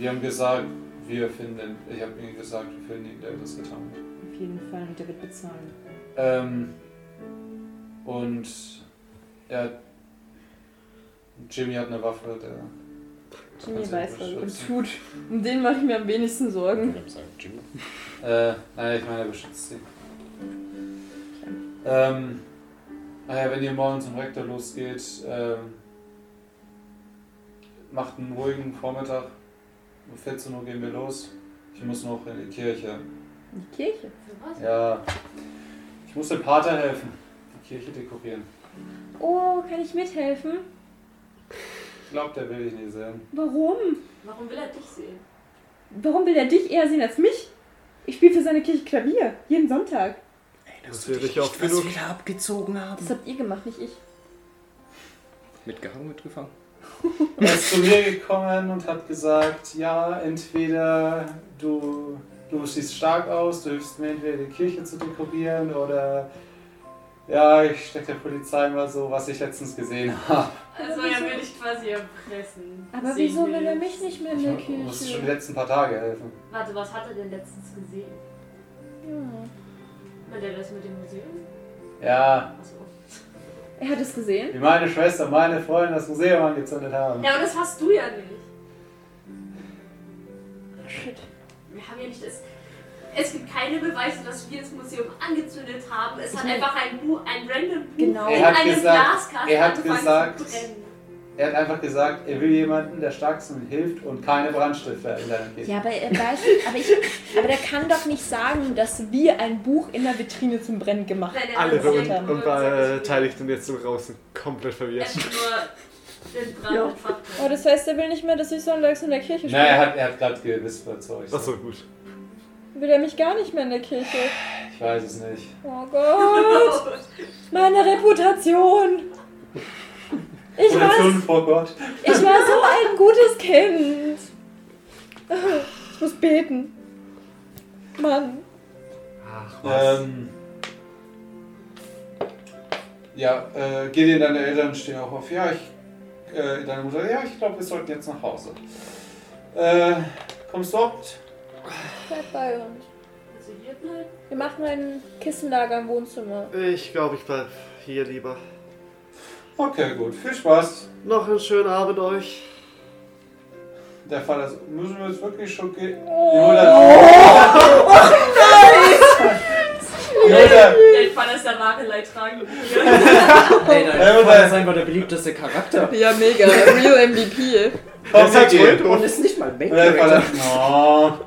A: Wir haben gesagt, wir finden, ich habe ihnen gesagt, wir finden ihn, der hat das getan hat.
L: Auf jeden Fall. Und der wird bezahlen.
A: Ähm, und ja, Jimmy hat eine Waffe, der.
B: Jimmy
A: Kannst du
B: weiß,
A: ihn
B: was er
A: beschützen?
B: tut. Um den mache ich mir am wenigsten Sorgen.
M: Ich hab gesagt, Jimmy.
A: Äh, nein, ich meine, er beschützt sie. Ähm, naja, wenn ihr morgen zum Rektor losgeht, ähm, macht einen ruhigen Vormittag. Um 14 Uhr gehen wir los. Ich muss noch in die Kirche.
B: In die Kirche.
D: Was?
A: Ja, ich muss dem Pater helfen. Die Kirche dekorieren.
B: Oh, kann ich mithelfen?
A: Ich glaube, der will dich nie sehen.
B: Warum?
D: Warum will er dich sehen?
B: Warum will er dich eher sehen als mich? Ich spiele für seine Kirche Klavier. Jeden Sonntag.
F: Das würde ich auch genug.
E: wieder abgezogen haben.
B: Das habt ihr gemacht, nicht ich.
E: Mitgehangen, mitgefangen.
A: Er ist zu mir gekommen und hat gesagt, ja, entweder du, du siehst stark aus, du hilfst mir entweder die Kirche zu dekorieren oder ja, ich stecke der Polizei mal so, was ich letztens gesehen habe.
D: Also er will dich quasi erpressen.
B: Aber
D: Sehe ich
B: wieso will er mich
D: nicht.
B: nicht mehr in der
A: Ich muss schon die
B: Kirche?
A: letzten paar Tage helfen.
D: Warte, was hat er denn letztens gesehen?
B: Ja.
D: Meint er das mit dem Museum?
A: Ja,
D: Achso.
B: Er hat es gesehen?
A: wie meine Schwester, meine Freundin das Museum angezündet haben.
D: Ja, aber das hast du ja nicht.
B: Shit.
D: Wir haben ja nicht das. Es gibt keine Beweise, dass wir das Museum angezündet haben. Es
L: Ich
D: hat
L: meine-
D: einfach ein Buch, ein random Buch
L: Genau.
D: in
A: Er hat
D: einem
A: gesagt-
D: Glaskasten
A: er hat
D: angefangen
A: gesagt-
D: zu brennen.
A: Er hat einfach gesagt, er will jemanden, der Starksten hilft und keine Brandstifter in seiner Kirche.
L: Ja, aber er weiß, aber, ich, aber der kann doch nicht sagen, dass wir ein Buch in der Vitrine zum Brennen gemacht
D: Nein, er
F: Alle
D: hat
F: und,
D: gesagt,
F: und äh, teile ich den jetzt so draußen komplett
D: Er
F: verwirrt.
D: hat nur den Brand
B: Ja.
D: entfacht.
B: Oh, das heißt, er will nicht mehr, dass ich sonntags in der Kirche
A: Na,
B: spiele.
A: er hat, er hat gerade gewispert zu euch.
F: Achso, gut.
B: Will er mich gar nicht mehr in der Kirche?
A: Ich weiß es nicht.
B: Oh Gott. Meine Reputation. Ich war,
A: Revolution vor Gott.
B: ich war so ein gutes Kind. Ich muss beten. Mann.
F: Ach,
A: Ähm, ja, äh, Gideon, deine Eltern stehen auch auf. Ja, ich, äh, deine Mutter, ja, ich glaube, wir sollten jetzt nach Hause. Äh, kommst du oft?
B: Bleib bei uns.
D: Also hier bleiben?
B: Wir machen ein Kissenlager im Wohnzimmer.
F: Ich glaube, ich bleib hier lieber.
A: Okay, gut, viel Spaß.
F: Noch einen schönen Abend euch.
A: Der Vater, so, müssen wir jetzt wirklich schon gehen? Die Mutter, die Mutter,
D: Der Fall ist der wahre Leidtragende.
C: Ey, dein
A: Hey,
C: Vater
A: Mutter.
C: ist einfach der beliebteste Charakter.
H: Ja, mega. Real MVP.
A: komm mit dir.
C: Und ist nicht mal
A: Und der
C: Main-Charakter.
A: Vater, no.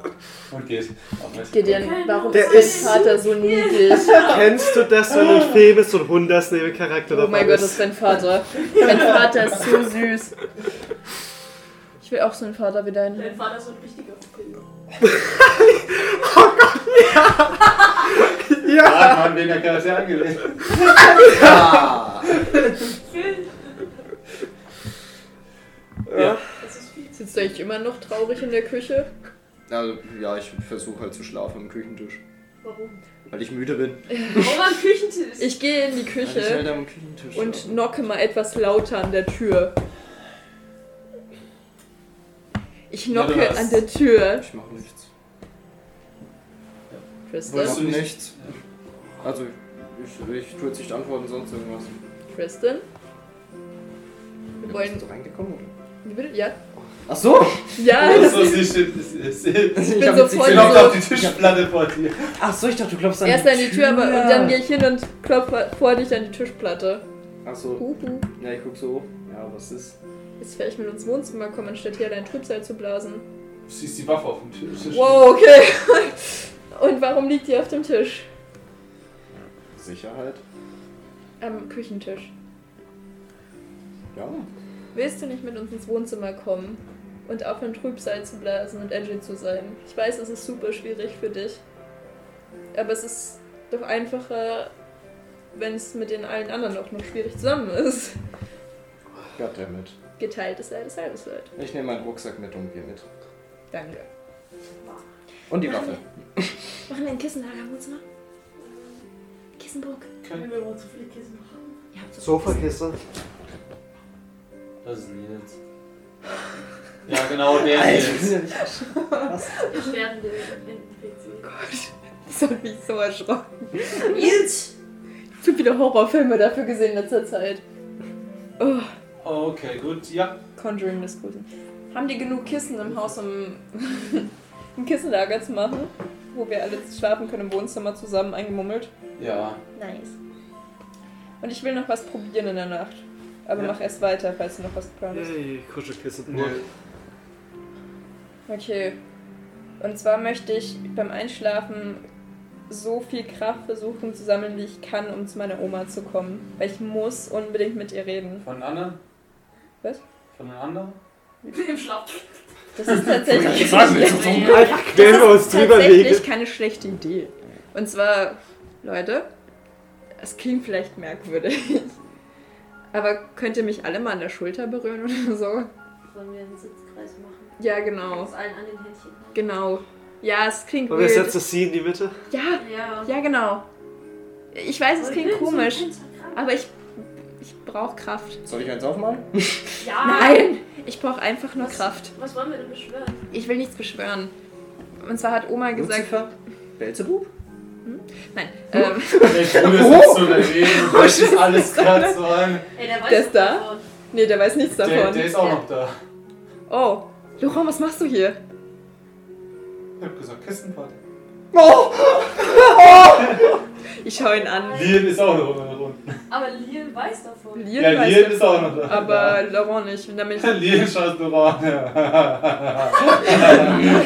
A: Und geht. Auch mit.
H: Gideon, warum
F: Der
H: ist dein
F: ist-
H: Vater so niedlich?
F: Kennst du das, wenn ein Film ist und Hund das neben Charakter
H: Oh mein Gott, das ist dein Vater. Dein Vater ist so süß. Ich will auch so einen Vater wie deinen.
D: Dein Vater ist so ein richtiger Film.
F: Ja!
A: Ah, Mann, wen der Charakter angelegt.
F: ja.
D: Das ist viel.
H: Sitzt du eigentlich immer noch traurig in der Küche?
E: Also, ja, ich versuche halt zu schlafen am Küchentisch.
D: Warum?
E: Weil ich müde bin.
D: Warum am Küchentisch?
H: Ich gehe in die
E: Weil ich halt
H: Küche
E: am Küchentisch
H: und
E: schlafe.
H: knocke mal etwas lauter an der Tür. Ich knocke
A: Ja, du hast-
H: an der Tür.
E: Ich mache nichts. Ich
A: Wolltest
H: Kristen?
A: du
E: mache
A: nicht-
E: nichts. Also, ich, ich tue jetzt nicht antworten, sonst irgendwas.
H: Kristen?
E: Wir
H: wollen-
E: so reingekommen, oder?
H: Wie bitte? Ja.
C: Ach so. Oh,
H: Ja,
A: Das
H: das
A: ist, sie steht, sie- sie-
C: Ich
H: bin
C: hab
H: so
C: jetzt nicht
H: voll
A: sie lockt
C: geglaubt.
H: so-
A: auf die Tischplatte vor dir.
C: Ach so, ich dachte, du glaubst an
H: erst an die Tür, aber und dann gehe
C: geht's.
H: ich hin und klopfe vor dich an die Tischplatte.
E: Ach so.
H: Huhu.
E: Ja, ich guck so hoch. Ja, was ist?
H: Jetzt werde ich mit ins Wohnzimmer kommen, anstatt hier allein Trübsal zu blasen.
A: Sie ist die Waffe auf dem Tisch.
H: Wow, okay. Und warum liegt die auf dem Tisch?
E: Sicherheit?
H: Am Küchentisch.
E: Ja.
H: Willst du nicht mit uns ins Wohnzimmer kommen und aufhören, Trübsal zu blasen und edgy zu sein? Ich weiß, es ist super schwierig für dich. Aber es ist doch einfacher, wenn es mit den allen anderen auch noch schwierig zusammen ist.
E: Goddammit.
H: Geteiltes Leid ist halbes Leid.
E: Ich nehme meinen Rucksack mit und Bier mit.
H: Danke.
E: Und die Waffe.
L: Machen wir ein Kissenlager im Wohnzimmer? Kissenburg.
D: Können wir wohl zu viele Kissen haben?
L: Ja, so.
F: Sofakissen.
A: Das ist Nils. Ja, genau, der ist.
D: Beschwerden der Infektion.
B: Das hat mich so erschrocken.
D: Jetzt!
B: Zu viele Horrorfilme dafür gesehen in letzter Zeit. Oh,
A: Okay, gut, ja.
H: Conjuring des Guten. Haben die genug Kissen im Haus, um ein Kissenlager zu machen? Wo wir alle schlafen können im Wohnzimmer zusammen eingemummelt.
A: Ja.
N: Nice.
H: Und ich will noch was probieren in der Nacht. Aber
F: Ja.
H: mach erst weiter, falls du noch was geplant hast.
F: Yay, Kuschelkissen.
A: Nö.
H: Okay. Und zwar möchte ich beim Einschlafen so viel Kraft versuchen zu sammeln, wie ich kann, um zu meiner Oma zu kommen. Weil ich muss unbedingt mit ihr reden.
A: Von den anderen?
H: Was?
A: Von den anderen?
D: Im Schlaf.
H: Das ist tatsächlich,
F: Quälen wir uns drüber
H: tatsächlich
F: wegen.
H: keine schlechte Idee. Und zwar, Leute, es klingt vielleicht merkwürdig, aber könnt ihr mich alle mal an der Schulter berühren oder so?
D: Wollen wir einen Sitzkreis machen?
H: Ja,
C: Oh.
H: genau.
D: Uns allen an den Händchen halten.
H: Genau. Ja, es klingt
F: Und wir
H: weird.
F: setzen sie in die Mitte.
H: Ja,
D: Ja.
H: ja, genau. Ich weiß, es klingt komisch,
D: Aber
H: aber ich, ich brauche Kraft.
C: Soll ich eins aufmalen?
D: ja.
H: Nein! Ich brauche einfach nur
D: Was-
H: Kraft.
D: Was wollen wir denn beschwören?
H: Ich will nichts beschwören. Und zwar hat Oma gesagt.
C: Belzebub?
H: Nein. Ähm,
A: Der Bruder sitzt so daneben und hört sich alles gerade so an.
D: Ey, der weiß
H: Der ist
D: doch
H: da?
D: davon.
H: nee, der weiß nichts davon.
A: Der, der ist auch noch da.
H: Oh, Laurent, was machst du hier?
A: Ich hab gesagt, Kissenparty.
H: Ich schaue ihn an.
A: Lien ist auch noch da unten.
D: Aber Lil weiß davon.
H: Lien
A: Ja,
H: weiß
A: Lien
H: das,
A: ist auch noch da.
H: aber Laurent nicht. Und dann bin ich
A: Ja. Lien schaut nur raus.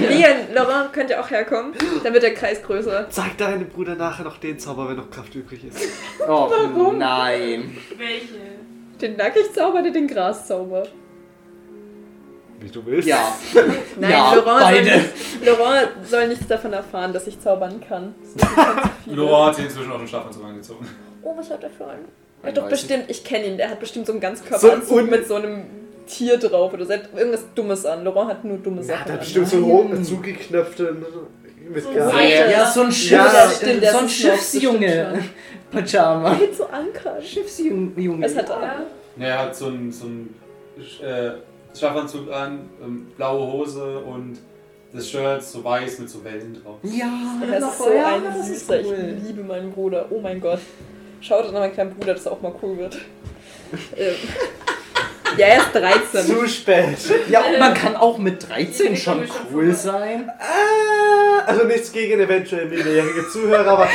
H: Lien, Laurent könnte auch herkommen. Dann wird der Kreis größer.
F: Zeig deinem Bruder nachher noch den Zauber, wenn noch Kraft übrig ist.
C: Oh, nein.
D: Welche?
H: Den Nackig-Zauber oder den Gras-Zauber?
F: Wie du willst.
C: Ja.
H: Nein,
C: Ja,
H: Laurent,
C: beide.
H: Soll nicht, Laurent soll nichts davon erfahren, dass ich zaubern kann.
G: Laura hat sie inzwischen auf den Schlafanzug angezogen.
N: Oh, was hat er für einen?
H: Er hat doch
C: Weiß
H: bestimmt, ich kenne ihn, der hat bestimmt so einen
F: So ein
H: Ganzkörperanzug
F: Un-
H: mit so einem Tier drauf oder so. Er hat irgendwas Dummes an. Laurent hat nur dumme
F: Ja,
H: Sachen
F: da
H: an.
F: hat bestimmt so einen hohen zugeknöpften mit
D: So
F: Gas.
D: ein
C: Ja, so ein Schiff,
F: Ja, das
H: stimmt, das
C: Äh, so ein
H: ist noch
C: Schiffsjunge. Pyjama.
H: Mit so Ankern.
C: Schiffsjunge.
H: Was hat er?
D: Ja.
A: Ne, er hat so einen so einen, äh, Schlafanzug an, ähm, blaue Hose und das Shirt so weiß mit so Wellen drauf.
C: Ja,
H: Das ist so
C: ja,
H: ein
C: das ist
H: Süßer. Ich liebe meinen Bruder. Oh mein Gott. Schaut an meinen kleinen Bruder, dass er auch mal cool wird. Ähm. ja, er ist 13.
F: Zu spät.
C: Ja, und man kann auch mit 13
D: Ich
C: schon
D: bin schon
C: cool
D: vorbei.
C: sein.
E: Äh,
F: Ah, also nichts gegen eventuell minderjährige Zuhörer, aber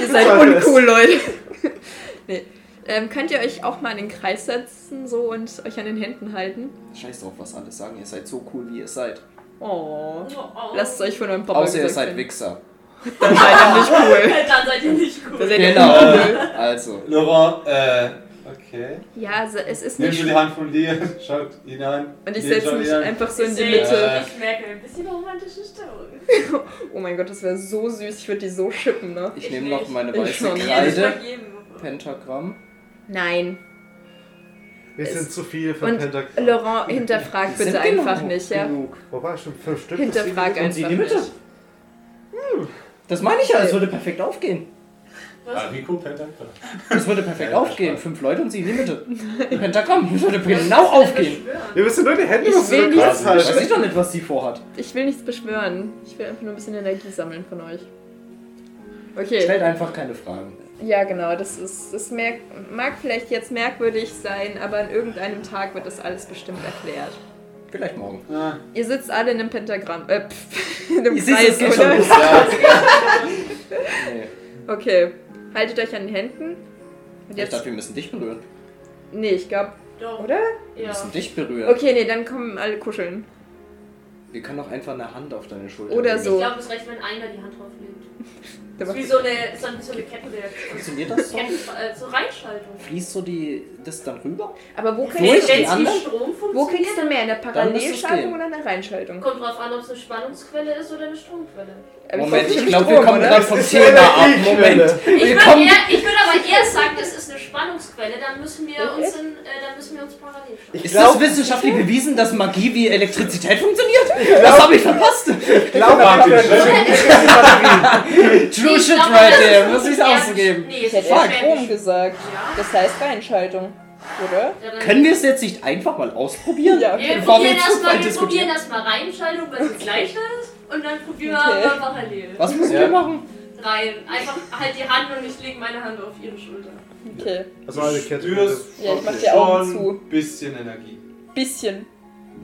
H: Ihr seid
F: Zweifel ist-
H: uncool, Leute. nee. ähm, könnt ihr euch auch mal in den Kreis setzen so und euch an den Händen halten?
C: Scheiß drauf, was alle sagen. Ihr seid so cool, wie ihr seid.
H: Oh.
D: Oh, oh.
H: Lasst es euch von eurem Papa
C: Außer ihr
H: gesagt
C: seid
H: sein.
C: Wichser.
H: Dann seid ihr nicht cool.
D: Dann seid ihr nicht
H: Dann
D: cool.
H: seid ihr
C: Genau.
H: nicht cool.
C: Also,
A: Äh, Laurent, äh, okay.
B: ja, also es ist
A: Nimmst
B: nicht
A: du die Hand von Lien, schaut ihn an.
H: Und ich
A: Lien
H: setze
A: schaut
H: mich
A: ihn an.
H: einfach so in die
D: sehe,
H: Mitte.
D: Ich merke ein bisschen romantische Stimmung.
H: Oh mein Gott, das wäre so süß. Ich würde die so schippen, ne?
C: ich nehme noch meine
H: Ich
C: weiße
H: schon.
D: Jedes Mal
C: Kreide.
D: geben.
C: Pentagramm.
B: Nein.
F: Wir sind zu viel für
B: Und
F: Pentagramm.
B: Laurent, hinterfrag bitte
C: Sind genau
B: einfach nicht, ja?
C: Genug.
F: Wo war schon fünf Stück?
B: Hinterfrag
C: Und sie in
B: einfach
C: die Mitte. Hm.
B: nicht.
C: Das meine ich ja, es würde perfekt aufgehen.
G: Ah,
D: Was?
G: Rico Pentagramm.
C: Es würde perfekt
G: Ja,
C: aufgehen. Fünf Leute und sie in die Mitte. Pentagramm. Es würde genau aufgehen.
F: Wir müssen nur die Hände
H: Ich
F: müssen wir
H: will
F: krass
A: halt,
C: Ich weiß
F: halten.
C: doch nicht, was sie vorhat.
H: Ich will nichts beschwören. Ich will einfach nur ein bisschen Energie sammeln von euch. Okay.
C: Stellt einfach keine Fragen.
H: Ja, genau. Das ist, das merk, mag vielleicht jetzt merkwürdig sein, aber an irgendeinem Tag wird das alles bestimmt erklärt.
C: Vielleicht morgen.
A: Ah,
H: Ihr sitzt alle in einem Pentagramm, äh, pff, in einem
C: Ihr seht, es
H: Kreis,
C: geht
H: oder?
C: schon
A: ja,
C: Nee.
H: Okay. Haltet euch an den Händen. Und
C: Ich dachte,
H: jetzt.
C: Also, wir müssen dich berühren.
H: Nee, ich glaube.
D: Doch.
H: Oder?
C: Wir
D: Ja.
C: müssen dich berühren.
H: Okay, nee, dann kommen alle kuscheln.
C: Wir können auch einfach eine Hand auf deine Schulter
H: Oder
C: legen.
H: so.
D: Ich glaube, es reicht, wenn einer die Hand drauf legt.
H: Der
D: Das ist
H: macht-
D: wie so eine, ist dann wie so eine Kettenreaktion.
C: Funktioniert das so?
D: Ketten, äh, so Reinschaltung.
C: Fließt so die, das dann rüber?
H: Aber wo
D: Wenn
C: Durch
H: kriegst,
C: die
D: es wie
C: anderen?
D: Strom funktioniert,
H: wo kriegst du mehr? In der
C: müsste es
H: Parallelschaltung
C: gehen.
H: oder in der Reinschaltung?
D: kommt drauf an, ob es eine Spannungsquelle ist oder eine Stromquelle.
H: Aber ich
C: Moment,
H: brauch
C: ich
H: Äh, nicht
C: glaube, wir
H: Strom,
C: kommen
H: oder?
C: gerade vom
F: ist
C: Thema ab.
F: Energiequelle.
C: Moment.
D: Ich
C: Wir
D: würde
C: kommen
D: eher- ich würde aber eher sagen, das ist eine Spannungsquelle, dann müssen wir uns, in, äh, dann müssen wir uns parallel schalten.
C: Ist
F: glaub-
C: das wissenschaftlich bewiesen, dass Magie wie Elektrizität funktioniert? Das habe ich verpasst.
F: Ich glaube,
C: True
D: Ich
C: shit
D: glaube,
C: right
D: das
C: there,
D: ist
C: muss ich's
D: eher-
C: ausgeben.
D: Nee,
H: Ich
D: es ist
H: hätte
D: eher
H: eher
D: schwäbisch.
H: Strom gesagt.
D: Ja.
H: Das heißt Reinschaltung.
E: oder?
D: Ja, dann-
C: Können wir es jetzt nicht einfach mal ausprobieren?
E: Ja,
D: Wir
E: okay.
C: Bevor wir
D: probieren
C: zu
D: erstmal
C: weit
D: wir probieren
C: diskutieren.
D: erstmal Reihenschaltung, weil sie gleich ist. Und dann probieren
E: Okay.
D: wir mal parallel.
C: Was müssen
A: Ja.
C: wir machen?
D: Rein. Einfach halt die Hand und ich lege meine Hand auf ihre Schulter.
E: Okay.
F: Also eine Kette.
A: spürst
E: Ja, ich mach
A: schon
E: die Augen
A: ein bisschen Energie.
E: Bisschen.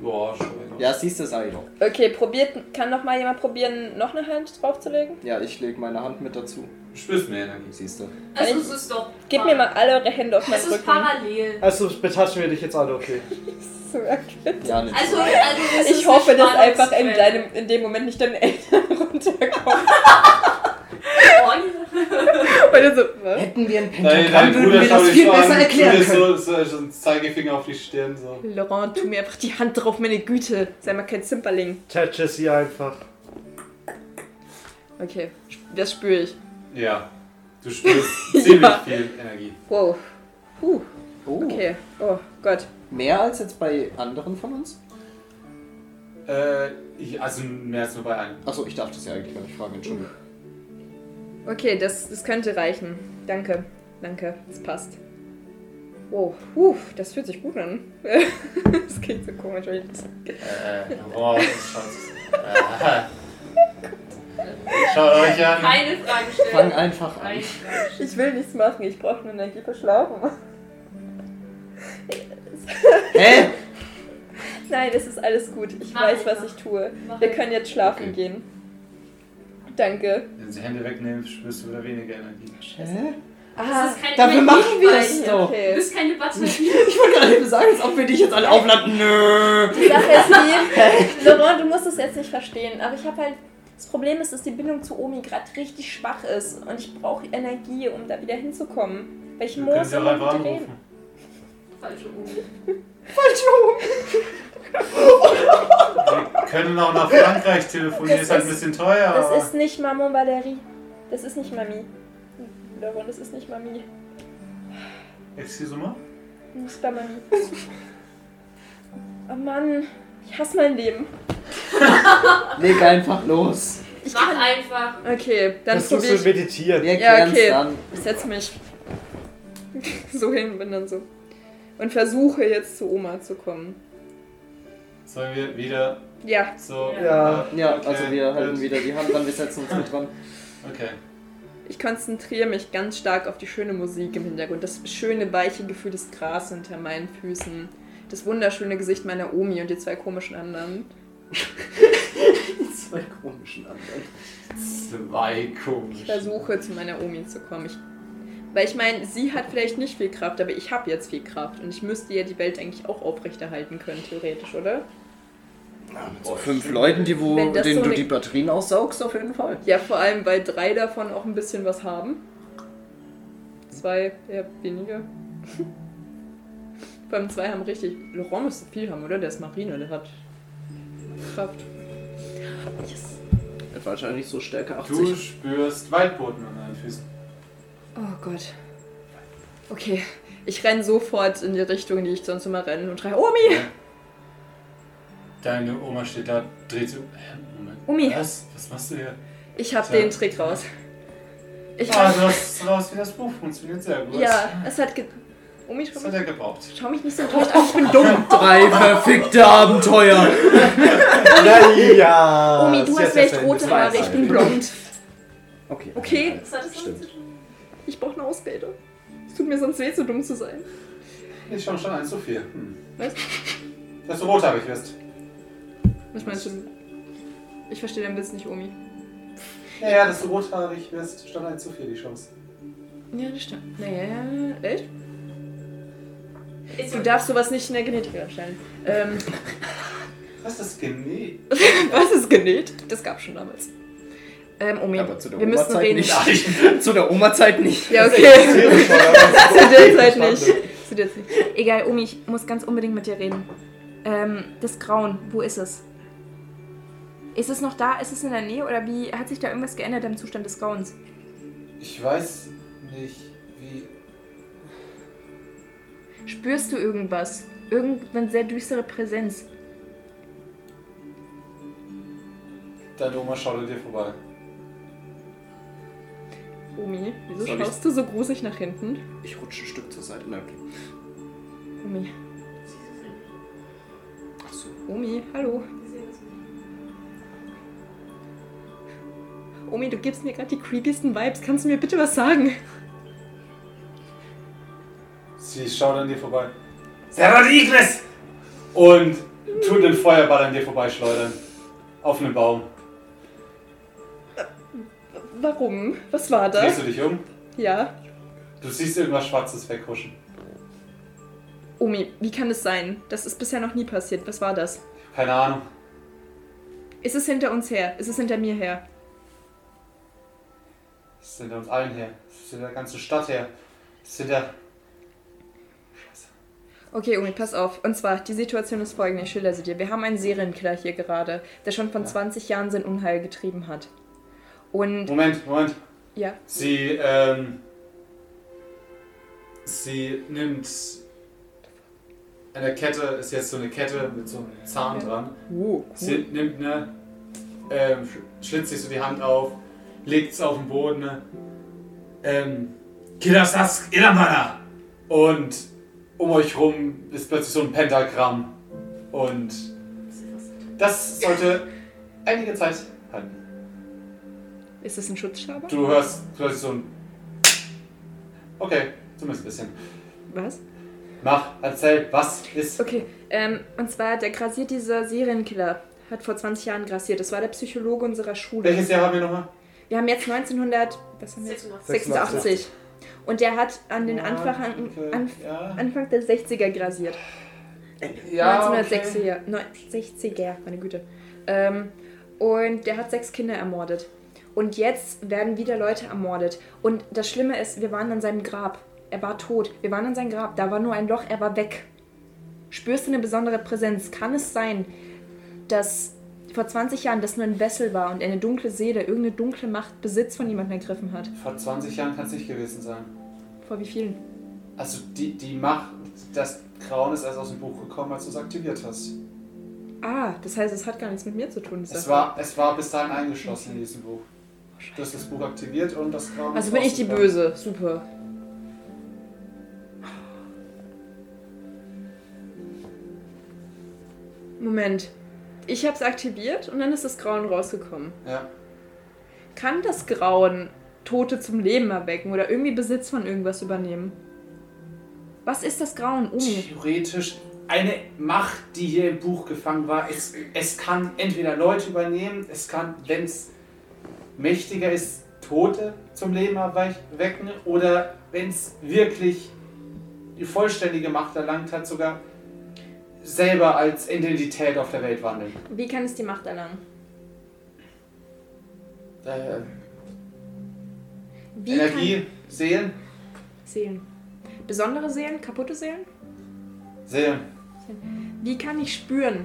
A: Boah, schon.
C: Ja, siehst du, sag ich doch.
E: Okay, probiert. Kann noch mal jemand probieren, noch eine Hand draufzulegen?
C: Ja, ich lege meine Hand mit dazu.
A: Du spürst mehr Energie.
C: Siehst du.
D: Also
E: Nein.
D: es ist doch.
E: Gebt mir mal alle eure Hände auf meinen
D: Es ist
E: Rücken.
D: parallel.
F: Also betatschen wir dich jetzt alle, okay.
E: So, okay.
C: Ja, nicht.
D: Also, also es ist
E: Ich hoffe,
D: eine
E: dass einfach in,
D: Spannungsquelle.
E: deinem, in dem Moment nicht deine Eltern runterkommen.
D: Und-
E: Oder so, was?
C: Hätten wir ein
A: Dein,
C: Pentagramm,
A: dein
C: würden
A: Bruder
C: wir
A: schaut
C: das
A: dich
C: viel
A: so
C: besser
A: an, du
C: erklären
A: bist
C: können.
A: so, so, so ein Zeigefinger auf die Stirn so.
H: Laurent, tu mir einfach die Hand drauf, meine Güte.
E: Sei mal kein Zimperling.
F: Tätsche sie einfach.
H: Okay, das spüre ich.
A: Ja. Du spürst ziemlich
H: Ja.
A: viel Energie.
H: Wow. Puh,
C: Oh,
H: okay. Oh Gott.
C: mehr als jetzt bei anderen von uns?
A: Äh, ich, also mehr als nur bei einem.
C: Achso, ich darf das ja eigentlich gar nicht fragen, Entschuldigung.
H: Okay, das, das könnte reichen. Danke. Danke, das passt. Wow, puh, das fühlt sich gut an. das klingt so komisch. weil ich-
A: Äh, boah, schaut's. Äh, Schaut euch an.
D: Keine Fragen stellen.
C: Fang einfach an.
D: Keine Fragen stellen.
E: Ich will nichts machen, ich brauche nur Energie für Schlafen.
C: Hä?
E: Nein, es ist alles gut. Ich
D: Mach
E: weiß, was
D: einfach.
E: ich tue.
D: Mach
E: Wir
D: einfach.
E: können jetzt schlafen
A: Okay.
E: gehen. Danke.
A: Wenn sie Hände wegnimmst, spürst du wieder weniger Energie.
C: Hä?
O: Ah,
D: Das ist keine
C: Dafür
D: Energie,
C: machen wir
D: weil-
C: es doch.
D: Du
E: Okay.
D: bist keine Batterie.
C: Ich wollte gerade eben sagen, als ob wir dich jetzt alle aufladen. Nö.
O: Die Sache ist die, Laurent, du musst es jetzt nicht verstehen, aber ich habe halt. Das Problem ist, dass die Bindung zu Omi gerade richtig schwach ist und ich brauche Energie, um da wieder hinzukommen. Weil ich
A: Wir können
O: muss
A: sie auch einfach
O: immer wieder reden.
A: anrufen.
D: Falsche Uhr.
A: Wir können auch nach Frankreich telefonieren,
O: Das
A: ist halt ein
O: ist-
A: bisschen teuer. aber-
O: Das ist nicht Maman Valerie. Das ist nicht Mami. Laurent, das ist nicht Mami.
A: Excuse moi?
O: Du bist bei Mami. Oh Mann, ich hasse mein Leben.
C: Leg einfach los.
D: Mach einfach.
H: Okay, dann
F: Versuchst
H: probiere
F: du
H: ich.
F: meditieren.
C: Wir
H: Ja,
C: erklären es
H: okay.
C: dann.
H: Ich setze mich so hin, bin dann so. Und versuche jetzt zu Oma zu kommen.
A: Sollen wir wieder
H: Ja,
A: so. Ah,
F: Ja.
C: Ja,
A: okay,
C: also wir halten
A: gut.
C: wieder die Hand dran, wir setzen uns mit dran.
A: Okay.
H: Ich konzentriere mich ganz stark auf die schöne Musik im Hintergrund, das schöne, weiche Gefühl des Gras unter meinen Füßen, das wunderschöne Gesicht meiner Omi und die zwei komischen anderen.
C: Die zwei komischen anderen.
A: Zwei komische.
H: Ich versuche zu meiner Omi zu kommen. Ich, weil ich meine, sie hat vielleicht nicht viel Kraft, aber ich habe jetzt viel Kraft und ich müsste ja die Welt eigentlich auch aufrechterhalten können, theoretisch, oder?
C: Mit so fünf Leuten, die, wo,
H: Wenn das
C: denen
H: so
C: du
H: eine-
C: die Batterien aussaugst, auf jeden Fall.
H: Ja, vor allem, weil drei davon auch ein bisschen was haben. Zwei eher weniger. Vor allem zwei haben richtig. Laurent müsste viel haben, oder? Der ist Marine, der hat Kraft.
C: Mit wahrscheinlich so Stärke
A: Du
C: 80.
A: spürst Waldboden an deinen Füßen.
H: Oh Gott. Okay. Ich renne sofort in die Richtung, die ich sonst immer renne und schreie, Omi!
A: Deine Oma steht da, dreht sich um. Hä, Moment.
H: Omi.
A: Was? Was machst du hier?
H: Ich hab
A: Ja.
H: den Trick raus. Ich
A: Ah, du hast raus, wie das Buch funktioniert. Sehr gut.
H: Ja, es hat ge... Omi, schau
A: Das hat
H: mich,
A: er gebraucht.
H: schau mich nicht so enttäuscht an. Ich bin
C: Dumm, drei verfickte Abenteuer.
F: Naja.
H: Omi, du
F: sie
H: hast
F: hat
H: vielleicht
F: das
H: rote
F: Ende.
H: Haare, ich bin blond.
C: Okay.
H: Okay.
D: Was hat das damit
C: Stimmt.
D: zu tun?
H: Ich brauche eine Ausrede. Es tut mir sonst weh, so dumm zu sein.
A: Ich schon schon eins zu viel. Hm.
H: Was?
A: Das rot habe ich wirst.
H: Was meinst du? Ich verstehe deinen Witz nicht, Omi.
A: Naja, dass du rothaarig wirst, stand eins zu viel die Chance.
H: Ja, das stimmt. Naja, echt?
D: Ist
H: Du
D: so-
H: darfst sowas nicht in der Genetik anstellen. Ähm,
A: Was ist das Genie?
H: was ist genäht? Das gab's schon damals. Ähm, Omi,
C: Aber zu der
H: wir müssen
C: Oma-Zeit
H: reden.
C: nicht. zu der Oma-Zeit nicht.
H: Ja,
F: Das
H: okay.
F: ist irre,
H: Zu der Zeit nicht. Zu der Zeit nicht. Egal, Omi, ich muss ganz unbedingt mit dir reden. Ähm, das Grauen, wo ist es? Ist es noch da? Ist es in der Nähe? Oder wie hat sich da irgendwas geändert am Zustand des Grauens?
A: Ich weiß nicht, wie.
H: Spürst du irgendwas? Irgendeine sehr düstere Präsenz?
A: Deine Oma schaut an dir vorbei.
H: Omi, wieso
C: Soll ich-
H: schaust du so gruselig nach hinten?
C: Ich rutsche ein Stück zur Seite. Na, okay.
B: Omi. Omi, hallo. Omi, du gibst mir gerade die creepiesten Vibes. Kannst du mir bitte was sagen?
A: Sie schaut an dir vorbei. Serra Igles! Und tut den Feuerball an dir vorbeischleudern. Auf einen Baum.
B: Warum? Was war das?
A: Drehst du dich um?
B: Ja.
A: Du siehst irgendwas Schwarzes weghuschen.
B: Omi, wie kann es sein? Das ist bisher noch nie passiert. Was war das?
A: Keine Ahnung.
B: Ist es hinter uns her? Ist es hinter mir her?
A: Es ist hinter uns allen her. Es ist hinter der ganzen Stadt her. Es ist hinter.
B: Okay, Omi, pass auf. Und zwar, die Situation ist folgende. Ich schilder sie dir. Wir haben einen Serienkiller hier gerade, der schon von 20 Jahren sein Unheil getrieben hat. Und,
A: Moment, Moment.
B: ja,
A: Sie, ähm, sie nimmt eine Kette, ist jetzt so eine Kette mit so einem Zahn dran. Sie nimmt eine, ähm, sch- schlitzt sich so die Hand auf, legt es auf den Boden. Ne? Ähm, Kilasas Ilamana! Und um euch rum ist plötzlich so ein Pentagramm. Und das sollte einige Zeit halten.
B: ist es ein Schutzschaber?
A: Du hörst plötzlich so ein. Okay, zumindest ein bisschen.
B: Was?
A: Mach, erzähl, was ist.
B: Okay, ähm, und zwar, der grassiert dieser Serienkiller. Hat vor 20 Jahren grassiert. Das war der Psychologe unserer Schule.
A: Welches Jahr haben wir nochmal?
B: Wir haben jetzt 1900. Was haben wir jetzt? 86. Und der hat an den Anfang, an, an,
A: ja.
B: Anfang der 60er grasiert.
A: Ja,
B: 1960er. neun- 60er, meine Güte. Ähm, und der hat sechs Kinder ermordet. Und jetzt werden wieder Leute ermordet. Und das Schlimme ist, wir waren an seinem Grab. Er war tot. Wir waren an seinem Grab. Da war nur ein Loch. Er war weg. Spürst du eine besondere Präsenz? Kann es sein, dass vor 20 Jahren das nur ein Wessel war und eine dunkle Seele, irgendeine dunkle Macht Besitz von jemandem ergriffen hat?
A: okay. Vor 20 Jahren kann es nicht gewesen sein.
B: Vor wie vielen?
A: Also die, die Macht, das Grauen ist erst aus dem Buch gekommen, als du es aktiviert hast.
B: Ah, das heißt, es hat gar nichts mit mir zu tun. diese
A: Es
B: Sache.
A: war, es war bis dahin eingeschlossen in diesem Buch. Du hast das Buch aktiviert und das Grauen ist
B: Also bin ich die
A: rausgekommen.
B: Böse. Super. Moment. Ich habe es aktiviert und dann ist das Grauen rausgekommen.
A: Ja.
B: Kann das Grauen Tote zum Leben erwecken oder irgendwie Besitz von irgendwas übernehmen? Was ist das Grauen, Umi?
A: theoretisch eine Macht, die hier im Buch gefangen war. Es, es kann entweder Leute übernehmen, es kann, wenn es mächtiger ist, Tote zum Leben erweich- wecken oder wenn es wirklich die vollständige Macht erlangt hat, sogar selber als Identität auf der Welt wandeln.
B: Wie kann es die Macht erlangen?
A: Äh,
B: Wie Kann
A: Energie, Seelen,
B: Seelen. Besondere Seelen? Kaputte Seelen?
A: Seelen.
B: Wie kann ich spüren?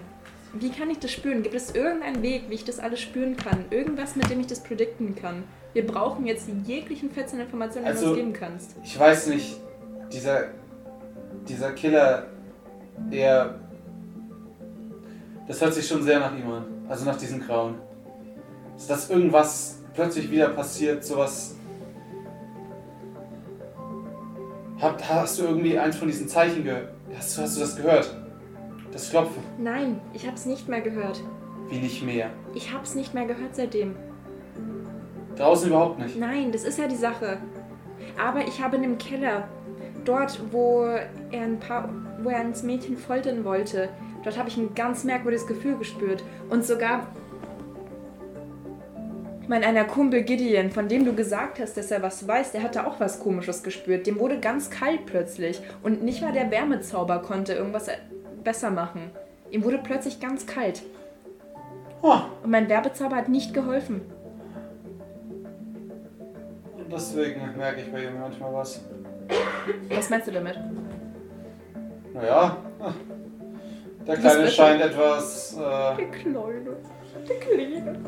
B: Wie kann ich das spüren? Gibt es irgendeinen Weg, wie ich das alles spüren kann? Irgendwas, mit dem ich das predikten kann? Wir brauchen jetzt jeglichen Fetzen Informationen, die du
A: Also-
B: uns geben kannst.
A: Ich weiß nicht, dieser, dieser Killer, der. Das hört sich schon sehr nach ihm an. Also nach diesem Grauen. Ist das irgendwas plötzlich wieder passiert, sowas. Hab, hast du irgendwie eins von diesen Zeichen gehört? Hast, du- hast du das gehört? Das Klopfen.
B: Nein, ich hab's nicht mehr gehört.
A: Wie nicht mehr.
B: Ich hab's nicht mehr gehört seitdem.
A: Draußen überhaupt nicht.
B: Nein, das ist ja die Sache. Aber ich habe in dem Keller, dort, wo er ein paar, wo er ein Mädchen foltern wollte, dort habe ich ein ganz merkwürdiges Gefühl gespürt. Und sogar mein einer Kumpel Gideon, von dem du gesagt hast, dass er was weiß, der hatte auch was Komisches gespürt. Dem wurde ganz kalt plötzlich. Und nicht mal der Wärmezauber konnte irgendwas e- besser machen. Ihm wurde plötzlich ganz kalt.
A: Oh,
B: Und mein Wärmezauber hat nicht geholfen.
A: und deswegen merke ich bei ihm manchmal was.
B: Was meinst du damit?
A: Naja, der
B: Das
A: Kleine
B: wird-
A: scheint etwas. Äh,
B: Der Kleine. Der Kleine.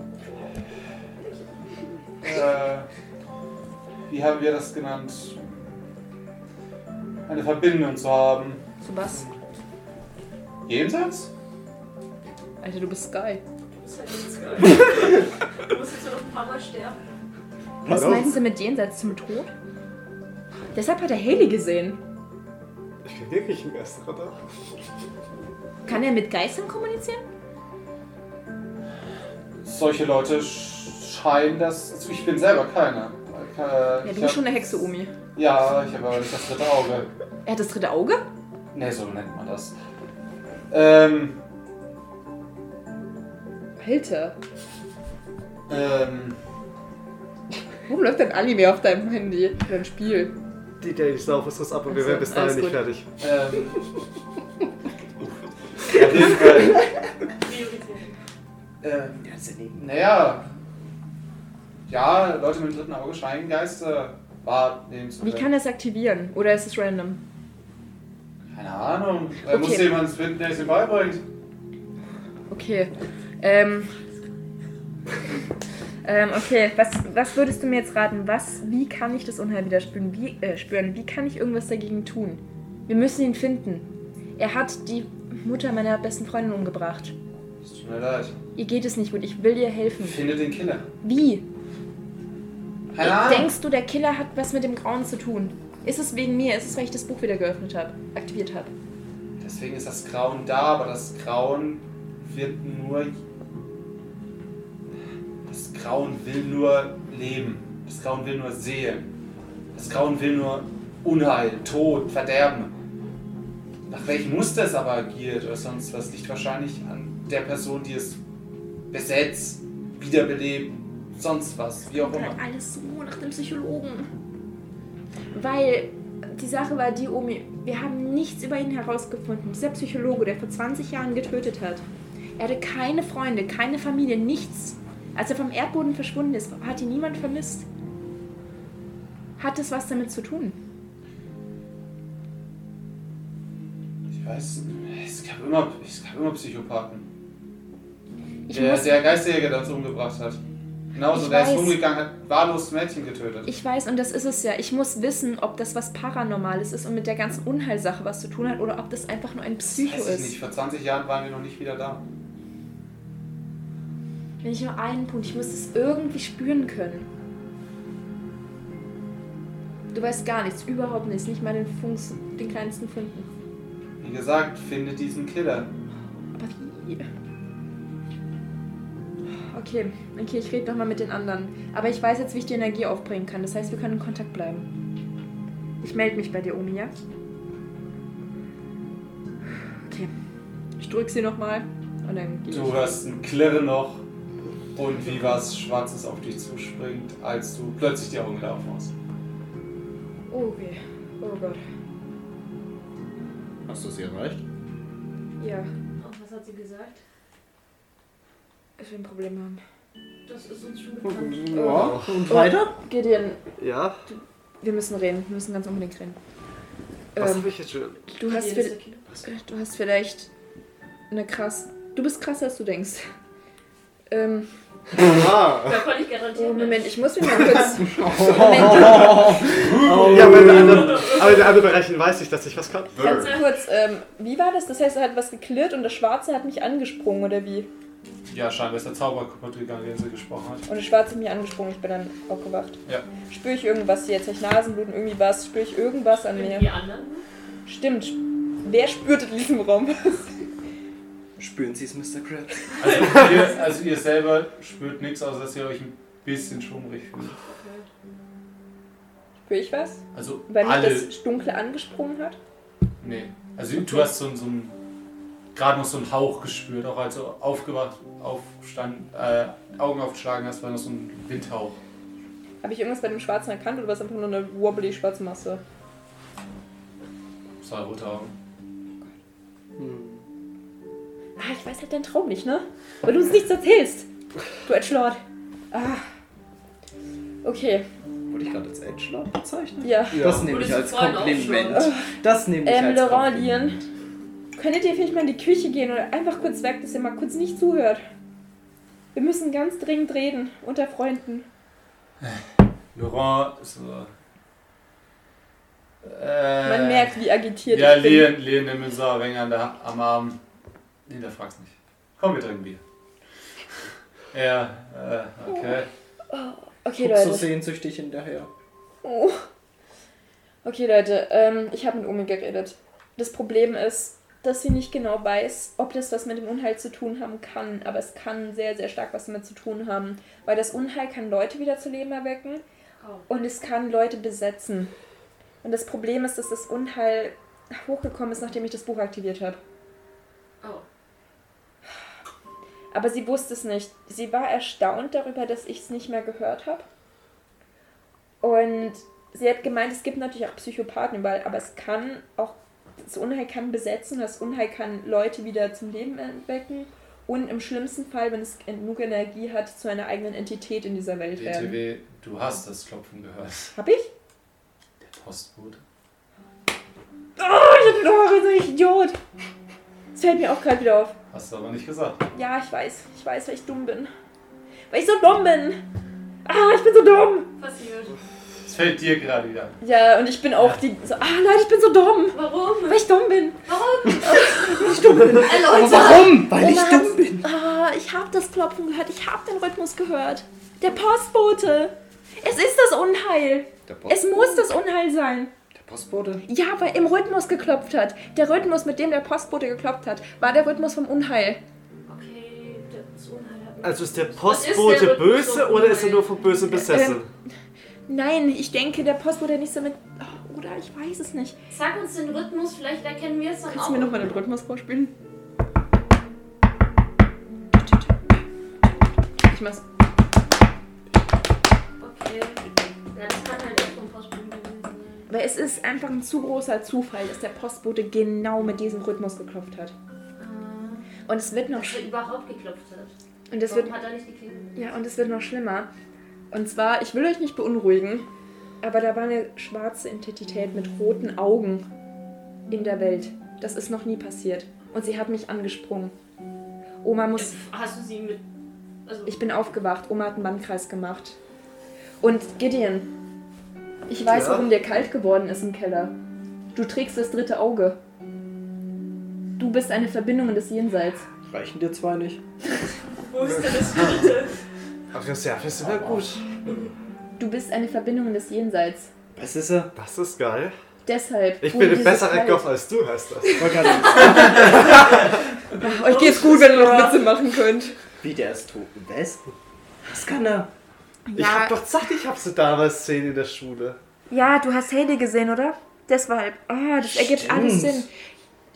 A: äh, wie haben wir das genannt? Eine Verbindung zu haben.
B: Zu was?
A: Jenseits?
B: Alter, du bist Sky.
D: Das ist halt jetzt geil. Du musst jetzt nur noch ein paar Mal sterben.
B: Was meinst du mit jenseits zum Tod? Deshalb hat er Haley gesehen.
F: Ich bin wirklich ein erster Radar.
H: Kann er mit Geistern kommunizieren?
A: Solche Leute sch- scheinen das. Also ich bin selber keiner. Äh,
H: Ja, du
A: ich
H: bist
A: hab-
H: schon eine Hexe, Omi.
A: Ja, ich habe aber nicht das dritte Auge.
H: Er hat das dritte Auge?
A: Ne, so nennt man das. Ähm,
H: Alter,
A: ähm,
H: warum läuft denn Anime auf deinem Handy? Oder ein Spiel?
F: Die Daily Slow ist was ab und wir
H: Also,
F: werden bis dahin
H: alles
F: nicht
H: gut.
F: fertig.
A: ähm. Auf jeden Fall.
D: Prioritäten.
A: Ähm,
P: Ja, das ist ja
A: Naja, ja, Leute mit dem dritten Auge scheinen Geister wahrnehmen zu
H: Wie
A: können.
H: kann er es aktivieren? Oder ist es random?
A: Keine Ahnung, da
H: Okay.
A: muss jemand finden, der es ihm beibringt.
H: Okay. Ähm. ähm, okay, was, was würdest du mir jetzt raten? Was, wie kann ich das Unheil wieder spüren? Wie, äh, spüren? wie kann ich irgendwas dagegen tun? Wir müssen ihn finden. Er hat die Mutter meiner besten Freundin umgebracht.
A: Es tut mir leid.
H: Ihr geht es nicht gut. Ich will dir helfen.
A: Finde den Killer.
H: Wie?
A: Keine Ahnung.
H: Denkst du, der Killer hat was mit dem Grauen zu tun? Ist es wegen mir? Ist es, weil ich das Buch wieder geöffnet habe? Aktiviert habe?
A: Deswegen ist das Grauen da, aber das Grauen wird nur. Das Grauen will nur leben. Das Grauen will nur sehen. Das Grauen will nur Unheil, Tod, Verderben. Nach welchem Muster es aber agiert oder sonst was, liegt wahrscheinlich an der Person, die es besetzt, wiederbelebt, sonst was, wie auch immer.
H: Halt alles so nach dem Psychologen. Weil die Sache war die, Omi, wir haben nichts über ihn herausgefunden. Dieser Psychologe, der vor 20 Jahren getötet hat, er hatte keine Freunde, keine Familie, nichts. Als er vom Erdboden verschwunden ist, hat ihn niemand vermisst. Hat es was damit zu tun?
A: Ich weiß, es gab immer, es gab immer Psychopathen.
H: Ich
A: Der,
H: muss
A: der Geisterjäger, der uns umgebracht hat. Genauso,
H: Ich
A: der ist
H: weiß.
A: rumgegangen, hat wahllos Mädchen getötet.
H: Ich weiß, und das ist es ja. Ich muss wissen, ob das was Paranormales ist und mit der ganzen Unheilsache was zu tun hat oder ob das einfach nur ein Psycho
A: Weiß ich nicht,
H: ist.
A: vor 20 Jahren waren wir noch nicht wieder da.
H: Wenn ich nur einen Punkt, ich muss es irgendwie spüren können. Du weißt gar nichts, überhaupt nichts, nicht mal den Funken, den kleinsten Funken.
A: Wie gesagt, finde diesen Killer.
H: Aber wie? Okay, okay, ich rede nochmal mit den anderen. Aber ich weiß jetzt, wie ich die Energie aufbringen kann. Das heißt, wir können in Kontakt bleiben. Ich melde mich bei dir, Omi, ja? Okay. Ich drück sie nochmal und dann geh ich.
A: Du hörst ein Klirren noch und wie was Schwarzes auf dich zuspringt, als du plötzlich die Augen wieder aufmachst.
H: Okay. Oh Gott.
P: Hast du sie erreicht?
H: Ja,
D: Und was hat sie gesagt?
H: ich will ein Problem haben.
D: Das ist uns
C: Mhm.
D: schon bekannt.
C: Ja, und weiter?
H: Gideon,
F: Ja?
H: wir müssen reden. Wir müssen ganz unbedingt reden.
F: Was
H: Ähm,
F: habe ich jetzt schon?
H: du, hast
D: Hier ist
H: vi-
D: der Killer.
H: du hast vielleicht eine krass. Du bist krasser, als du denkst. Ähm,
F: Ah!
D: Da kann ich garantieren.
H: oh, Moment, ich muss mich mal kurz.
F: Ja, aber in den anderen, aber in den anderen Bereichen weiß ich, dass ich was kann.
B: Ganz kurz, ähm, wie war das? Das heißt, er hat was geklirrt und der Schwarze hat mich angesprungen, oder wie?
Q: Ja, scheinbar ist der Zauberer kaputt gegangen, den sie gesprochen hat.
B: Und der Schwarze hat mich angesprungen, ich bin dann aufgewacht.
Q: Ja.
B: Spüre ich irgendwas hier? Jetzt hab ich Nasenbluten, irgendwie was? Spüre ich irgendwas an
D: Wenn
B: mir?
D: die anderen.
B: Stimmt. Wer spürt in diesem Raum was?
C: Spüren Sie es, Mr. Krabs?
Q: Also ihr, also ihr selber spürt nichts, außer dass ihr euch ein bisschen schummrig fühlt.
B: Spüre ich was?
Q: Also
B: Weil mich
Q: alle.
B: das Dunkle angesprungen hat?
Q: Nee. Also du hast so, so ein, gerade noch so einen Hauch gespürt, auch als du aufgewacht, aufstand, äh, Augen aufgeschlagen hast, war noch so ein Windhauch.
B: Habe ich irgendwas bei dem Schwarzen erkannt oder war es einfach nur eine wobbly schwarze Masse?
Q: Das war rote Augen.
B: Hm. Ah, ich weiß halt deinen Traum nicht, ne? Weil du uns nichts erzählst. Du Edgelord. Ah. Okay,
C: Wurde ich gerade als Edgelord bezeichnet?
B: ja.
C: Das nehme ich
D: Wurdest
C: als
D: du vorhin auch
C: Kompliment. Das nehme ich
B: Ähm,
C: als
B: Laurent,
C: Kompliment.
B: Lien, könntet ihr vielleicht mal in die Küche gehen oder einfach kurz weg, dass ihr mal kurz nicht zuhört? Wir müssen ganz dringend reden, unter Freunden.
Q: Laurent ist so. äh,
B: Man merkt, wie agitiert
Q: Ja,
B: ich bin.
Q: Leon, Leon nimmt uns so ein wenig an der, am Arm. Nee, da fragst nicht. Komm, wir trinken Bier. Ja, äh, okay.
B: Oh, Okay,
C: Guck so
B: Leute.
C: sehnsüchtig hinterher.
B: Oh. Okay, Leute, ähm, ich habe mit Omi geredet. Das Problem ist, dass sie nicht genau weiß, ob das was mit dem Unheil zu tun haben kann. Aber es kann sehr, sehr stark was damit zu tun haben. Weil das Unheil kann Leute wieder zu Leben erwecken
D: Oh.
B: und es kann Leute besetzen. Und das Problem ist, dass das Unheil hochgekommen ist, nachdem ich das Buch aktiviert habe.
D: Oh.
B: Aber sie wusste es nicht. Sie war erstaunt darüber, dass ich es nicht mehr gehört habe. Und sie hat gemeint, es gibt natürlich auch Psychopathen überall, aber es kann auch, das Unheil kann besetzen, das Unheil kann Leute wieder zum Leben erwecken und im schlimmsten Fall, wenn es genug Energie hat, zu einer eigenen Entität in dieser Welt werden.
A: BTW, du hast das Klopfen gehört.
B: Hab ich?
A: Der Postbote.
B: Oh, ich hatte Lore, so ein Idiot! Das fällt mir auch gerade wieder auf.
A: Hast du aber nicht gesagt.
B: Ja, ich weiß. Ich weiß, weil ich dumm bin. Weil ich so dumm bin! Ah, ich bin so dumm!
D: Passiert.
A: Es fällt dir gerade wieder. ein.
B: Ja, und ich bin auch die. So, ah, Leute, ich bin so dumm!
D: Warum?
B: Weil ich dumm bin.
D: Warum?
B: Erläutert.
R: Warum? Weil ich
B: Oma
R: dumm bin.
B: Ah, ich hab das Klopfen gehört. Ich hab den Rhythmus gehört. Der Postbote. Es ist das Unheil.
R: Der,
B: Es muss das Unheil sein.
R: Postbote?
B: Ja, weil im Rhythmus geklopft hat. Der Rhythmus, mit dem der Postbote geklopft hat, war der Rhythmus vom Unheil.
D: Okay, das Unheil hat mich.
F: Also ist der
D: Was ist
F: Postbote
D: der
F: böse
D: Rhythmus
F: oder ist er
D: nochmal?
F: nur vom Bösen besessen?
H: Ähm.
B: Nein, ich denke, der Postbote hat nichts damit. Oh, oder ich weiß es nicht.
D: Sag uns den Rhythmus, vielleicht erkennen wir es dann
H: Kannst
D: auch.
H: du mir nochmal den Rhythmus vorspielen? Ich mach's.
D: Okay. Ja, das kann halt echt vom Postboten gewesen sein.
B: Aber es ist einfach ein zu großer Zufall, dass der Postbote genau mit diesem Rhythmus geklopft hat.
D: Ah,
B: Und es wird noch
D: Dass er überhaupt geklopft hat.
B: Und es wird
D: Warum hat er nicht geklingelt?
B: Ja, und es wird noch schlimmer. Und zwar, ich will euch nicht beunruhigen, aber da war eine schwarze Identität mit roten Augen in der Welt. Das ist noch nie passiert. Und sie hat mich angesprungen. Oma muss.
D: Hast du sie mit. Also,
B: Ich bin aufgewacht. Oma hat einen Mannkreis gemacht. Und Gideon, ich weiß,
F: Ja?
B: warum dir kalt geworden ist im Keller. Du trägst das dritte Auge. Du bist eine Verbindung des Jenseits.
E: Reichen dir zwei nicht?
D: wo ist denn das Dritte?
F: Aber das ja, das ist ja gut.
B: Du bist eine Verbindung des Jenseits.
E: Was ist er?
F: Das ist geil.
B: Deshalb.
H: Oh,
F: Ich
B: wurde
F: bin ein
B: dieses
F: besserer
B: Kalt-
F: Kopf als du, heißt das.
H: Euch geht's gut, wenn ihr noch Witze machen könnt.
E: Wie der ist tot. Was? Was kann er?
F: Ich hab doch gesagt, ich hab sie damals gesehen in der Schule.
B: Ja, du hast Heidi gesehen, oder? Deshalb. Ah, das ergibt alles Sinn.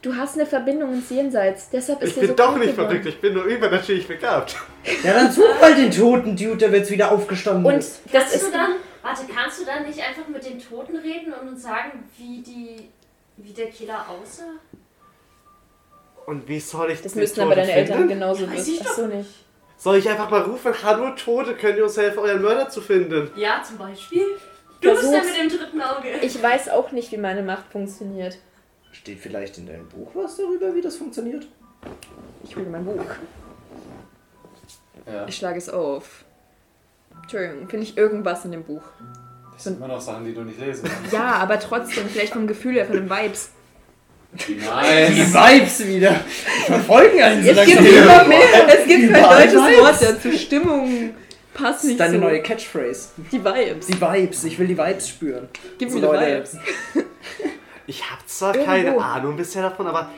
B: Du hast eine Verbindung ins Jenseits. Deshalb ist
F: Ich
B: er so
F: bin doch
B: krank
F: nicht
B: geworden.
F: verrückt, ich bin nur übernatürlich begabt.
E: Ja, dann such mal den toten Dude, der jetzt wieder aufgestanden
B: Und
E: ist.
B: das
D: kannst
B: ist
D: du dann, warte, kannst du dann nicht einfach mit den Toten reden und uns sagen, wie die, wie der Killer aussah?
F: Und wie soll ich
B: Das
F: den
B: müssten
F: Toten
B: aber deine Eltern
F: finden?
B: genauso
D: Ja, weiß
B: wissen.
D: ich doch.
B: Ach so nicht.
F: Soll ich einfach mal rufen, hallo Tote, könnt ihr uns helfen, euren Mörder zu finden?
D: Ja, zum Beispiel. Du bist ja
B: Versuch's.
D: mit dem dritten Auge.
B: Ich weiß auch nicht, wie meine Macht funktioniert.
E: Steht vielleicht in deinem Buch was darüber, wie das funktioniert?
H: Ich hole mein Buch.
A: Ja.
H: Ich schlage es auf. Entschuldigung, finde ich irgendwas in dem Buch.
A: Das sind immer noch Sachen, die du nicht lesen kannst.
H: Ja, aber trotzdem, vielleicht vom Gefühl her, von den Vibes.
A: Nice.
E: Die Vibes wieder. Die verfolgen einen so
H: Es gibt
E: langsam.
H: immer mehr. Es gibt kein
E: Überall
H: deutsches
E: Vibes.
H: Wort dazu. Stimmung passt
E: Das
H: nicht
E: ist deine
H: so.
E: neue Catchphrase.
H: Die Vibes.
E: Die Vibes. Ich will die Vibes spüren.
H: Gib
E: So,
H: mir die
E: Leute.
H: Vibes.
F: Ich hab zwar
H: Irgendwo.
F: keine Ahnung bisher davon, aber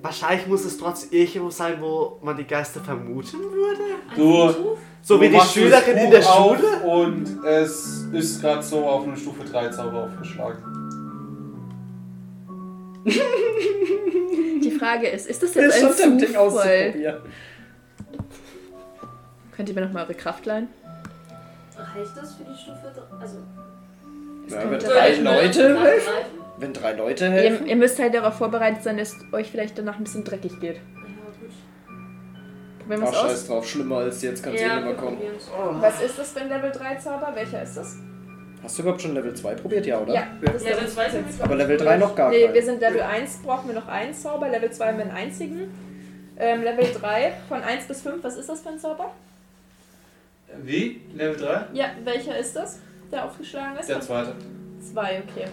F: wahrscheinlich muss es trotzdem irgendwo sein, wo man die Geister vermuten würde.
A: Du,
F: So
A: du
F: wie die
A: machst
F: Schülerin
A: das
F: in der
A: Buch auf
F: Schule.
A: Und es ist gerade so auf eine Stufe 3 Zauber aufgeschlagen.
H: Die Frage ist, ist das
E: Das
H: jetzt
E: ist schon
H: ein
E: dein Ding
H: Zufall?
E: auszuprobieren.
H: Könnt ihr mir nochmal eure Kraft leihen?
D: Reicht das für die Stufe drei? Also,
E: Ja, wenn
H: kommt
E: drei Leute helfen.
D: helfen?
E: Wenn drei Leute
H: Ihr,
E: helfen.
H: ihr müsst halt darauf vorbereitet sein, dass euch vielleicht danach ein bisschen dreckig geht.
D: Ja, gut.
H: Probieren wir
E: Ach,
H: es aus.
E: scheiß drauf. Schlimmer als jetzt kannst du eh
D: Ja,
E: nicht
D: wir
E: mehr kommen.
D: probieren's.
B: Was ist das für ein Level 3 Zauber? Welcher ist das?
E: Hast du überhaupt schon Level 2 probiert? Ja, oder?
B: Ja, das ist
D: Level
B: Level
D: 2 ist jetzt
E: Aber Level 3 noch gar
B: Nee, wir
E: kein.
B: sind Level 1, brauchen wir noch einen Zauber. Level 2 haben wir einen einzigen. Ähm, Level 3, von 1 bis 5, was ist das für ein Zauber?
A: Wie? Level 3?
B: Ja, welcher ist das, der aufgeschlagen ist?
A: Der zweite.
B: 2, okay.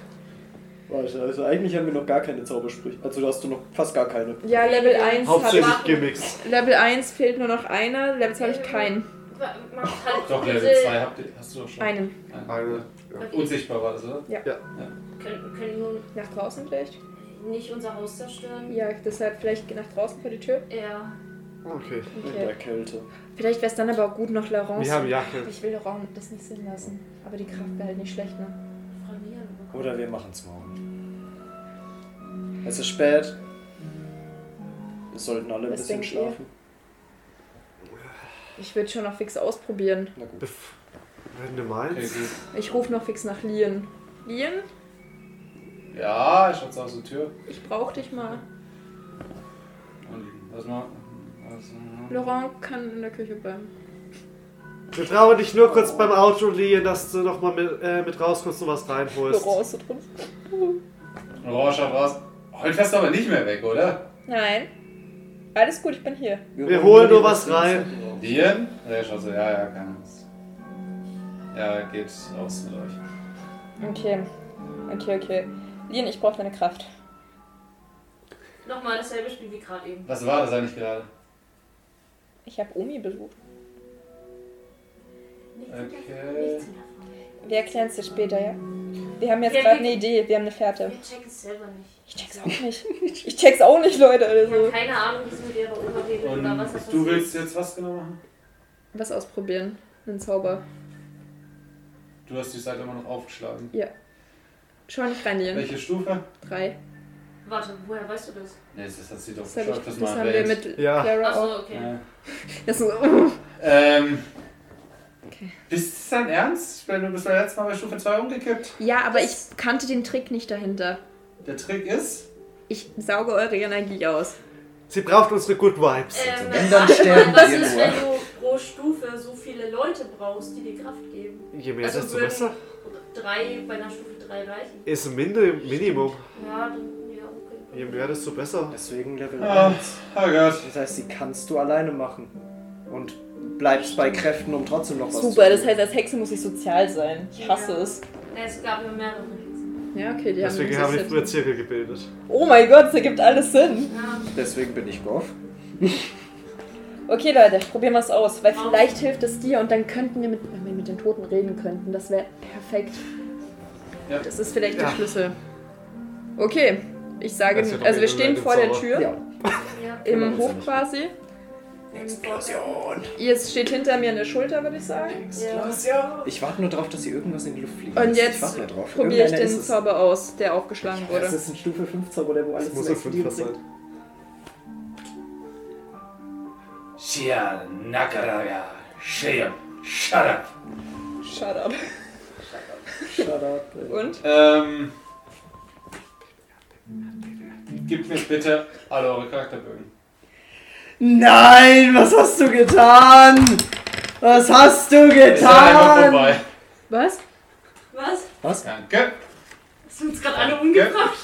E: Warte, also eigentlich haben wir noch gar keine Zaubersprüche. Also da hast du noch fast gar keine.
B: Ja, Level 1
F: Hauptsächlich
D: machen.
F: gemixt.
B: ich. Level 1 fehlt nur noch einer, Level 2 habe ich keinen.
D: Ma- Macht halt
A: Doch,
D: diese-
A: Level 2 habt ihr, hast du doch schon.
B: Einen.
A: Einen.
F: Eine.
A: Unsichtbar war das, oder?
D: Können, können
B: Nach draußen vielleicht?
D: nun- nicht unser Haus zerstören.
B: Ja, deshalb vielleicht nach draußen vor die Tür.
D: Ja.
F: Okay.
E: In der Kälte.
B: Vielleicht wäre es dann aber auch gut, noch Laurence.
F: Wir haben Jacke.
B: Ich will Laurent das nicht sehen lassen. Aber die Kraft wäre halt nicht schlecht, ne?
D: Franieren.
E: Oder wir machen es morgen. Es ist spät. Wir sollten alle ein
B: Was
E: bisschen
B: denkt ihr?
E: schlafen.
B: Ich würde schon noch fix ausprobieren.
E: Na gut.
F: Bef Wenn du meinst.
A: Okay, gut.
B: Ich rufe noch fix nach Lien. Lien,
A: Ja, ich schaut's aus der Tür.
B: ich brauche dich mal.
A: Und was mal. Was,
B: Laurent kann in der Küche bleiben.
F: Wir brauchen dich nur kurz beim Auto liehen, dass du nochmal mit, äh, mit rauskommst und was reinholst.
H: Büro ist so drin.
A: Orange war's. Heute fährst du aber nicht mehr weg, oder?
H: Nein. Alles gut, ich bin hier.
F: Wir holen nur was rein.
A: Lien? Ja, ich schaut so, also, ja, ja, keine Angst. Ja, geht raus mit euch.
H: Okay. Okay, okay. Lien, ich brauche deine Kraft.
D: Nochmal dasselbe Spiel wie gerade eben.
A: Was war das eigentlich gerade?
H: Ich habe Omi besucht.
D: Nichts in der-
A: Okay.
D: nichts in der Frage.
H: Wir erklären es dir später, ja? Wir haben jetzt
D: Ja,
H: gerade
B: ne
D: wir-
H: eine Idee, wir haben eine Fährte.
D: Wir checken es selber nicht.
H: Ich check's auch nicht. Ich check's auch nicht, Leute.
D: Ich habe
H: Also.
D: keine Ahnung, wie sie mit ihrer Oma redet oder was da
A: Und
D: passiert.
A: du willst jetzt was genau machen?
B: Was ausprobieren? Einen Zauber.
A: Du hast die Seite immer noch aufgeschlagen.
B: Schau nicht rein, Lien.
A: Welche Stufe?
B: Drei.
D: Warte, woher weißt du das?
A: Ne, das hat sie doch
B: Das, hab ich,
A: geschafft,
B: das
A: das mal
B: haben wir mit
F: Ja.
B: Clara auch.
D: Achso, okay.
A: Ja.
B: Das ist Ah. so,
A: Ähm.
B: Okay.
A: Bist du dein Ernst? Ich meine, du bist beim letzten Mal bei Stufe 2 umgekippt.
B: ja, aber ich kannte den Trick nicht dahinter.
A: Der Trick ist.
B: Ich sauge eure Energie aus.
F: Sie braucht unsere Good Vibes.
D: Ähm,
C: Wenn, dann sterben
D: was
C: wir
D: ist,
C: nur.
D: wenn du pro Stufe so viele Leute brauchst, die dir Kraft geben?
F: Je mehr,
D: also
F: desto
D: würden-
F: besser.
D: Drei bei einer Stufe drei reichen.
F: Ist ein Minde Minimum.
D: Ja, dann, ja, okay.
F: Je mehr, desto besser.
E: Deswegen Level
A: Ah.
E: 1.
A: Oh Gott.
E: Das heißt, die kannst du alleine machen. Und bleibst bei Kräften, um trotzdem noch was zu
H: Super, das
E: tun.
H: heißt, als Hexe muss ich sozial sein. Ich hasse
D: Ja.
H: es.
D: Ne, es gab ja mehrere Hexen.
B: Ja, okay, die
F: Deswegen
B: haben
F: haben wir
B: sich
F: früher Zirkel gebildet.
H: Oh mein Gott, das ergibt alles Sinn.
D: Ja,
E: Deswegen bin ich Goff.
H: Okay, Leute, probieren wir es aus, weil
B: Vielleicht hilft es dir und dann könnten wir mit, wenn wir mit den Toten reden könnten. Das wäre perfekt.
A: Ja.
B: Das ist vielleicht
F: Ja.
B: der Schlüssel. Okay, ich sage,
F: Das wird auf
B: also wir
F: jeden Fall
B: stehen
F: ein
B: vor der
F: Zauber.
B: Tür,
E: Ja.
D: ja.
B: im Hof quasi.
E: Explosion.
B: Ihr steht hinter mir an der Schulter, würde ich sagen.
D: Ja.
E: Ich warte nur drauf, dass sie irgendwas in die Luft fliegt.
B: Und
E: ich
B: jetzt
E: warte nur drauf.
B: Probiere ich
E: Irgendeiner ist
B: den
E: es.
B: Zauber aus, der aufgeschlagen
E: Das
B: wurde.
E: ist ein Stufe 5 Zauber, der wo
F: Das
E: alles
F: muss
E: zum
F: ein Fünfer
E: Explodieren bringt.
F: sein.
A: Shia Nakaraya. Shia. Shut up.
H: shut up.
E: Shut up. ey.
H: Und?
A: Ähm. Gib mir bitte alle eure Charakterbögen.
E: Nein, was hast du getan? Was hast du
A: Ist ja einfach
E: getan?
A: vorbei.
B: Was?
D: Was?
A: Danke.
D: Hast du uns gerade alle umgebracht?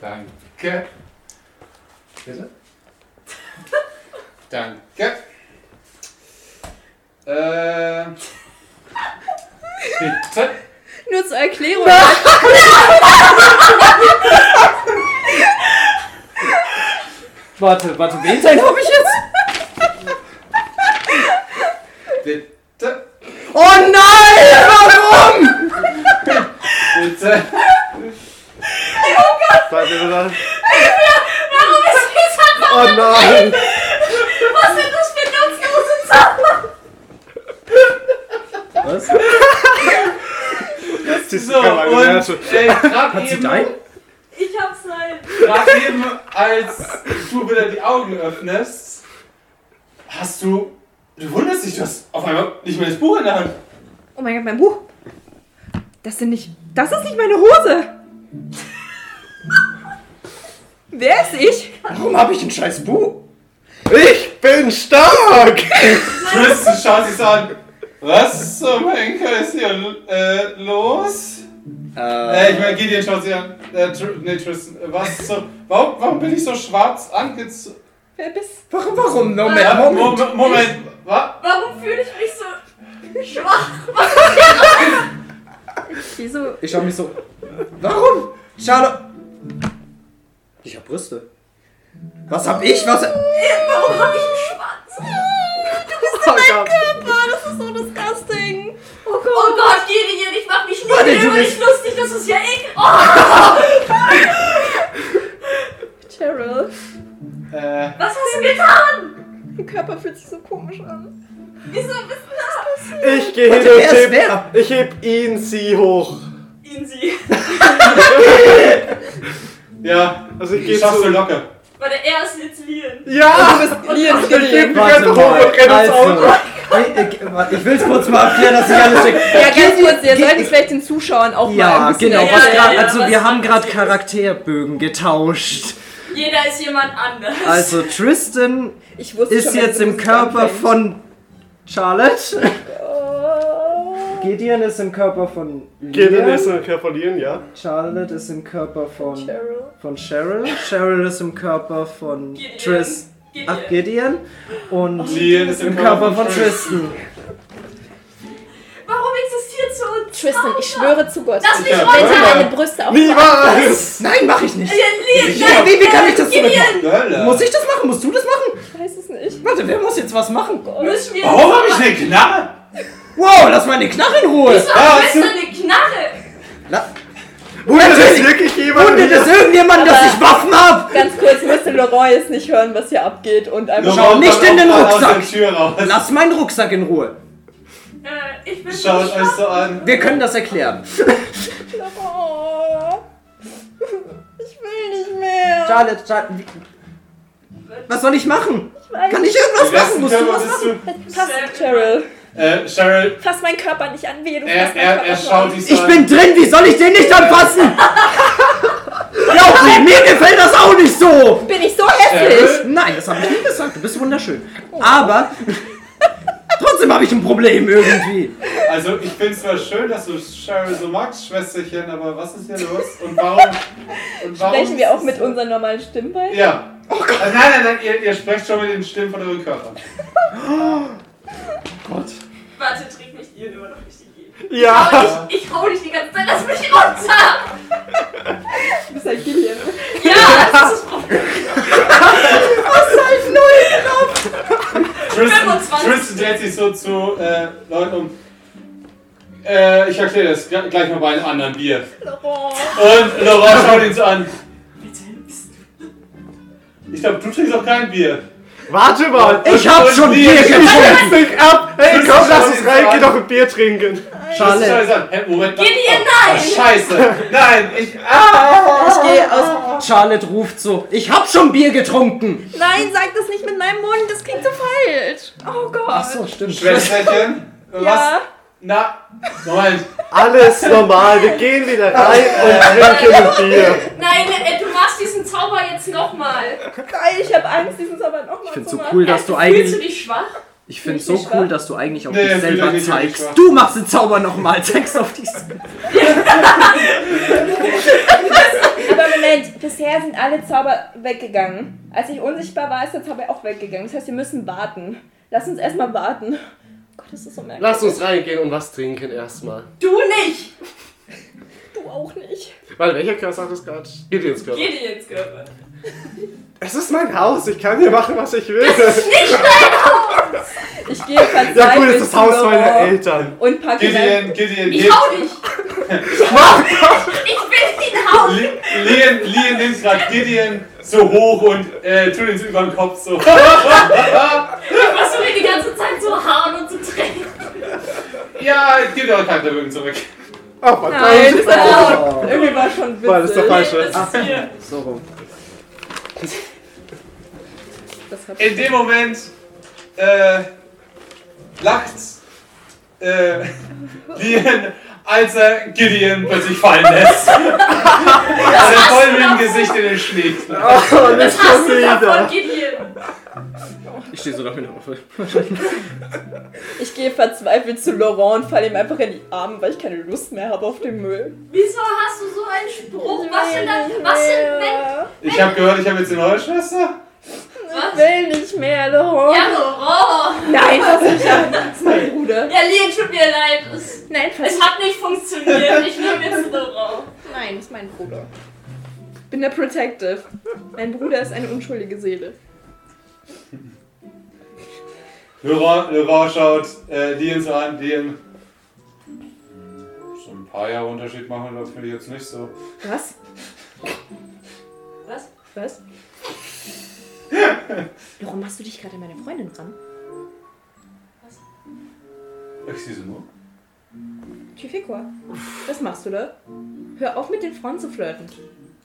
A: Danke. Bitte? Danke. Äh. Bitte.
B: Nur zur Erklärung.
E: Warte, warte, wen sein hab ich jetzt?
A: Bitte.
E: Oh nein, warum?
A: Bitte.
F: Warte, warte, warte. Oh nein!
E: Was?
F: Das ist
A: So, und äh, gerade eben,
D: Ich hab's halt.
A: grad eben, als du wieder die Augen öffnest, hast du. Du wunderst dich, du hast auf einmal nicht mehr das Buch in der Hand.
B: Oh mein Gott, mein Buch. Das sind nicht. Das ist nicht meine Hose! Wer ist ich?
E: Warum hab ich ein scheiß Buch?
F: Ich bin stark!
A: Chris, du schaust dich so an. Was zum Henker ist hier äh, los? Äh, ich meine, Gideon schaut sie an. Äh, Tr nee, Tristan. äh, Was so, warum, warum bin ich so schwarz angezogen?
H: Wer bist
E: warum, warum?
B: Ah.
E: No,
A: Ja,
E: man, Moment.
A: Moment, Moment. Was?
D: Warum fühle ich mich so schwach?
B: Wieso?
E: Ich schau mich so. Warum? Schade. Ich hab Brüste. Was hab ich? Was?
D: Warum habe ich einen Schwanz?
E: Oh Gott.
B: Das ist so disgusting!
D: Oh Gott, oh Gott Gideon, ich mach mich nicht
E: Warte,
D: mehr
E: du
D: über dich
E: bist-
D: lustig, das ist ja ekel. Oh,
A: Äh,
D: Was hast du getan?
H: Mein Körper fühlt sich so komisch an.
D: Wieso bist
F: Ich gehe hin
C: Warte,
F: und
C: wer ist
F: heb,
C: wer?
F: ich heb ihn sie hoch.
D: du ihn sie?
A: ja,
F: Also ich gehe
A: ich schaff's so
F: zu...
A: locker.
D: Weil er ist jetzt Lian.
F: Ja!
H: Lian,
F: Ich heb
H: Lian.
F: mich ganz hoch und renn ins Auto.
C: Also, ich, ich, warte, ich will's kurz mal abklären, dass ich alles check.
H: Ja, ganz kurz, ihr
C: Geht-
H: solltet vielleicht den Zuschauern auch mal
C: Ja,
H: ein bisschen
C: genau.
D: Ja,
C: was
D: ja,
C: grad,
D: ja,
C: also
D: was
C: wir haben
D: passiert
C: gerade
D: ist.
C: Charakterbögen getauscht.
D: Jeder ist jemand anders.
C: Also Tristan
H: Ich wusste
C: ist
H: schon, dass
C: jetzt
H: du
C: im
H: das
C: Körper
H: anfängst.
C: von Charlotte.
H: Oh
C: Gideon ist im Körper von
F: Gideon ist
C: Liam.
F: ein Körper Lian, ja.
C: Charlotte ist im Körper von
H: Cheryl.
C: von Cheryl. Cheryl ist im Körper von
D: Gideon.
C: Tris.
D: Gideon.
C: Ach, Gideon. Und
A: Lian ist
C: im Körper von Tristan.
D: Warum existiert so uns?
H: Tristan, ich schwöre zu Gott,
D: Lass
H: ich
D: mich
H: wette
D: runter.
H: deine Brüste auf.
F: Niemals!
C: Nein, mach ich nicht.
D: Lian,
C: Ja, wie, wie kann ich das so machen?
A: Hölle.
C: Muss ich das machen? Musst du das machen?
H: Ich weiß es nicht. Oh
C: Warte, wer muss jetzt was machen?
D: Müssen wir
A: Warum hab ich eine Knarre?
C: Wow, lass meine Knarre in Ruhe.
D: Wieso hast du eine Knarre?
F: Wurde
E: Also
F: das
C: Natürlich.
F: wirklich jemand?
C: Wundert es irgendjemand, dass ich Waffen hab?
H: Ganz kurz, müsste Leroy jetzt nicht hören, was hier abgeht und einfach.
A: Schaut
C: nicht
A: dann
C: in den
A: auch mal
C: Rucksack.
A: Aus der Tür raus.
C: Lass meinen Rucksack in Ruhe.
D: Äh, ich bin so
A: Schaut euch
D: schwach.
A: so an.
C: Wir können das erklären.
H: Oh, ich will nicht mehr.
C: Charlotte, Charlotte. wie- Was soll ich machen? Kann ich irgendwas
A: Die besten
C: machen? Musst du
A: Körper
C: was machen?
A: bist du.
H: Pass, Cheryl.
A: Äh, Cheryl,
H: Fass meinen Körper nicht an, wehe, du
A: er,
H: fasst meinen
A: er,
H: Körper
A: er
H: nicht
A: schaut
H: an.
A: dich so
C: Ich
A: an.
C: bin drin, wie soll ich den nicht anfassen? Glaub mir, mir gefällt das auch nicht so.
H: Bin ich so
A: Äh,
H: hässlich?
C: Nein, das habe ich nie gesagt. Du bist wunderschön. Aber trotzdem habe ich ein Problem irgendwie.
A: Also, ich find's zwar schön, dass du Cheryl so magst, Schwesterchen, aber was ist hier los? Und warum? Und warum
H: Sprechen wir auch mit unseren normalen Stimmen bei?
A: Ja. Oh Gott. Nein, nein, nein, ihr, ihr sprecht schon mit den Stimmen von euren Körpern.
D: Warte, trink mich Lian immer noch richtig jeden.
F: Ja!
D: Aber ich, ich hau dich die ganze Zeit, lass mich runter!
H: Du bist halt Gillian.
D: Ja, das ist das Problem.
A: Tristan,
D: 25.
A: Tristan dreht sich so zu äh, Leuten um. Äh, ich erkläre das gl- gleich mal bei einem anderen Bier. Und Laurent schaut ihn so an. Ich glaube, du trinkst auch kein Bier.
F: Warte mal!
C: Ich habe schon Bier getrunken.
F: Ich mich ab! Hey,
A: Tristan
F: komm, lass
A: schaut
F: uns
A: ihn
F: rein,
A: so
F: geh
A: an.
F: doch ein Bier trinken!
A: Tristan schaut
C: Charlotte,
A: ihn so an. Hä, Moment.
D: Gib ihr
A: Ah,
D: nein!
A: scheiße. Nein, ich. Ah.
C: ich gehe aus. Charlotte ruft so: Ich habe schon Bier getrunken.
H: Nein, sag das nicht mit meinem Mund, das klingt so falsch. Oh
C: Ach
H: Gott.
C: so, stimmt.
A: Schwesterchen. halt Was?
H: Ja.
A: Na. Moment.
F: Alles normal, wir gehen wieder rein und trinken ein Bier!
D: Nein, äh, du machst diesen Zauber jetzt nochmal. Äh,
H: Geil, ich habe Angst, diesen Sommer nochmal
C: Ich finde
H: zu
C: so
H: machen.
C: cool, dass du
D: Fühlst du
C: eigentlich.
D: dich schwach?
C: Ich finde
H: fühl
C: so
H: ich mich
C: cool,
H: schwach?
C: dass du eigentlich auf
A: Nee,
C: dich
A: fühl dich
C: selber
A: nicht wirklich
C: zeigst.
A: schwach.
C: Du machst den Zauber nochmal, zeigst auf dich.
H: Aber Moment, bisher sind alle Zauber weggegangen. Als ich unsichtbar war, ist der Zauber auch weggegangen. Das heißt, wir müssen warten. Lass uns erstmal warten. Oh Gott, das ist so merkwürdig.
F: Lass uns reingehen und was trinken erstmal.
D: Du nicht!
H: Du auch nicht.
F: Weil welcher Körper sagt das gerade? Gideons Körper.
D: Geh dir ins Körper.
F: Es ist mein Haus, ich kann hier machen, was ich will.
H: Ich gehe verzweifelt
F: Ja gut, es ist das
H: zum
F: Haus meiner
H: Büro
F: Eltern.
H: Und packe sein...
A: Gideon, Gideon,
D: Ich
A: Gideon.
D: hau dich! Ich will ihn hauen!
A: Lien, Lien nimmt gerade Gideon so hoch und äh, tut ihn so über den Kopf so.
D: Was du mir die ganze Zeit so hauen und zu drängen?
A: Ja, es gibt auch kein Vermögen zurück.
F: Oh, verdammt.
H: Nein, das war auch... Irgendwie war schon witzig.
F: Weil das ist der falsche.
D: Das ist hier.
C: So rum.
H: Das hat-
A: In dem Moment äh, lacht äh, Lien, als er Gideon plötzlich fallen lässt. Als er voll mit dem Gesicht in den Schnee. knallt.
F: Oh, nicht
D: Das hast
F: schon
D: du davon,
F: wieder.
D: Gideon!
C: Ich stehe so damit auf.
H: Ich gehe verzweifelt zu Laurent und falle ihm einfach in die Arme, weil ich keine Lust mehr habe auf den Müll.
D: Wieso hast du so einen Spruch? Was denn dann? Was denn, wenn.
A: Ich habe gehört, ich habe jetzt eine neue Schwester.
H: Ich
D: Was?
H: will nicht mehr, Laurent.
D: Ja, Laurent!
H: Nein, fass mich an. Das ist mein Bruder.
D: Ja, Lian, tut mir leid. Es,
H: Nein, fass
D: es hat nicht funktioniert. Ich nehme jetzt Laurent.
H: Nein, das ist mein Bruder. Ich bin der Protective. Mein Bruder ist eine unschuldige Seele.
A: Laurent, Laurent schaut äh, Lien so an. Lien. So ein paar Jahre Unterschied machen, das finde ich jetzt nicht so.
H: Was?
D: Was?
H: Was?
B: Warum machst du dich gerade an meine Freundin ran?
S: Ich sehe sie nur.
B: Tyfikor, was machst du da? Hör auf mit den Frauen zu flirten.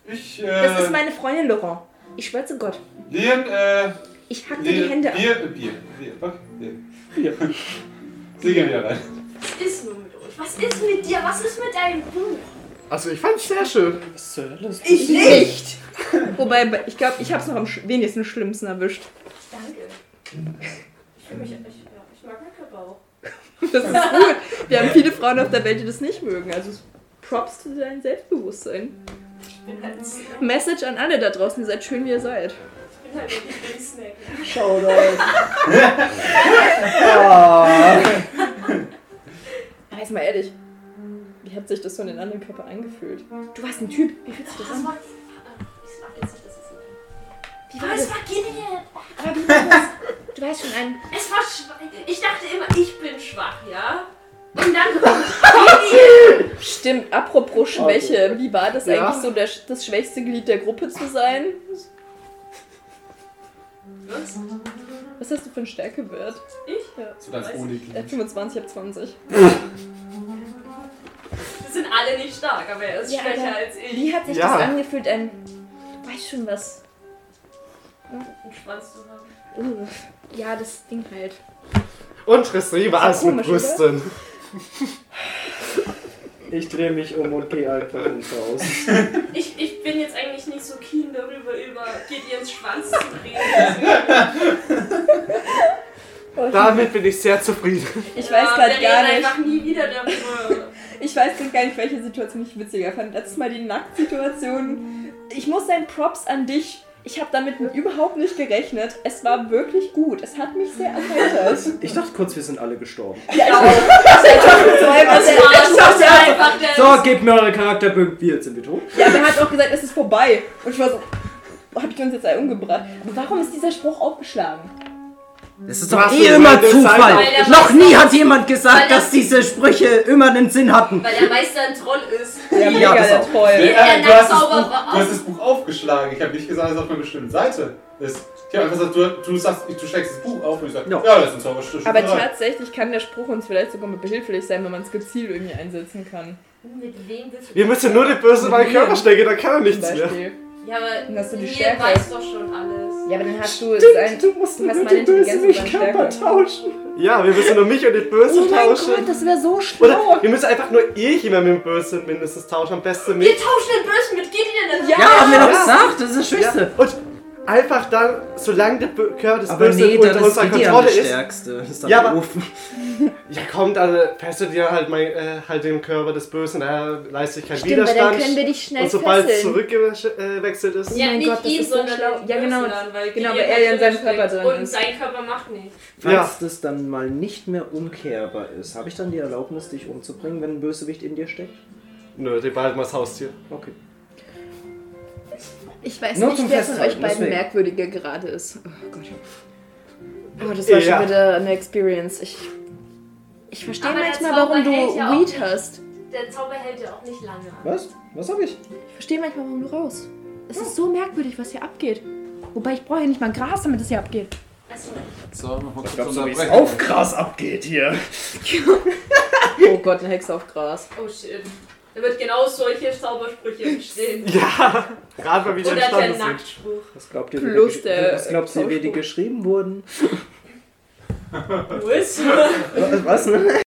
A: Ich,
B: Das ist
A: äh.
B: meine Freundin Laurent. Ich schwör zu Gott,
A: Lien, äh.
B: ich hack dir die
A: Lien,
B: Hände ab.
A: Bier, äh, Bier, Bier, was? Bier. Bier. Sie gehen wieder rein.
D: Was ist nun mit euch? Was ist mit dir? Was ist mit deinem Buch?
F: Also ich fand's sehr schön.
B: Ich nicht! Wobei, ich glaube, ich hab's noch am sch- wenigsten schlimmsten erwischt.
D: Danke. Ich fühle mich. Ich, ja, ich mag meinen Körper auch.
B: Das ist gut. Wir haben viele Frauen auf der Welt, die das nicht mögen. Also Props zu deinem Selbstbewusstsein.
D: Ich bin halt ein Snack.
B: Message an alle da draußen, ihr seid schön, wie ihr seid.
D: Ich bin halt wirklich ein Snack.
B: Aber jetzt mal ehrlich, wie hat sich das so in den anderen Körper angefühlt? Du warst ein Typ, wie fühlt sich das
D: Das
B: an?
D: war. Ah, Ich mag jetzt nicht, dass es.
B: Wie
D: Aber
B: war
D: Ah, es
B: das?
D: war genial.
B: Aber wie war das? Du weißt schon ein.
D: Es war schwach. Ich dachte immer, ich bin schwach, ja? Und dann kommt.
B: Stimmt, apropos Schwäche, wie war das
F: Ja.
B: eigentlich so, der, das schwächste Glied der Gruppe zu sein?
D: Was?
B: Was hast du für einen Stärkewert?
D: Ich? Ja.
S: So ganz
D: Weiß
S: ohne
B: Äh,
S: Glied.
B: 25, ich hab 20.
D: Wir sind alle nicht stark, aber er ist
B: Ja,
D: schwächer
B: aber
D: als ich.
B: Wie hat sich
F: Ja.
B: das angefühlt, ein. Weiß schon was.
D: Einen Schwanz zu haben.
B: Uff. Uh, Ja, das Ding halt.
F: Und Restri war
B: Das
F: alles
B: ist ja
F: mit
B: komisch, oder?
F: Brüsten.
E: Ich drehe mich um und gehe einfach runter raus.
D: Ich, ich bin jetzt eigentlich nicht so keen darüber, über geht ihr ins Schwanz zu reden. Deswegen-
F: Damit bin ich sehr zufrieden.
B: Ich
D: Ja,
B: weiß
D: wir
B: gerade
D: reden
B: gar nicht.
D: einfach nie wieder darüber.
B: Ich weiß grad gar nicht, welche Situation ich witziger fand. Letztes Mal die Nacktsituation. Ich muss sagen, Props an dich. Ich habe damit überhaupt nicht gerechnet. Es war wirklich gut. Es hat mich sehr erheitert.
E: Ich dachte kurz, wir sind alle gestorben.
B: Zweimal
D: Das
B: sehr-
D: war
B: also,
D: das war einfach der.
E: So, gebt mir eure Charakterpunkte. Wir sind wir tot.
B: ja, aber er hat auch gesagt, es ist vorbei. Und ich war so, oh, hab ich uns jetzt alle umgebracht? Aber warum ist dieser Spruch aufgeschlagen?
E: Das ist
F: Du
E: doch
F: hast
E: eh
F: es
E: immer
F: mal gesagt,
E: Zufall.
D: weil er
E: Noch
D: weiß,
E: nie
D: dass-
E: hat jemand
D: weil
E: gesagt,
D: er-
E: dass diese Sprüche immer einen Sinn hatten.
D: Weil der Meister ein Troll ist.
B: Ja, mega
E: das
B: der
E: auch.
B: Troll.
A: Äh, du, hast das
D: Sauber
A: Buch,
D: war
A: du hast das Buch aufgeschlagen. Ich habe nicht gesagt, dass es auf einer bestimmten Seite ist. Ich habe einfach gesagt, du, du, sagst, du schlägst das Buch auf und ich sage,
E: Ja.
A: ja, das ist ein Zauberstift.
B: Aber tatsächlich kann der Spruch uns vielleicht sogar mal behilflich sein, wenn man es gezielt irgendwie einsetzen kann.
D: Mit wem bist
F: Wir müssen nur den Bösen meinen Körper stecken, dann kann er
B: Mhm. Zum
F: nichts mehr.
B: Beispiel.
D: Ja, aber
B: Dann hast du die
D: ihr
B: Stärke.
D: weiß doch schon alles.
B: Ja, aber dann hast du sein.
E: Du musst
B: Du hast meine Intelligenz und deine Stärke.
E: tauschen.
F: Ja, wir müssen nur mich und den Bösen tauschen.
B: Oh das wäre so
F: Oder wir müssen einfach nur irgendjemanden mit dem Bösen mindestens tauschen, am besten
D: Wir
F: mich.
D: tauschen den Bösen mit Gideon in
E: Ja, haben wir doch gesagt, das ist das
F: Ja.
E: Schönste.
F: Und einfach dann, solange der Bö- Körper des
E: Aber
F: Bösen
E: nee,
F: unter
E: das
F: unserer
E: ist Gideon
F: Kontrolle
E: das
F: ist,
E: Stärkste. Das ist dann
F: Ja, aber-
E: doof.
F: ja komm, dann fesselt ihr halt, mein, äh, halt den Körper des Bösen, daher leistet ich keinen
B: Stimmt, weil
F: Widerstand.
B: dann können wir dich schnell
F: und sobald es
B: fesseln.
F: zurückgewechselt ist,
D: Ja,
B: Oh mein
D: nicht
B: Gott, das
D: ihn,
B: ist so
D: sondern
B: schlau.
D: den
B: Ja, genau.
D: Bösen an, weil
B: Genau,
D: Gideon
B: weil er ja in seinem
D: drin
B: Körper
D: steckt.
B: drin
D: Und
B: ist.
D: sein Körper macht nichts.
E: Falls das dann mal nicht mehr umkehrbar ist, habe ich dann die Erlaubnis, dich umzubringen, wenn ein Bösewicht in dir steckt?
F: Nö, den behalten wir als Haustier.
E: Okay.
B: Ich weiß
E: Nur
B: nicht,
E: zum
B: wer von euch
E: Festhalten,
B: beiden
E: deswegen.
B: merkwürdiger gerade ist. Oh Gott. Oh, das war
F: Ja.
B: schon wieder eine Experience. Ich, ich verstehe
D: Aber der
B: manchmal,
D: Zauber
B: warum du
D: hält ja auch
B: Weed
D: nicht.
B: hast.
D: Der Zauber hält ja auch nicht lange an.
E: Was? Was habe ich?
B: Ich verstehe manchmal, warum du raus. Es
H: Hm.
B: ist so merkwürdig, was hier abgeht. Wobei ich brauche ja nicht mal Gras, damit es hier abgeht.
D: Also,
A: So, nochmal kurz
E: auf Gras abgeht hier.
B: Oh Gott, eine Hexe auf Gras.
D: oh shit. Da wird genau solche Zaubersprüche entstehen.
F: Ja, gerade mal wieder
D: Oder der
F: entstanden sind.
D: Nacktspruch.
E: Was glaubt ihr,
B: Plus
E: wie die,
B: der-
E: was glaubt ihr, wie die geschrieben wurden?
D: Wo ist
E: Was, was ne?